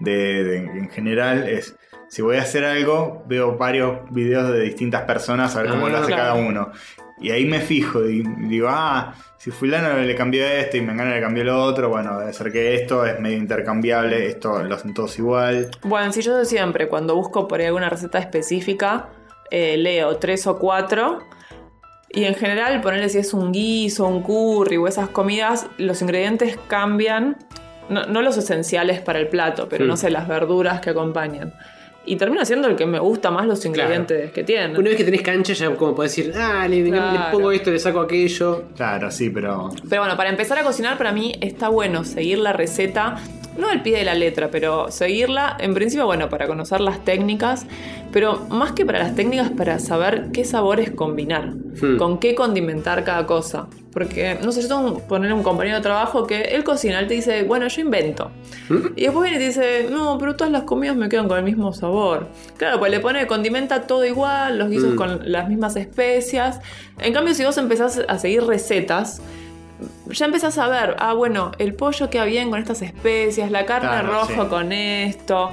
Speaker 1: de, de- en general es, si voy a hacer algo, veo varios videos de distintas personas a ver cómo
Speaker 5: Ah,
Speaker 1: lo hace
Speaker 3: claro.
Speaker 1: cada uno. Y ahí me fijo y digo, ah, si fulano le cambió esto y mengano le cambió lo otro, bueno, debe ser que esto es medio intercambiable, esto lo hacen todos igual.
Speaker 3: Bueno, si yo siempre, cuando busco por ahí alguna receta específica, eh, leo tres o cuatro. Y en general, ponerle si es un guiso, un curry o esas comidas, los ingredientes cambian. No, no los esenciales para el plato, pero
Speaker 5: Hmm.
Speaker 3: no sé, las verduras que acompañan. Y termina siendo el que me gusta más los
Speaker 5: Claro.
Speaker 3: ingredientes que tiene.
Speaker 5: Una vez que tenés cancha, ya como podés decir, ah, le, le- le
Speaker 3: Claro.
Speaker 5: pongo esto, le saco aquello.
Speaker 1: Claro, sí, pero.
Speaker 3: Pero bueno, para empezar a cocinar, para mí está bueno seguir la receta, no al pie de la letra, pero seguirla, en principio, bueno, para conocer las técnicas, pero más que para las técnicas, para saber qué sabores combinar,
Speaker 5: Hmm.
Speaker 3: con qué condimentar cada cosa. Porque, no sé, yo tengo poner un compañero de trabajo que él cocina, él te dice, bueno, yo invento. Y después viene y te dice, no, pero todas las comidas me quedan con el mismo sabor. Claro, pues le pone, condimenta todo igual, los guisos
Speaker 5: Mm.
Speaker 3: con las mismas especias. En cambio, si vos empezás a seguir recetas, ya empezás a ver, ah, bueno, el pollo queda bien con estas especias, la carne
Speaker 1: Claro,
Speaker 3: roja
Speaker 1: sí.
Speaker 3: con esto.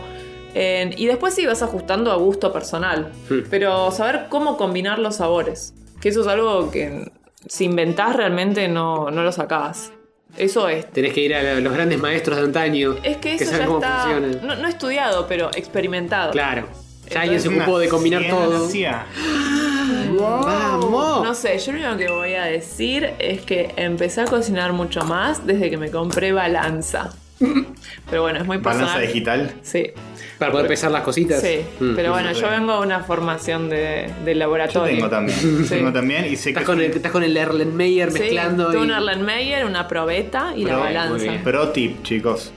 Speaker 3: En- y después sí vas ajustando a gusto personal.
Speaker 1: Mm.
Speaker 5: Hmm.
Speaker 3: Pero saber cómo combinar los sabores. Que eso es algo que si inventás realmente no, no lo sacás. Eso es
Speaker 5: Tenés que ir a la- los grandes maestros de antaño
Speaker 3: es que eso
Speaker 5: saben
Speaker 3: ya
Speaker 5: cómo
Speaker 3: está.
Speaker 5: funciona.
Speaker 3: No, no estudiado, pero experimentado.
Speaker 5: Claro. Ya alguien se
Speaker 1: Es una
Speaker 5: ocupó de combinar todo.
Speaker 1: ciencia.
Speaker 5: ¡Vamos!
Speaker 3: No sé, yo lo único que voy a decir es que empecé a cocinar mucho más desde que me compré balanza. Pero bueno, es muy personal.
Speaker 1: Balanza digital.
Speaker 3: Sí,
Speaker 5: Para poder pesar las cositas.
Speaker 3: sí.
Speaker 5: Mm.
Speaker 3: Pero bueno,
Speaker 1: eso
Speaker 3: yo
Speaker 1: sí.
Speaker 3: vengo de una formación de, de
Speaker 1: Yo
Speaker 3: laboratorio.
Speaker 1: tengo también.
Speaker 3: Sí.
Speaker 1: Tengo también y sé que
Speaker 5: Estás con el, estás con el Erlenmeyer
Speaker 3: Sí,
Speaker 5: mezclando.
Speaker 3: tuve
Speaker 5: y...
Speaker 3: una Erlenmeyer, una probeta y la
Speaker 1: Pro-
Speaker 3: balanza.
Speaker 5: bien.
Speaker 1: Pro tip, chicos.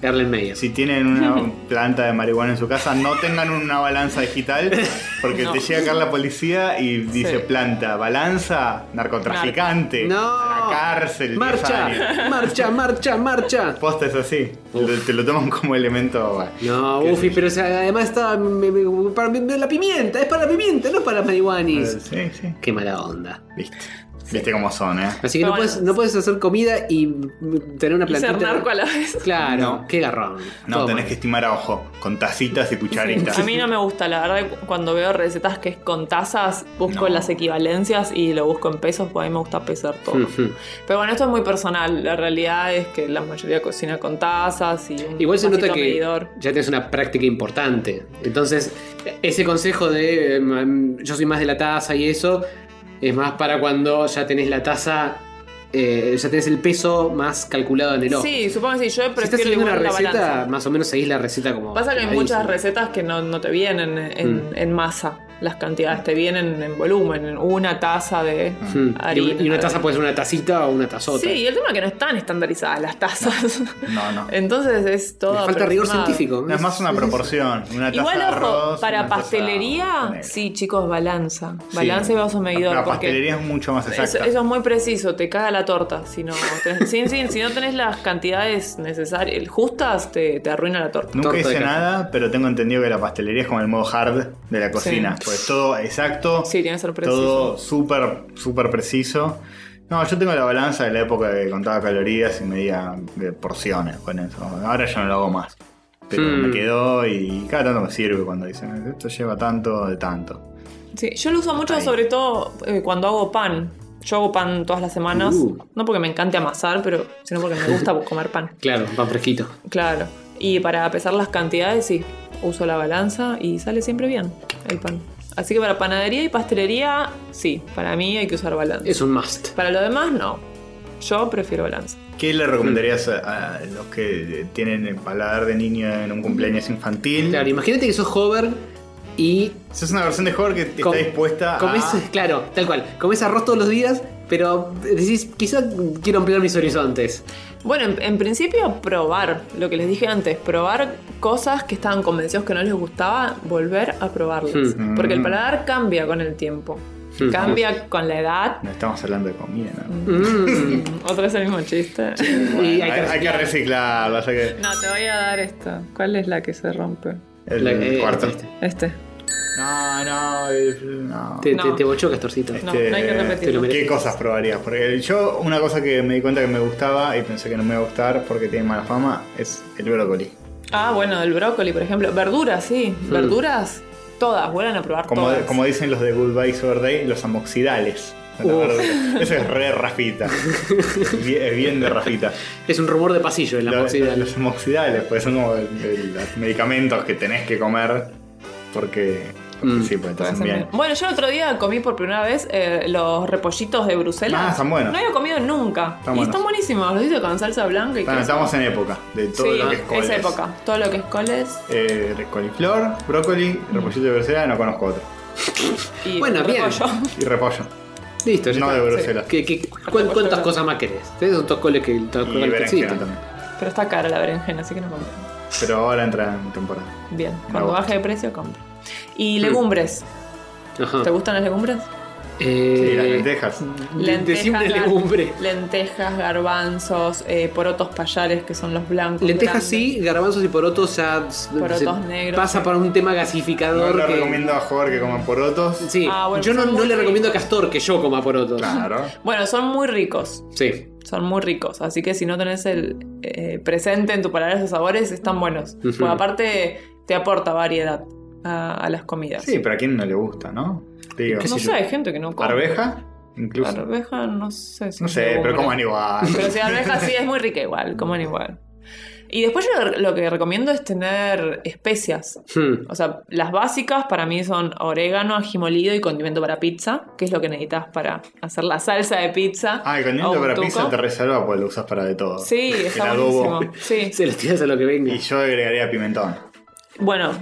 Speaker 5: Erlenmeyer.
Speaker 1: Si tienen una planta de marihuana en su casa, no tengan una balanza digital porque
Speaker 3: No.
Speaker 1: te llega a caer la policía y dice
Speaker 3: Sí.
Speaker 1: planta, balanza, narcotraficante,
Speaker 5: No.
Speaker 1: a la cárcel, 10 años.
Speaker 5: Marcha, marcha, marcha, marcha.
Speaker 1: Posta es así. Lo- Te lo toman como elemento.
Speaker 5: No,
Speaker 1: Qué
Speaker 5: Buffy,
Speaker 1: sé
Speaker 5: pero o sea, además está me- me- para me- la pimienta, es para la pimienta, no es para
Speaker 1: yo.
Speaker 5: marihuanis.
Speaker 1: eh, Sí, sí.
Speaker 5: Qué mala onda.
Speaker 1: Viste. Viste cómo son, eh.
Speaker 5: Así que no
Speaker 3: Bueno.
Speaker 5: puedes, no puedes hacer comida y mm, tener una
Speaker 3: Y ser
Speaker 5: plantita.
Speaker 3: narco a la vez.
Speaker 5: Claro,
Speaker 1: No.
Speaker 5: qué garrón.
Speaker 1: No,
Speaker 5: Todo
Speaker 1: tenés
Speaker 5: mal.
Speaker 1: que estimar a ojo, con tacitas y cucharitas.
Speaker 3: A mí no me gusta, la verdad, cu- cuando veo recetas que es con tazas, busco
Speaker 1: No.
Speaker 3: las equivalencias y lo busco en pesos, porque a mí me gusta pesar todo.
Speaker 5: Ujú.
Speaker 3: Pero bueno, esto es muy personal. La realidad es que la mayoría cocina con tazas y un
Speaker 5: Igual se
Speaker 3: vasito
Speaker 5: nota que
Speaker 3: medidor.
Speaker 5: ya tienes una práctica importante. Entonces, ese consejo de eh, mm, yo soy más de la taza y eso, es más para cuando ya tenés la taza, eh, ya tenés el peso más calculado en el ojo.
Speaker 3: Sí, supongo que sí. Yo
Speaker 5: si estás
Speaker 3: prefiero
Speaker 5: siguiendo
Speaker 3: igual
Speaker 5: una
Speaker 3: la
Speaker 5: receta,
Speaker 3: balanza.
Speaker 5: más o menos seguís la receta como.
Speaker 3: Pasa que
Speaker 5: como
Speaker 3: hay muchas
Speaker 5: dicen.
Speaker 3: recetas que no, no te vienen en,
Speaker 5: Mm.
Speaker 3: en masa las cantidades, te vienen en volumen, en una taza de
Speaker 5: Mm.
Speaker 3: harina.
Speaker 5: Y, y una taza puede ser una tacita o una tazota.
Speaker 3: Sí, y el tema es que no están estandarizadas las tazas.
Speaker 1: No, no.
Speaker 3: Entonces es todo.
Speaker 5: Le falta rigor
Speaker 3: aproximado.
Speaker 5: científico.
Speaker 1: No, es más una proporción. Una taza
Speaker 3: Igual,
Speaker 1: de
Speaker 3: ojo,
Speaker 1: arroz,
Speaker 3: para
Speaker 1: una taza
Speaker 3: pastelería,
Speaker 1: de-
Speaker 3: sí, chicos, balanza.
Speaker 1: Sí.
Speaker 3: Balanza y vaso medidor.
Speaker 1: La
Speaker 3: porque
Speaker 1: pastelería es mucho más
Speaker 3: Eso,
Speaker 1: exacta.
Speaker 3: eso es muy preciso, te caga la torta. Si no, tenés, si- si- si no tenés las cantidades necesarias, justas, te, te arruina la torta.
Speaker 1: Nunca
Speaker 5: Torta de
Speaker 1: hice
Speaker 5: caja.
Speaker 1: nada, pero tengo entendido que la pastelería es como el modo hard de la cocina.
Speaker 3: Sí.
Speaker 1: Pues todo exacto,
Speaker 3: Sí, tiene que ser preciso.
Speaker 1: todo súper, súper preciso. No, yo tengo la balanza de la época que contaba calorías y medía eh, porciones con eso. Ahora ya no lo hago más. Pero
Speaker 5: Hmm.
Speaker 1: me quedó y cada tanto me sirve cuando dicen, esto lleva tanto de tanto.
Speaker 3: Sí, yo lo uso mucho,
Speaker 1: Ahí.
Speaker 3: sobre todo eh, cuando hago pan. Yo hago pan todas las semanas,
Speaker 5: Uh.
Speaker 3: no porque me encante amasar, pero sino porque me gusta comer pan.
Speaker 5: Claro, pan fresquito.
Speaker 3: Claro. Y para pesar las cantidades, sí, uso la balanza y sale siempre bien el pan. Así que para panadería y pastelería, sí, para mí hay que usar balanza.
Speaker 5: Es un must.
Speaker 3: Para lo demás, no. Yo prefiero balanza.
Speaker 1: ¿Qué
Speaker 5: Hmm.
Speaker 1: le recomendarías a, a los que tienen el paladar de niño en un cumpleaños infantil?
Speaker 5: Claro, imagínate que sos joven y
Speaker 1: Esa es una versión de Jorge que
Speaker 5: Com-
Speaker 1: está dispuesta
Speaker 5: Comes,
Speaker 1: a...
Speaker 5: claro, tal cual. Comes arroz todos los días, pero decís, quizá quiero ampliar mis horizontes.
Speaker 3: Bueno, en, en principio probar, lo que les dije antes, probar cosas que estaban convencidos que no les gustaba, volver a probarlas.
Speaker 1: Hmm.
Speaker 3: Porque el paladar cambia con el tiempo,
Speaker 5: Hmm.
Speaker 3: cambia con la edad.
Speaker 1: No estamos hablando de comida, ¿no? Hmm.
Speaker 5: Mm.
Speaker 3: Otra vez el mismo chiste.
Speaker 5: Y hay
Speaker 1: hay,
Speaker 5: que
Speaker 1: hay que reciclarlo, así que...
Speaker 3: No, te voy a dar esta. ¿Cuál es la que se rompe?
Speaker 1: El
Speaker 5: La- eh,
Speaker 1: cuarto.
Speaker 5: este.
Speaker 3: Este.
Speaker 1: No, no, el- no.
Speaker 5: Te,
Speaker 3: No.
Speaker 5: te, te bochó, Castorcito.
Speaker 3: No, no hay que
Speaker 5: te lo
Speaker 3: repetirlo.
Speaker 5: merece.
Speaker 1: ¿Qué cosas probarías? Porque yo, una cosa que me di cuenta que me gustaba y pensé que no me iba a gustar porque tiene mala fama es el brócoli.
Speaker 3: Ah, bueno, el brócoli, por ejemplo. Verduras, sí. Verduras, todas. Vuelvan a probar
Speaker 1: Hmm. Como,
Speaker 3: todas.
Speaker 1: como dicen los de Goodbye Sober Day, los amoxidales. La
Speaker 5: Uf.
Speaker 1: verdura. Eso es re rafita. Es bien- es bien de rafita.
Speaker 5: Es un rumor de pasillo en la
Speaker 1: Lo-
Speaker 5: moxidad.
Speaker 1: Los amoxidales, pues son como el- el- los medicamentos que tenés que comer porque
Speaker 5: Mm.
Speaker 1: Sí, pues te hacen
Speaker 3: Hacen
Speaker 1: bien.
Speaker 3: bien. Bueno, yo el otro día comí por primera vez eh, los repollitos de Bruselas.
Speaker 1: Ah, están buenos.
Speaker 3: No había comido nunca.
Speaker 1: Están
Speaker 3: y
Speaker 1: buenos.
Speaker 3: están buenísimos. Los hice con salsa blanca y
Speaker 1: Bueno,
Speaker 3: queso.
Speaker 1: Ah, estamos en época de todo
Speaker 3: sí,
Speaker 1: lo que es coles.
Speaker 3: esa época. Todo lo que es coles
Speaker 1: Eh, coliflor, brócoli, repollito de Bruselas, no conozco otro.
Speaker 3: y
Speaker 5: Bueno, bien.
Speaker 3: repollo.
Speaker 1: Y repollo.
Speaker 5: Listo, ya
Speaker 1: No
Speaker 5: está.
Speaker 1: de Bruselas.
Speaker 5: ¿Qué- qué- cuán- ¿Cuántas cosas más querés? Ustedes son todos coles que, todos
Speaker 1: Y
Speaker 5: coles que
Speaker 1: berenjena
Speaker 5: existen.
Speaker 1: también.
Speaker 3: Pero está cara la berenjena, así que no compro.
Speaker 1: Pero ahora entra en temporada.
Speaker 3: Bien,
Speaker 1: Me
Speaker 3: cuando
Speaker 1: gusta.
Speaker 3: baje de precio compro. Y
Speaker 5: Mm.
Speaker 3: legumbres.
Speaker 5: Ajá.
Speaker 3: ¿Te gustan las legumbres?
Speaker 5: Eh,
Speaker 1: Sí, las lentejas.
Speaker 5: Ah. Decime una
Speaker 3: gar-
Speaker 5: legumbre.
Speaker 3: lentejas, garbanzos, eh, porotos payares que son los blancos.
Speaker 5: Lentejas
Speaker 3: grandes.
Speaker 5: sí, garbanzos y porotos ya
Speaker 3: Porotos
Speaker 5: se
Speaker 3: negros,
Speaker 5: pasa
Speaker 3: sí.
Speaker 5: para un tema
Speaker 1: No
Speaker 5: gasificador
Speaker 1: le
Speaker 5: que-
Speaker 1: recomiendo a Jorge que coman porotos.
Speaker 5: Sí.
Speaker 3: Ah, bueno,
Speaker 5: yo no,
Speaker 3: son
Speaker 5: no
Speaker 3: muy
Speaker 5: le recomiendo a
Speaker 3: ricos.
Speaker 5: Castor que yo coma porotos.
Speaker 1: Claro.
Speaker 3: Bueno, son muy ricos.
Speaker 5: Sí.
Speaker 3: Son muy ricos. Así que si no tenés el eh, presente en tu paladar esos sabores, están buenos.
Speaker 5: Ujú.
Speaker 3: Porque aparte te aporta variedad a, a las comidas.
Speaker 1: Sí, pero a quién no le gusta, ¿no? Te Digo,
Speaker 3: no sé, hay gente que no come.
Speaker 1: ¿Arveja? Incluso.
Speaker 3: Arveja, no sé. si
Speaker 1: No
Speaker 3: es
Speaker 1: sé, pero Mm.
Speaker 3: legumbre.
Speaker 1: coman igual.
Speaker 3: Pero si arveja sí es muy rica igual, coman igual. Y después yo lo que recomiendo es tener especias.
Speaker 5: Hmm.
Speaker 3: O sea, las básicas para mí son orégano, ají molido y condimento para pizza, que es lo que necesitas para hacer la salsa de pizza.
Speaker 1: Ah, el
Speaker 3: o
Speaker 1: condimento
Speaker 3: un
Speaker 1: para
Speaker 3: tuco.
Speaker 1: pizza te reserva porque lo usas para de todo.
Speaker 3: Sí,
Speaker 1: El
Speaker 3: está
Speaker 1: adobo.
Speaker 3: buenísimo. Sí.
Speaker 5: Se los tiras a lo que venga.
Speaker 1: Y yo agregaría pimentón.
Speaker 3: Bueno,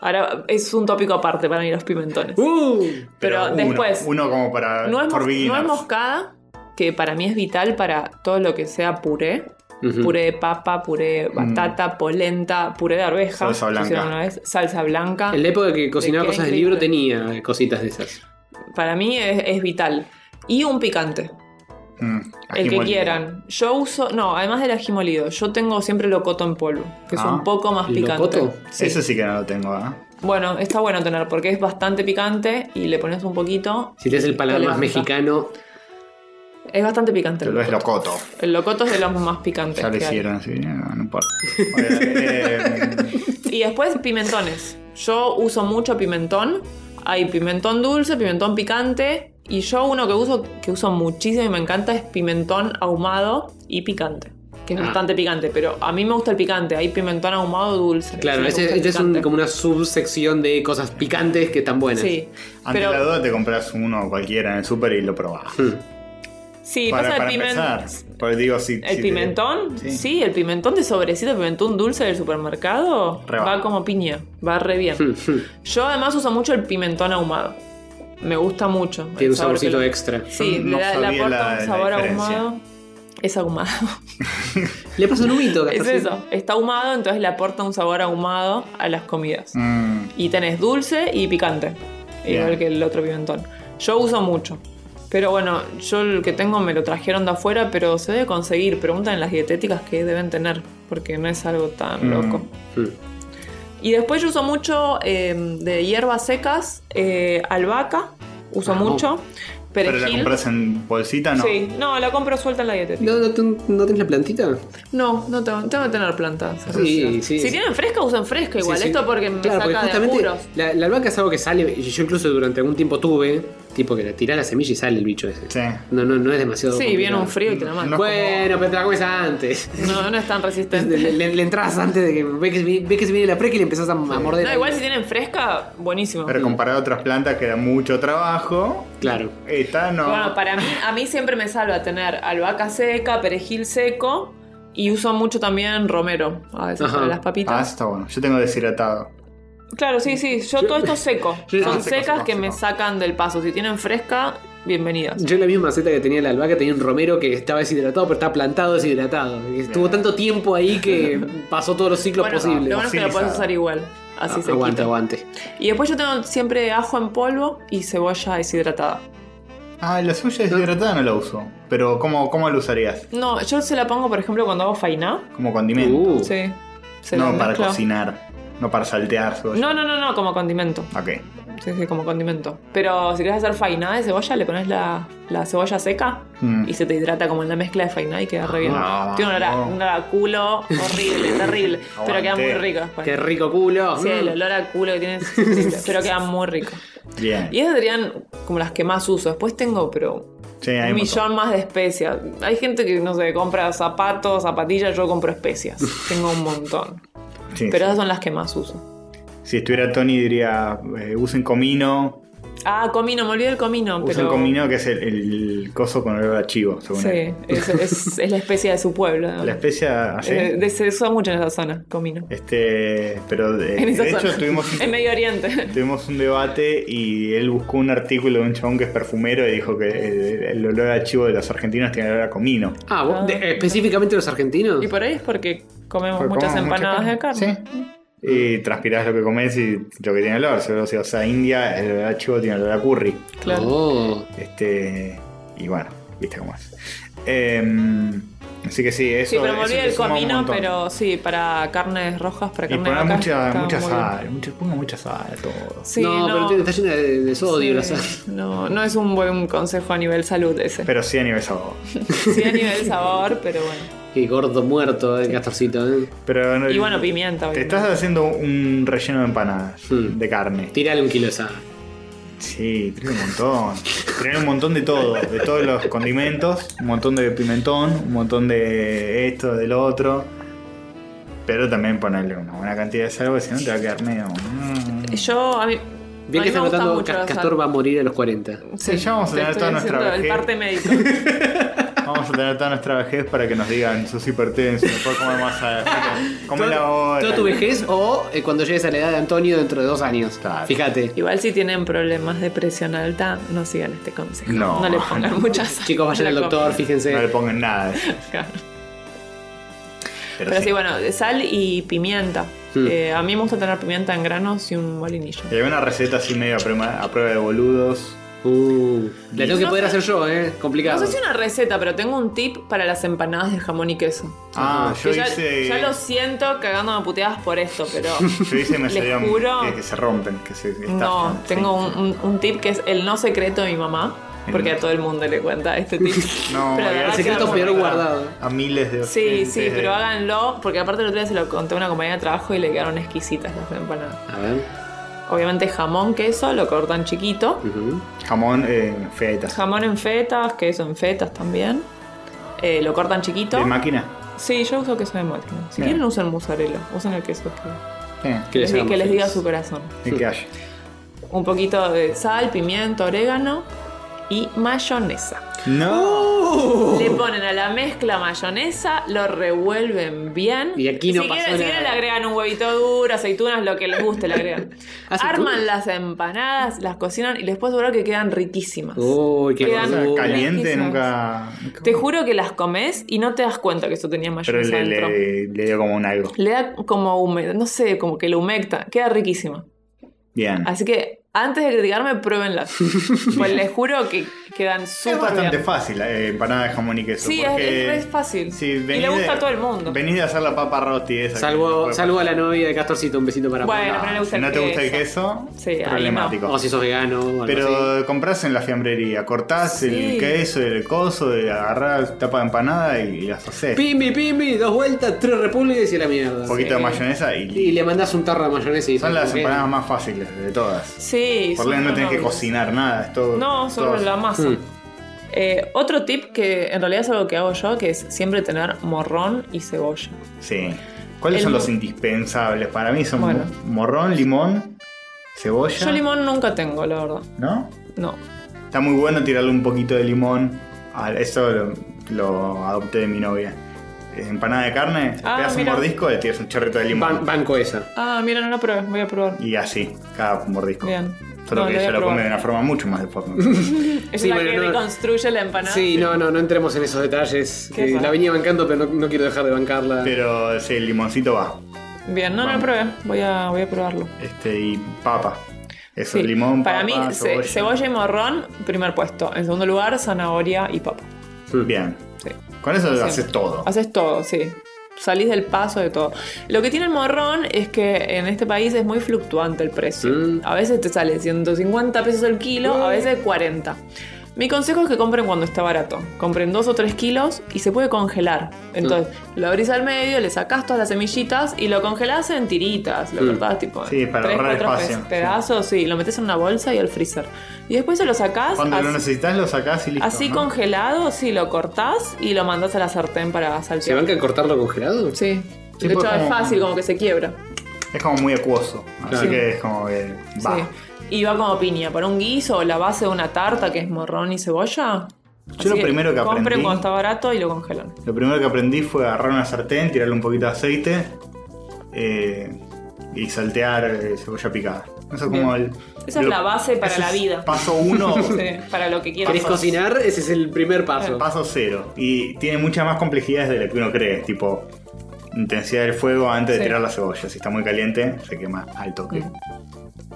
Speaker 3: ahora es un tópico aparte para mí los pimentones.
Speaker 5: ¡Uh!
Speaker 3: Pero
Speaker 1: uno,
Speaker 3: después,
Speaker 1: Uno como para.
Speaker 3: nuez,
Speaker 1: for
Speaker 3: mos- nuez
Speaker 1: beginners.
Speaker 3: moscada, que para mí es vital para todo lo que sea puré.
Speaker 5: Ujú.
Speaker 3: Puré de papa, puré de batata, polenta, puré de arveja.
Speaker 1: Mm. Salsa
Speaker 3: que
Speaker 1: blanca.
Speaker 3: hicieron una vez, salsa blanca.
Speaker 5: En la época que cocinaba
Speaker 3: queda
Speaker 5: cosas de
Speaker 3: increíble.
Speaker 5: libro tenía cositas de esas.
Speaker 3: Para mí es, es vital. Y un picante,
Speaker 1: Mm, ají
Speaker 3: el que
Speaker 1: molido.
Speaker 3: quieran. Yo uso, no, además del ají molido, yo tengo siempre locoto en polvo, que es
Speaker 1: Ah.
Speaker 3: un poco más picante.
Speaker 5: ¿Locoto?
Speaker 3: Sí.
Speaker 1: Eso sí que no lo tengo, ¿ah?
Speaker 3: Bueno, está bueno tener porque es bastante picante y le pones un poquito.
Speaker 5: Si tienes el paladar
Speaker 3: Dale,
Speaker 5: más
Speaker 3: puta.
Speaker 5: mexicano,
Speaker 3: Es bastante picante.
Speaker 1: Te
Speaker 3: el
Speaker 1: lo es
Speaker 3: locoto.
Speaker 1: locoto.
Speaker 3: El locoto es de los más picantes.
Speaker 1: Ya lo
Speaker 3: que hay.
Speaker 1: hicieron, sí, no, no importa. Bueno, eh,
Speaker 3: Y después pimentones. Yo uso mucho pimentón. Hay pimentón dulce, pimentón picante. Y yo uno que uso, que uso muchísimo y me encanta es pimentón ahumado y picante. Que es
Speaker 5: Ah.
Speaker 3: bastante picante, pero a mí me gusta el picante. Hay pimentón ahumado dulce.
Speaker 5: claro,
Speaker 3: Sí, me
Speaker 5: ese-
Speaker 3: gusta el
Speaker 5: esta es un-
Speaker 3: picante.
Speaker 5: como una subsección de cosas picantes que están buenas.
Speaker 3: Sí,
Speaker 1: ante la
Speaker 3: pero
Speaker 1: duda te compras uno cualquiera en el súper y lo probás.
Speaker 3: sí,
Speaker 1: para
Speaker 3: pasa
Speaker 1: para
Speaker 3: el pimentón.
Speaker 1: empezar. Porque digo, si, si
Speaker 3: ¿El
Speaker 1: te-
Speaker 3: pimentón?
Speaker 1: sí.
Speaker 3: Sí. el pimentón de sobrecito, el pimentón dulce del supermercado
Speaker 1: Re
Speaker 3: va
Speaker 1: va.
Speaker 3: como piña, va re bien. Yo además uso mucho el pimentón ahumado. Me gusta mucho. el
Speaker 5: Tiene un
Speaker 3: sabor que
Speaker 5: saborcito
Speaker 3: le-
Speaker 5: extra.
Speaker 3: Sí,
Speaker 1: Yo
Speaker 3: le,
Speaker 1: no
Speaker 3: da- le
Speaker 1: sabía
Speaker 3: aporta
Speaker 1: la-
Speaker 3: un
Speaker 1: la
Speaker 3: sabor
Speaker 1: diferencia.
Speaker 3: ahumado. Es ahumado.
Speaker 5: Le pasa un humito,
Speaker 3: es
Speaker 5: Castorcito.
Speaker 3: eso. Está ahumado, entonces le aporta un sabor ahumado a las comidas.
Speaker 1: Mm,
Speaker 3: Y tenés dulce y picante.
Speaker 1: Bien.
Speaker 3: Igual que el otro pimentón. Yo uso mucho. Pero bueno, yo el que tengo me lo trajeron de afuera, pero se debe conseguir. Preguntan en las dietéticas que deben tener, porque no es algo tan
Speaker 1: Mm.
Speaker 3: loco.
Speaker 5: Mm.
Speaker 3: Y después yo uso mucho eh, de hierbas secas, eh, albahaca, uso
Speaker 5: Vamos.
Speaker 3: mucho,
Speaker 1: Ah, uh. pero
Speaker 3: perejil.
Speaker 1: la compras en bolsita, no.
Speaker 3: Sí, no, la compro suelta en la dietética.
Speaker 5: ¿No, no, ten- no tenés la plantita?
Speaker 3: No, no tengo, tengo que tener plantas.
Speaker 5: Sí, sí,
Speaker 3: si
Speaker 5: sí.
Speaker 3: tienen fresca, usan fresca igual.
Speaker 5: Sí, sí.
Speaker 3: Esto porque me
Speaker 5: Claro,
Speaker 3: saca
Speaker 5: porque
Speaker 3: de
Speaker 5: justamente
Speaker 3: apuros.
Speaker 5: la, la albahaca es algo que sale, y yo incluso durante algún tiempo tuve, tipo que le tirás la semilla y sale el bicho ese.
Speaker 1: Sí.
Speaker 5: No, no, no es demasiado.
Speaker 3: Sí, viene
Speaker 5: complicado.
Speaker 3: un frío y te la mando.
Speaker 1: No.
Speaker 5: Bueno, pero te la comes antes.
Speaker 3: No, no es tan resistente.
Speaker 5: Le, le- le entras antes de que ve que, vi- ve que se viene la fresca y le empezás a, a morder.
Speaker 3: No,
Speaker 5: ahí.
Speaker 3: igual si tienen fresca, buenísimo.
Speaker 1: Pero comparado a otras plantas que da mucho trabajo,
Speaker 5: Claro.
Speaker 1: esta no. Ah,
Speaker 3: Bueno, para mí, a mí siempre me salva tener albahaca seca, perejil seco y uso mucho también romero, a veces
Speaker 5: Ajá.
Speaker 3: para las
Speaker 1: Ah,
Speaker 3: papitas.
Speaker 1: está bueno. Yo tengo deshidratado.
Speaker 3: Claro, sí, sí, yo todo esto es seco.
Speaker 5: Yo-
Speaker 3: Son
Speaker 1: Ah, seco,
Speaker 3: secas
Speaker 1: seco,
Speaker 3: que me
Speaker 1: seco.
Speaker 3: sacan del paso. Si tienen fresca, bienvenidas.
Speaker 5: Yo en la misma maceta que tenía la albahaca tenía un romero que estaba deshidratado, pero estaba plantado deshidratado. Y Estuvo tanto tiempo ahí que pasó todos los ciclos
Speaker 3: Bueno,
Speaker 5: posibles.
Speaker 3: lo bueno es que lo puedes usar igual. Así se
Speaker 5: Ah, aguante,
Speaker 3: quita.
Speaker 5: aguante.
Speaker 3: Y después yo tengo siempre ajo en polvo y cebolla deshidratada.
Speaker 1: Ah, la suya deshidratada no la uso. Pero ¿cómo, cómo la usarías?
Speaker 3: No, yo se la pongo, por ejemplo, cuando hago fainá.
Speaker 1: Como condimento.
Speaker 5: Uh,
Speaker 3: Sí. Se
Speaker 1: no
Speaker 3: la
Speaker 1: para
Speaker 3: mezclo.
Speaker 1: cocinar. No para saltear cebolla.
Speaker 3: No, no, no, no, como condimento.
Speaker 1: Ok.
Speaker 3: Sí, sí, como condimento. Pero si querés hacer fainá de cebolla, le pones la, la cebolla seca
Speaker 1: Mm.
Speaker 3: y se te hidrata como en la mezcla de fainá y queda re bien.
Speaker 1: Ah,
Speaker 3: Tiene un olor, a-
Speaker 1: no.
Speaker 3: un olor a culo horrible, terrible. pero queda muy
Speaker 1: Aguante.
Speaker 3: rico después.
Speaker 5: Qué rico culo.
Speaker 3: Sí, el
Speaker 5: Mm.
Speaker 3: olor a culo que tiene. es horrible, pero queda muy rico.
Speaker 1: Bien.
Speaker 3: Y esas serían como las que más uso. Después tengo, pero
Speaker 1: Sí, Eh, hay
Speaker 3: un
Speaker 1: un montón.
Speaker 3: millón más de especias. Hay gente que, no sé, compra zapatos, zapatillas, yo compro especias. tengo un montón.
Speaker 1: Sí,
Speaker 3: Pero
Speaker 1: sí.
Speaker 3: esas son las que más uso.
Speaker 1: Si estuviera Tony diría, eh, usen comino,
Speaker 3: Ah, comino, me olvidé del comino.
Speaker 1: usen
Speaker 3: pero...
Speaker 1: comino que es el, el coso con olor a chivo, según
Speaker 3: Sí,
Speaker 1: él.
Speaker 3: es, es- es la especia de su pueblo. ¿no?
Speaker 1: La ¿Ah, especia así.
Speaker 3: Eh, de- se usa mucho en esa zona, comino.
Speaker 1: Este, pero de,
Speaker 3: En esa
Speaker 1: de hecho
Speaker 3: zona.
Speaker 1: tuvimos
Speaker 3: En Medio Oriente.
Speaker 1: Tuvimos un debate y él buscó un artículo de un chabón que es perfumero y dijo que el, el olor a chivo de los argentinos tiene olor a comino.
Speaker 5: Ah, vos-
Speaker 3: Ah.
Speaker 5: de- específicamente los argentinos.
Speaker 3: Y por ahí es porque comemos
Speaker 1: Porque
Speaker 3: muchas
Speaker 1: comemos mucha
Speaker 3: empanadas de carne.
Speaker 1: Sí. Y transpirás lo que comes y lo que tiene olor. Si vas a India, el olor a chivo tiene olor a curry.
Speaker 3: Claro.
Speaker 5: Oh.
Speaker 1: Este, y bueno, viste cómo es. Em, así que sí, eso
Speaker 3: Sí, pero me
Speaker 1: eso
Speaker 3: olvidé
Speaker 1: te
Speaker 3: del
Speaker 1: suma un
Speaker 3: comino,
Speaker 1: montón.
Speaker 3: pero sí, para carnes rojas, para
Speaker 1: Y
Speaker 3: carne
Speaker 1: ponga
Speaker 3: de vaca,
Speaker 1: mucha,
Speaker 3: está
Speaker 1: mucha
Speaker 3: muy bien.
Speaker 1: sal, mucha- ponga mucha sal a todo.
Speaker 3: Sí,
Speaker 5: no,
Speaker 3: no,
Speaker 5: pero tiene- está llena de, de sodio
Speaker 3: sí,
Speaker 5: la sal.
Speaker 3: No, no es un buen consejo a nivel salud ese.
Speaker 1: Pero sí a nivel sabor.
Speaker 3: Sí, a nivel sabor, pero bueno.
Speaker 5: Qué gordo muerto el castorcito, ¿eh?
Speaker 1: Pero no-
Speaker 3: Y bueno, pimienta.
Speaker 1: Te
Speaker 3: obviamente.
Speaker 1: estás haciendo un relleno de empanadas
Speaker 5: Hmm.
Speaker 1: de carne.
Speaker 5: Tirale un kilo de sal.
Speaker 1: Sí, tiene un montón. Tiene un montón de todo, de todos los condimentos, un montón de pimentón, un montón de esto, del otro. Pero también ponerle una buena cantidad de sal, porque si no te va a quedar medio. mm.
Speaker 3: Yo, a mí.
Speaker 5: Bien
Speaker 3: a
Speaker 5: que está
Speaker 3: mí me gusta
Speaker 5: notando
Speaker 3: mucho
Speaker 5: Ca-
Speaker 3: la sal.
Speaker 5: Castor va a morir a los 40.
Speaker 1: Sí, ya vamos a
Speaker 3: te
Speaker 1: tener
Speaker 3: estoy
Speaker 1: toda nuestra
Speaker 3: diciendo
Speaker 1: vejez.
Speaker 3: El parte médico.
Speaker 1: Vamos a tener toda nuestra vejez para que nos digan, sos hipertenso, no puedes comer más sal. Come la hora.
Speaker 5: Toda tu vejez o eh, cuando llegues a la edad de Antonio dentro de dos años.
Speaker 1: Claro.
Speaker 5: Fíjate.
Speaker 3: Igual si tienen problemas de presión alta, no sigan este consejo.
Speaker 1: No.
Speaker 3: No, le pongan muchas sal.
Speaker 5: Chicos, vayan al
Speaker 3: La
Speaker 5: doctor,
Speaker 3: comida.
Speaker 5: fíjense.
Speaker 1: No le pongan nada.
Speaker 3: Claro.
Speaker 1: Pero,
Speaker 3: Pero sí,
Speaker 1: sí.
Speaker 3: bueno, sal y pimienta.
Speaker 5: Hmm.
Speaker 3: Eh, a mí me gusta tener pimienta en granos y un molinillo.
Speaker 1: Y hay una receta así medio a prueba- a prueba de boludos.
Speaker 5: Uh, la tengo que
Speaker 3: No
Speaker 5: poder
Speaker 3: sé-
Speaker 5: hacer yo, ¿eh?
Speaker 3: No
Speaker 5: Complicado.
Speaker 3: sé si una receta, pero tengo un tip para las empanadas de jamón y queso.
Speaker 1: Ah, yo
Speaker 3: Que ya,
Speaker 1: hice.
Speaker 3: ya lo siento cagándome a puteadas por esto, pero
Speaker 1: Yo hice y me
Speaker 3: Les
Speaker 1: salieron
Speaker 3: juro.
Speaker 1: que, que se rompen, que se estafan.
Speaker 3: no,
Speaker 1: sí.
Speaker 3: tengo un, un- un tip que es el no secreto de mi mamá, porque a todo el mundo le cuenta este tip.
Speaker 1: No,
Speaker 3: Pero
Speaker 1: y ahora
Speaker 3: la verdad
Speaker 1: se
Speaker 3: que
Speaker 1: queda
Speaker 3: no.
Speaker 5: peor guardado.
Speaker 1: A miles de
Speaker 3: Sí,
Speaker 1: oyentes
Speaker 3: sí,
Speaker 1: de-
Speaker 3: pero háganlo, porque aparte el otro día se lo conté a una compañera de trabajo y le quedaron exquisitas las empanadas.
Speaker 5: A ver.
Speaker 3: Obviamente jamón, queso, lo cortan chiquito.
Speaker 1: Mm.
Speaker 5: Ujú.
Speaker 1: Jamón, eh, feitas.
Speaker 3: Jamón en fetas, queso en fetas también. Eh, lo cortan chiquito.
Speaker 1: ¿De máquina?
Speaker 3: Sí, yo uso queso de máquina. Si
Speaker 1: Bien.
Speaker 3: quieren usen mozzarella, usen el queso que,
Speaker 1: Eh,
Speaker 5: Que les
Speaker 3: que
Speaker 5: haga
Speaker 3: les
Speaker 5: más
Speaker 3: diga
Speaker 5: feliz.
Speaker 3: su corazón.
Speaker 1: ¿y qué hay?
Speaker 3: Un poquito de sal, pimiento, orégano y mayonesa.
Speaker 1: No.
Speaker 3: Uh. Le ponen a la mezcla mayonesa, lo revuelven bien.
Speaker 5: Y aquí no
Speaker 3: si
Speaker 5: pasó
Speaker 3: quieren, si
Speaker 5: nada.
Speaker 3: quieren le agregan un huevito duro, aceitunas, lo que les guste, le agregan.
Speaker 5: ¿Aceitunas?
Speaker 3: Arman las empanadas, las cocinan y les puedo asegurar que quedan riquísimas.
Speaker 5: Uy, qué
Speaker 3: Quedan-
Speaker 1: O sea,
Speaker 5: gordura.
Speaker 1: caliente
Speaker 3: Riquísimas.
Speaker 1: nunca.
Speaker 3: Te juro que las comes y no te das cuenta que eso tenía
Speaker 1: Pero
Speaker 3: mayonesa
Speaker 1: le,
Speaker 3: dentro.
Speaker 1: le, le dio como un algo.
Speaker 3: Le da como húmedo, no sé, como que lo humecta. Queda riquísima.
Speaker 1: Bien.
Speaker 3: Así que antes de criticarme, pruébenlas. pues les juro que quedan
Speaker 1: Es
Speaker 3: súper
Speaker 1: bastante
Speaker 3: bien.
Speaker 1: fácil, eh, empanada de jamón y queso.
Speaker 3: Sí, es-
Speaker 1: porque
Speaker 3: es fácil.
Speaker 1: si
Speaker 3: Y
Speaker 1: venís
Speaker 3: le
Speaker 1: de-
Speaker 3: gusta a todo el mundo.
Speaker 1: Venís de hacer la papa roti esa. que no
Speaker 5: Salvo,
Speaker 1: puede
Speaker 5: salvo a la novia de Castorcito, un besito para
Speaker 3: Bueno,
Speaker 5: vos.
Speaker 3: pero
Speaker 1: pasar.
Speaker 3: le gusta
Speaker 1: Si no
Speaker 3: el
Speaker 1: te gusta el
Speaker 3: queso.
Speaker 1: queso,
Speaker 3: Sí, ahí no.
Speaker 1: problemático.
Speaker 5: O si sos vegano. o algo así.
Speaker 1: Pero compras en la fiambrería, cortás el
Speaker 3: Sí.
Speaker 1: queso, el coso, de agarrar tapa de empanada y las haces.
Speaker 5: Pimbi, pimbi, dos vueltas, tres repúblicas y a la mierda.
Speaker 1: Un poquito de
Speaker 3: sí.
Speaker 1: mayonesa
Speaker 5: Y
Speaker 1: y,
Speaker 5: le mandás un tarro de mayonesa y
Speaker 1: son
Speaker 5: dices,
Speaker 1: las
Speaker 5: ¿qué?
Speaker 1: empanadas más fáciles de todas.
Speaker 3: Sí,
Speaker 1: Por
Speaker 3: son
Speaker 1: lo menos no tenés que
Speaker 3: fenómenos.
Speaker 1: cocinar nada, es todo.
Speaker 3: No, solo
Speaker 1: todo-
Speaker 3: la masa.
Speaker 1: Hmm.
Speaker 5: Mm.
Speaker 3: Eh, otro tip que en realidad es algo que hago yo, que es siempre tener morrón y cebolla.
Speaker 1: Sí. ¿Cuáles
Speaker 3: El-
Speaker 1: son los indispensables? Para mí son
Speaker 3: Bueno.
Speaker 1: morrón, limón, cebolla.
Speaker 3: Yo limón nunca tengo, la verdad.
Speaker 1: ¿No?
Speaker 3: No.
Speaker 1: Está muy bueno tirarle un poquito de limón. Ah, Eso lo, lo adopté de mi novia. Eh, Empanada de carne,
Speaker 3: Ah,
Speaker 1: le das
Speaker 3: mira.
Speaker 1: un mordisco, le tiras un chorrito de limón.
Speaker 5: Ban- banco esa.
Speaker 3: Ah, mira, no lo probé, voy a probar.
Speaker 1: Y así, cada mordisco.
Speaker 3: Bien.
Speaker 1: Solo
Speaker 3: No,
Speaker 1: que
Speaker 3: lo voy a
Speaker 1: ella lo
Speaker 3: probar.
Speaker 1: come de una forma mucho más de forma.
Speaker 3: Es
Speaker 5: Sí,
Speaker 3: la
Speaker 5: bueno,
Speaker 3: que
Speaker 5: no-
Speaker 3: reconstruye la empanada.
Speaker 5: Sí, no, no, no entremos en esos detalles.
Speaker 3: Qué
Speaker 5: Eh,
Speaker 3: raro.
Speaker 5: la venía bancando, pero no, no quiero dejar de bancarla.
Speaker 1: Pero sí, el limoncito va.
Speaker 3: Bien, no, no lo
Speaker 1: Vamos.
Speaker 3: probé, voy a, voy a probarlo.
Speaker 1: Este, y papa. Eso,
Speaker 3: Sí.
Speaker 1: limón,
Speaker 3: Para
Speaker 1: papa,
Speaker 3: mí, ce-
Speaker 1: cebolla.
Speaker 3: y morrón, primer puesto. En segundo lugar, zanahoria y papa.
Speaker 1: Bien.
Speaker 3: Sí.
Speaker 1: Con eso
Speaker 3: Siempre.
Speaker 1: haces todo.
Speaker 3: Haces todo, sí. Salís del paso de todo. Lo que tiene el morrón es que en este país es muy fluctuante el precio.
Speaker 5: Mm.
Speaker 3: A veces te sale 150 pesos el kilo,
Speaker 1: Mm.
Speaker 3: a veces 40. Mi consejo es que compren cuando está barato. Compren dos o tres kilos y se puede congelar. Entonces,
Speaker 1: Mm.
Speaker 3: lo abrís al medio, le sacás todas las semillitas y lo congelás en tiritas. Lo
Speaker 5: Mm.
Speaker 3: cortás tipo en
Speaker 1: Sí, para
Speaker 3: tres,
Speaker 1: ahorrar
Speaker 3: cuatro
Speaker 1: espacio,
Speaker 3: pe- pedazos, sí. Lo metes en una bolsa y al freezer. Y después se lo sacás.
Speaker 1: Cuando lo
Speaker 3: así-
Speaker 1: necesitas lo sacás y listo.
Speaker 3: Así
Speaker 1: ¿no?
Speaker 3: congelado, sí, lo cortás y lo mandás a la sartén para
Speaker 5: ¿Se
Speaker 3: saltear.
Speaker 5: banca en cortarlo congelado?
Speaker 3: Sí.
Speaker 1: Sí,
Speaker 3: de hecho,
Speaker 1: porque
Speaker 3: es
Speaker 1: como-
Speaker 3: fácil, como que se quiebra.
Speaker 1: Es como muy acuoso. Así
Speaker 5: Claro.
Speaker 1: que es como que.
Speaker 3: Sí.
Speaker 1: Va.
Speaker 3: Y va como piña. Para un guiso o la base de una tarta que es morrón y cebolla. Así
Speaker 1: lo primero que
Speaker 3: compren
Speaker 1: aprendí-
Speaker 3: cuando está barato y lo congelan.
Speaker 1: Lo primero que aprendí fue agarrar una sartén, tirarle un poquito de aceite eh, y saltear eh, cebolla picada. Eso es como el.
Speaker 3: Esa es la base para
Speaker 1: ese
Speaker 3: la
Speaker 1: es
Speaker 3: vida.
Speaker 1: Paso uno,
Speaker 3: Sí, para lo que quieras.
Speaker 5: ¿Querés cocinar? Ese es el primer
Speaker 3: Eh,
Speaker 5: paso.
Speaker 1: paso cero. Y tiene muchas más complejidades de lo que uno cree. Tipo, intensidad del fuego antes de
Speaker 3: Sí.
Speaker 1: tirar la cebolla. Si está muy caliente, se quema al toque.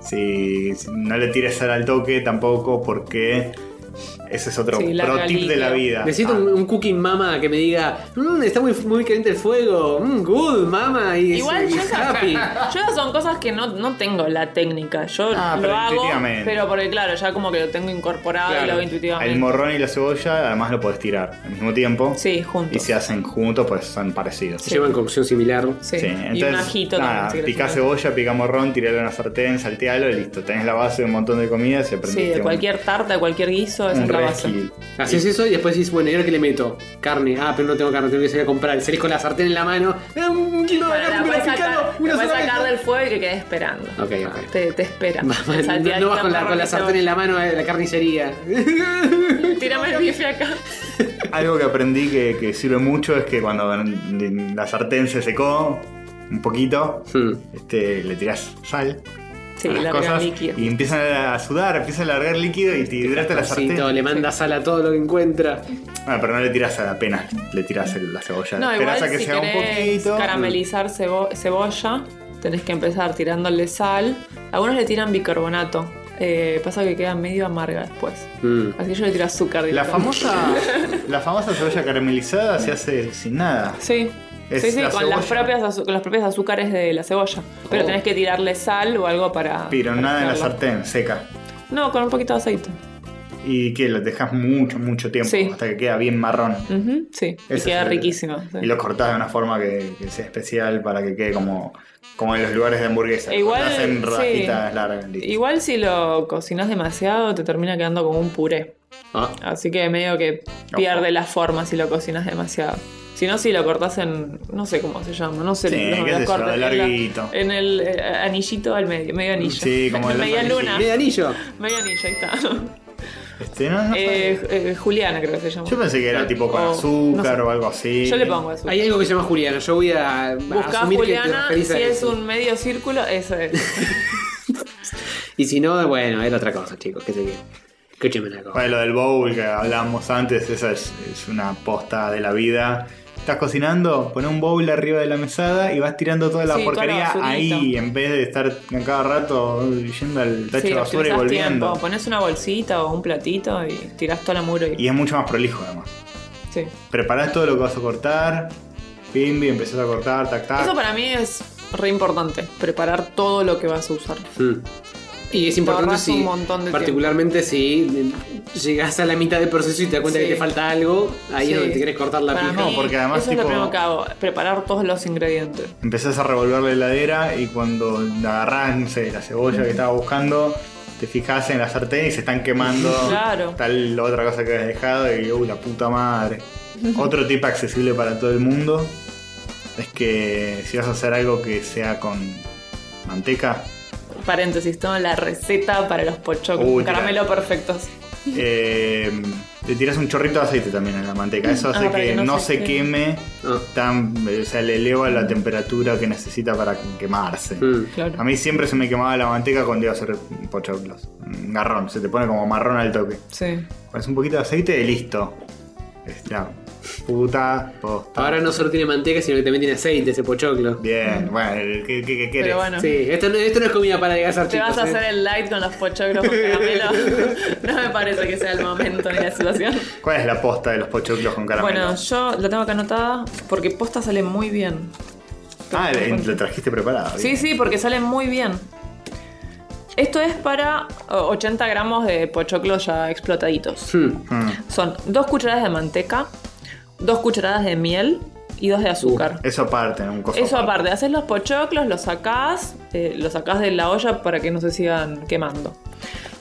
Speaker 1: Si, si no le tires sal al toque, tampoco, porque ese es otro
Speaker 3: Sí, larga
Speaker 1: pro tip de la
Speaker 3: lidia.
Speaker 1: vida.
Speaker 5: Necesito un,
Speaker 1: Ah,
Speaker 5: un cooking mama que me diga, "Mm, está muy, muy caliente el fuego, mm, good mama, y
Speaker 3: Igual
Speaker 5: y
Speaker 3: yo esas,
Speaker 5: happy.
Speaker 3: yo esas son cosas que no, no tengo la técnica. Yo
Speaker 1: Ah,
Speaker 3: lo
Speaker 1: pero
Speaker 3: hago,
Speaker 1: intuitivamente.
Speaker 3: pero porque claro, ya como que lo tengo incorporado y
Speaker 5: Claro.
Speaker 3: lo hago intuitivamente.
Speaker 1: Ah, El morrón y la cebolla, además lo podés tirar al mismo tiempo.
Speaker 3: Sí, juntos.
Speaker 1: Y si hacen juntos, pues son parecidos.
Speaker 5: Se Llevan cocción similar.
Speaker 3: Sí,
Speaker 1: Sí,
Speaker 3: y un ajito
Speaker 1: nada,
Speaker 3: también. si
Speaker 1: picá
Speaker 3: querés.
Speaker 1: cebolla, pica morrón, tiralo en una sartén, saltealo y listo. Tenés la base de un montón de comidas y
Speaker 3: Sí,
Speaker 1: aprendiste
Speaker 3: de
Speaker 1: un-
Speaker 3: cualquier tarta, de cualquier guiso, esa
Speaker 1: un
Speaker 3: es la
Speaker 1: re
Speaker 3: base.
Speaker 1: skill.
Speaker 5: Haces Ah, eso y después dices, bueno, ¿y ahora qué le meto? Carne. Ah, pero no tengo carne, tengo que salir a comprar. Salís con la sartén en la mano. "Ah, un kilo de
Speaker 3: Bueno,
Speaker 5: carne,
Speaker 3: la
Speaker 5: pero
Speaker 3: puedes
Speaker 5: picado,
Speaker 3: sacar,
Speaker 5: una
Speaker 3: la puedes
Speaker 5: sola
Speaker 3: sacar
Speaker 5: vez".
Speaker 3: del fuego y que quedes esperando.
Speaker 5: Ok, ok.
Speaker 3: Te, te espera.
Speaker 5: Mamá, no, no vas con la, con la sartén en la mano eh, de la carnicería.
Speaker 3: Tírame el bife acá.
Speaker 1: Algo que aprendí que, que sirve mucho es que cuando la sartén se secó un poquito,
Speaker 5: Hmm.
Speaker 1: este, le tirás sal.
Speaker 3: Sí,
Speaker 1: a las
Speaker 3: larga
Speaker 1: cosas
Speaker 3: líquido.
Speaker 1: y empiezan a sudar, empiezan a largar líquido y tiraste la sartén.
Speaker 5: Pasito, le manda sal a todo lo que encuentra.
Speaker 1: Ah, pero no le tiras a la pena, le tiras el- la cebolla.
Speaker 3: No, igual
Speaker 1: Esperás a que
Speaker 3: si
Speaker 1: se haga un
Speaker 3: querés
Speaker 1: poquito.
Speaker 3: caramelizar cebo- cebolla, tenés que empezar tirándole sal. Algunos le tiran bicarbonato. Eh, pasa que queda medio amarga después.
Speaker 5: Mm.
Speaker 3: Así que yo le tiro azúcar.
Speaker 1: La
Speaker 3: directamente.
Speaker 1: famosa, la famosa cebolla caramelizada se hace sin nada.
Speaker 3: Sí.
Speaker 1: Es
Speaker 3: sí, sí,
Speaker 1: la
Speaker 3: con, las
Speaker 1: cebolla.
Speaker 3: propias azu- con los propios azúcares de la cebolla. Pero
Speaker 5: Oh.
Speaker 3: tenés que tirarle sal o algo para.
Speaker 1: Pero
Speaker 3: para
Speaker 1: nada en la
Speaker 3: picarlo.
Speaker 1: sartén, seca.
Speaker 3: No, con un poquito de aceite.
Speaker 1: Y que lo dejas mucho, mucho tiempo,
Speaker 3: Sí.
Speaker 1: hasta que queda bien marrón.
Speaker 3: Ujú, sí. Y
Speaker 1: Ese
Speaker 3: queda
Speaker 1: es el-
Speaker 3: riquísimo. sí.
Speaker 1: Y lo cortás de una forma que, que sea especial para que quede como, como en los lugares de hamburguesa.
Speaker 3: E igual,
Speaker 1: Cortás en
Speaker 3: sí.
Speaker 1: rajitas largas. listo.
Speaker 3: Igual si lo cocinas demasiado, te termina quedando como un puré.
Speaker 5: Ah,
Speaker 3: Así que medio que pierde la forma si lo cocinas demasiado. Si no, si lo cortás en. no sé cómo se llama, no sé.
Speaker 1: Sí,
Speaker 3: los-
Speaker 1: qué
Speaker 3: los
Speaker 1: sé yo,
Speaker 3: cortes, en la-
Speaker 1: larguito.
Speaker 3: En el eh, anillito al medio, medio anillo.
Speaker 1: Sí, como el
Speaker 3: Media
Speaker 1: anillo.
Speaker 3: luna.
Speaker 5: Medio anillo.
Speaker 3: Medio anillo, ahí está.
Speaker 1: Este, no, no
Speaker 3: Eh, eh, Juliana creo que se llama.
Speaker 1: Yo pensé que era tipo con
Speaker 3: o-
Speaker 1: azúcar
Speaker 3: no sé.
Speaker 1: o algo así.
Speaker 3: Yo le pongo azúcar.
Speaker 5: Hay algo que se llama Juliana. Yo voy a, a
Speaker 3: Buscá
Speaker 5: asumir
Speaker 3: Juliana,
Speaker 5: que te referís
Speaker 3: si
Speaker 5: a
Speaker 3: es
Speaker 5: eso.
Speaker 3: un medio círculo, eso es.
Speaker 5: Y si no, bueno, era otra cosa, chicos. Que sé qué. Escúcheme una cosa.
Speaker 1: Bueno, lo del bowl que hablábamos antes, esa es, es una posta de la vida. Estás cocinando, pones un bowl arriba de la mesada y vas tirando toda la
Speaker 3: Sí, toda la
Speaker 1: porquería
Speaker 3: basurita.
Speaker 1: ahí en vez de estar a cada rato yendo al tacho
Speaker 3: Sí,
Speaker 1: de basura y
Speaker 3: optimizás
Speaker 1: volviendo.
Speaker 3: tiempo. Pones una bolsita o un platito y tirás toda la muro y.
Speaker 1: Y es mucho más prolijo además.
Speaker 3: Sí.
Speaker 1: Preparás todo lo que vas a cortar, pimbi, empezás a cortar, tac, tac.
Speaker 3: Eso para mí es re importante, preparar todo lo que vas a usar.
Speaker 5: Mm. Y es
Speaker 3: Te
Speaker 5: importante
Speaker 3: ahorras
Speaker 5: si,
Speaker 3: un montón de
Speaker 5: particularmente si llegas a la mitad del proceso y te das cuenta
Speaker 3: Sí.
Speaker 5: que te falta algo, ahí
Speaker 3: Sí.
Speaker 5: es donde te querés cortar la
Speaker 3: Para
Speaker 5: pija.
Speaker 3: mí,
Speaker 1: No, porque además,
Speaker 3: eso es
Speaker 1: tipo-
Speaker 3: lo primero que hago, preparar todos los ingredientes.
Speaker 1: Empezás a revolver la heladera y cuando agarrás, no sé, la cebolla que estabas buscando, te fijás en la sartén y se están quemando
Speaker 3: Claro.
Speaker 1: tal otra cosa que habías dejado y uy, la puta madre. Otro tip accesible para todo el mundo es que si vas a hacer algo que sea con manteca,
Speaker 3: Paréntesis, toda la receta para los pochoclos,
Speaker 1: Uy, mira.
Speaker 3: caramelo perfectos.
Speaker 1: eh, te tiras un chorrito de aceite también en la manteca. Eso
Speaker 3: Ah,
Speaker 1: hace
Speaker 3: para
Speaker 1: que, no se, queme
Speaker 5: Ah.
Speaker 1: tan, o sea, le eleva la temperatura que necesita para quemarse.
Speaker 5: Mm.
Speaker 1: A
Speaker 3: Claro.
Speaker 1: mí siempre se me quemaba la manteca cuando iba a hacer pochoclos. Un garrón, se te pone como marrón al toque.
Speaker 3: Sí.
Speaker 1: Pones un poquito de aceite y listo. Es la puta posta.
Speaker 5: Ahora no solo tiene manteca, sino que también tiene aceite ese pochoclo.
Speaker 1: Bien, bueno, ¿qué, qué, qué querés?
Speaker 3: Mm. Pero bueno.
Speaker 5: Sí, esto no, esto no es comida para adelgazar,
Speaker 3: Te
Speaker 5: chicos.
Speaker 3: vas a
Speaker 5: ¿eh?
Speaker 3: hacer el light con los pochoclos con caramelo. no me parece que sea el momento ni la situación.
Speaker 1: ¿Cuál es la posta de los pochoclos con caramelo?
Speaker 3: Bueno, yo la tengo acá anotada porque posta sale muy bien.
Speaker 1: ah, le- lo trajiste preparado.
Speaker 3: Sí,
Speaker 1: bien.
Speaker 3: sí, porque salen muy bien. Esto es para eh, 80 gramos de pochoclos ya explotaditos.
Speaker 5: Mm.
Speaker 1: Mm.
Speaker 3: Son dos cucharadas de manteca, dos cucharadas de miel y dos de azúcar.
Speaker 1: Eso aparte, un coso
Speaker 3: Eso aparte, haces los pochoclos, los sacás, eh, los sacás de la olla para que no se sigan quemando.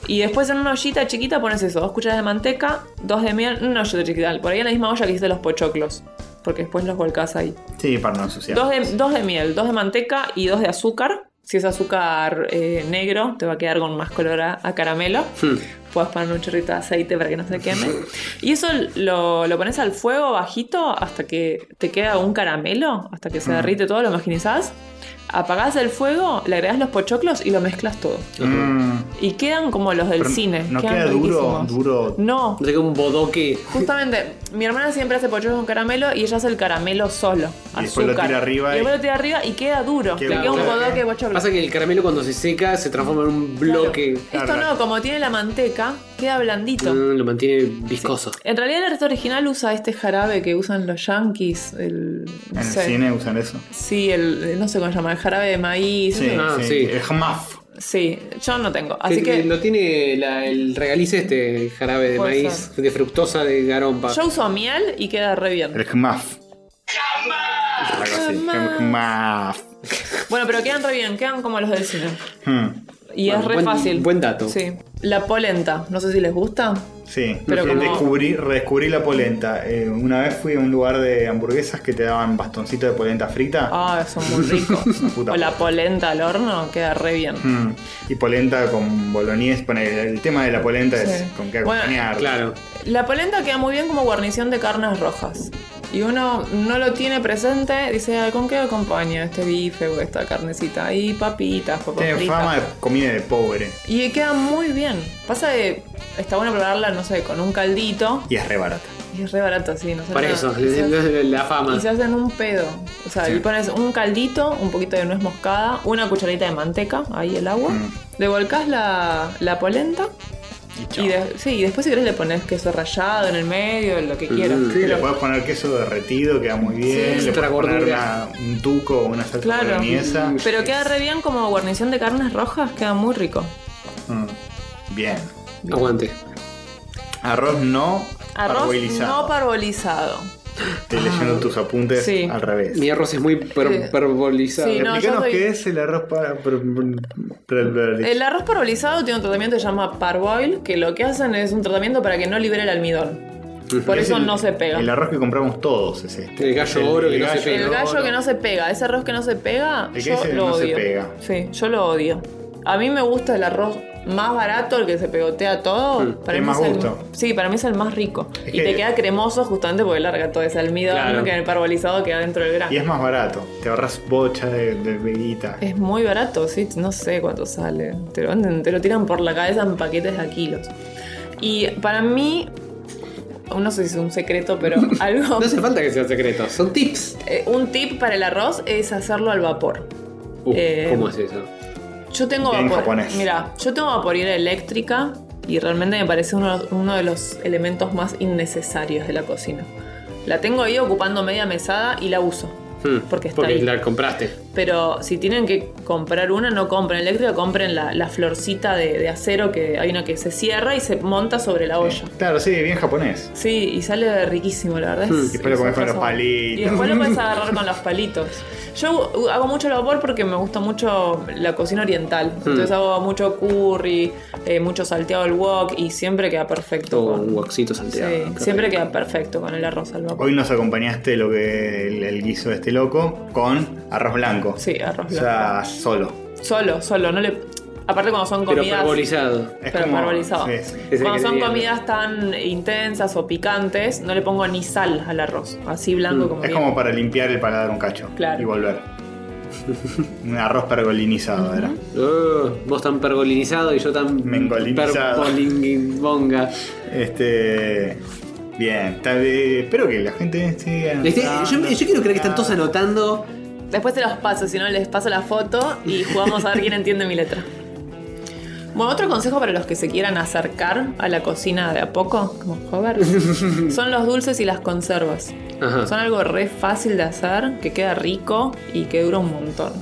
Speaker 3: Y después en una ollita chiquita pones eso, dos cucharas de manteca, dos de miel, una ollita chiquita, por ahí en la misma olla que hiciste los pochoclos. porque después los volcás ahí.
Speaker 1: Sí, para no ensuciar.
Speaker 3: Dos de, dos de miel, dos de manteca y dos de azúcar. Si es azúcar eh, negro, te va a quedar con más color a, a caramelo. Puedes poner un chorrito de aceite para que no se queme. Y eso lo, lo pones al fuego bajito hasta que te queda un caramelo, hasta
Speaker 1: Mm.
Speaker 3: que se derrite todo, lo homogenizás. Apagás el fuego, le agregás los pochoclos y lo mezclas todo.
Speaker 1: Mm,
Speaker 3: Y quedan como los del
Speaker 1: pero
Speaker 3: cine.
Speaker 1: No
Speaker 3: quedan
Speaker 1: queda duro,
Speaker 3: riquísimos.
Speaker 1: duro.
Speaker 3: No,
Speaker 5: No sé, como un bodoque.
Speaker 3: Justamente, mi hermana siempre hace pollo con caramelo y ella hace el caramelo solo.
Speaker 1: Y después lo
Speaker 3: azúcar.
Speaker 1: tira arriba
Speaker 3: Y
Speaker 1: y-
Speaker 3: después lo tira arriba y queda duro.
Speaker 1: Qué
Speaker 3: Le queda un
Speaker 1: bueno.
Speaker 3: bodoque de pochoclo.
Speaker 5: Pasa que el caramelo cuando se seca se transforma en un bloque.
Speaker 3: Esto no, como tiene la manteca, queda blandito.
Speaker 5: Mm, lo mantiene viscoso.
Speaker 3: En realidad el resto original usa este jarabe que usan los yankees, el...
Speaker 1: En
Speaker 3: No
Speaker 1: el
Speaker 3: sé.
Speaker 1: cine usan eso.
Speaker 3: Sí, el... no sé cómo se llama, el jarabe de maíz.
Speaker 1: Sí,
Speaker 5: Ah,
Speaker 1: sí.
Speaker 5: sí.
Speaker 1: El jamaf.
Speaker 3: Sí, yo no tengo. Así
Speaker 5: Que
Speaker 3: que...
Speaker 5: lo tiene la- el regaliz este, el jarabe de
Speaker 3: Puede
Speaker 5: maíz,
Speaker 3: ser.
Speaker 5: de fructosa de garompa.
Speaker 3: Yo uso miel y queda re bien.
Speaker 1: El jamaf. Algo así. El jamaf.
Speaker 3: Bueno, pero quedan re bien, quedan como los del cine.
Speaker 1: Hmm,
Speaker 3: Y
Speaker 5: Bueno,
Speaker 3: es re
Speaker 5: buen-
Speaker 3: fácil.
Speaker 5: Buen dato.
Speaker 3: Sí. La polenta, no sé si les gusta.
Speaker 1: Sí,
Speaker 3: Pero
Speaker 1: Sí,
Speaker 3: como-
Speaker 1: descubrí, redescubrí la polenta. Eh, una vez fui a un lugar de hamburguesas que te daban bastoncito de polenta frita.
Speaker 3: Ah, son muy ricos.
Speaker 1: Puta
Speaker 3: o la polenta al horno queda re bien.
Speaker 1: Mm, Y polenta con boloñés. Pone, el, el tema de la polenta
Speaker 3: Sí.
Speaker 1: es con qué
Speaker 3: Bueno,
Speaker 1: acompañar.
Speaker 5: Claro.
Speaker 3: La polenta queda muy bien como guarnición de carnes rojas. Y uno no lo tiene presente, dice, "Ay, ¿con qué acompaña este bife o esta carnecita? Y papitas, papas
Speaker 1: Tiene
Speaker 3: fritas".
Speaker 1: fama de comida de pobre.
Speaker 3: Y queda muy bien. Pasa de, está bueno probarla, no sé, con un caldito.
Speaker 1: Y es re barata.
Speaker 3: Y es re barato, sí. No sé
Speaker 5: Para
Speaker 3: nada.
Speaker 5: eso,
Speaker 3: Y se-
Speaker 5: la fama.
Speaker 3: Y se hacen un pedo. O sea,
Speaker 1: Ah. Sí.
Speaker 3: le pones un caldito, un poquito de nuez moscada, una cucharadita de manteca, ahí el agua.
Speaker 1: Mm.
Speaker 3: Le volcás la, la polenta.
Speaker 1: Y chao.
Speaker 3: Y de- sí, y después si querés le pones queso rallado en el medio, lo que quieras.
Speaker 5: Mm.
Speaker 1: Sí, le
Speaker 3: Pero-
Speaker 1: puedes poner queso derretido, queda muy bien.
Speaker 5: Sí,
Speaker 1: le
Speaker 5: extra
Speaker 1: puedes poner
Speaker 5: gordura.
Speaker 1: una- un tuco o una salsa
Speaker 3: Claro.
Speaker 1: boloñesa.
Speaker 3: pero queda re bien como guarnición de carnes rojas, queda muy rico.
Speaker 1: Mm, Bien.
Speaker 5: Aguante.
Speaker 1: Arroz no
Speaker 3: Arroz
Speaker 1: parbolizado.
Speaker 3: no parbolizado.
Speaker 1: Estoy leyendo tus apuntes
Speaker 3: Sí.
Speaker 1: al revés.
Speaker 5: Mi arroz es muy
Speaker 3: Sí.
Speaker 5: per- perbolizado.
Speaker 3: Sí, no.
Speaker 1: Explícanos
Speaker 3: yo soy-
Speaker 1: qué es el arroz para.
Speaker 3: El arroz parbolizado tiene un tratamiento que se llama parboil, que lo que hacen es un tratamiento para que no libere el almidón. Por eso no se pega.
Speaker 1: El arroz que compramos todos es este.
Speaker 5: El gallo oro que no se pega.
Speaker 3: El gallo que no se pega, ese arroz que no se pega,
Speaker 1: El que
Speaker 3: yo
Speaker 1: ese
Speaker 3: lo
Speaker 1: no se
Speaker 3: odio.
Speaker 1: pega.
Speaker 3: Sí, yo lo odio. A mí me gusta el arroz más barato, el que se pegotea todo. para
Speaker 1: Hmm, tiene
Speaker 3: mí
Speaker 1: más
Speaker 3: es el-
Speaker 1: gusto.
Speaker 3: sí, para mí es el más rico.
Speaker 1: Es
Speaker 3: y
Speaker 1: que-
Speaker 3: te queda cremoso justamente porque larga todo ese almidón
Speaker 5: Claro.
Speaker 3: que en el parbolizado queda dentro del grano.
Speaker 1: Y es más barato. Te ahorras bocha de, de veguita.
Speaker 3: Es muy barato, sí, no sé cuánto sale. Te lo, venden- te lo tiran por la cabeza en paquetes de a kilos. Y para mí, no sé si es un secreto, pero algo.
Speaker 5: No hace falta que sea secreto, son tips.
Speaker 3: eh, un tip para el arroz es hacerlo al vapor.
Speaker 5: Uh,
Speaker 3: Eh,
Speaker 5: ¿Cómo es eso?
Speaker 3: Yo tengo
Speaker 1: Bien
Speaker 3: vapor.
Speaker 1: japonés.
Speaker 3: Mira, yo tengo vaporera eléctrica y realmente me parece uno, uno de los elementos más innecesarios de la cocina. La tengo ahí ocupando media mesada y la uso.
Speaker 5: Hmm,
Speaker 3: porque está ahí.
Speaker 5: la compraste.
Speaker 3: Pero si tienen que comprar una, no compren eléctrica, compren la, la florcita de, de acero que hay una que se cierra y se monta sobre la olla.
Speaker 1: Claro, sí, bien japonés.
Speaker 3: Sí, y sale riquísimo, la verdad. es-
Speaker 1: Y después lo comes con los
Speaker 3: Y
Speaker 1: palitos.
Speaker 3: después lo puedes agarrar con los palitos. Yo uh, hago mucho el vapor porque me gusta mucho la cocina oriental. Entonces hago mucho curry, eh, mucho salteado al wok y siempre queda perfecto.
Speaker 5: Todo
Speaker 3: con-
Speaker 5: Oh, un guaxito
Speaker 3: Sí,
Speaker 5: salteado. Qué
Speaker 3: siempre
Speaker 5: rico.
Speaker 3: queda perfecto con el arroz al vapor.
Speaker 1: Hoy nos acompañaste lo que el, el guiso de este loco con arroz blanco.
Speaker 3: Sí, arroz
Speaker 1: O
Speaker 3: blanco.
Speaker 1: sea, solo.
Speaker 3: Solo, solo. No le... Aparte cuando son
Speaker 5: Pero
Speaker 3: comidas...
Speaker 5: parbolizado.
Speaker 1: Es
Speaker 3: Pero
Speaker 1: como-
Speaker 3: parbolizado.
Speaker 1: sí, sí.
Speaker 5: Es el
Speaker 3: Cuando
Speaker 5: que
Speaker 3: son
Speaker 5: tenía-
Speaker 3: comidas tan intensas o picantes, no le pongo ni sal al arroz. Así blanco como
Speaker 1: Es
Speaker 3: viene.
Speaker 1: como para limpiar el paladar un cacho.
Speaker 3: Claro.
Speaker 1: Y volver. un arroz pergolinizado era.
Speaker 5: Oh, vos tan pergolinizado y yo tan
Speaker 1: Mengolinizado.
Speaker 5: perbolingibonga.
Speaker 1: Este. Bien, tal vez- espero que la gente siga.
Speaker 5: Este, yo,
Speaker 1: anotando.
Speaker 5: yo quiero creer que están todos anotando.
Speaker 3: Después te los paso, si no les paso la foto y jugamos a ver quién entiende mi letra. Bueno, otro consejo para los que se quieran acercar a la cocina de a poco, como joder, son los dulces y las conservas.
Speaker 5: Ajá.
Speaker 3: Son algo re fácil de hacer, que queda rico y que dura un montón.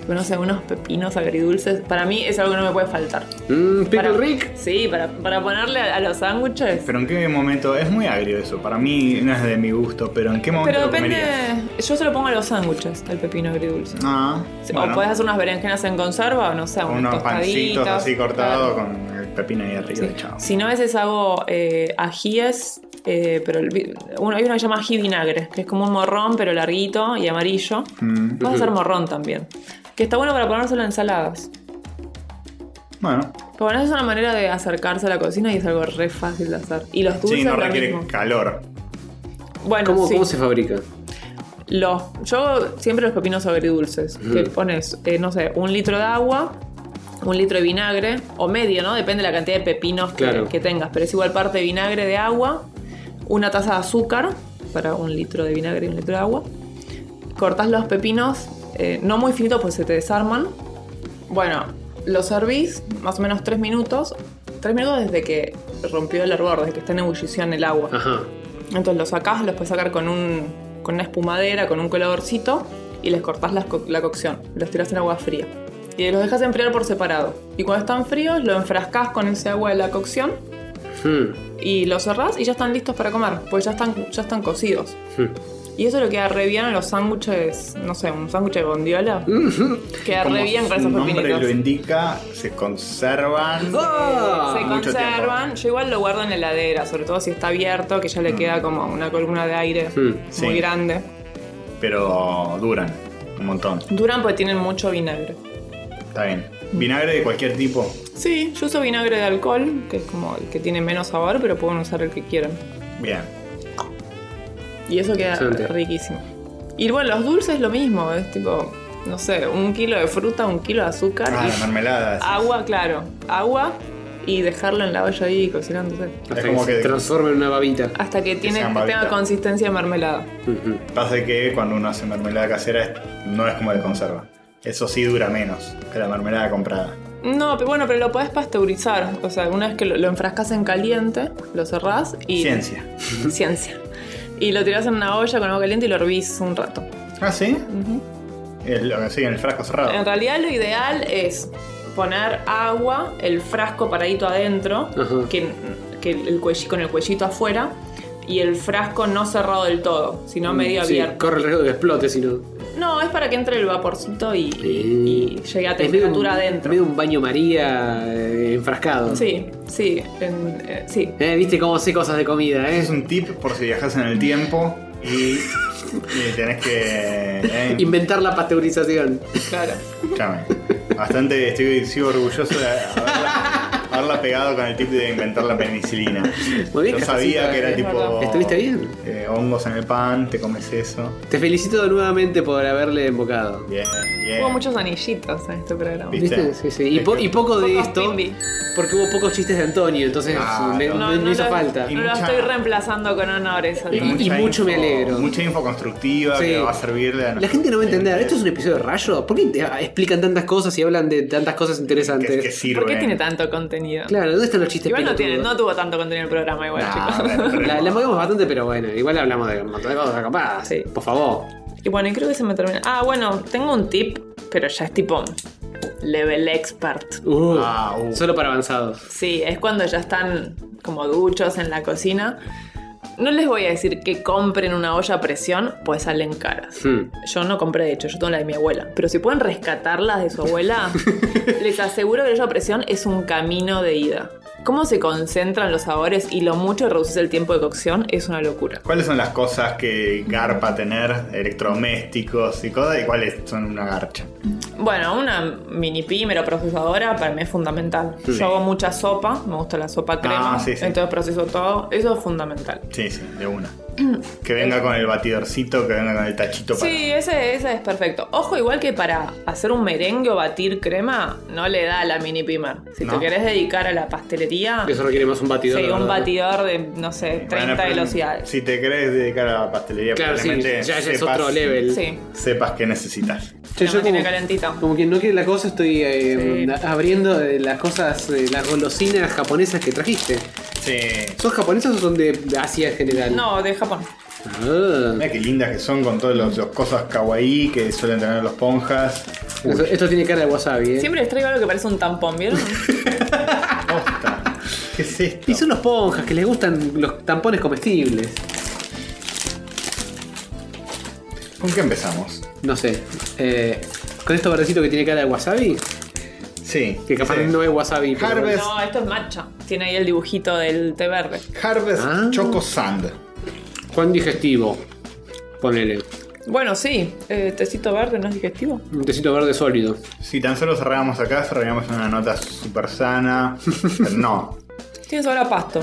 Speaker 3: Tipo, No sé, unos pepinos agridulces. Para mí es algo que no me puede faltar.
Speaker 5: Mm, Pickle
Speaker 3: Para-
Speaker 5: Rick.
Speaker 3: Sí, para, para ponerle a, a los sándwiches.
Speaker 1: Pero en qué momento. Es muy agrio eso. Para mí no es de mi gusto, pero en qué momento.
Speaker 3: Pero
Speaker 1: lo
Speaker 3: depende.
Speaker 1: comerías?
Speaker 3: Yo se lo pongo a los sándwiches, el pepino agridulce.
Speaker 1: Ah, bueno,
Speaker 3: O puedes hacer unas berenjenas en conserva, o no sé,
Speaker 1: con
Speaker 3: unas
Speaker 1: unos pancitos
Speaker 3: tostaditas.
Speaker 1: así cortados
Speaker 3: claro.
Speaker 1: con el pepino ahí arriba.
Speaker 3: Sí.
Speaker 1: Chao.
Speaker 3: Si no, a veces hago eh, ajíes eh, pero el vi- uno- hay uno que se llama ají vinagre, que es como un morrón, pero larguito y amarillo.
Speaker 1: Mm,
Speaker 3: Vas a hacer morrón también. Que está bueno para ponérselo en ensaladas.
Speaker 1: Bueno,
Speaker 3: Pero bueno, es una manera de acercarse a la cocina y es algo re fácil de hacer. Y los dulces.
Speaker 1: sí, no
Speaker 3: lo
Speaker 1: requiere
Speaker 3: mismo.
Speaker 1: calor.
Speaker 3: Bueno,
Speaker 5: ¿Cómo,
Speaker 3: sí.
Speaker 5: cómo se fabrica?
Speaker 3: Los, yo siempre los pepinos agridulces, que pones, eh, no sé, un litro de agua, un litro de vinagre, o medio, ¿no? Depende de la cantidad de pepinos que-
Speaker 5: Claro.
Speaker 3: que, tengas, pero es igual parte de vinagre de agua, una taza de azúcar para un litro de vinagre y un litro de agua. Cortás los pepinos, eh, no muy finitos, pues se te desarman. Bueno, los servís más o menos tres minutos, tres minutos desde que rompió el hervor, desde que está en ebullición el agua.
Speaker 5: Ajá.
Speaker 3: Entonces los sacás, los puedes sacar con, un, con una espumadera, con un coladorcito y les cortás las co- la cocción. Los tirás en agua fría. Y los dejas enfriar por separado. Y cuando están fríos, los enfrascás con ese agua de la cocción
Speaker 5: Hmm,
Speaker 3: y los cerrás y ya están listos para comer, pues ya están, ya están cocidos. Y eso lo queda re bien a los sándwiches, no sé, un sándwich de gondiola.
Speaker 5: hmm.
Speaker 3: Queda
Speaker 1: Como
Speaker 3: re bien con
Speaker 1: su
Speaker 3: esos
Speaker 1: nombre
Speaker 3: pepinitos.
Speaker 1: lo indica, se conservan.
Speaker 5: ¡Ah!
Speaker 3: se
Speaker 1: mucho
Speaker 3: conservan, yo igual lo guardo en la heladera, sobre todo si está abierto, que ya le queda como una columna de aire
Speaker 5: Hmm.
Speaker 3: muy
Speaker 1: Mm. Sí.
Speaker 3: grande.
Speaker 1: Pero duran un montón.
Speaker 3: Duran porque tienen mucho vinagre.
Speaker 1: Está bien. Vinagre de cualquier tipo.
Speaker 3: Sí, yo uso vinagre de alcohol, que es como el que tiene menos sabor, pero pueden usar el que quieran.
Speaker 1: Bien.
Speaker 3: Y eso queda
Speaker 5: Excelente.
Speaker 3: riquísimo. Y bueno, los dulces lo mismo, es tipo, no sé, un kilo de fruta, un kilo de azúcar,
Speaker 1: Ah,
Speaker 3: y
Speaker 1: las mermeladas.
Speaker 3: agua, claro, agua y dejarlo en la olla ahí cocinándose.
Speaker 5: Hasta
Speaker 1: como
Speaker 5: que se
Speaker 1: que-
Speaker 5: transforma en una babita.
Speaker 3: Hasta que, tiene,
Speaker 1: sean
Speaker 3: que tenga
Speaker 1: babita.
Speaker 3: consistencia de mermelada.
Speaker 5: Ujú.
Speaker 1: Pasa que cuando uno hace mermelada casera no es como de conserva. Eso sí dura menos que la mermelada comprada.
Speaker 3: No, pero bueno, pero lo podés pasteurizar. O sea, una vez que lo, lo enfrascas en caliente, lo cerrás y.
Speaker 1: Ciencia.
Speaker 3: Ciencia. Y lo tirás en una olla con agua caliente y lo hervís un rato.
Speaker 1: Ah, sí. Es lo que sí, en el frasco
Speaker 5: Ah.
Speaker 1: cerrado.
Speaker 3: En realidad lo ideal es poner agua, el frasco paradito adentro,
Speaker 5: Ajá.
Speaker 3: que, que el cuelli- con el cuellito afuera, y el frasco no cerrado del todo, sino medio
Speaker 5: Mm, Sí,
Speaker 3: abierto.
Speaker 5: corre el riesgo de que explote si no.
Speaker 3: No, es para que entre el vaporcito y, y- y llegue a
Speaker 5: Es medio
Speaker 3: temperatura
Speaker 5: un-
Speaker 3: adentro.
Speaker 5: medio un baño María eh, enfrascado.
Speaker 3: Sí, sí, en- eh, sí.
Speaker 5: Eh, Viste cómo sé cosas de comida,
Speaker 1: Ese es
Speaker 5: ¿eh?
Speaker 1: un tip por si viajas en el tiempo y, y tenés que. eh,
Speaker 5: Inventar la pasteurización.
Speaker 3: Claro.
Speaker 1: escuchame. Bastante estoy sigo orgulloso de haberla, haberla pegado con el tip de inventar la penicilina.
Speaker 5: Muy bien,
Speaker 1: Yo sabía
Speaker 5: Casacita,
Speaker 1: que era
Speaker 5: es
Speaker 1: tipo.
Speaker 3: verdad.
Speaker 5: ¿Estuviste bien?
Speaker 1: eh, hongos en el pan, te comes eso.
Speaker 5: Te felicito nuevamente por haberle embocado.
Speaker 1: Bien, bien.
Speaker 3: Hubo muchos anillitos en este programa.
Speaker 1: Viste.
Speaker 5: ¿Viste? Sí, sí. Y, po- y poco de
Speaker 3: Pocos
Speaker 5: esto,
Speaker 3: pimbi.
Speaker 5: porque hubo pocos chistes de Antonio, entonces
Speaker 1: Ah,
Speaker 5: me-
Speaker 1: no.
Speaker 5: no, no hizo
Speaker 3: lo,
Speaker 5: falta.
Speaker 1: Y
Speaker 3: no lo
Speaker 1: mucha-
Speaker 3: estoy reemplazando con honores.
Speaker 5: Y-
Speaker 3: Antonio.
Speaker 5: y mucho me alegro.
Speaker 1: Mucha info constructiva
Speaker 5: Sí.
Speaker 1: que va a servirle a
Speaker 5: La gente no va a entender. ¿Esto es un episodio de Rayo? ¿Por qué te- ah, explican tantas cosas y hablan de tantas cosas interesantes?
Speaker 1: que, que sirve.
Speaker 3: ¿Por qué tiene tanto contenido?
Speaker 5: Claro, este ¿dónde están los chistes
Speaker 3: Igual no,
Speaker 5: pelotudos?
Speaker 3: tiene, no tuvo tanto contenido el programa, igual,
Speaker 1: Nah,
Speaker 3: chicos.
Speaker 1: a ver, pero-
Speaker 5: La, la embocamos bastante, pero bueno, igual hablamos de un montón de cosas acampadas.
Speaker 3: Sí.
Speaker 5: Por favor.
Speaker 3: Y bueno, y creo que se me termina. Ah, bueno, tengo un tip, pero ya es tipo level expert.
Speaker 5: Uh,
Speaker 1: Ah, uh.
Speaker 5: Solo para avanzados.
Speaker 3: Sí, es cuando ya están como duchos en la cocina. No les voy a decir que compren una olla a presión, pues salen caras.
Speaker 5: Hmm.
Speaker 3: Yo no compré, de hecho, yo tengo la de mi abuela. Pero si pueden rescatarlas de su abuela, les aseguro que la olla a presión es un camino de ida. Cómo se concentran los sabores y lo mucho que reduces el tiempo de cocción es una locura.
Speaker 1: ¿Cuáles son las cosas que garpa tener? Electrodomésticos y cosas, y cuáles son una garcha.
Speaker 3: Bueno, una mini pimer o procesadora para mí es fundamental.
Speaker 1: Sí. Ah,
Speaker 3: Yo hago mucha sopa, me gusta la sopa crema,
Speaker 1: sí, sí.
Speaker 3: entonces proceso todo. Eso es fundamental.
Speaker 1: Sí, sí, de una. Que venga con el batidorcito, que venga con el tachito para.
Speaker 3: Eh. Sí, ese, ese es perfecto. Ojo, igual que para hacer un merengue o batir crema, no le da la mini pimer. Si
Speaker 1: No.
Speaker 3: te querés dedicar a la pastelería,
Speaker 5: Eso requiere más un batidor.
Speaker 3: Ah. sí,
Speaker 5: la
Speaker 3: un
Speaker 5: verdad.
Speaker 3: batidor de, no sé, 30
Speaker 1: Bueno, pero
Speaker 3: velocidades.
Speaker 1: Si te querés dedicar a la pastelería,
Speaker 5: Claro, sí, ya,
Speaker 1: probablemente
Speaker 5: ya es
Speaker 1: sepas-
Speaker 5: otro level.
Speaker 3: Sí.
Speaker 1: Sepas que necesitas.
Speaker 5: Che,
Speaker 3: La mantiene
Speaker 5: como-
Speaker 3: calentita.
Speaker 5: Como quien no quiere la cosa, estoy eh,
Speaker 3: Sí.
Speaker 5: abriendo eh, las cosas, eh, las golosinas japonesas que trajiste.
Speaker 1: Sí.
Speaker 5: ¿Son japonesas o son de Asia en general?
Speaker 3: No, de Japón.
Speaker 5: Ah.
Speaker 1: Mira qué lindas que son con todas las cosas kawaii que suelen tener los ponjas. Uy,
Speaker 5: Esto, esto tiene cara de wasabi, ¿eh?
Speaker 3: Siempre les traigo algo que parece un tampón, ¿vieron?
Speaker 1: posta. ¿Qué es esto?
Speaker 5: Y son los ponjas que les gustan los tampones comestibles.
Speaker 1: ¿Con qué empezamos?
Speaker 5: No sé. eh, con esto verdecito que tiene cara de wasabi.
Speaker 1: Sí.
Speaker 5: Que capaz
Speaker 1: dice,
Speaker 5: no es wasabi. pero
Speaker 1: Harvest.
Speaker 5: bueno.
Speaker 3: No, esto es matcha. Tiene ahí el dibujito del té verde.
Speaker 1: Harvest
Speaker 5: Ah.
Speaker 1: Choco Sand.
Speaker 5: Juan digestivo. Ponele.
Speaker 3: Bueno, sí, eh, tecito verde no es digestivo.
Speaker 5: Un tecito verde sólido.
Speaker 1: Si tan solo cerráramos acá, cerraríamos en una nota súper sana. Pero no.
Speaker 3: Tiene sabor a pasto.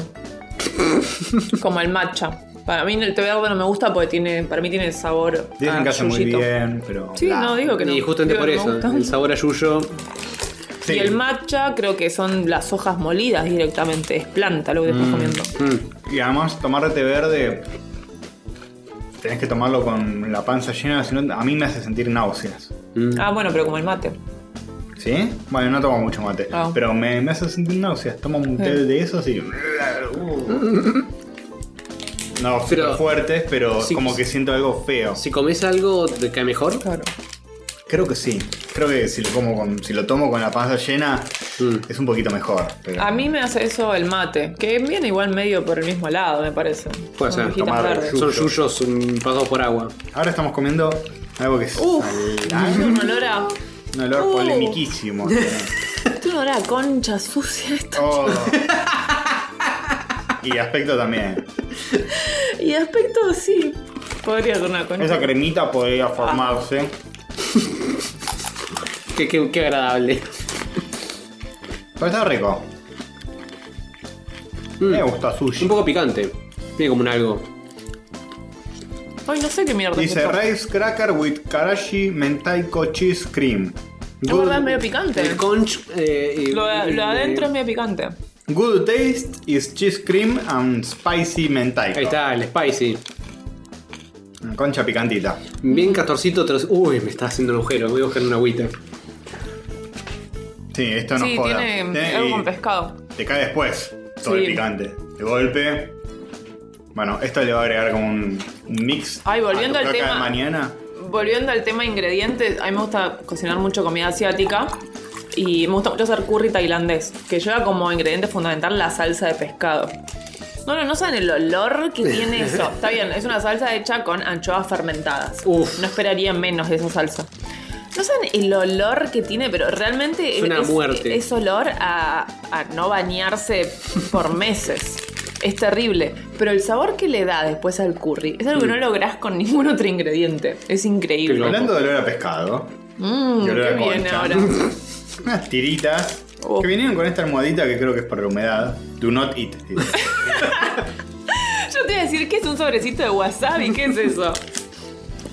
Speaker 3: Como el matcha. Para mí el té verde no me gusta porque tiene, para mí tiene sabor
Speaker 1: Dicen
Speaker 3: a
Speaker 1: que hace muy
Speaker 3: Ah, yuyito.
Speaker 1: bien, pero.
Speaker 3: Sí,
Speaker 1: Ah.
Speaker 3: no, digo que no.
Speaker 5: Y justamente
Speaker 3: Digo,
Speaker 5: por
Speaker 3: no me
Speaker 5: eso,
Speaker 3: gusta.
Speaker 5: el sabor a yuyo.
Speaker 1: Sí.
Speaker 3: Y el matcha creo que son las hojas molidas directamente. Es planta lo que estás comiendo.
Speaker 5: Mm.
Speaker 1: Y además, tomar té verde. Tenés que tomarlo con la panza llena, si no, a mí me hace sentir náuseas.
Speaker 5: Mm.
Speaker 3: Ah, bueno, pero como el mate.
Speaker 1: ¿Sí? Bueno, no tomo mucho mate,
Speaker 3: Ah. Eh.
Speaker 1: pero me, me hace sentir náuseas. Tomo un té de esos y. uh. No,
Speaker 5: Pero-
Speaker 1: pero fuertes, pero
Speaker 5: Sí,
Speaker 1: como
Speaker 5: sí.
Speaker 1: que siento algo feo.
Speaker 5: Si comes algo, ¿te cae mejor?
Speaker 3: Claro.
Speaker 1: Creo que sí. Creo que si lo, como con, si lo tomo con la panza llena,
Speaker 5: Mm.
Speaker 1: es un poquito mejor. pero-
Speaker 3: A mí me hace eso el mate, que viene igual medio por el mismo lado, me parece.
Speaker 5: Puede
Speaker 3: Son
Speaker 5: ser,
Speaker 3: hojitas
Speaker 1: tomar
Speaker 3: verdes.
Speaker 1: yuyo.
Speaker 5: Son yuyos mm, pasados por agua.
Speaker 1: Ahora estamos comiendo algo que es
Speaker 3: Uf.
Speaker 1: salado,
Speaker 3: Tiene Ah, un olor a,
Speaker 1: un olor
Speaker 3: Uh.
Speaker 1: polemiquísimo. ¿no?
Speaker 3: tiene un olor a concha sucia esto.
Speaker 1: Oh. Y aspecto también.
Speaker 3: Y de aspecto sí, podría ser una concha.
Speaker 1: Esa cremita
Speaker 5: Ah.
Speaker 1: podría formarse.
Speaker 5: Qué, qué- qué agradable.
Speaker 1: Pero está rico. Me gusta
Speaker 5: Mm. Un
Speaker 1: sushi.
Speaker 5: poco picante. Tiene como un algo.
Speaker 3: Ay, no sé qué mierda. es
Speaker 1: Dice
Speaker 3: esto.
Speaker 1: rice cracker with karashi mentaiko cheese cream.
Speaker 3: Es verdad, es medio picante.
Speaker 5: El conch. eh, y-
Speaker 3: Lo, de- lo de
Speaker 5: eh,
Speaker 3: adentro es medio picante.
Speaker 1: Good taste is cheese cream and spicy mentaiko.
Speaker 5: Ahí está, el spicy.
Speaker 1: Concha picantita.
Speaker 3: Mm.
Speaker 5: Bien castorcito. tras- Uy, me está haciendo un agujero. Voy a buscar una agüita.
Speaker 1: Sí, esto no
Speaker 3: sí,
Speaker 1: joda.
Speaker 3: tiene
Speaker 1: Tiene-
Speaker 3: algo
Speaker 1: y
Speaker 3: con pescado.
Speaker 1: Te cae después todo el
Speaker 3: Sí.
Speaker 1: picante. De golpe. Bueno, esto le va a agregar como un un mix.
Speaker 3: Ay, volviendo
Speaker 1: a tu
Speaker 3: al
Speaker 1: caca
Speaker 3: tema.
Speaker 1: de mañana.
Speaker 3: Volviendo al tema ingredientes, a mí me gusta cocinar mucho comida asiática y me gusta mucho hacer curry tailandés, que lleva como ingrediente fundamental la salsa de pescado. No, no, no saben el olor que tiene eso. Está bien, es una salsa hecha con anchoas fermentadas.
Speaker 5: Uf.
Speaker 3: No esperaría menos de esa salsa. No saben el olor que tiene, pero realmente
Speaker 5: Suena a
Speaker 3: es,
Speaker 5: muerte.
Speaker 3: es olor a, a no bañarse por meses. Es terrible. Pero el sabor que le da después al curry es algo que no lográs con ningún otro ingrediente. Es increíble.
Speaker 5: Mm. Loco.
Speaker 1: Hablando de olor a pescado.
Speaker 3: Mmm,
Speaker 1: y
Speaker 3: ¿qué
Speaker 1: olor a
Speaker 3: viene
Speaker 1: concha.
Speaker 3: ahora?
Speaker 1: Unas tiritas.
Speaker 3: Oh.
Speaker 1: Que vinieron con esta almohadita que creo que es para la humedad. Do not eat. dice.
Speaker 3: Yo te iba a decir que es un sobrecito de wasabi, ¿qué es eso?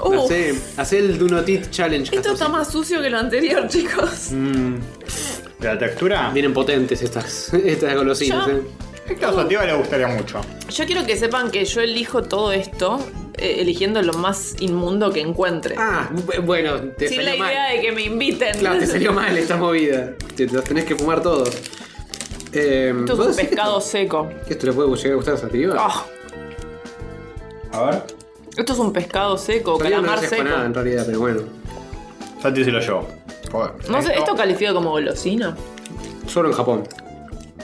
Speaker 3: Uh,
Speaker 5: Hacé, hacé el Do Not Eat Challenge.
Speaker 3: esto está
Speaker 5: Castorcito.
Speaker 3: más sucio que lo anterior, chicos.
Speaker 5: Mm.
Speaker 1: La textura.
Speaker 5: Vienen potentes estas, estas golosinas.
Speaker 3: Yo-
Speaker 5: eh.
Speaker 1: Esto a Sativa le gustaría mucho.
Speaker 3: Yo quiero que sepan que yo elijo todo esto eh, eligiendo lo más inmundo que encuentre.
Speaker 5: Ah, bu- bueno, te
Speaker 3: Sin
Speaker 5: salió
Speaker 3: la
Speaker 5: mal.
Speaker 3: idea de que me inviten.
Speaker 5: Claro, te salió mal esta movida. Te los tenés que fumar todos. Eh,
Speaker 3: Esto
Speaker 5: ¿vos
Speaker 3: es un
Speaker 5: decís
Speaker 3: pescado seco.
Speaker 5: que ¿Esto le puede llegar a gustar a Sativa?
Speaker 3: Ah,
Speaker 1: A ver.
Speaker 3: esto es un pescado seco,
Speaker 5: Sativa no
Speaker 3: calamar
Speaker 5: haces
Speaker 3: seco.
Speaker 5: empanada en realidad, pero bueno.
Speaker 1: Sati se lo llevó. Joder.
Speaker 3: No sé, esto califica como golosina.
Speaker 5: Solo en Japón.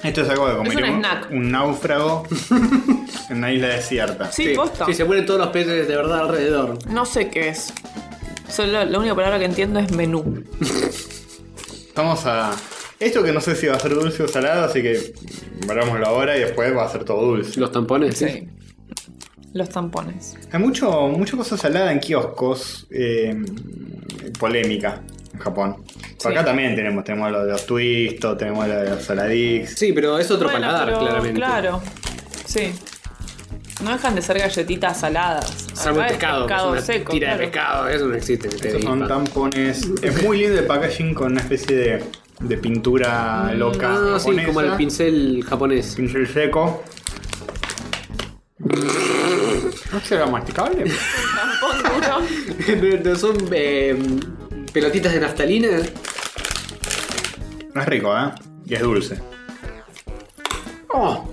Speaker 1: Esto es algo que comería
Speaker 3: un
Speaker 1: un,
Speaker 3: snack.
Speaker 1: un náufrago en una isla desierta.
Speaker 3: Sí, posta.
Speaker 5: Sí, se mueren todos los peces de verdad alrededor.
Speaker 3: No sé qué es. Solo la única palabra que entiendo es menú.
Speaker 1: Vamos a. Esto que no sé si va a ser dulce o salado, así que veámoslo ahora y después va a ser todo dulce.
Speaker 5: Los tampones.
Speaker 3: Sí. Los tampones.
Speaker 1: Hay mucho, mucha cosa salada en kioscos. eh, polémica en Japón.
Speaker 3: Sí.
Speaker 1: Acá también tenemos, tenemos lo de los twistos, tenemos lo de los saladix.
Speaker 5: Sí, pero es otro
Speaker 3: Bueno,
Speaker 5: paladar,
Speaker 3: pero,
Speaker 5: claramente.
Speaker 3: Claro. Sí. No dejan de ser galletitas saladas.
Speaker 5: Salvo el
Speaker 3: Acá es
Speaker 5: pescado. que es una
Speaker 3: seco,
Speaker 5: tira de
Speaker 3: claro.
Speaker 5: pescado, eso no existe. te
Speaker 1: Estos son
Speaker 5: dispa.
Speaker 1: tampones. Es muy lindo el packaging con una especie de, de pintura loca.
Speaker 5: Ah, sí,
Speaker 1: japonesa.
Speaker 5: como el pincel japonés.
Speaker 1: Pincel seco. ¿No será masticable?
Speaker 3: Tampón duro.
Speaker 5: No son eh, pelotitas de naftalina.
Speaker 1: No es rico, ¿eh? Y es dulce.
Speaker 5: Oh,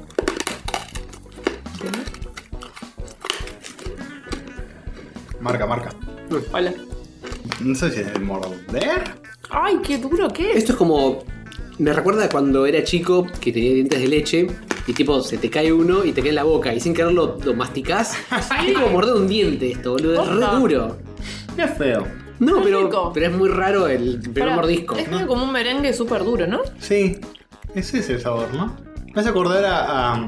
Speaker 1: Marca, marca.
Speaker 3: Hola.
Speaker 1: No sé si es el morder.
Speaker 3: Ay, qué duro que es.
Speaker 5: Esto es como. Me recuerda cuando era chico que tenía dientes de leche y tipo se te cae uno y te cae en la boca y sin querer lo, lo masticás. Es como morder un diente esto, boludo. Es
Speaker 3: Posta.
Speaker 5: re duro.
Speaker 1: No es feo.
Speaker 5: No, pero,
Speaker 3: rico.
Speaker 5: pero es muy raro el primer
Speaker 3: Pará,
Speaker 5: mordisco.
Speaker 3: Es medio como un merengue súper duro, ¿no?
Speaker 1: Sí, ese es el sabor, ¿no? Me hace acordar a, a-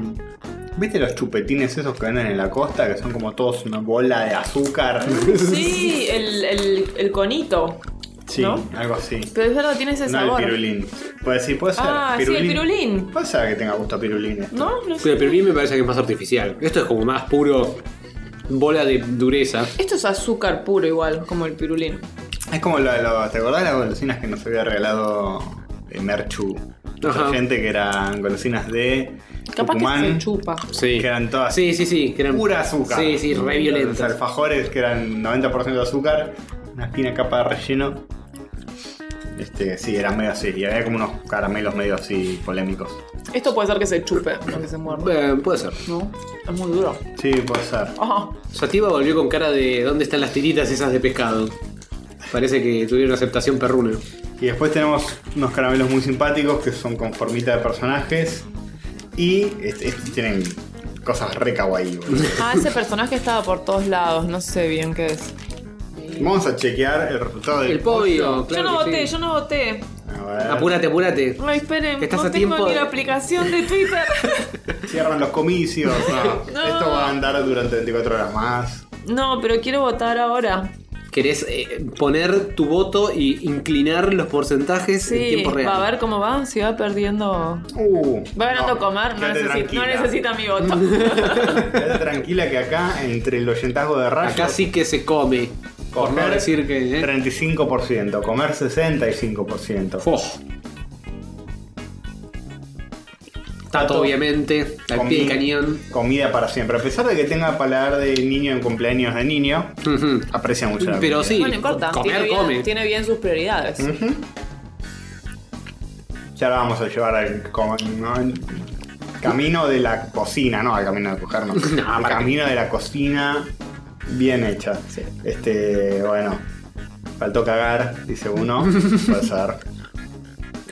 Speaker 1: ¿Viste los chupetines esos que venden en la costa? Que son como todos una bola de azúcar.
Speaker 3: Mm, Sí, el, el, el conito.
Speaker 1: sí,
Speaker 3: ¿no?
Speaker 1: algo así.
Speaker 3: Pero es verdad, tiene ese
Speaker 1: No,
Speaker 3: sabor.
Speaker 1: el pirulín. Puede decir, puede ser.
Speaker 3: Ah, sí, el pirulín.
Speaker 1: Puede ser que tenga gusto a pirulín. eh. esto.
Speaker 3: ¿No? No
Speaker 5: Pero
Speaker 3: sé.
Speaker 5: el pirulín me parece que es más artificial. Esto es como más puro bola de dureza.
Speaker 3: Esto es azúcar puro igual, como el pirulín.
Speaker 1: Es como lo, lo- ¿Te acordás de las golosinas que nos había regalado eh, Merchu?
Speaker 5: Ajá.
Speaker 1: Mucha gente que eran golosinas de
Speaker 3: Capaz que
Speaker 1: Tucumán,
Speaker 3: se chupa.
Speaker 5: Sí.
Speaker 1: que eran todas
Speaker 5: Sí, sí, sí. que eran-
Speaker 1: pura azúcar.
Speaker 5: Sí, sí, re
Speaker 1: Los
Speaker 5: violentas.
Speaker 1: alfajores que eran 90% de azúcar, una fina capa de relleno. Este, sí, era medio así. Y había como unos caramelos medio así polémicos.
Speaker 3: Esto puede ser que se chupe, no que se muerde.
Speaker 5: Eh, puede ser.
Speaker 3: ¿No? Es muy duro. Ah.
Speaker 1: Sí, puede ser.
Speaker 3: Ajá.
Speaker 5: Sativa volvió con cara de ¿dónde están las tiritas esas de pescado? Parece que tuvieron aceptación perruna.
Speaker 1: Y después tenemos unos caramelos muy simpáticos que son con formita de personajes. Y este- este tienen cosas re kawaii, boludo.
Speaker 3: Ah, ese personaje estaba por todos lados, no sé bien qué es.
Speaker 1: Vamos a chequear el resultado del
Speaker 5: El pollo,
Speaker 3: yo
Speaker 5: claro
Speaker 3: no
Speaker 5: que
Speaker 3: voté,
Speaker 5: sí.
Speaker 3: yo no voté.
Speaker 1: A ver.
Speaker 5: Apúrate, apúrate.
Speaker 3: Ay, esperen,
Speaker 5: Estás
Speaker 3: no
Speaker 5: a
Speaker 3: tengo
Speaker 5: tiempo
Speaker 3: ni
Speaker 5: de-
Speaker 3: la aplicación de Twitter.
Speaker 1: Cierran los comicios. No.
Speaker 3: No.
Speaker 1: Esto va a andar durante 24 horas más.
Speaker 3: no, pero quiero votar ahora.
Speaker 5: ¿Querés eh, poner tu voto y inclinar los porcentajes en
Speaker 3: Sí,
Speaker 5: tiempo
Speaker 3: va a
Speaker 5: real?
Speaker 3: ver cómo va, si va perdiendo.
Speaker 1: Uh,
Speaker 3: Va ganando
Speaker 1: no,
Speaker 3: comer, no,
Speaker 1: quédate
Speaker 3: necesi- no
Speaker 1: tranquila.
Speaker 3: necesita mi voto.
Speaker 1: Quédate tranquila que acá, entre el oyentazgo de rayos,
Speaker 5: Acá sí que se come. Por no
Speaker 1: Comer
Speaker 5: decir que. eh.
Speaker 1: 35%, comer 65%.
Speaker 5: Fo. Tato, obviamente, al pie
Speaker 1: Comi-
Speaker 5: del cañón.
Speaker 1: Comida para siempre. A pesar de que tenga paladar de niño en cumpleaños de niño,
Speaker 5: Ujú.
Speaker 1: aprecia mucho la
Speaker 5: Pero
Speaker 1: comida.
Speaker 5: sí,
Speaker 3: Bueno, no importa.
Speaker 5: comer,
Speaker 3: tiene, bien,
Speaker 5: come.
Speaker 3: tiene bien sus prioridades.
Speaker 1: Ujú. Ya la vamos a llevar al co- no, al camino de la cocina, no al camino de coger, no. al
Speaker 5: para
Speaker 1: camino de la cocina bien hecha. Este, bueno, faltó cagar, dice uno. Puede ser.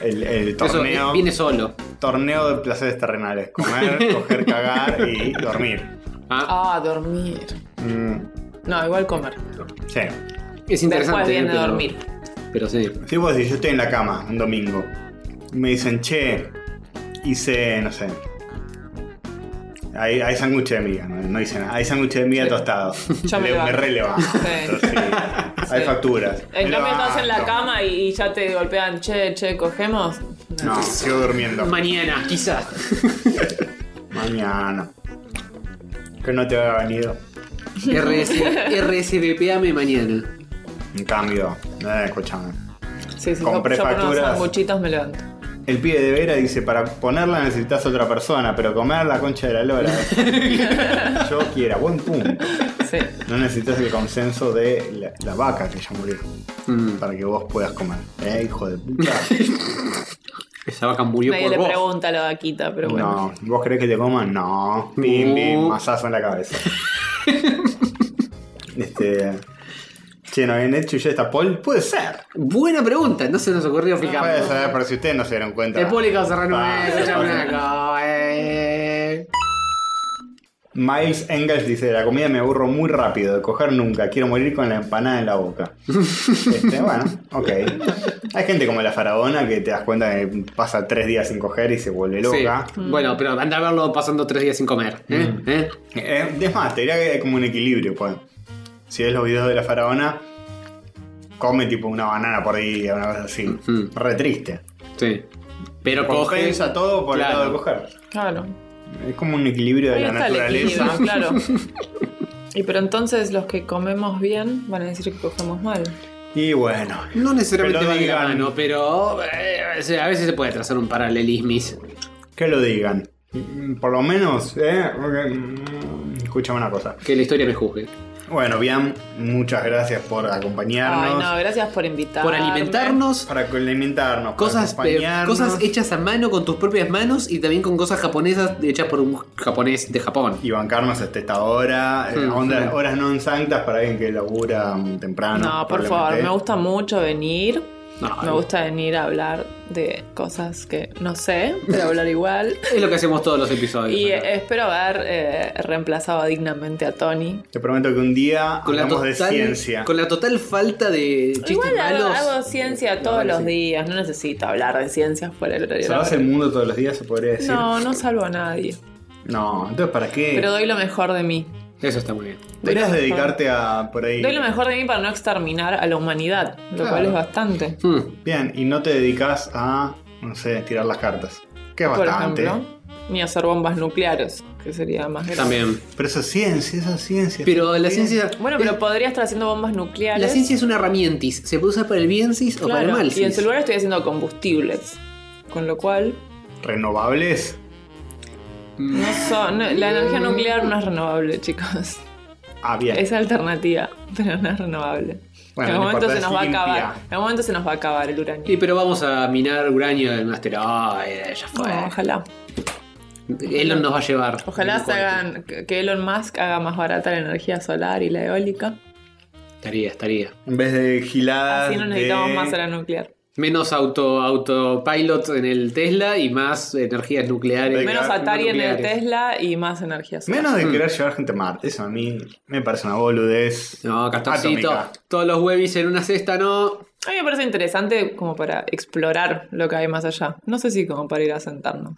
Speaker 1: El, el
Speaker 5: Eso
Speaker 1: torneo,
Speaker 5: eh, viene solo.
Speaker 1: torneo de placeres terrenales: comer, coger, cagar y dormir.
Speaker 5: Ah,
Speaker 3: Ah, dormir.
Speaker 1: Mm,
Speaker 3: No, igual comer.
Speaker 1: sí.
Speaker 5: es interesante.
Speaker 3: Después viene
Speaker 5: eh, pero-
Speaker 3: dormir.
Speaker 5: Pero sí.
Speaker 1: Si vos decís, yo estoy en la cama un domingo, y me dicen, che, hice, no sé, hay, hay sándwich de miga, no, no dicen nada, hay sándwich de miga tostado.
Speaker 3: Yo me
Speaker 1: Le-
Speaker 3: levanto.
Speaker 1: relevanto.
Speaker 3: Sí.
Speaker 1: Entonces, sí, Hay facturas.
Speaker 3: En
Speaker 1: Me
Speaker 3: cambio, estás en la
Speaker 1: levanto.
Speaker 3: cama y, y ya te golpean, che, che, cogemos.
Speaker 1: No, sigo durmiendo.
Speaker 5: Mañana, quizás.
Speaker 1: Mañana. Que no te había venido.
Speaker 5: RSVPame mañana.
Speaker 1: En cambio, eh, escuchame.
Speaker 3: Sí, sí,
Speaker 1: Compré
Speaker 3: yo, yo con unos
Speaker 1: facturas.
Speaker 3: sanguchitos me levanto.
Speaker 1: El pibe de Vera dice, para ponerla necesitas otra persona, pero comer la concha de la lora. yo quiera, buen punto.
Speaker 3: Sí.
Speaker 1: No necesitas el consenso de la, la vaca que ya murió
Speaker 5: Mm,
Speaker 1: para que vos puedas comer. ¿Eh, hijo de puta?
Speaker 5: esa vaca murió
Speaker 3: Nadie le
Speaker 5: por vos.
Speaker 3: pregunta a la vaquita, pero bueno.
Speaker 1: No. ¿Vos querés que te coman? No. Pim, pim,
Speaker 5: No.
Speaker 1: masazo en la cabeza. este. Che, ¿no habían hecho ya esta poll? Puede ser.
Speaker 5: Buena pregunta, no se nos ocurrió
Speaker 1: Puede
Speaker 5: fijarnos.
Speaker 1: ser, pero si ustedes no se dieron cuenta.
Speaker 5: El público serrano
Speaker 1: Ah,
Speaker 5: es
Speaker 1: bueno.
Speaker 5: chamunaco, eh.
Speaker 1: Miles Engels dice, de la comida me aburro muy rápido, de coger nunca, quiero morir con la empanada en la boca. Este, bueno, ok. Hay gente como la faraona que te das cuenta que pasa tres días sin coger y se vuelve
Speaker 5: Sí.
Speaker 1: loca.
Speaker 5: Bueno, pero anda a verlo pasando tres días sin comer. ¿eh? ¿Eh?
Speaker 1: Eh, Es más, te diría que hay como un equilibrio, pues. Si ves los videos de la faraona, come tipo una banana por día, una cosa así.
Speaker 5: Ujú.
Speaker 1: Re triste.
Speaker 5: Sí. Pero coge.
Speaker 1: Compensa todo por
Speaker 5: Claro.
Speaker 1: el lado de coger.
Speaker 3: Claro.
Speaker 1: Es como un equilibrio de
Speaker 3: Ahí
Speaker 1: la
Speaker 3: está el
Speaker 1: naturaleza.
Speaker 3: equilibrio, claro. Y pero entonces los que comemos bien van a decir que cogemos mal.
Speaker 1: Y bueno.
Speaker 5: No necesariamente
Speaker 1: Pero
Speaker 5: va de la
Speaker 1: digan-
Speaker 5: mano, pero eh, se- a veces se puede trazar un paralelismis.
Speaker 1: Que lo digan. Mm, Por lo menos, ¿eh? porque, mm, Escuchame una cosa.
Speaker 5: Que la historia me juzgue.
Speaker 1: Bueno, bien, muchas gracias por
Speaker 3: Ay,
Speaker 1: acompañarnos.
Speaker 3: no, gracias por invitarme.
Speaker 5: Por alimentarnos,
Speaker 1: Para alimentarnos,
Speaker 5: cosas,
Speaker 1: para
Speaker 5: pe-
Speaker 1: acompañarnos.
Speaker 5: cosas hechas a mano con tus propias manos y también con cosas japonesas hechas por un japonés de Japón.
Speaker 1: y bancarnos hasta esta hora. eh,
Speaker 5: Mm,
Speaker 1: onda-
Speaker 5: mm.
Speaker 1: Horas no santas para alguien que labura mm, temprano.
Speaker 3: No, por favor,
Speaker 1: probablemente.
Speaker 3: me gusta mucho venir.
Speaker 5: No,
Speaker 3: Me gusta venir a hablar de cosas que no sé, pero hablar igual.
Speaker 5: Es lo que hacemos todos los episodios.
Speaker 3: Y
Speaker 5: acá.
Speaker 3: eh, espero haber eh, reemplazado dignamente a Tony.
Speaker 1: Te prometo que un día
Speaker 5: con, la
Speaker 1: hablamos
Speaker 5: total,
Speaker 1: de ciencia.
Speaker 5: con la total falta de chistes
Speaker 3: Igual ah, hago,
Speaker 5: malos.
Speaker 3: hago ciencia todos los días, no necesito hablar de ciencias por el horario.
Speaker 1: ¿Salvas el mundo todos los días, se podría decir?
Speaker 3: No, no salvo a nadie,
Speaker 1: No, entonces ¿para qué?
Speaker 3: pero doy lo mejor de mí.
Speaker 5: Eso está muy bien.
Speaker 1: Deberías dedicarte a por ahí.
Speaker 3: Doy lo mejor de mí para no exterminar a la humanidad, lo
Speaker 1: Claro.
Speaker 3: cual es bastante.
Speaker 5: Hmm.
Speaker 1: Bien, y no te dedicas a, no sé, tirar las cartas. Que es
Speaker 3: Por
Speaker 1: bastante.
Speaker 3: ejemplo, ni hacer bombas nucleares, que sería más grave.
Speaker 5: También.
Speaker 1: Pero eso es ciencia, eso es ciencia.
Speaker 5: Pero la ciencia. eh,
Speaker 3: Bueno, pero podría estar haciendo bombas nucleares.
Speaker 5: La ciencia es una herramientis. Se puede usar para el biensis o para el
Speaker 3: Claro,
Speaker 5: malsis.
Speaker 3: y en su lugar estoy haciendo combustibles. Con lo cual,
Speaker 1: ¿Renovables?
Speaker 5: Mm.
Speaker 3: no son- no- la energía nuclear no es renovable, chicos.
Speaker 1: Ah, bien.
Speaker 3: Es alternativa, pero no es renovable.
Speaker 1: Bueno,
Speaker 3: en
Speaker 1: lo
Speaker 3: algún momento
Speaker 1: importante
Speaker 3: se
Speaker 1: es
Speaker 3: nos va a
Speaker 1: limpia.
Speaker 3: acabar. En algún momento se nos va a acabar el uranio.
Speaker 5: Y pero vamos a minar uranio en un asteroide. Ya fue.
Speaker 3: No, ojalá.
Speaker 5: Elon nos va a llevar.
Speaker 3: Ojalá
Speaker 5: En un
Speaker 3: se
Speaker 5: cohete.
Speaker 3: hagan, que Elon Musk haga más barata la energía solar y la eólica.
Speaker 5: Estaría, estaría.
Speaker 1: En vez de giladas.
Speaker 3: Así no necesitamos
Speaker 1: de-
Speaker 3: más la nuclear.
Speaker 5: Menos auto autopilot en el Tesla y más energías nucleares.
Speaker 1: Venga,
Speaker 3: Menos
Speaker 1: no
Speaker 3: Atari en el
Speaker 5: nucleares.
Speaker 3: Tesla y más energía solar.
Speaker 1: Menos de querer llevar gente a Marte. Eso a mí me parece una boludez.
Speaker 5: No, Castorcito.
Speaker 1: atómica.
Speaker 5: Todos los webis en una cesta, no.
Speaker 3: A mí me parece interesante como para explorar lo que hay más allá. No sé si como para ir a sentarnos.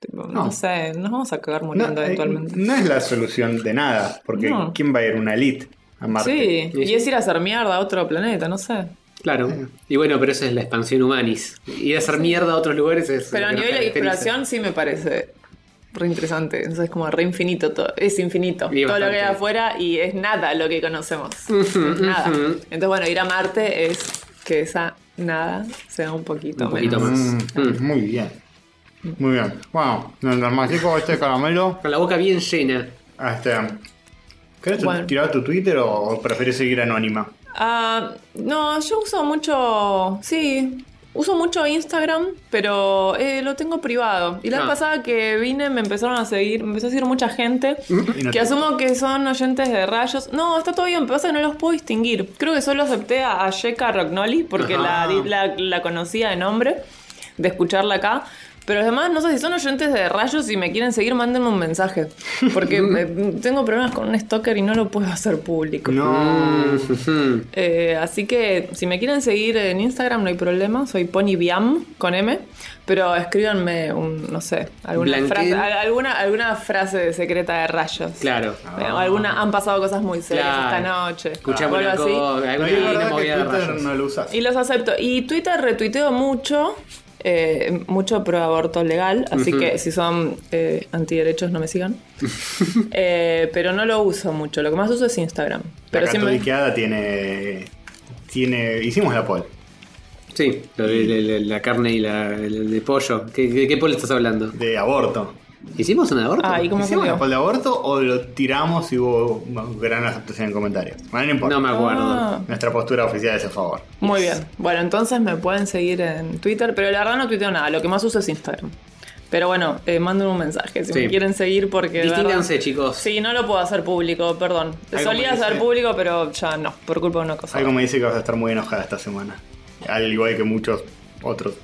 Speaker 3: Tipo, no.
Speaker 1: No.
Speaker 3: sé, nos vamos a cagar
Speaker 1: No,
Speaker 3: muriendo
Speaker 1: eh,
Speaker 3: eventualmente.
Speaker 1: no es la solución de nada. Porque
Speaker 3: No.
Speaker 1: ¿quién va a ir una elite a Marte?
Speaker 3: sí,
Speaker 5: Sí, sí.
Speaker 3: y es ir a hacer mierda a otro planeta, no sé.
Speaker 5: Claro. Y bueno, pero esa es la expansión humanis. Ir a hacer mierda a otros lugares es.
Speaker 3: Pero a
Speaker 5: lo que nos
Speaker 3: nivel de
Speaker 5: caracteriza.
Speaker 3: exploración sí me parece re interesante. Entonces es como re infinito todo. Es infinito.
Speaker 5: Y
Speaker 3: todo lo que
Speaker 5: bastante.
Speaker 3: hay afuera y es nada lo que conocemos. Es nada.
Speaker 5: ujú.
Speaker 3: Entonces, bueno, ir a Marte es que esa nada sea un poquito,
Speaker 5: Un poquito
Speaker 3: menos.
Speaker 5: más.
Speaker 1: Mm, Muy bien. Muy bien. Bueno, normal chico, este caramelo.
Speaker 5: Con la boca bien llena.
Speaker 1: Este, ¿Querés tu-
Speaker 3: Bueno.
Speaker 1: tirar tu Twitter o, o prefieres seguir anónima?
Speaker 3: Ah, no, yo uso mucho. Sí, uso mucho Instagram, pero eh, lo tengo privado. Y la vez
Speaker 5: Ah.
Speaker 3: pasada que vine me empezaron a seguir, me empezó a seguir mucha gente.
Speaker 5: ¿Mm?
Speaker 1: Y no
Speaker 3: Que
Speaker 1: te-
Speaker 3: asumo que son oyentes de rayos. No, está todo bien, pero pasa que no los puedo distinguir. Creo que solo acepté a a Yeka Rognoli porque la,
Speaker 1: Ajá.
Speaker 3: di- la- la conocía de nombre, de escucharla acá. Pero además, no sé si son oyentes de rayos y me quieren seguir, mándenme un mensaje. Porque eh, tengo problemas con un stalker y no lo puedo hacer público.
Speaker 5: Mm,
Speaker 1: No.
Speaker 5: Ujú.
Speaker 3: Eh, así que si me quieren seguir en Instagram no hay problema, soy ponybiam con M, pero escríbanme un, no sé, alguna
Speaker 5: Blanqueen.
Speaker 3: frase, al- alguna, alguna frase de secreta de rayos.
Speaker 5: Claro.
Speaker 3: Eh, o alguna, han pasado cosas muy serias
Speaker 5: Claro.
Speaker 3: esta noche.
Speaker 5: Escuchamos
Speaker 3: o Ah,
Speaker 5: una
Speaker 3: algo así.
Speaker 5: cosa, alguna
Speaker 1: Y la verdad que
Speaker 5: movida de
Speaker 1: Twitter
Speaker 5: rayos.
Speaker 1: no lo usas.
Speaker 3: Y los acepto. Y Twitter retuiteo mucho, eh, mucho pro aborto legal, así que si son eh, antiderechos no me sigan. Eh, pero no lo uso mucho, lo que más uso es Instagram. Pero
Speaker 1: la
Speaker 3: sí me-
Speaker 1: catoliqueada tiene, tiene. Hicimos la poll.
Speaker 5: Sí, lo de- de- de- la carne y la, el, de pollo. ¿Qué, de qué polo estás hablando?
Speaker 1: De aborto.
Speaker 5: ¿Hicimos un aborto?
Speaker 3: Ah, ¿y cómo
Speaker 1: ¿Hicimos
Speaker 3: salió?
Speaker 1: la poll de aborto o lo tiramos y hubo una gran aceptación en comentarios? Bueno, no importa.
Speaker 5: no me acuerdo.
Speaker 3: Ah.
Speaker 1: Nuestra postura oficial es a favor.
Speaker 3: Muy bien. Bueno, entonces me pueden seguir en Twitter, pero la verdad no tuiteo nada, lo que más uso es Instagram. Pero bueno, eh, manden un mensaje si
Speaker 5: Sí.
Speaker 3: me quieren seguir porque... de
Speaker 5: Distínganse,
Speaker 3: verdad-
Speaker 5: chicos.
Speaker 3: Sí, no lo puedo hacer público, perdón.
Speaker 1: Algo
Speaker 3: Solía
Speaker 1: me dice-
Speaker 3: hacer público, pero ya no, por culpa de una cosa.
Speaker 1: Algo me dice que vas a estar muy enojada esta semana. Al igual que muchos otros.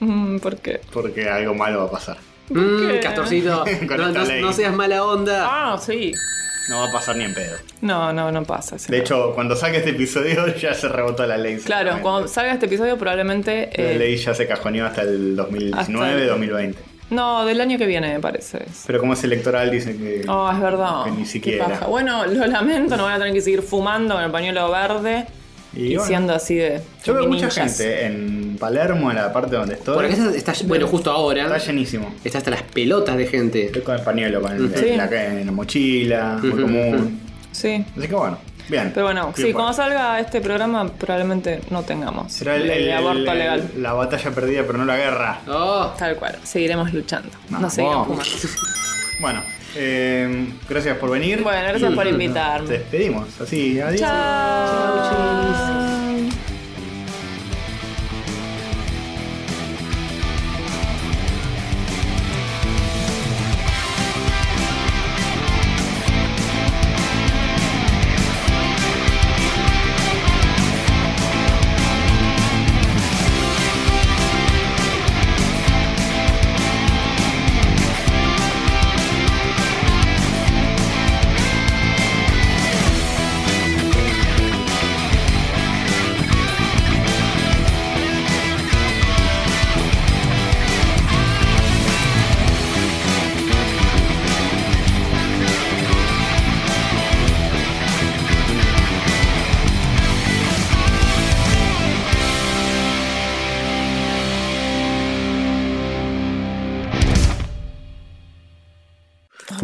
Speaker 3: Mm, ¿Por qué?
Speaker 1: Porque algo malo va a pasar.
Speaker 5: Mm,
Speaker 3: qué?
Speaker 5: Castorcito,
Speaker 1: Con
Speaker 5: no,
Speaker 1: esta
Speaker 5: no-
Speaker 1: ley.
Speaker 5: no seas mala onda.
Speaker 3: Ah, sí.
Speaker 1: No va a pasar ni en pedo.
Speaker 3: No, no, no pasa. sí.
Speaker 1: De hecho, cuando saque este episodio ya se rebotó la ley.
Speaker 3: claro,
Speaker 1: seguramente.
Speaker 3: cuando salga este episodio probablemente...
Speaker 1: La
Speaker 3: eh,
Speaker 1: ley ya se cajoneó hasta el 2019,
Speaker 3: Hasta el-
Speaker 1: 2020.
Speaker 3: no, del año que viene me parece.
Speaker 1: Pero como es electoral, dicen que.
Speaker 3: Oh, es verdad.
Speaker 1: Que ni
Speaker 3: Qué
Speaker 1: siquiera.
Speaker 3: paja. Bueno, lo lamento, no van a tener que seguir fumando con el pañuelo verde y,
Speaker 1: Y bueno.
Speaker 3: siendo así de.
Speaker 1: Yo veo mucha
Speaker 3: femininjas.
Speaker 1: gente en Palermo, en la parte donde estoy.
Speaker 5: Porque está, está- bueno, justo ahora
Speaker 1: Está llenísimo.
Speaker 5: está hasta las pelotas de gente.
Speaker 1: Estoy con el pañuelo, con el-
Speaker 3: Sí.
Speaker 1: en, la, en la mochila, muy
Speaker 5: Ujú,
Speaker 1: común.
Speaker 3: Sí.
Speaker 1: Así que bueno, bien.
Speaker 3: Pero bueno, sí,
Speaker 1: Bien,
Speaker 3: cuando salga este programa probablemente no tengamos.
Speaker 1: Será el,
Speaker 3: ley de
Speaker 1: el-
Speaker 3: aborto
Speaker 1: el-
Speaker 3: legal.
Speaker 1: la batalla perdida, pero no la guerra.
Speaker 5: Oh,
Speaker 3: Tal cual. Seguiremos luchando. No,
Speaker 1: No,
Speaker 3: seguiremos
Speaker 1: vos.
Speaker 3: fumando.
Speaker 1: Bueno, eh, gracias por venir.
Speaker 3: Bueno, gracias
Speaker 1: Y
Speaker 3: por
Speaker 1: Nos
Speaker 3: invitarme.
Speaker 1: despedimos. Así, adiós.
Speaker 3: Chao.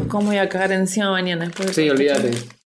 Speaker 3: ¿Cómo voy a cagar encima mañana después de
Speaker 5: Sí,
Speaker 3: todo esto?
Speaker 5: olvídate.